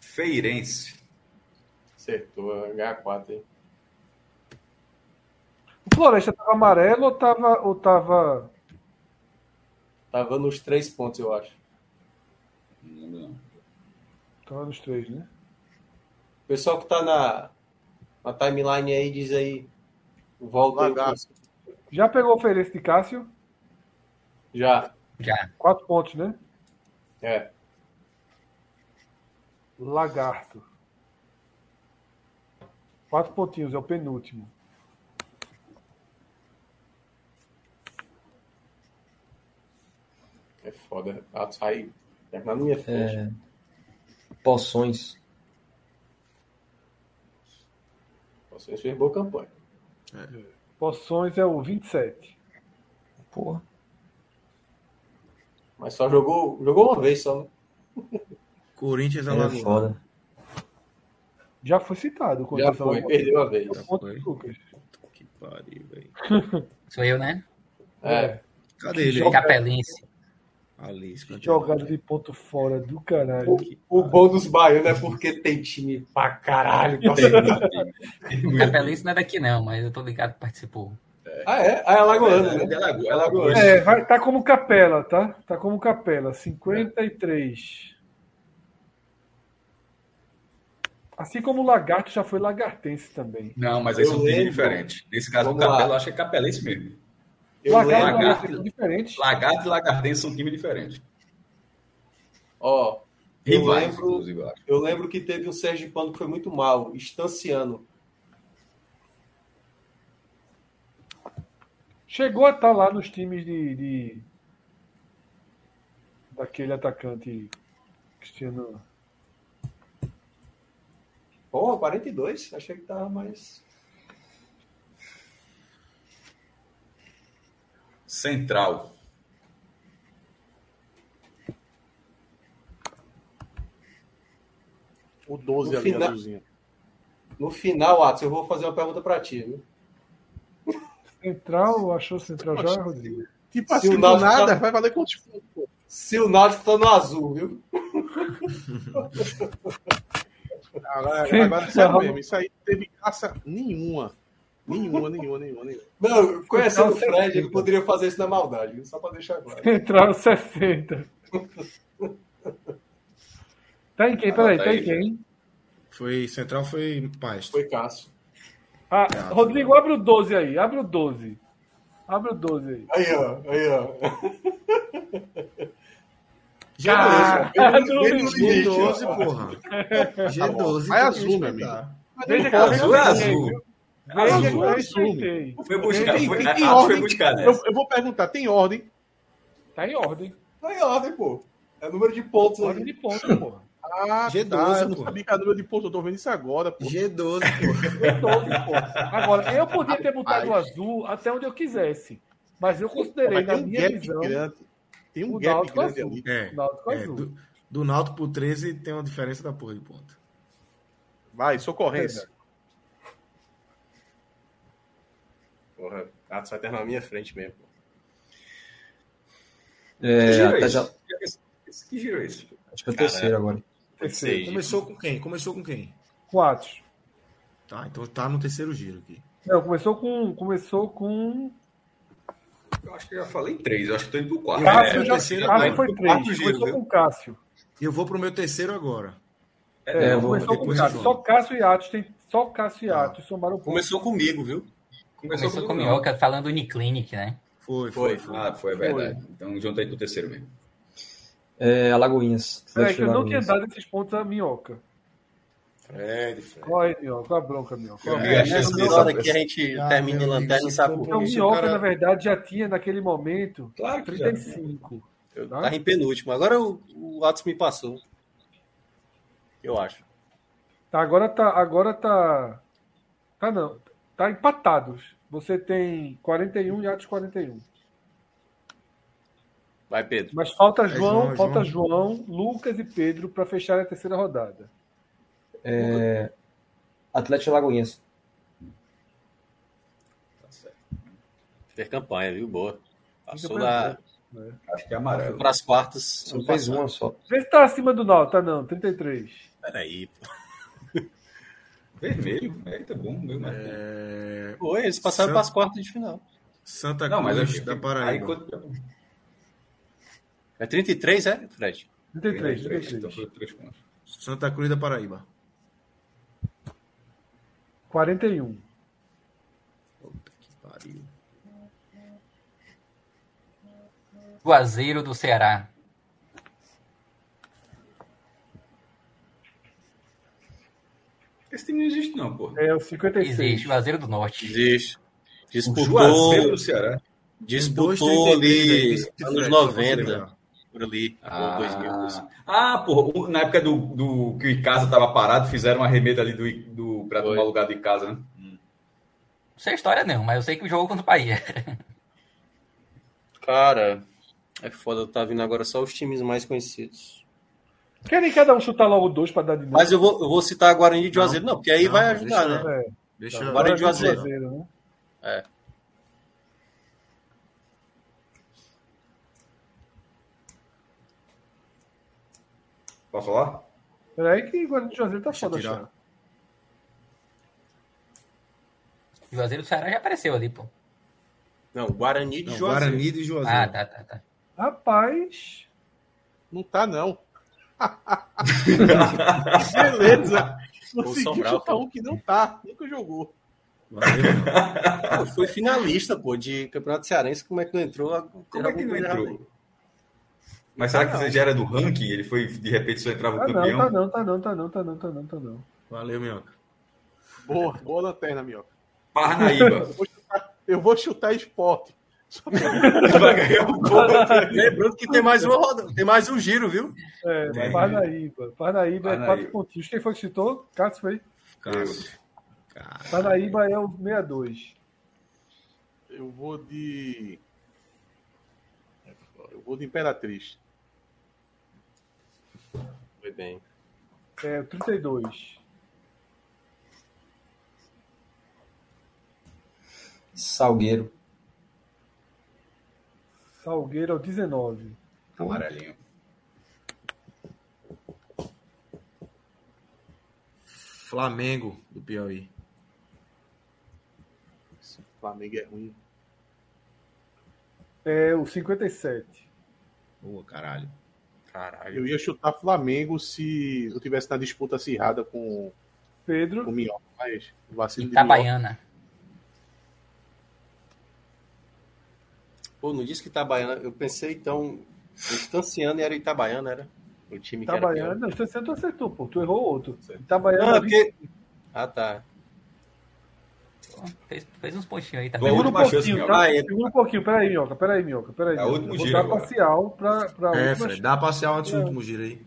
[SPEAKER 3] Feirense.
[SPEAKER 6] Acertou, ganha 4 aí.
[SPEAKER 2] O Floresta tava amarelo ou tava, ou tava
[SPEAKER 6] Tava nos três pontos, eu acho.
[SPEAKER 3] Não lembro, não.
[SPEAKER 2] Tava nos três, né?
[SPEAKER 6] O pessoal que tá na, na timeline aí diz aí. Volta aí.
[SPEAKER 5] Lagarto.
[SPEAKER 2] Já pegou o Feirense de Cássio?
[SPEAKER 6] Já.
[SPEAKER 4] Já.
[SPEAKER 2] Quatro pontos, né?
[SPEAKER 6] É.
[SPEAKER 2] Lagarto. Quatro pontinhos, é o penúltimo.
[SPEAKER 6] É foda. Ah, sai. Terminar na minha frente.
[SPEAKER 7] É, poções.
[SPEAKER 6] Vocês fez boa campanha.
[SPEAKER 2] Poções é o 27.
[SPEAKER 7] Porra.
[SPEAKER 6] Mas só jogou, jogou uma vez só. né?
[SPEAKER 15] Corinthians
[SPEAKER 1] É
[SPEAKER 6] É
[SPEAKER 7] Era
[SPEAKER 15] Alagoas.
[SPEAKER 7] É foda.
[SPEAKER 2] Já foi citado. quando
[SPEAKER 6] Já
[SPEAKER 2] eu tava-
[SPEAKER 6] foi, perdeu uma vez.
[SPEAKER 2] Ponto do Lucas.
[SPEAKER 15] Que pariu, velho.
[SPEAKER 4] Sou eu, né?
[SPEAKER 6] É.
[SPEAKER 15] Cadê ele?
[SPEAKER 2] Joga-
[SPEAKER 4] Capelense.
[SPEAKER 15] Ali,
[SPEAKER 2] Jogado de ponto fora do caralho.
[SPEAKER 6] O, o bom dos baianos é porque tem time pra caralho. Pra ser-
[SPEAKER 4] Capelense não é daqui, não, mas eu tô ligado que participou.
[SPEAKER 6] ah, é? Ah, é Alagoano, né?
[SPEAKER 3] É Alago-
[SPEAKER 6] É Alagoano.
[SPEAKER 2] É, vai, tá como capela, tá? Tá como capela. 53. Assim como o lagarto já foi lagartense também.
[SPEAKER 3] Não, mas esse é
[SPEAKER 6] Eu
[SPEAKER 3] um time
[SPEAKER 6] lembro.
[SPEAKER 3] diferente. Nesse caso, o
[SPEAKER 6] Vamos lá.
[SPEAKER 3] Capela, eu acho que é Capelense mesmo.
[SPEAKER 6] Eu
[SPEAKER 2] lagarto e
[SPEAKER 6] lembro.
[SPEAKER 3] Lagarto.
[SPEAKER 2] lagarto é diferente.
[SPEAKER 3] Lagarto e Lagartense são um times diferentes.
[SPEAKER 6] Ó, Eu
[SPEAKER 3] Rivais,
[SPEAKER 6] lembro-
[SPEAKER 3] inclusive, eu acho.
[SPEAKER 6] eu lembro que teve um Sergipano que foi muito mal, Estanciano.
[SPEAKER 2] Chegou a estar lá nos times de, de- daquele atacante Cristiano.
[SPEAKER 6] Porra, 42? Achei que tava mais.
[SPEAKER 3] Central.
[SPEAKER 5] O 12
[SPEAKER 6] No
[SPEAKER 5] ali,
[SPEAKER 6] final-
[SPEAKER 5] azulzinho.
[SPEAKER 6] No final, Atos, eu vou fazer uma pergunta pra ti, viu?
[SPEAKER 2] Central, achou Central já, Rodrigo?
[SPEAKER 5] Tipo
[SPEAKER 6] Se
[SPEAKER 5] assim,
[SPEAKER 6] o
[SPEAKER 5] do
[SPEAKER 6] Náutico
[SPEAKER 5] nada,
[SPEAKER 6] tá-
[SPEAKER 5] vai valer Tipo, quantos pontos? pô?
[SPEAKER 6] Se o Náutico tá no azul, viu?
[SPEAKER 5] Agora, agora sério mesmo, isso aí não teve graça nenhuma. Nenhuma, nenhuma, nenhuma, nenhuma.
[SPEAKER 6] Não, conhecendo o
[SPEAKER 2] Central
[SPEAKER 6] Fred, ele
[SPEAKER 2] 60.
[SPEAKER 6] poderia fazer isso na maldade, viu? só pra deixar claro.
[SPEAKER 2] Central 60. Tá em quem? Peraí,
[SPEAKER 3] Anota
[SPEAKER 2] tá em
[SPEAKER 3] aí.
[SPEAKER 2] quem?
[SPEAKER 1] Foi, Central foi paz.
[SPEAKER 6] Foi Cássio.
[SPEAKER 2] Ah, Rodrigo, abre o 12 aí, abre o 12. Abre o 12 aí.
[SPEAKER 6] Aí, ó, aí, ó.
[SPEAKER 1] G12,
[SPEAKER 2] Ah,
[SPEAKER 6] Ele-
[SPEAKER 2] não
[SPEAKER 6] ele não existe, ó.
[SPEAKER 1] G12, porra. G12,
[SPEAKER 5] Vai
[SPEAKER 1] tem que
[SPEAKER 5] azul, meu
[SPEAKER 1] respeitar.
[SPEAKER 2] Veja que
[SPEAKER 3] Azul é
[SPEAKER 2] eu
[SPEAKER 3] azul.
[SPEAKER 2] respeitei,
[SPEAKER 5] Azul é azul.
[SPEAKER 2] Veja que eu respeitei.
[SPEAKER 3] Foi buscar.
[SPEAKER 5] Tem-
[SPEAKER 3] Foi,
[SPEAKER 5] tem-
[SPEAKER 3] acho
[SPEAKER 5] tem
[SPEAKER 3] que foi
[SPEAKER 5] ordem.
[SPEAKER 3] buscar né?
[SPEAKER 5] Eu,
[SPEAKER 3] nessa.
[SPEAKER 5] eu vou perguntar, tem ordem?
[SPEAKER 2] Tá em ordem.
[SPEAKER 6] Tá em ordem, pô. É o número de pontos
[SPEAKER 2] Ordem
[SPEAKER 6] aí.
[SPEAKER 2] de ponto, porra.
[SPEAKER 5] Ah,
[SPEAKER 1] G12,
[SPEAKER 5] tá, eu não
[SPEAKER 1] pô.
[SPEAKER 5] sabia que era número de pontos, eu tô vendo isso agora, pô.
[SPEAKER 1] G12,
[SPEAKER 2] Foi 12, porra. Agora, eu podia ter botado o azul até onde eu quisesse. Mas eu considerei,
[SPEAKER 5] Mas
[SPEAKER 2] na
[SPEAKER 5] tem um
[SPEAKER 2] minha
[SPEAKER 5] gap
[SPEAKER 2] visão,
[SPEAKER 5] grande. Tem um
[SPEAKER 2] o
[SPEAKER 5] gap
[SPEAKER 2] Náutico
[SPEAKER 5] grande
[SPEAKER 2] azul.
[SPEAKER 5] ali.
[SPEAKER 1] É,
[SPEAKER 2] o Náutico
[SPEAKER 1] é,
[SPEAKER 2] azul.
[SPEAKER 1] do, do Náutico pro 13 tem uma diferença da porra de ponto.
[SPEAKER 5] Vai, socorrência.
[SPEAKER 6] Porra, Atos vai ter na minha frente mesmo. pô.
[SPEAKER 3] Que
[SPEAKER 7] É,
[SPEAKER 3] giro
[SPEAKER 7] até
[SPEAKER 3] é
[SPEAKER 7] já,
[SPEAKER 3] esse? Esse- esse- Que giro é esse?
[SPEAKER 7] acho que é o terceiro agora.
[SPEAKER 2] terceiro.
[SPEAKER 1] Começou com quem? Começou com quem?
[SPEAKER 2] Quatro.
[SPEAKER 1] Tá, então tá no terceiro giro aqui.
[SPEAKER 2] Não, começou com. Começou com.
[SPEAKER 3] Eu acho que eu já falei três. Eu acho que tô indo pro quarto.
[SPEAKER 2] Cássio
[SPEAKER 1] é,
[SPEAKER 2] já.
[SPEAKER 1] terceiro,
[SPEAKER 2] Cássio
[SPEAKER 1] né?
[SPEAKER 2] foi
[SPEAKER 3] Quatro
[SPEAKER 2] três.
[SPEAKER 3] giros,
[SPEAKER 2] Começou
[SPEAKER 3] viu?
[SPEAKER 2] com Cássio.
[SPEAKER 1] Eu vou pro meu terceiro agora.
[SPEAKER 3] É,
[SPEAKER 2] É,
[SPEAKER 7] eu
[SPEAKER 3] não,
[SPEAKER 7] vou-
[SPEAKER 2] começou com
[SPEAKER 1] depois
[SPEAKER 2] Cássio.
[SPEAKER 1] eu
[SPEAKER 2] Só
[SPEAKER 1] jogo.
[SPEAKER 2] Cássio e Atos tem. Só Cássio e
[SPEAKER 1] Tá.
[SPEAKER 2] Atos somaram ponto.
[SPEAKER 6] Começou comigo, viu?
[SPEAKER 3] Começou,
[SPEAKER 4] Começou com
[SPEAKER 3] com
[SPEAKER 4] o
[SPEAKER 3] minhoca.
[SPEAKER 4] Minhoca falando Uniclinic, né?
[SPEAKER 1] Foi, foi.
[SPEAKER 6] Foi.
[SPEAKER 1] foi.
[SPEAKER 3] Ah, foi é verdade. Então junta aí pro terceiro mesmo.
[SPEAKER 7] É, Alagoinhas.
[SPEAKER 2] Peraí, que eu não tinha
[SPEAKER 7] Alagoinhas.
[SPEAKER 2] dado esses pontos a minhoca.
[SPEAKER 6] Fred, Fred.
[SPEAKER 2] Qual é, minhoca? Qual a bronca, minhoca? Qual a
[SPEAKER 3] É,
[SPEAKER 2] bronca?
[SPEAKER 3] essa-
[SPEAKER 6] Na hora que a gente
[SPEAKER 1] Ah,
[SPEAKER 6] termina
[SPEAKER 1] meu
[SPEAKER 6] em lanterna,
[SPEAKER 1] amigo,
[SPEAKER 6] sabe
[SPEAKER 1] se
[SPEAKER 6] por
[SPEAKER 1] for
[SPEAKER 2] Então,
[SPEAKER 6] quê?
[SPEAKER 1] Esse
[SPEAKER 2] minhoca,
[SPEAKER 1] cara-
[SPEAKER 2] na verdade, já tinha naquele momento
[SPEAKER 3] Claro que já.
[SPEAKER 2] 35.
[SPEAKER 6] Eu
[SPEAKER 2] Tá.
[SPEAKER 6] tava em penúltimo. Agora o, o Atos me passou. Eu acho.
[SPEAKER 2] Tá, agora tá. Agora tá. Tá não. Tá empatados. Você tem 41 e um. Atos 41.
[SPEAKER 6] Vai, Pedro.
[SPEAKER 2] Mas falta João,
[SPEAKER 1] João,
[SPEAKER 2] falta João. Lucas e Pedro para fechar a terceira rodada.
[SPEAKER 7] É, Atlético Lagoinhas.
[SPEAKER 6] Fez campanha, viu? Boa. Passou
[SPEAKER 2] Fica pra
[SPEAKER 6] da,
[SPEAKER 3] Acho que é amarelo.
[SPEAKER 6] para as quartas.
[SPEAKER 7] Só
[SPEAKER 6] ano
[SPEAKER 7] fez uma
[SPEAKER 6] passado.
[SPEAKER 7] só.
[SPEAKER 2] Vê se tá acima do Nau, tá não, 33.
[SPEAKER 6] Peraí. pô.
[SPEAKER 3] Vermelho. Eita, bom. Meu, mas...
[SPEAKER 6] Foi, eles
[SPEAKER 1] Santos.
[SPEAKER 6] passaram para as quartas de final.
[SPEAKER 1] Santa
[SPEAKER 3] Não, mas
[SPEAKER 1] Cruz
[SPEAKER 3] acho que-
[SPEAKER 1] tá da
[SPEAKER 3] Aí,
[SPEAKER 1] Paraíba.
[SPEAKER 3] quando...
[SPEAKER 6] É 33, é, Fred?
[SPEAKER 2] 33,
[SPEAKER 3] Então
[SPEAKER 2] 33.
[SPEAKER 3] foi três pontos.
[SPEAKER 1] Santa Cruz da Paraíba.
[SPEAKER 2] 41.
[SPEAKER 1] Que pariu.
[SPEAKER 4] Juazeiro do Ceará.
[SPEAKER 3] Esse time não existe, não, pô.
[SPEAKER 2] É o 56.
[SPEAKER 4] Existe, Juazeiro do Norte.
[SPEAKER 6] Existe.
[SPEAKER 3] O Juazeiro do
[SPEAKER 6] Disputou,
[SPEAKER 3] Ceará.
[SPEAKER 6] disputou ali anos 90,
[SPEAKER 1] Não,
[SPEAKER 6] por ali,
[SPEAKER 3] Ah,
[SPEAKER 6] ou 2000.
[SPEAKER 3] ah porra, o- na época do, do que o Icasa tava parado, fizeram uma remeta ali do, I- do, pra
[SPEAKER 6] Foi.
[SPEAKER 3] tomar o lugar do Icasa, né?
[SPEAKER 4] Não sei a é história não, mas eu sei que jogou contra o Bahia.
[SPEAKER 6] Cara, é foda, tá vindo agora só os times mais conhecidos.
[SPEAKER 2] Querem cada um chutar logo dois para dar de novo?
[SPEAKER 6] Mas eu vou, eu vou citar Guarani de Juazeiro, não, porque aí vai ajudar,
[SPEAKER 1] deixa,
[SPEAKER 6] né?
[SPEAKER 2] né?
[SPEAKER 1] Deixa
[SPEAKER 2] Tá,
[SPEAKER 6] Guarani de
[SPEAKER 2] Guarani de
[SPEAKER 6] Juazeiro.
[SPEAKER 2] Juazeiro, né?
[SPEAKER 3] Posso falar?
[SPEAKER 2] Peraí que Guarani de Juazeiro tá
[SPEAKER 1] Deixa eu
[SPEAKER 2] foda,
[SPEAKER 1] tirar.
[SPEAKER 2] achar.
[SPEAKER 4] Juazeiro do Ceará já apareceu ali, pô.
[SPEAKER 6] Não, Guarani de
[SPEAKER 1] Não,
[SPEAKER 6] Juazeiro.
[SPEAKER 1] Guarani de Juazeiro.
[SPEAKER 4] Ah, tá, tá, tá.
[SPEAKER 2] Rapaz,
[SPEAKER 5] Não tá, não. Beleza. Conseguiu
[SPEAKER 6] Sobral,
[SPEAKER 5] chutar
[SPEAKER 6] pô.
[SPEAKER 5] um que não tá. Nunca jogou.
[SPEAKER 1] Valeu, não.
[SPEAKER 6] Pô, foi finalista, pô, de Campeonato Cearense, como é que não entrou?
[SPEAKER 3] Como é que não entrou? Mas
[SPEAKER 6] Tá
[SPEAKER 3] será que
[SPEAKER 6] não.
[SPEAKER 3] você já era do ranking? Ele foi, de repente, só entrava É o
[SPEAKER 2] tá Ah, não,
[SPEAKER 3] campeão?
[SPEAKER 2] tá não, tá não, tá não, tá não, tá não, tá não.
[SPEAKER 1] Valeu, Minhoca.
[SPEAKER 5] Boa, boa lanterna, meu.
[SPEAKER 3] Parnaíba.
[SPEAKER 5] Eu vou chutar esporte. Só pra-
[SPEAKER 3] Vai ganhar
[SPEAKER 6] um
[SPEAKER 3] o gol.
[SPEAKER 6] Lembrando É, que tem mais uma roda, tem mais um giro, viu?
[SPEAKER 2] É,
[SPEAKER 3] Tem.
[SPEAKER 2] Parnaíba. Parnaíba é
[SPEAKER 3] Parnaíba.
[SPEAKER 2] quatro pontinhos. Quem foi que citou? Cássio foi?
[SPEAKER 1] Cássio. Cara,
[SPEAKER 2] Parnaíba é o 62.
[SPEAKER 5] Eu vou de. Eu vou de Imperatriz.
[SPEAKER 6] Foi bem.
[SPEAKER 2] É, o 32.
[SPEAKER 7] Salgueiro.
[SPEAKER 2] Salgueiro é o 19.
[SPEAKER 3] Amarelinho.
[SPEAKER 1] Flamengo do Piauí.
[SPEAKER 5] Flamengo é ruim.
[SPEAKER 2] É o 57.
[SPEAKER 1] Boa, caralho.
[SPEAKER 6] Caralho.
[SPEAKER 5] Eu ia chutar Flamengo se eu tivesse na disputa acirrada com com o
[SPEAKER 2] Pedro,
[SPEAKER 5] Minhoca, mas o vacilo
[SPEAKER 2] tá
[SPEAKER 5] de Minhoca.
[SPEAKER 4] Itabaiana.
[SPEAKER 6] Pô, não disse que Itabaiana. Eu pensei, então, o Estanciano era Itabaiana, era? O time que
[SPEAKER 2] Itabaiana.
[SPEAKER 6] era.
[SPEAKER 2] Não, você tu acertou, pô. Tu errou outro.
[SPEAKER 6] Certo.
[SPEAKER 2] Itabaiana.
[SPEAKER 6] Não, é porque. Ah, tá.
[SPEAKER 4] Fez, fez uns pontinhos aí
[SPEAKER 3] Foi
[SPEAKER 4] também.
[SPEAKER 3] a
[SPEAKER 2] Segura um
[SPEAKER 3] última chance,
[SPEAKER 2] pouquinho,
[SPEAKER 3] Minhoca.
[SPEAKER 2] tá?
[SPEAKER 6] Ah, é.
[SPEAKER 2] Segura um pouquinho. Peraí, Minhoca. Peraí, Minhoca. Peraí.
[SPEAKER 3] É
[SPEAKER 2] Minhoca.
[SPEAKER 3] o último
[SPEAKER 2] Vou
[SPEAKER 3] giro
[SPEAKER 2] dar
[SPEAKER 3] agora.
[SPEAKER 2] parcial pra, pra
[SPEAKER 1] É,
[SPEAKER 2] última
[SPEAKER 1] Fred, dá parcial antes do
[SPEAKER 2] É.
[SPEAKER 1] último giro aí.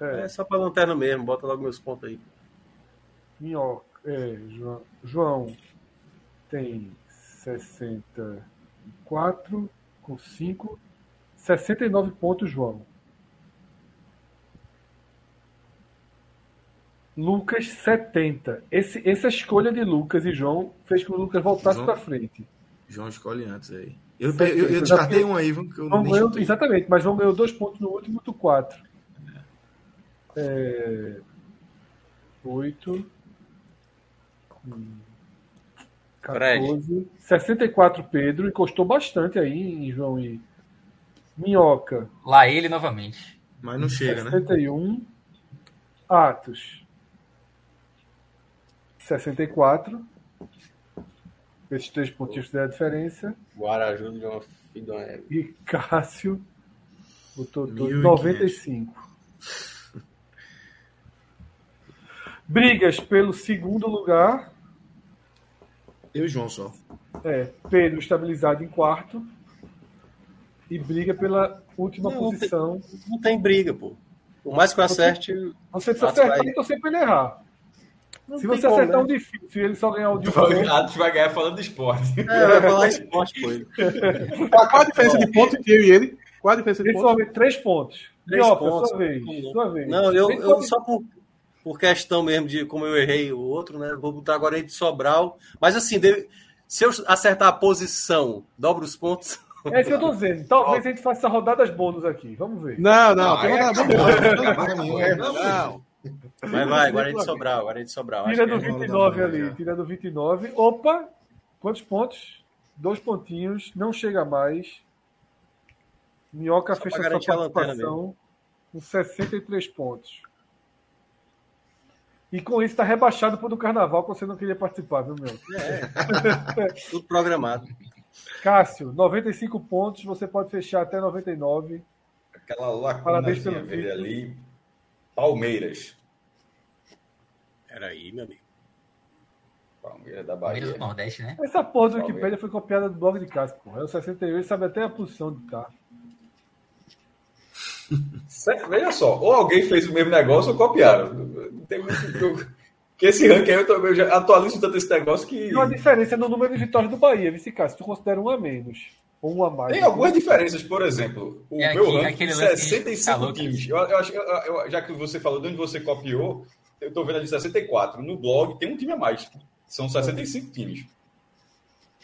[SPEAKER 2] É.
[SPEAKER 6] É só pra lanterna mesmo, bota logo meus pontos aí.
[SPEAKER 2] Minhoca, é, João, João tem 64 com 5, 69 pontos, João. Lucas 70. Esse, essa escolha de Lucas e João fez com que o Lucas voltasse
[SPEAKER 1] João-
[SPEAKER 2] para frente.
[SPEAKER 1] João escolhe antes aí. Eu, pe- eu, eu
[SPEAKER 2] Eu
[SPEAKER 1] descartei um aí, viu? Que eu
[SPEAKER 2] João
[SPEAKER 1] nem
[SPEAKER 2] ganhou,
[SPEAKER 1] chutei.
[SPEAKER 2] exatamente, mas João ganhou dois pontos no último, É, tu 4. 8. 14. 64 Pedro, encostou bastante aí em João e Minhoca.
[SPEAKER 4] Lá ele novamente.
[SPEAKER 1] Mas não chega, né?
[SPEAKER 2] 61. Atos. 64. Esses três pontinhos fizeram a diferença.
[SPEAKER 6] Guaraju de uma Fidonel.
[SPEAKER 2] E Cássio botou todo
[SPEAKER 1] 1.500.
[SPEAKER 2] 95. Brigas pelo segundo lugar.
[SPEAKER 1] Eu e João só.
[SPEAKER 2] É, Pedro estabilizado em quarto. e briga pela última
[SPEAKER 6] Não,
[SPEAKER 2] posição.
[SPEAKER 6] Não tem briga, pô. Por mais que eu acerte,
[SPEAKER 2] Você se
[SPEAKER 6] Mas
[SPEAKER 2] acertar,
[SPEAKER 6] vai-
[SPEAKER 2] eu tô sempre ele errar.
[SPEAKER 6] não
[SPEAKER 2] Se
[SPEAKER 6] tem
[SPEAKER 2] você
[SPEAKER 6] como,
[SPEAKER 2] acertar
[SPEAKER 6] né?
[SPEAKER 2] um difícil e ele só ganhar um de
[SPEAKER 3] Vai-
[SPEAKER 2] favor,
[SPEAKER 3] A gente vai ganhar falando de esporte.
[SPEAKER 6] É, vai falar esporte, pô.
[SPEAKER 5] Qual a diferença de ponto entre eu e ele? Qual a diferença de
[SPEAKER 2] ele
[SPEAKER 5] ponto?
[SPEAKER 2] só vê três pontos.
[SPEAKER 6] Três
[SPEAKER 2] Minhoca,
[SPEAKER 6] pontos,
[SPEAKER 2] sua vez.
[SPEAKER 6] não.
[SPEAKER 2] Sua vez.
[SPEAKER 6] Não, eu,
[SPEAKER 2] Vem só-
[SPEAKER 6] eu só por, por questão mesmo de como eu errei o outro, né? Vou botar agora ele de Sobral. Mas assim, deve- se eu acertar a posição, dobro os pontos.
[SPEAKER 2] É isso que eu tô dizendo. Talvez a gente faça rodadas bônus aqui. Vamos ver.
[SPEAKER 5] Não, não, tem
[SPEAKER 3] aí
[SPEAKER 5] uma
[SPEAKER 3] acabou, acabou, acabou.
[SPEAKER 5] Não,
[SPEAKER 6] Mas vai, agora ele de Sobral, agora ele de Sobral. Acho
[SPEAKER 2] Tira
[SPEAKER 6] que
[SPEAKER 2] do
[SPEAKER 6] é-
[SPEAKER 2] 29
[SPEAKER 16] não, não,
[SPEAKER 2] ali.
[SPEAKER 16] já.
[SPEAKER 2] Tira do 29. Opa! Quantos pontos? Dois pontinhos. Não chega mais. Minhoca
[SPEAKER 6] Só pra
[SPEAKER 2] fecha
[SPEAKER 6] garantir a
[SPEAKER 2] sua
[SPEAKER 6] lanterna
[SPEAKER 2] participação com 63 pontos. E com isso tá rebaixado por do carnaval que você não queria participar, viu, meu?
[SPEAKER 6] tudo programado.
[SPEAKER 2] Cássio, 95 pontos, você pode fechar até 99.
[SPEAKER 3] Aquela lacuna
[SPEAKER 2] Parabéns pelo
[SPEAKER 3] verde
[SPEAKER 2] título.
[SPEAKER 3] ali. Palmeiras.
[SPEAKER 6] Peraí, meu amigo.
[SPEAKER 3] Palmeiras da
[SPEAKER 4] Palmeiras do
[SPEAKER 3] Bahia.
[SPEAKER 4] Nordeste, né?
[SPEAKER 2] Essa porra do
[SPEAKER 3] Talvez.
[SPEAKER 2] Wikipedia foi copiada do blog de Cássio, pô. É o 68, ele sabe até a posição de tá.
[SPEAKER 3] Certo, Veja só, ou alguém fez o mesmo negócio ou copiaram. Não Tem muito jogo. Porque esse ranking aí eu, também já atualizo tanto esse negócio que.
[SPEAKER 2] E uma diferença no número de vitórias do Bahia, vice Cássio, tu considera um a menos. Ou um a mais.
[SPEAKER 3] Tem algumas diferenças, por exemplo, o
[SPEAKER 4] É
[SPEAKER 3] meu
[SPEAKER 4] aqui-
[SPEAKER 3] ranking tem
[SPEAKER 4] aquele lance que
[SPEAKER 3] 65
[SPEAKER 4] falou que-
[SPEAKER 3] times. Eu, eu acho que- eu- eu- já que você falou de onde você copiou, eu estou vendo ali 64. No blog tem um time a mais. São 65 times.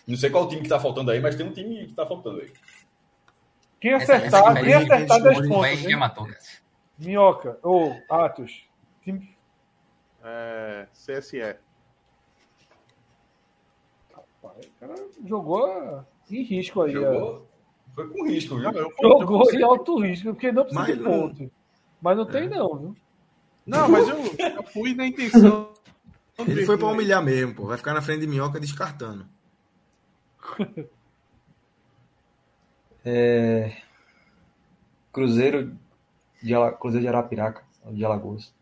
[SPEAKER 3] Não sei qual time que está faltando aí, mas tem um time que está faltando aí.
[SPEAKER 2] Quem
[SPEAKER 4] Essa-
[SPEAKER 2] acertar,
[SPEAKER 4] essa
[SPEAKER 2] quem
[SPEAKER 4] diferença
[SPEAKER 2] acertar
[SPEAKER 4] de
[SPEAKER 2] 10
[SPEAKER 4] Bahia
[SPEAKER 2] pontos,
[SPEAKER 4] já
[SPEAKER 2] hein?
[SPEAKER 4] matou, Cássio.
[SPEAKER 2] Minhoca, ou Atos. Time-
[SPEAKER 5] É, CSE.
[SPEAKER 2] Rapaz, o cara jogou a- em risco aí. ó.
[SPEAKER 3] Jogou. Foi com risco, viu?
[SPEAKER 5] Não, eu-
[SPEAKER 2] Jogou
[SPEAKER 5] eu-
[SPEAKER 2] em alto risco, porque não precisa
[SPEAKER 1] Mas
[SPEAKER 2] de
[SPEAKER 1] não-
[SPEAKER 2] ponto. Mas não
[SPEAKER 4] É.
[SPEAKER 2] tem não, viu?
[SPEAKER 5] Não, mas eu, eu fui na intenção.
[SPEAKER 1] Ele foi pra humilhar mesmo, pô. Vai ficar na frente de minhoca descartando.
[SPEAKER 7] É, Cruzeiro de, Ala- Cruzeiro de Arapiraca, de Alagoas.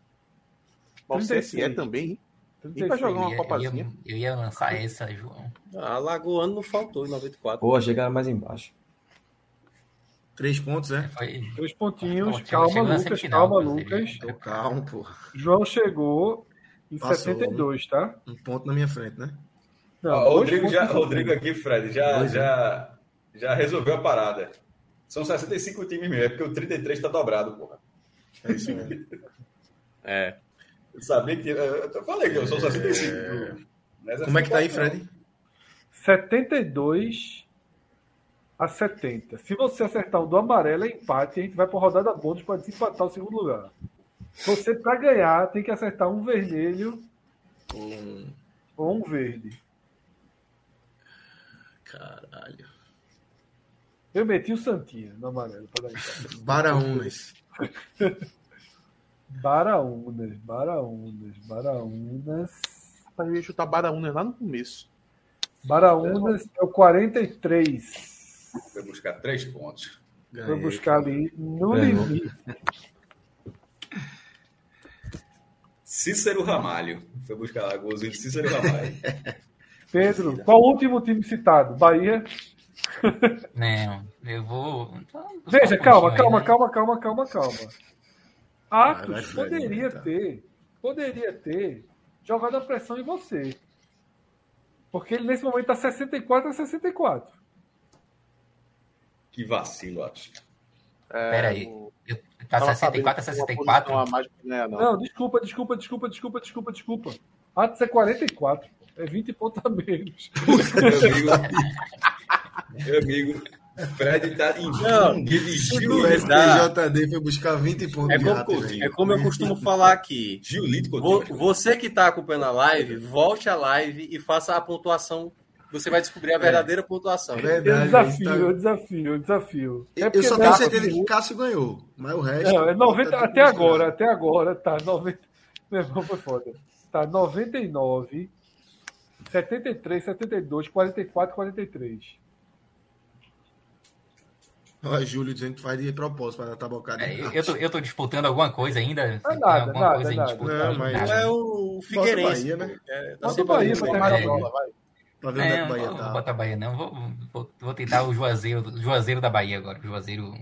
[SPEAKER 5] Mas o CSE também, hein? E pra
[SPEAKER 2] 36.
[SPEAKER 5] jogar
[SPEAKER 4] Eu
[SPEAKER 5] uma
[SPEAKER 4] ia, eu, ia,
[SPEAKER 5] copazinha?
[SPEAKER 4] eu ia lançar essa, João.
[SPEAKER 6] Ah, Lagoano não faltou em 94.
[SPEAKER 7] Pô, chegaram mais embaixo.
[SPEAKER 1] Três pontos, é?
[SPEAKER 4] Foi
[SPEAKER 2] Dois pontinhos,
[SPEAKER 4] Ótimo,
[SPEAKER 2] calma,
[SPEAKER 4] chegou na
[SPEAKER 2] Lucas,
[SPEAKER 4] semifinal,
[SPEAKER 2] calma,
[SPEAKER 4] inclusive.
[SPEAKER 2] Lucas.
[SPEAKER 1] Então calma, pô.
[SPEAKER 2] João chegou em
[SPEAKER 1] Passou.
[SPEAKER 2] 62, tá?
[SPEAKER 1] Um ponto na minha frente, né?
[SPEAKER 2] Não,
[SPEAKER 3] Ó,
[SPEAKER 2] dois
[SPEAKER 3] Rodrigo,
[SPEAKER 2] pontos
[SPEAKER 3] já,
[SPEAKER 2] de-
[SPEAKER 3] Rodrigo aqui, Fred, já,
[SPEAKER 1] Pois é.
[SPEAKER 3] já, já resolveu a parada. São 65 times mesmo, é porque o 33 está dobrado, porra.
[SPEAKER 1] É isso mesmo.
[SPEAKER 6] É.
[SPEAKER 3] Eu sabia que. Eu eu falei que eu sou 65. Mas
[SPEAKER 1] Como é que tá aí,
[SPEAKER 3] não.
[SPEAKER 1] Fred?
[SPEAKER 2] 72 a 70. Se você acertar o do amarelo, é empate. A gente vai para rodada bônus para desempatar o segundo lugar. Você, para ganhar, tem que acertar um vermelho
[SPEAKER 6] Hum,
[SPEAKER 1] Um...
[SPEAKER 2] ou um verde.
[SPEAKER 1] Caralho.
[SPEAKER 2] Eu meti o Santinha no amarelo para dar empate.
[SPEAKER 1] Baraunas.
[SPEAKER 2] Baraunas, Baraunas, Baraunas.
[SPEAKER 5] Mas eu ia chutar Baraúna lá no começo.
[SPEAKER 2] Baraunas é o 43.
[SPEAKER 3] Foi buscar três pontos.
[SPEAKER 2] Foi
[SPEAKER 1] Ganhei.
[SPEAKER 2] buscar ali no
[SPEAKER 7] Ganhou.
[SPEAKER 2] limite.
[SPEAKER 3] Cícero Ramalho. Foi buscar lá, golzinho de Cícero Ramalho.
[SPEAKER 2] Pedro, qual o último time citado? Bahia.
[SPEAKER 4] Não, eu vou.
[SPEAKER 2] Veja, calma, calma,
[SPEAKER 4] né?
[SPEAKER 2] calma, calma, calma, calma.
[SPEAKER 1] vai,
[SPEAKER 2] Atos
[SPEAKER 1] Fred,
[SPEAKER 2] poderia
[SPEAKER 1] vai, tá.
[SPEAKER 2] ter, poderia ter jogado a pressão em você. Porque ele nesse momento tá está 64 a 64.
[SPEAKER 3] Que vacilo, acho.
[SPEAKER 5] É,
[SPEAKER 4] Peraí.
[SPEAKER 5] o-
[SPEAKER 4] Eu- Tá
[SPEAKER 5] tava
[SPEAKER 4] 64 a
[SPEAKER 5] sabendo que uma posição
[SPEAKER 4] 64?
[SPEAKER 5] A mais pra
[SPEAKER 1] Tá
[SPEAKER 5] ganhar, não.
[SPEAKER 2] Não, desculpa, desculpa, desculpa, desculpa, desculpa, desculpa. Atos é 44. pô. É 20 pontos a menos.
[SPEAKER 3] Meu amigo. Meu amigo. Fred tá em
[SPEAKER 6] Não,
[SPEAKER 3] de vigília.
[SPEAKER 1] O STJD foi buscar 20 pontos
[SPEAKER 6] É
[SPEAKER 1] de
[SPEAKER 6] como,
[SPEAKER 1] rato, velho.
[SPEAKER 6] é como eu costumo falar aqui.
[SPEAKER 3] Giolito
[SPEAKER 6] Vo-
[SPEAKER 3] Coutinho.
[SPEAKER 6] Você que está acompanhando a live, volte à live e faça a pontuação. Você vai descobrir a verdadeira pontuação.
[SPEAKER 2] Eu
[SPEAKER 1] É Verdade,
[SPEAKER 2] É um desafio,
[SPEAKER 1] isso tá-
[SPEAKER 2] eu desafio, eu desafio. É
[SPEAKER 1] Eu
[SPEAKER 2] porque
[SPEAKER 1] só
[SPEAKER 2] dá-
[SPEAKER 1] tenho certeza que Cássio ganhou, mas o resto.
[SPEAKER 2] Não, é 90,
[SPEAKER 1] tá tudo
[SPEAKER 2] até
[SPEAKER 1] misturado.
[SPEAKER 2] agora, até agora, tá 90. Meu irmão foi foda. Tá 99, 73, 72, 44, 43.
[SPEAKER 1] Olha, Júlio dizendo que faz de propósito para dar tabocada.
[SPEAKER 4] É, eu, eu, tô, eu tô disputando alguma coisa ainda.
[SPEAKER 2] Ah,
[SPEAKER 4] Tem
[SPEAKER 2] nada,
[SPEAKER 4] alguma
[SPEAKER 2] nada,
[SPEAKER 4] coisa em
[SPEAKER 2] nada.
[SPEAKER 4] disputa
[SPEAKER 1] Não,
[SPEAKER 4] ainda?
[SPEAKER 1] mas-
[SPEAKER 6] É
[SPEAKER 1] Bota
[SPEAKER 6] o
[SPEAKER 1] o
[SPEAKER 6] Figueirense.
[SPEAKER 1] Bahia, né?
[SPEAKER 6] É, tá
[SPEAKER 2] Bota o
[SPEAKER 6] sempre
[SPEAKER 2] Bahia
[SPEAKER 6] ali,
[SPEAKER 2] pra
[SPEAKER 6] né?
[SPEAKER 2] terminar a
[SPEAKER 4] É.
[SPEAKER 2] bola, vai.
[SPEAKER 17] Pra ver onde é que
[SPEAKER 4] É,
[SPEAKER 17] o
[SPEAKER 4] não
[SPEAKER 17] Bahia
[SPEAKER 4] vou,
[SPEAKER 17] tá.
[SPEAKER 4] botar Bahia, não. Vou, vou, vou tentar o Juazeiro, Juazeiro da Bahia agora. Juazeiro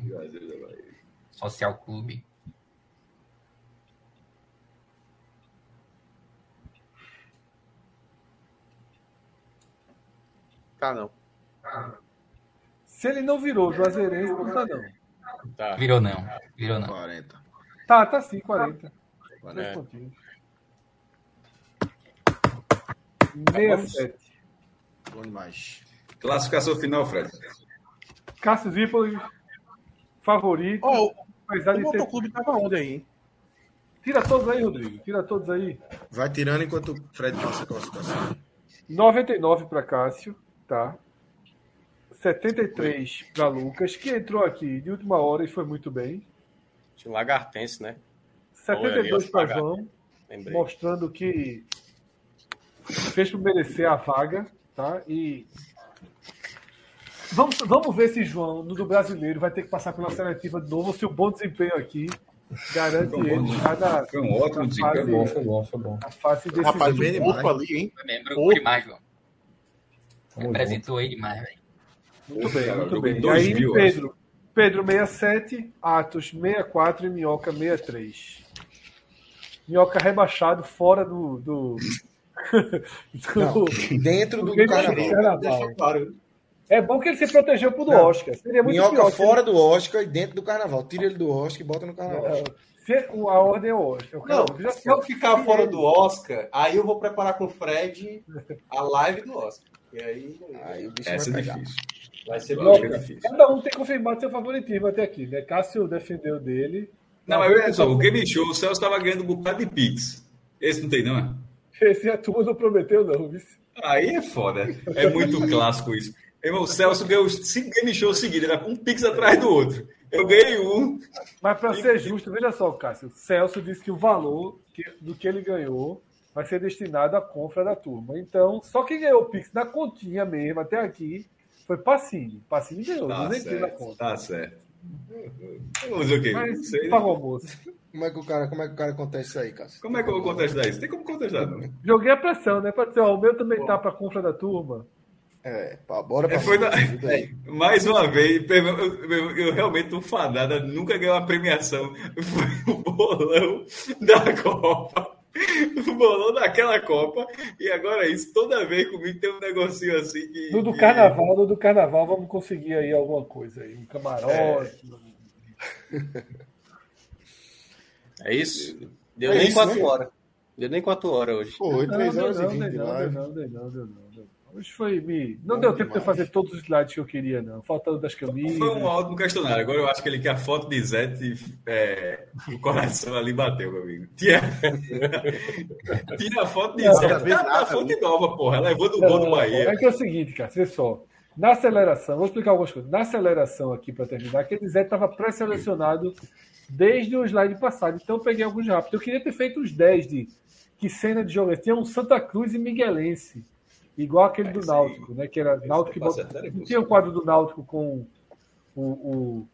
[SPEAKER 4] Social Clube.
[SPEAKER 5] Tá, não.
[SPEAKER 2] Se ele não virou Juazeirense, não tá não.
[SPEAKER 18] Tá.
[SPEAKER 4] Virou não. Virou não.
[SPEAKER 17] 40.
[SPEAKER 2] Tá, tá sim, 40. Três
[SPEAKER 18] É.
[SPEAKER 2] pontinhos.
[SPEAKER 5] vamos-
[SPEAKER 2] 67.
[SPEAKER 17] Bom demais.
[SPEAKER 3] Classificação final, Fred.
[SPEAKER 2] Cássio Zípoli, favorito.
[SPEAKER 5] Ó, o-
[SPEAKER 2] apesar
[SPEAKER 5] o
[SPEAKER 2] de ter...
[SPEAKER 5] motoclube tava onde aí, hein?
[SPEAKER 2] Tira todos aí, Rodrigo. Tira todos aí.
[SPEAKER 17] Vai tirando enquanto o Fred passa a classificação.
[SPEAKER 2] 99 para Cássio, tá? 73 para Lucas, que entrou aqui de última hora e foi muito bem.
[SPEAKER 18] Tinha um lagartense, né? Olha,
[SPEAKER 2] 72
[SPEAKER 18] eu
[SPEAKER 2] para
[SPEAKER 18] ia
[SPEAKER 2] João,
[SPEAKER 18] Lembrei.
[SPEAKER 2] mostrando que fez por merecer a vaga, tá? E vamos, vamos ver se João, no do brasileiro, vai ter que passar pela seletiva de novo, ou se o bom desempenho aqui garante
[SPEAKER 3] Foi um bom
[SPEAKER 2] ele já na,
[SPEAKER 3] Foi um ótimo
[SPEAKER 2] Foi
[SPEAKER 3] desempenho.
[SPEAKER 2] bom,
[SPEAKER 7] foi bom, foi bom.
[SPEAKER 2] na fase decisiva.
[SPEAKER 5] Rapaz,
[SPEAKER 17] bem
[SPEAKER 5] o corpo ali, hein?
[SPEAKER 4] Foi mesmo,
[SPEAKER 5] Pô.
[SPEAKER 4] brigou demais, João.
[SPEAKER 7] Tamo junto.
[SPEAKER 4] Apresentou aí demais, velho.
[SPEAKER 2] Muito bem,
[SPEAKER 3] Cara,
[SPEAKER 2] muito
[SPEAKER 3] jogou
[SPEAKER 2] bem. E
[SPEAKER 3] dois
[SPEAKER 2] aí,
[SPEAKER 3] mil,
[SPEAKER 2] Pedro, Pedro 67, Atos 64 e Minhoca 63. Minhoca rebaixado fora do. do... do-
[SPEAKER 1] Não, dentro do
[SPEAKER 2] do
[SPEAKER 1] carnaval.
[SPEAKER 2] carnaval. É bom que ele se protegeu pro do Oscar. Seria É muito pior né?
[SPEAKER 1] Minhoca
[SPEAKER 2] se
[SPEAKER 1] fora do Oscar e dentro do carnaval. Tira ele do Oscar e bota no
[SPEAKER 3] É.
[SPEAKER 1] carnaval.
[SPEAKER 2] ele- Se o- a ordem é o Oscar. o
[SPEAKER 6] Não,
[SPEAKER 2] carnaval. Já-
[SPEAKER 6] se eu ficar fora do Oscar, aí eu vou preparar com o Fred a live do Oscar. E aí
[SPEAKER 1] Aí o bicho
[SPEAKER 3] Essa é
[SPEAKER 1] vai pegar.
[SPEAKER 3] difícil.
[SPEAKER 6] vai ser
[SPEAKER 3] Eu acho que é
[SPEAKER 6] bom.
[SPEAKER 3] difícil.
[SPEAKER 2] Cada um tem confirmado seu favoritismo até aqui, né? Cássio defendeu dele.
[SPEAKER 3] Não, mas olha só, o Game Show, o Celso estava ganhando um bocado de Pix. Esse não tem, não é?
[SPEAKER 2] Esse a turma não prometeu, não. viu?
[SPEAKER 3] Aí é foda. É muito clássico isso. Meu Irmão, o Celso ganhou cinco game shows seguidos, era um pix atrás do outro. Eu ganhei um.
[SPEAKER 2] Mas para ser justo, veja só, Cássio. Celso disse que o valor que- do que ele ganhou vai ser destinado à compra da turma. Então, só quem ganhou o Pix na continha mesmo até aqui foi Pacini. Pacini ganhou,
[SPEAKER 3] Tá
[SPEAKER 2] 200 na
[SPEAKER 3] certo,
[SPEAKER 2] conta.
[SPEAKER 3] tá certo. Vamos ver o quê? Não
[SPEAKER 2] Mas
[SPEAKER 3] sei.
[SPEAKER 2] pagou almoço.
[SPEAKER 1] Como é que o cara, como é que o cara acontece isso aí, Cássio?
[SPEAKER 3] Como é que eu vou contestar isso? Tem como contestar, não.
[SPEAKER 2] Joguei a pressão, né? Para dizer, ó, o meu também tá para compra da turma.
[SPEAKER 1] É, pá, bora
[SPEAKER 3] É,
[SPEAKER 1] pra
[SPEAKER 3] foi
[SPEAKER 1] cima,
[SPEAKER 3] na-
[SPEAKER 1] ajuda aí.
[SPEAKER 3] Mais uma vez, meu irmão, eu, meu irmão, eu realmente tô fadado, eu nunca ganhei uma premiação. Foi o bolão da Copa. O bolão daquela Copa. E agora é isso, toda vez comigo tem um negocinho assim que.
[SPEAKER 2] No do
[SPEAKER 3] que-
[SPEAKER 2] carnaval, no do carnaval, vamos conseguir aí alguma coisa aí. Um camarote.
[SPEAKER 18] É isso? Deu
[SPEAKER 1] É
[SPEAKER 18] nem
[SPEAKER 1] isso,
[SPEAKER 18] quatro
[SPEAKER 1] né?
[SPEAKER 18] horas. Deu nem quatro horas hoje.
[SPEAKER 3] É,
[SPEAKER 1] Foi,
[SPEAKER 2] Não,
[SPEAKER 1] 3
[SPEAKER 2] deu
[SPEAKER 1] horas e
[SPEAKER 2] não,
[SPEAKER 1] 20 de
[SPEAKER 2] deu não, deu
[SPEAKER 1] live.
[SPEAKER 2] não, deu não, deu não, deu não. Hoje foi. Me... Não deu tempo de eu fazer todos os slides que eu queria, não. Faltando das camisas.
[SPEAKER 3] Foi um ótimo questionário. Agora eu acho que ele quer a foto de Zé e é, o coração ali bateu, meu amigo. Tira, tira a foto de Zé. Tá a foto nova, porra. Levou do gol do Bahia.
[SPEAKER 2] É que é o seguinte, cara, vê só. Na aceleração, vou explicar algumas coisas. Na aceleração aqui para terminar, aquele Zé estava pré-selecionado desde o slide passado, então eu peguei alguns rápidos. Eu queria ter feito uns 10 de que cena de jogo. Tinha um Santa Cruz e Miguelense, igual aquele do
[SPEAKER 3] esse
[SPEAKER 2] Náutico, né? Que era Náutico e
[SPEAKER 3] É, passa
[SPEAKER 2] Bota-
[SPEAKER 3] até nervoso.
[SPEAKER 2] Não tinha o quadro do Náutico com o. o...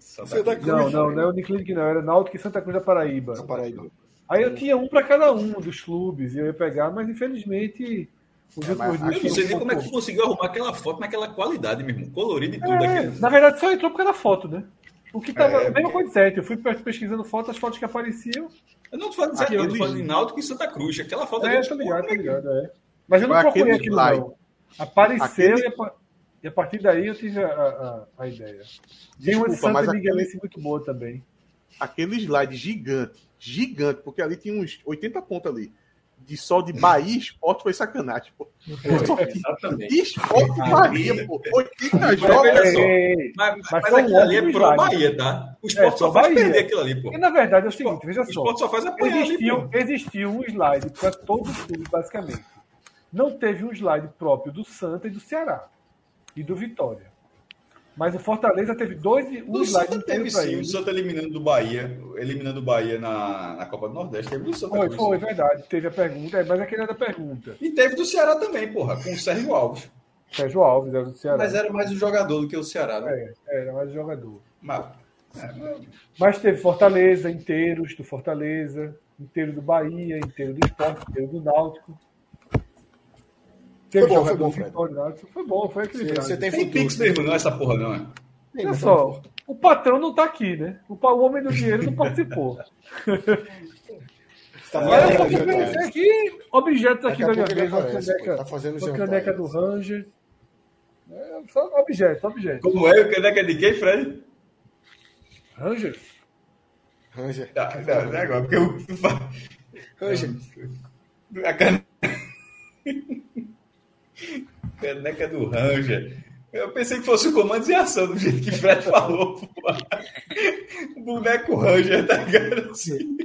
[SPEAKER 3] Santa Cruz. né?
[SPEAKER 2] Não, não, não é o Uniclinic, não. Era Náutico e Santa Cruz da Paraíba.
[SPEAKER 1] Tá Paraíba.
[SPEAKER 2] Aí eu tinha um para cada um dos clubes e eu ia pegar, mas infelizmente os últimos dias
[SPEAKER 3] Eu não sei nem
[SPEAKER 2] foram
[SPEAKER 3] como é que
[SPEAKER 2] poucos.
[SPEAKER 3] conseguiu arrumar aquela foto naquela qualidade, meu irmão. Colorido e tudo.
[SPEAKER 2] É,
[SPEAKER 3] aquilo.
[SPEAKER 2] na verdade só entrou por causa da foto, né? O que tava.
[SPEAKER 3] É,
[SPEAKER 2] mesma coisa de certo. Eu fui pe- pesquisando fotos, as fotos que apareciam.
[SPEAKER 3] Eu não tô falando de Zé, eu tô
[SPEAKER 2] Aqueles-
[SPEAKER 3] falando de Náutico e Santa Cruz. Aquela foto
[SPEAKER 2] É,
[SPEAKER 3] ali.
[SPEAKER 2] tá
[SPEAKER 3] tipo,
[SPEAKER 2] ligado,
[SPEAKER 3] como
[SPEAKER 2] tá
[SPEAKER 3] é que-
[SPEAKER 2] ligado, é. Mas eu não
[SPEAKER 5] Foi
[SPEAKER 2] procurei
[SPEAKER 5] aquele
[SPEAKER 2] aquilo,
[SPEAKER 5] slide.
[SPEAKER 2] não. Apareceu
[SPEAKER 5] Aquele-
[SPEAKER 2] e, a, pa- e a partir daí eu tive a, a, a ideia. Tem uma um de
[SPEAKER 5] Desculpa, mas
[SPEAKER 2] Santa Miguel
[SPEAKER 5] aquele,
[SPEAKER 2] muito boa também.
[SPEAKER 5] aquele slide gigante, gigante, porque ali tinha uns 80 pontos ali. De só de Bahia e esporte foi sacanagem, pô.
[SPEAKER 18] Exatamente.
[SPEAKER 5] De esporte e Bahia, pô. 80 jogos.
[SPEAKER 2] É,
[SPEAKER 3] veja só.
[SPEAKER 2] Ei,
[SPEAKER 3] Mas, mas,
[SPEAKER 2] Mas um são
[SPEAKER 3] aquilo ali é
[SPEAKER 2] ótimos
[SPEAKER 3] pro
[SPEAKER 2] vários.
[SPEAKER 3] Bahia, tá? O esporte
[SPEAKER 2] É,
[SPEAKER 3] só
[SPEAKER 2] só
[SPEAKER 3] faz
[SPEAKER 2] Bahia.
[SPEAKER 3] perder aquilo ali, pô.
[SPEAKER 2] E na verdade é o seguinte, veja
[SPEAKER 3] O
[SPEAKER 2] só.
[SPEAKER 3] esporte só faz apanhar É, ali,
[SPEAKER 2] Existiu,
[SPEAKER 3] pô.
[SPEAKER 2] existiu um slide para todos os clubes, basicamente. Não teve um slide próprio do Santa e do Ceará. E do Vitória. Mas o Fortaleza teve dois e um
[SPEAKER 3] O
[SPEAKER 2] slide
[SPEAKER 3] Santa
[SPEAKER 2] inteiro
[SPEAKER 3] teve
[SPEAKER 2] pra
[SPEAKER 3] sim, o
[SPEAKER 2] ele.
[SPEAKER 3] Santa eliminando do Bahia, eliminando o Bahia na, na Copa do Nordeste, teve do Santa
[SPEAKER 2] Foi,
[SPEAKER 3] Cruz.
[SPEAKER 2] foi, verdade. Teve a pergunta, é, mas aquele era da pergunta.
[SPEAKER 3] E teve do Ceará também, porra, com o Sérgio Alves.
[SPEAKER 2] Sérgio Alves era do Ceará.
[SPEAKER 6] Mas era mais o jogador do que o Ceará, né?
[SPEAKER 2] É, era mais jogador.
[SPEAKER 3] Mas,
[SPEAKER 2] Mas teve Fortaleza, inteiros do Fortaleza, inteiro do Bahia, inteiro do Sport, inteiro do Náutico. Teve
[SPEAKER 1] Foi bom, foi
[SPEAKER 2] jogador
[SPEAKER 1] bom, Fred.
[SPEAKER 2] vitorioso. Foi bom, foi equilibrado.
[SPEAKER 1] Você tem
[SPEAKER 3] Tem
[SPEAKER 1] futuro.
[SPEAKER 3] Pix mesmo, não é essa porra, não é?
[SPEAKER 1] Tem,
[SPEAKER 2] Olha
[SPEAKER 1] mas
[SPEAKER 2] só, o patrão não tá aqui, né? O, pa- o homem do dinheiro não participou.
[SPEAKER 1] Tá
[SPEAKER 2] Mas eu
[SPEAKER 1] fazendo
[SPEAKER 2] vou
[SPEAKER 1] jantar.
[SPEAKER 2] oferecer aqui objetos
[SPEAKER 1] Daqui
[SPEAKER 2] aqui
[SPEAKER 1] a
[SPEAKER 2] da minha
[SPEAKER 1] pouco ele
[SPEAKER 2] vez, uma
[SPEAKER 1] aparece, pô,
[SPEAKER 2] caneca,
[SPEAKER 1] Tá fazendo
[SPEAKER 2] uma
[SPEAKER 1] jantar.
[SPEAKER 2] caneca do Ranger. É, só objetos, objetos.
[SPEAKER 3] Como é? O caneca de quem, Fred?
[SPEAKER 2] Ranger?
[SPEAKER 1] Ranger.
[SPEAKER 3] Tá, tá, tá agora, porque eu... tu fa-
[SPEAKER 1] Ranger.
[SPEAKER 3] é A cane- caneca é do Ranger. Eu pensei que fosse o comando de ação, do jeito que Fred falou, porra. O boneco Ranger, tá ligado? Assim.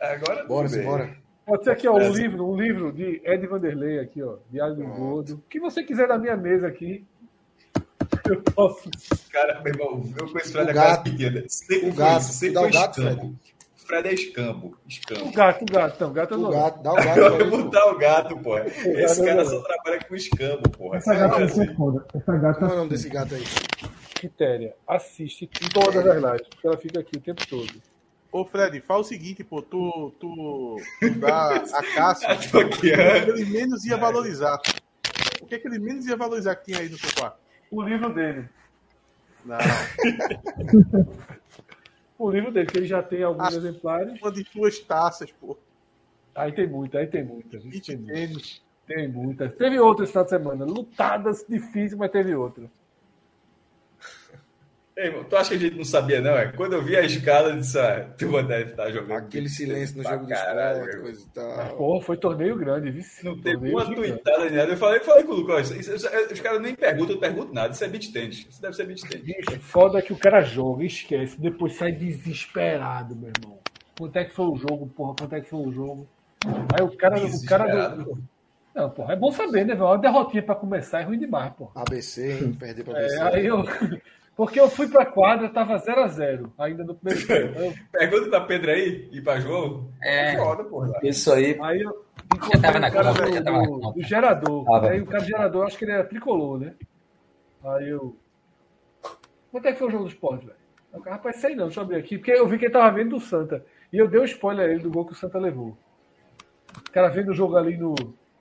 [SPEAKER 3] Agora.
[SPEAKER 1] Bora,
[SPEAKER 3] tudo bem.
[SPEAKER 1] bora.
[SPEAKER 2] Pode ser aqui, ó, um livro, um livro de Ed Vanderlei aqui, ó, Diário do Gordo. O que você quiser da minha mesa aqui, eu posso.
[SPEAKER 3] Cara, meu irmão, eu conheço o Fred
[SPEAKER 1] O
[SPEAKER 3] a cara
[SPEAKER 1] gato.
[SPEAKER 3] pequena. Sempre
[SPEAKER 1] O
[SPEAKER 3] foi
[SPEAKER 1] gato.
[SPEAKER 3] isso, sempre
[SPEAKER 1] Dá
[SPEAKER 3] foi
[SPEAKER 1] o gato,
[SPEAKER 3] escambo. Fred é escambo. Escambo.
[SPEAKER 2] O gato, o gato, não, o gato é eu
[SPEAKER 1] O
[SPEAKER 2] não.
[SPEAKER 1] gato, dá o gato. é
[SPEAKER 3] Eu ia
[SPEAKER 1] pô.
[SPEAKER 3] botar o gato, porra. Esse
[SPEAKER 1] é
[SPEAKER 2] gato
[SPEAKER 3] cara
[SPEAKER 2] não.
[SPEAKER 3] só trabalha com escambo, porra.
[SPEAKER 2] Essa gata
[SPEAKER 3] Sabe
[SPEAKER 2] é
[SPEAKER 3] assim?
[SPEAKER 2] foda. Essa gata
[SPEAKER 1] Como é o nome desse gato aí?
[SPEAKER 2] Quitéria, assiste todas as lives, porque ela fica aqui o tempo todo.
[SPEAKER 5] Ô, Fred, fala o seguinte, pô, tu, tu, tu dá a Cássia,
[SPEAKER 3] Tô Tipo, aqui, é.
[SPEAKER 5] o que ele menos ia valorizar. O que, é que ele menos ia valorizar que tinha aí no teu quarto?
[SPEAKER 2] O livro dele.
[SPEAKER 5] Não,
[SPEAKER 2] O livro dele, que ele já tem alguns
[SPEAKER 5] Ah.
[SPEAKER 2] exemplares.
[SPEAKER 5] uma de tuas taças, pô.
[SPEAKER 2] Aí tem muita, aí tem muita. viu?
[SPEAKER 5] Beach
[SPEAKER 2] Tem muita.
[SPEAKER 5] tênis.
[SPEAKER 2] Tem muita. Teve outra esse final de semana. Lutadas difíceis, mas teve outra.
[SPEAKER 3] Ei, irmão, tu acha que a gente não sabia, não? É quando eu "Ah, vi a escala dessa turma deve estar tá jogando. tá
[SPEAKER 1] Aquele silêncio no
[SPEAKER 3] é Pra
[SPEAKER 1] jogo do
[SPEAKER 3] caralho,
[SPEAKER 1] esporte,
[SPEAKER 3] irmão.
[SPEAKER 1] coisa e tal.
[SPEAKER 2] Porra, foi torneio grande, viu?
[SPEAKER 3] Ah, Não tem
[SPEAKER 2] Torneio
[SPEAKER 3] uma
[SPEAKER 2] gigante.
[SPEAKER 3] tuitada nem nada. Eu falei, falei com o Lucas, isso- isso- os caras nem perguntam, eu não pergunto nada. Isso é beat tênis. Isso deve ser beat tênis.
[SPEAKER 2] Bicho, É foda que o cara joga, esquece, depois sai desesperado, meu irmão. Quanto é que foi o jogo, porra? Quanto é que foi o jogo? Aí o cara. O cara
[SPEAKER 3] Desesperado,
[SPEAKER 2] Não, porra, é bom saber, né, velho? Uma derrotinha pra começar é ruim demais, porra.
[SPEAKER 1] ABC, hein? Perder pra ABC.
[SPEAKER 2] É, aí eu. Porque eu fui pra quadra, tava 0x0, ainda no primeiro tempo. Aí eu-
[SPEAKER 3] Pergunta pra Pedro aí e pra João.
[SPEAKER 4] É.
[SPEAKER 3] Foda, porra.
[SPEAKER 7] Isso aí,
[SPEAKER 2] Aí eu.
[SPEAKER 4] Já tava na
[SPEAKER 2] o cara
[SPEAKER 4] conta,
[SPEAKER 2] do,
[SPEAKER 4] já tava na
[SPEAKER 2] do-
[SPEAKER 4] conta.
[SPEAKER 2] do gerador.
[SPEAKER 7] Tava.
[SPEAKER 2] aí o cara do gerador, eu acho que ele era tricolor, né? Aí eu. Quanto é que foi o jogo do esporte, velho? Aí o cara, rapaz, sei não, deixa eu abrir aqui, porque eu vi que ele tava vendo do Santa. E eu dei um spoiler a ele do gol que o Santa levou. O cara vendo o jogo ali no,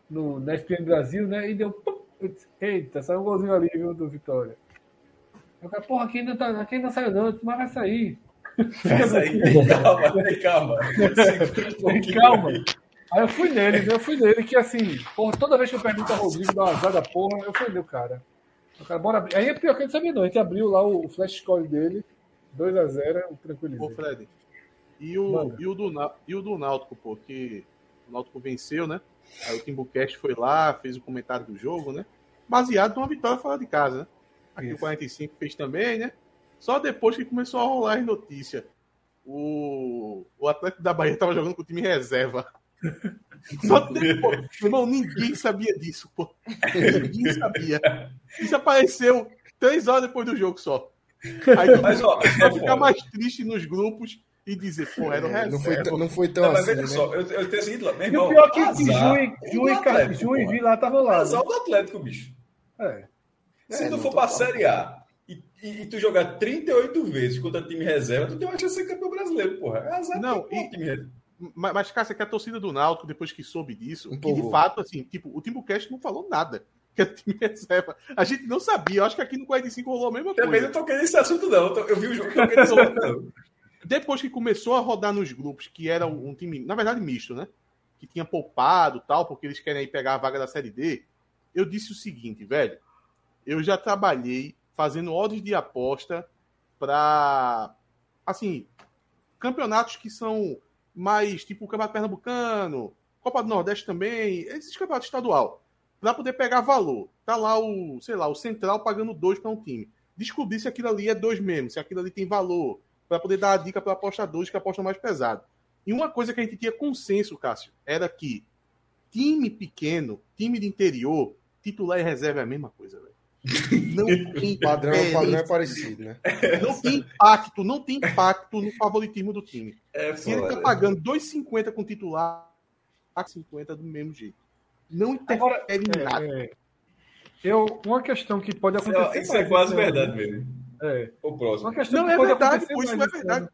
[SPEAKER 2] no, na SPN Brasil, né? E deu. pum, eu disse, Eita, saiu um golzinho ali, viu, do Vitória. Aí o cara, porra, aqui ainda, tá, aqui ainda saiu não, Eu disse, mas vai sair.
[SPEAKER 3] Mas aí, calma, calma. Segura um
[SPEAKER 2] Tem
[SPEAKER 3] pouquinho.
[SPEAKER 2] calma. Aí eu fui nele, viu? eu fui nele, que assim, porra, toda vez que eu pergunto a Rodrigo da azar da porra, eu fui nele, cara. O cara, bora abrir. Aí é pior que eu não sabia, não. A gente abriu lá o flash score dele, 2x0, eu
[SPEAKER 5] Ô,
[SPEAKER 2] tranquilizei.
[SPEAKER 5] Fred, e o,
[SPEAKER 2] Manda.
[SPEAKER 5] e, o do, Nau- e o do Náutico, pô, que o Náutico venceu, né? Aí o Timbucast foi lá, fez o comentário do jogo, né? Baseado numa vitória fora de casa, né? Aqui o
[SPEAKER 2] Isso.
[SPEAKER 5] 45 fez também, né? Só depois que começou a rolar as notícias. O, o Atlético da Bahia tava jogando com o time reserva. Só depois. Irmão, ninguém sabia disso, pô. Ninguém sabia. Isso apareceu três horas depois do jogo só. Aí
[SPEAKER 3] Mas, ó,
[SPEAKER 5] Vai ficar mais triste nos grupos e dizer, pô, era o
[SPEAKER 1] é É,
[SPEAKER 5] resto.
[SPEAKER 1] não, foi, tão- não foi tão
[SPEAKER 3] Não, mas
[SPEAKER 2] é
[SPEAKER 1] assim,
[SPEAKER 3] veja
[SPEAKER 1] né?
[SPEAKER 3] só, eu, eu tenho o seguinte, meu
[SPEAKER 2] E o
[SPEAKER 3] irmão.
[SPEAKER 2] pior é que, que
[SPEAKER 3] azar
[SPEAKER 2] Ju
[SPEAKER 3] do
[SPEAKER 2] e Ju e Car-
[SPEAKER 3] Atlético,
[SPEAKER 2] Ju e
[SPEAKER 3] porra.
[SPEAKER 2] Vi lá estavam lá. né?
[SPEAKER 3] Azar do Atlético, bicho.
[SPEAKER 2] É.
[SPEAKER 3] Se
[SPEAKER 1] É,
[SPEAKER 3] tu
[SPEAKER 1] não,
[SPEAKER 3] for
[SPEAKER 1] tô
[SPEAKER 3] pra
[SPEAKER 1] falando.
[SPEAKER 3] Série A e, e- e tu jogar 38 vezes contra time reserva, tu tem uma chance de ser campeão brasileiro, porra. É azar
[SPEAKER 5] Não,
[SPEAKER 3] que tem
[SPEAKER 5] e-
[SPEAKER 3] contra time reserva.
[SPEAKER 5] Mas, mas, Cássio, é que a torcida do Náutico, depois que soube disso, que de
[SPEAKER 1] Empolgou.
[SPEAKER 5] fato, assim, tipo, o Timbucast não falou nada. Que é time reserva. A gente não sabia. Eu acho que aqui no 45 rolou a mesma
[SPEAKER 3] Também
[SPEAKER 5] coisa.
[SPEAKER 3] não toquei nesse assunto, não. Eu, tô- eu vi o jogo, toquei nesse assunto, não.
[SPEAKER 5] Depois que começou a rodar nos grupos, que era um time, na verdade, misto, né? Que tinha poupado e tal, porque eles querem aí pegar a vaga da Série D. Eu disse o seguinte, velho. Eu já trabalhei fazendo odds de aposta pra, assim, campeonatos que são mais, tipo, o Campeonato Pernambucano, Copa do Nordeste também, esses campeonatos estadual, pra poder pegar valor. Tá lá o, sei lá, o Central pagando dois pra um time. Descobrir se aquilo ali é dois mesmo, se aquilo ali tem valor, para poder dar a dica para apostadores que apostam mais pesado. E uma coisa que a gente tinha consenso, Cássio, era que time pequeno, time de interior, titular e reserva é a mesma coisa, velho. Não tem
[SPEAKER 1] O padrão, o padrão é
[SPEAKER 5] diferença. É,
[SPEAKER 1] parecido, né?
[SPEAKER 5] Não tem impacto, não tem impacto no favoritismo do time.
[SPEAKER 3] É,
[SPEAKER 5] Se ele
[SPEAKER 3] foda.
[SPEAKER 5] tá pagando 2,50 com o titular, 50 do mesmo jeito. Não
[SPEAKER 2] Agora,
[SPEAKER 5] interfere em nada.
[SPEAKER 2] É, é. Eu, uma questão que pode
[SPEAKER 3] Isso é-
[SPEAKER 2] acontecer.
[SPEAKER 3] Isso é
[SPEAKER 2] mais
[SPEAKER 3] quase
[SPEAKER 2] esse ano,
[SPEAKER 3] verdade
[SPEAKER 2] né?
[SPEAKER 3] mesmo.
[SPEAKER 2] É.
[SPEAKER 3] O próximo.
[SPEAKER 2] Uma questão
[SPEAKER 5] Não
[SPEAKER 2] que
[SPEAKER 5] é
[SPEAKER 2] pode
[SPEAKER 5] verdade,
[SPEAKER 2] acontecer
[SPEAKER 5] pô, isso não é
[SPEAKER 2] mais né? esse
[SPEAKER 5] verdade.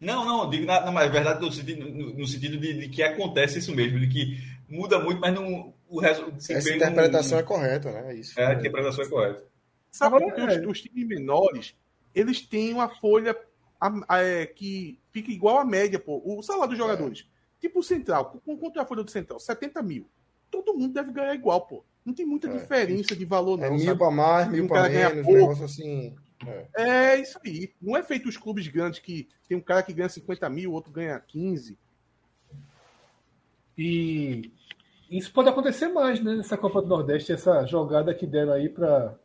[SPEAKER 3] Não, não, é digo na, na mas verdade no sentido, no, no sentido de, de que acontece isso mesmo, de que muda muito, mas não. o, resu- o desempenho.
[SPEAKER 1] Essa
[SPEAKER 5] um-
[SPEAKER 1] interpretação é correta, né? É isso.
[SPEAKER 3] É, a interpretação é correta.
[SPEAKER 5] Sabe
[SPEAKER 2] Agora,
[SPEAKER 5] porque
[SPEAKER 1] é.
[SPEAKER 5] os, os times menores, eles têm uma folha a- a- é, que fica igual à média, pô. O salário
[SPEAKER 1] É.
[SPEAKER 5] dos jogadores. Tipo o Central, com quanto é a folha do Central? 70 mil. Todo mundo deve ganhar igual, pô. Não tem muita diferença de valor, não.
[SPEAKER 1] É mil
[SPEAKER 5] sabe?
[SPEAKER 1] pra mais, mil
[SPEAKER 5] Um
[SPEAKER 1] pra
[SPEAKER 5] cara ganha
[SPEAKER 1] menos, um
[SPEAKER 5] pouco.
[SPEAKER 1] negócio assim.
[SPEAKER 5] É isso aí. Não é feito os clubes grandes que tem um cara que ganha 50 mil, outro ganha 15.
[SPEAKER 2] E isso pode acontecer mais, né? Nessa Copa do Nordeste, essa jogada que deram aí para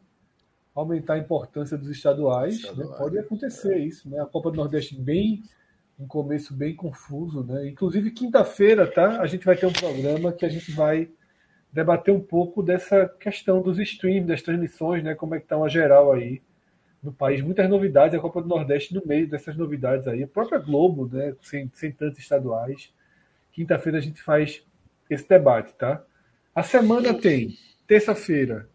[SPEAKER 2] aumentar a importância dos estaduais, né? pode acontecer isso, né? A Copa do Nordeste bem um começo bem confuso, né? Inclusive quinta-feira, tá? A gente vai ter um programa que a gente vai debater um pouco dessa questão dos streams, das transmissões, né? Como é que tá uma geral aí no país, muitas novidades, a Copa do Nordeste no meio dessas novidades aí, a própria Globo, né? Sem, sem tantos estaduais. Quinta-feira a gente faz esse debate, tá? A semana tem, terça-feira,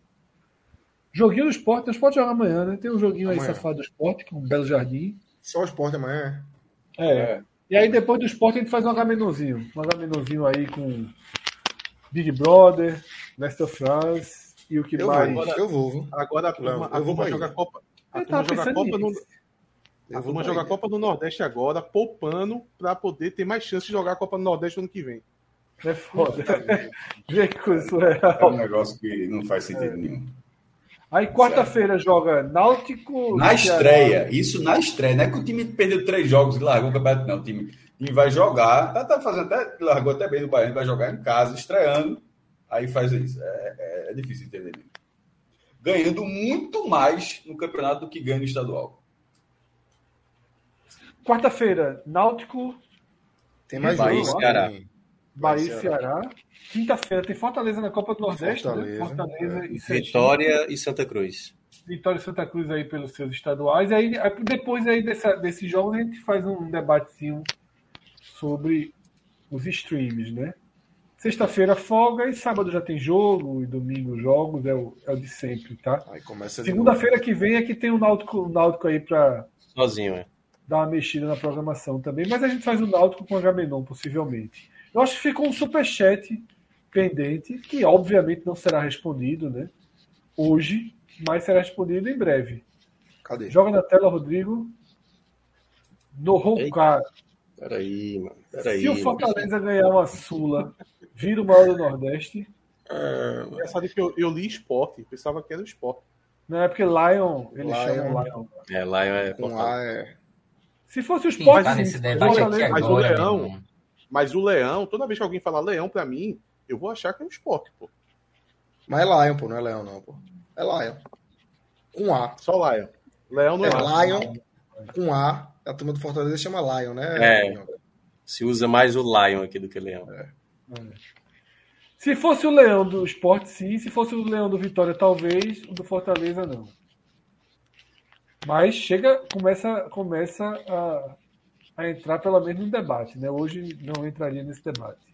[SPEAKER 2] joguinho do esporte, nós pode jogar amanhã, né? Tem um joguinho aí
[SPEAKER 1] Amanhã.
[SPEAKER 2] safado do esporte, com o Belo Jardim.
[SPEAKER 1] Só o esporte amanhã.
[SPEAKER 2] É. E aí depois do esporte a gente faz um Agamenonzinho. Um Agamenonzinho aí com Big Brother, Last of Us e o que
[SPEAKER 1] Eu
[SPEAKER 2] mais.
[SPEAKER 1] vou, eu vou. viu?
[SPEAKER 5] Agora a turma,
[SPEAKER 1] Não,
[SPEAKER 5] a
[SPEAKER 1] eu vou
[SPEAKER 5] turma
[SPEAKER 1] pra
[SPEAKER 5] joga
[SPEAKER 1] ilha.
[SPEAKER 5] Copa. A
[SPEAKER 2] Eu
[SPEAKER 5] turma
[SPEAKER 2] tava
[SPEAKER 5] joga
[SPEAKER 2] pensando
[SPEAKER 5] Copa no,
[SPEAKER 2] nisso.
[SPEAKER 1] Eu
[SPEAKER 5] a
[SPEAKER 1] vou
[SPEAKER 5] turma
[SPEAKER 1] pra
[SPEAKER 5] joga
[SPEAKER 1] ilha.
[SPEAKER 5] Copa do Nordeste agora, poupando pra poder ter mais chance de jogar a Copa do Nordeste ano que vem.
[SPEAKER 2] É foda. Vê que coisa surreal.
[SPEAKER 3] É um negócio que não faz
[SPEAKER 5] É.
[SPEAKER 3] sentido nenhum.
[SPEAKER 2] Aí quarta-feira joga Náutico. Ceará.
[SPEAKER 3] Na estreia, isso na estreia, não é que o time perdeu três jogos e largou o campeonato, não. O time, o time vai jogar, tá, tá fazendo até, largou até bem no Bahia, vai jogar em casa, estreando, aí faz isso. É, é- é difícil entender. mesmo. Ganhando muito mais no campeonato do que ganha no estadual.
[SPEAKER 2] Quarta-feira, Náutico,
[SPEAKER 1] Tem mais
[SPEAKER 6] Bahia,
[SPEAKER 1] jogo.
[SPEAKER 6] Ceará.
[SPEAKER 1] hein?
[SPEAKER 2] Bahia e Ceará. Quinta-feira tem Fortaleza na Copa do Nordeste, Fortaleza,
[SPEAKER 1] Fortaleza,
[SPEAKER 2] né? Fortaleza e Sergipe.
[SPEAKER 6] Vitória e Santa Cruz.
[SPEAKER 2] Vitória e Santa Cruz aí pelos seus estaduais. Aí aí depois aí dessa, desses jogos a gente faz um debatezinho sobre os streams, né? Sexta-feira folga e sábado já tem jogo e domingo jogos, é o, é o de sempre, tá?
[SPEAKER 1] Aí começa de novo.
[SPEAKER 2] Segunda-feira que vem é que tem o Náutico, o Náutico aí pra
[SPEAKER 6] Sozinho, é.
[SPEAKER 2] dar uma mexida na programação também, mas a gente faz o Náutico com o Agamenon, possivelmente. Eu acho que ficou um superchat pendente, que obviamente não será respondido, né? Hoje, mas será respondido em breve.
[SPEAKER 1] Cadê?
[SPEAKER 2] Joga na tela, Rodrigo. No Roncar.
[SPEAKER 6] Peraí, mano. Peraí.
[SPEAKER 2] Se o Fortaleza ganhar uma Sula, vira o maior do Nordeste.
[SPEAKER 6] Ah,
[SPEAKER 5] Engraçado que eu, eu li esporte, pensava que era esporte.
[SPEAKER 2] Não é porque Lion, eles
[SPEAKER 1] Lion.
[SPEAKER 2] chamam Lion.
[SPEAKER 6] É, lá é
[SPEAKER 1] Com
[SPEAKER 6] Fortaleza.
[SPEAKER 1] A é.
[SPEAKER 2] Se fosse o
[SPEAKER 4] Quem
[SPEAKER 2] Sport,
[SPEAKER 4] tá
[SPEAKER 2] sim.
[SPEAKER 4] nesse debate aqui
[SPEAKER 2] Fortaleza-
[SPEAKER 5] mas o
[SPEAKER 4] agora, né?
[SPEAKER 5] Leão-
[SPEAKER 4] meu irmão?
[SPEAKER 5] Mas o Leão, toda vez que alguém falar Leão pra mim, eu vou achar que é um esporte, pô.
[SPEAKER 1] Mas é Lion, pô, não é Leão, não, pô. É Lion. Com A.
[SPEAKER 5] Só Lion. Leão não é,
[SPEAKER 1] É Lion com A. A turma do Fortaleza chama Lion, né?
[SPEAKER 6] É. Se usa mais o Lion aqui do que o Leão.
[SPEAKER 1] É.
[SPEAKER 2] Se fosse o Leão do Sport, sim. Se fosse o Leão do Vitória, talvez. O do Fortaleza, não. Mas chega, começa, começa a, a entrar pelo menos no debate, né? Hoje não entraria nesse debate.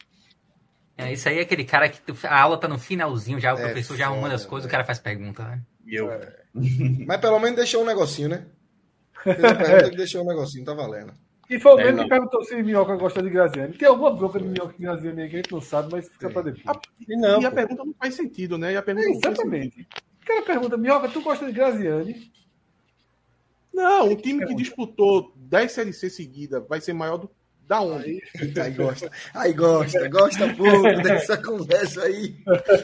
[SPEAKER 4] É, isso aí é aquele cara que tu- a aula tá no finalzinho, já o
[SPEAKER 1] É
[SPEAKER 4] professor já arrumando as
[SPEAKER 1] foda,
[SPEAKER 4] coisas, o cara faz pergunta, né?
[SPEAKER 6] E eu,
[SPEAKER 1] É. Mas pelo menos deixou um negocinho, né? Fez a pergunta que deixou um negocinho, tá valendo.
[SPEAKER 2] E foi o
[SPEAKER 6] É,
[SPEAKER 2] mesmo
[SPEAKER 6] não.
[SPEAKER 2] que perguntou se Minhoca gosta de Graziani. Tem alguma bronca de Minhoca e Graziani aí que a gente não sabe, mas fica
[SPEAKER 1] Tem.
[SPEAKER 2] pra depois.
[SPEAKER 6] E não,
[SPEAKER 5] e a
[SPEAKER 6] pô.
[SPEAKER 5] pergunta não faz sentido, né? E a pergunta
[SPEAKER 2] É,
[SPEAKER 5] não faz sentido.
[SPEAKER 2] exatamente. O cara pergunta, Minhoca, tu gosta de Graziani?
[SPEAKER 5] Não, um time que disputou 10 Série C seguida vai ser maior do, da onde?
[SPEAKER 1] Aí gosta, aí gosta, gosta um pouco dessa conversa aí.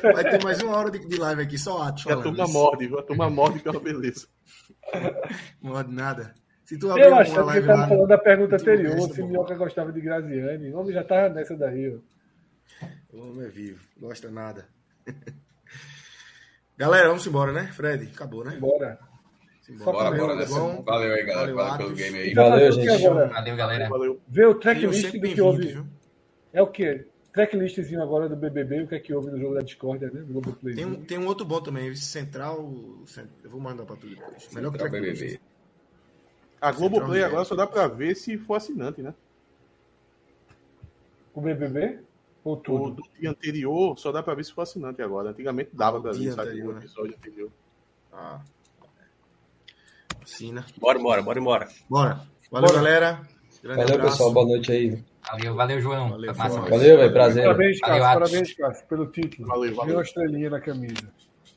[SPEAKER 1] Vai ter mais uma hora de, de live aqui, só atos
[SPEAKER 5] E a
[SPEAKER 3] É
[SPEAKER 1] falando.
[SPEAKER 5] turma morde, viu? A turma morde pela beleza.
[SPEAKER 1] Não é de nada. Se tu abrir
[SPEAKER 2] Eu
[SPEAKER 1] uma
[SPEAKER 2] achando que
[SPEAKER 1] live
[SPEAKER 2] ele tava
[SPEAKER 1] lá,
[SPEAKER 2] falando da pergunta
[SPEAKER 1] Muito bom,
[SPEAKER 2] anterior,
[SPEAKER 1] essa
[SPEAKER 2] se
[SPEAKER 1] boa.
[SPEAKER 2] Minhoca gostava de Graziani. O homem já tava nessa daí, ó.
[SPEAKER 1] o homem é vivo, gosta nada. Galera, vamos embora, né? Fred, acabou, né?
[SPEAKER 2] Bora.
[SPEAKER 1] Simbora.
[SPEAKER 2] Só
[SPEAKER 3] Bora,
[SPEAKER 2] Valeu,
[SPEAKER 3] bora nessa.
[SPEAKER 1] João.
[SPEAKER 3] Valeu aí, galera.
[SPEAKER 1] Valeu,
[SPEAKER 3] Valeu pelo
[SPEAKER 1] Atos.
[SPEAKER 3] game aí.
[SPEAKER 2] Valeu,
[SPEAKER 7] gente.
[SPEAKER 2] Agora,
[SPEAKER 4] Valeu, galera.
[SPEAKER 5] Valeu.
[SPEAKER 2] ver o
[SPEAKER 1] Sejam
[SPEAKER 2] tracklist
[SPEAKER 1] é sempre
[SPEAKER 2] do que
[SPEAKER 1] bem-vindos,
[SPEAKER 2] houve.
[SPEAKER 1] viu?
[SPEAKER 2] É o quê? Tracklistzinho agora do BBB, o que é que houve no jogo da Discordia, né? Globo Play.
[SPEAKER 1] Tem um, tem um outro bom também, esse Central. Cent- Eu vou mandar pra tu é depois. Melhor que
[SPEAKER 3] Central
[SPEAKER 1] Tracklist.
[SPEAKER 3] BBB.
[SPEAKER 5] A Globoplay agora só dá pra ver se for assinante, né?
[SPEAKER 2] O BBB? Ou
[SPEAKER 5] O
[SPEAKER 2] tudo?
[SPEAKER 5] do dia anterior só dá pra ver se for assinante agora. Antigamente dava pra ver,
[SPEAKER 1] Dia
[SPEAKER 5] sabe?
[SPEAKER 1] anterior,
[SPEAKER 5] O
[SPEAKER 1] né?
[SPEAKER 5] episódio anterior.
[SPEAKER 1] Ah. Sim, né?
[SPEAKER 6] Bora, bora, bora, bora.
[SPEAKER 1] Bora. Valeu,
[SPEAKER 2] Bora.
[SPEAKER 1] galera. Grande
[SPEAKER 7] Valeu,
[SPEAKER 1] abraço.
[SPEAKER 7] pessoal. Boa noite aí.
[SPEAKER 4] Valeu, valeu, João.
[SPEAKER 1] Valeu,
[SPEAKER 4] Foi massa.
[SPEAKER 1] João.
[SPEAKER 7] Valeu, velho. Prazer.
[SPEAKER 2] Parabéns,
[SPEAKER 4] Valeu,
[SPEAKER 2] Cássio.
[SPEAKER 4] Atos.
[SPEAKER 2] Parabéns, Cássio, pelo título.
[SPEAKER 1] Valeu, valeu.
[SPEAKER 2] Deu uma estrelinha na camisa.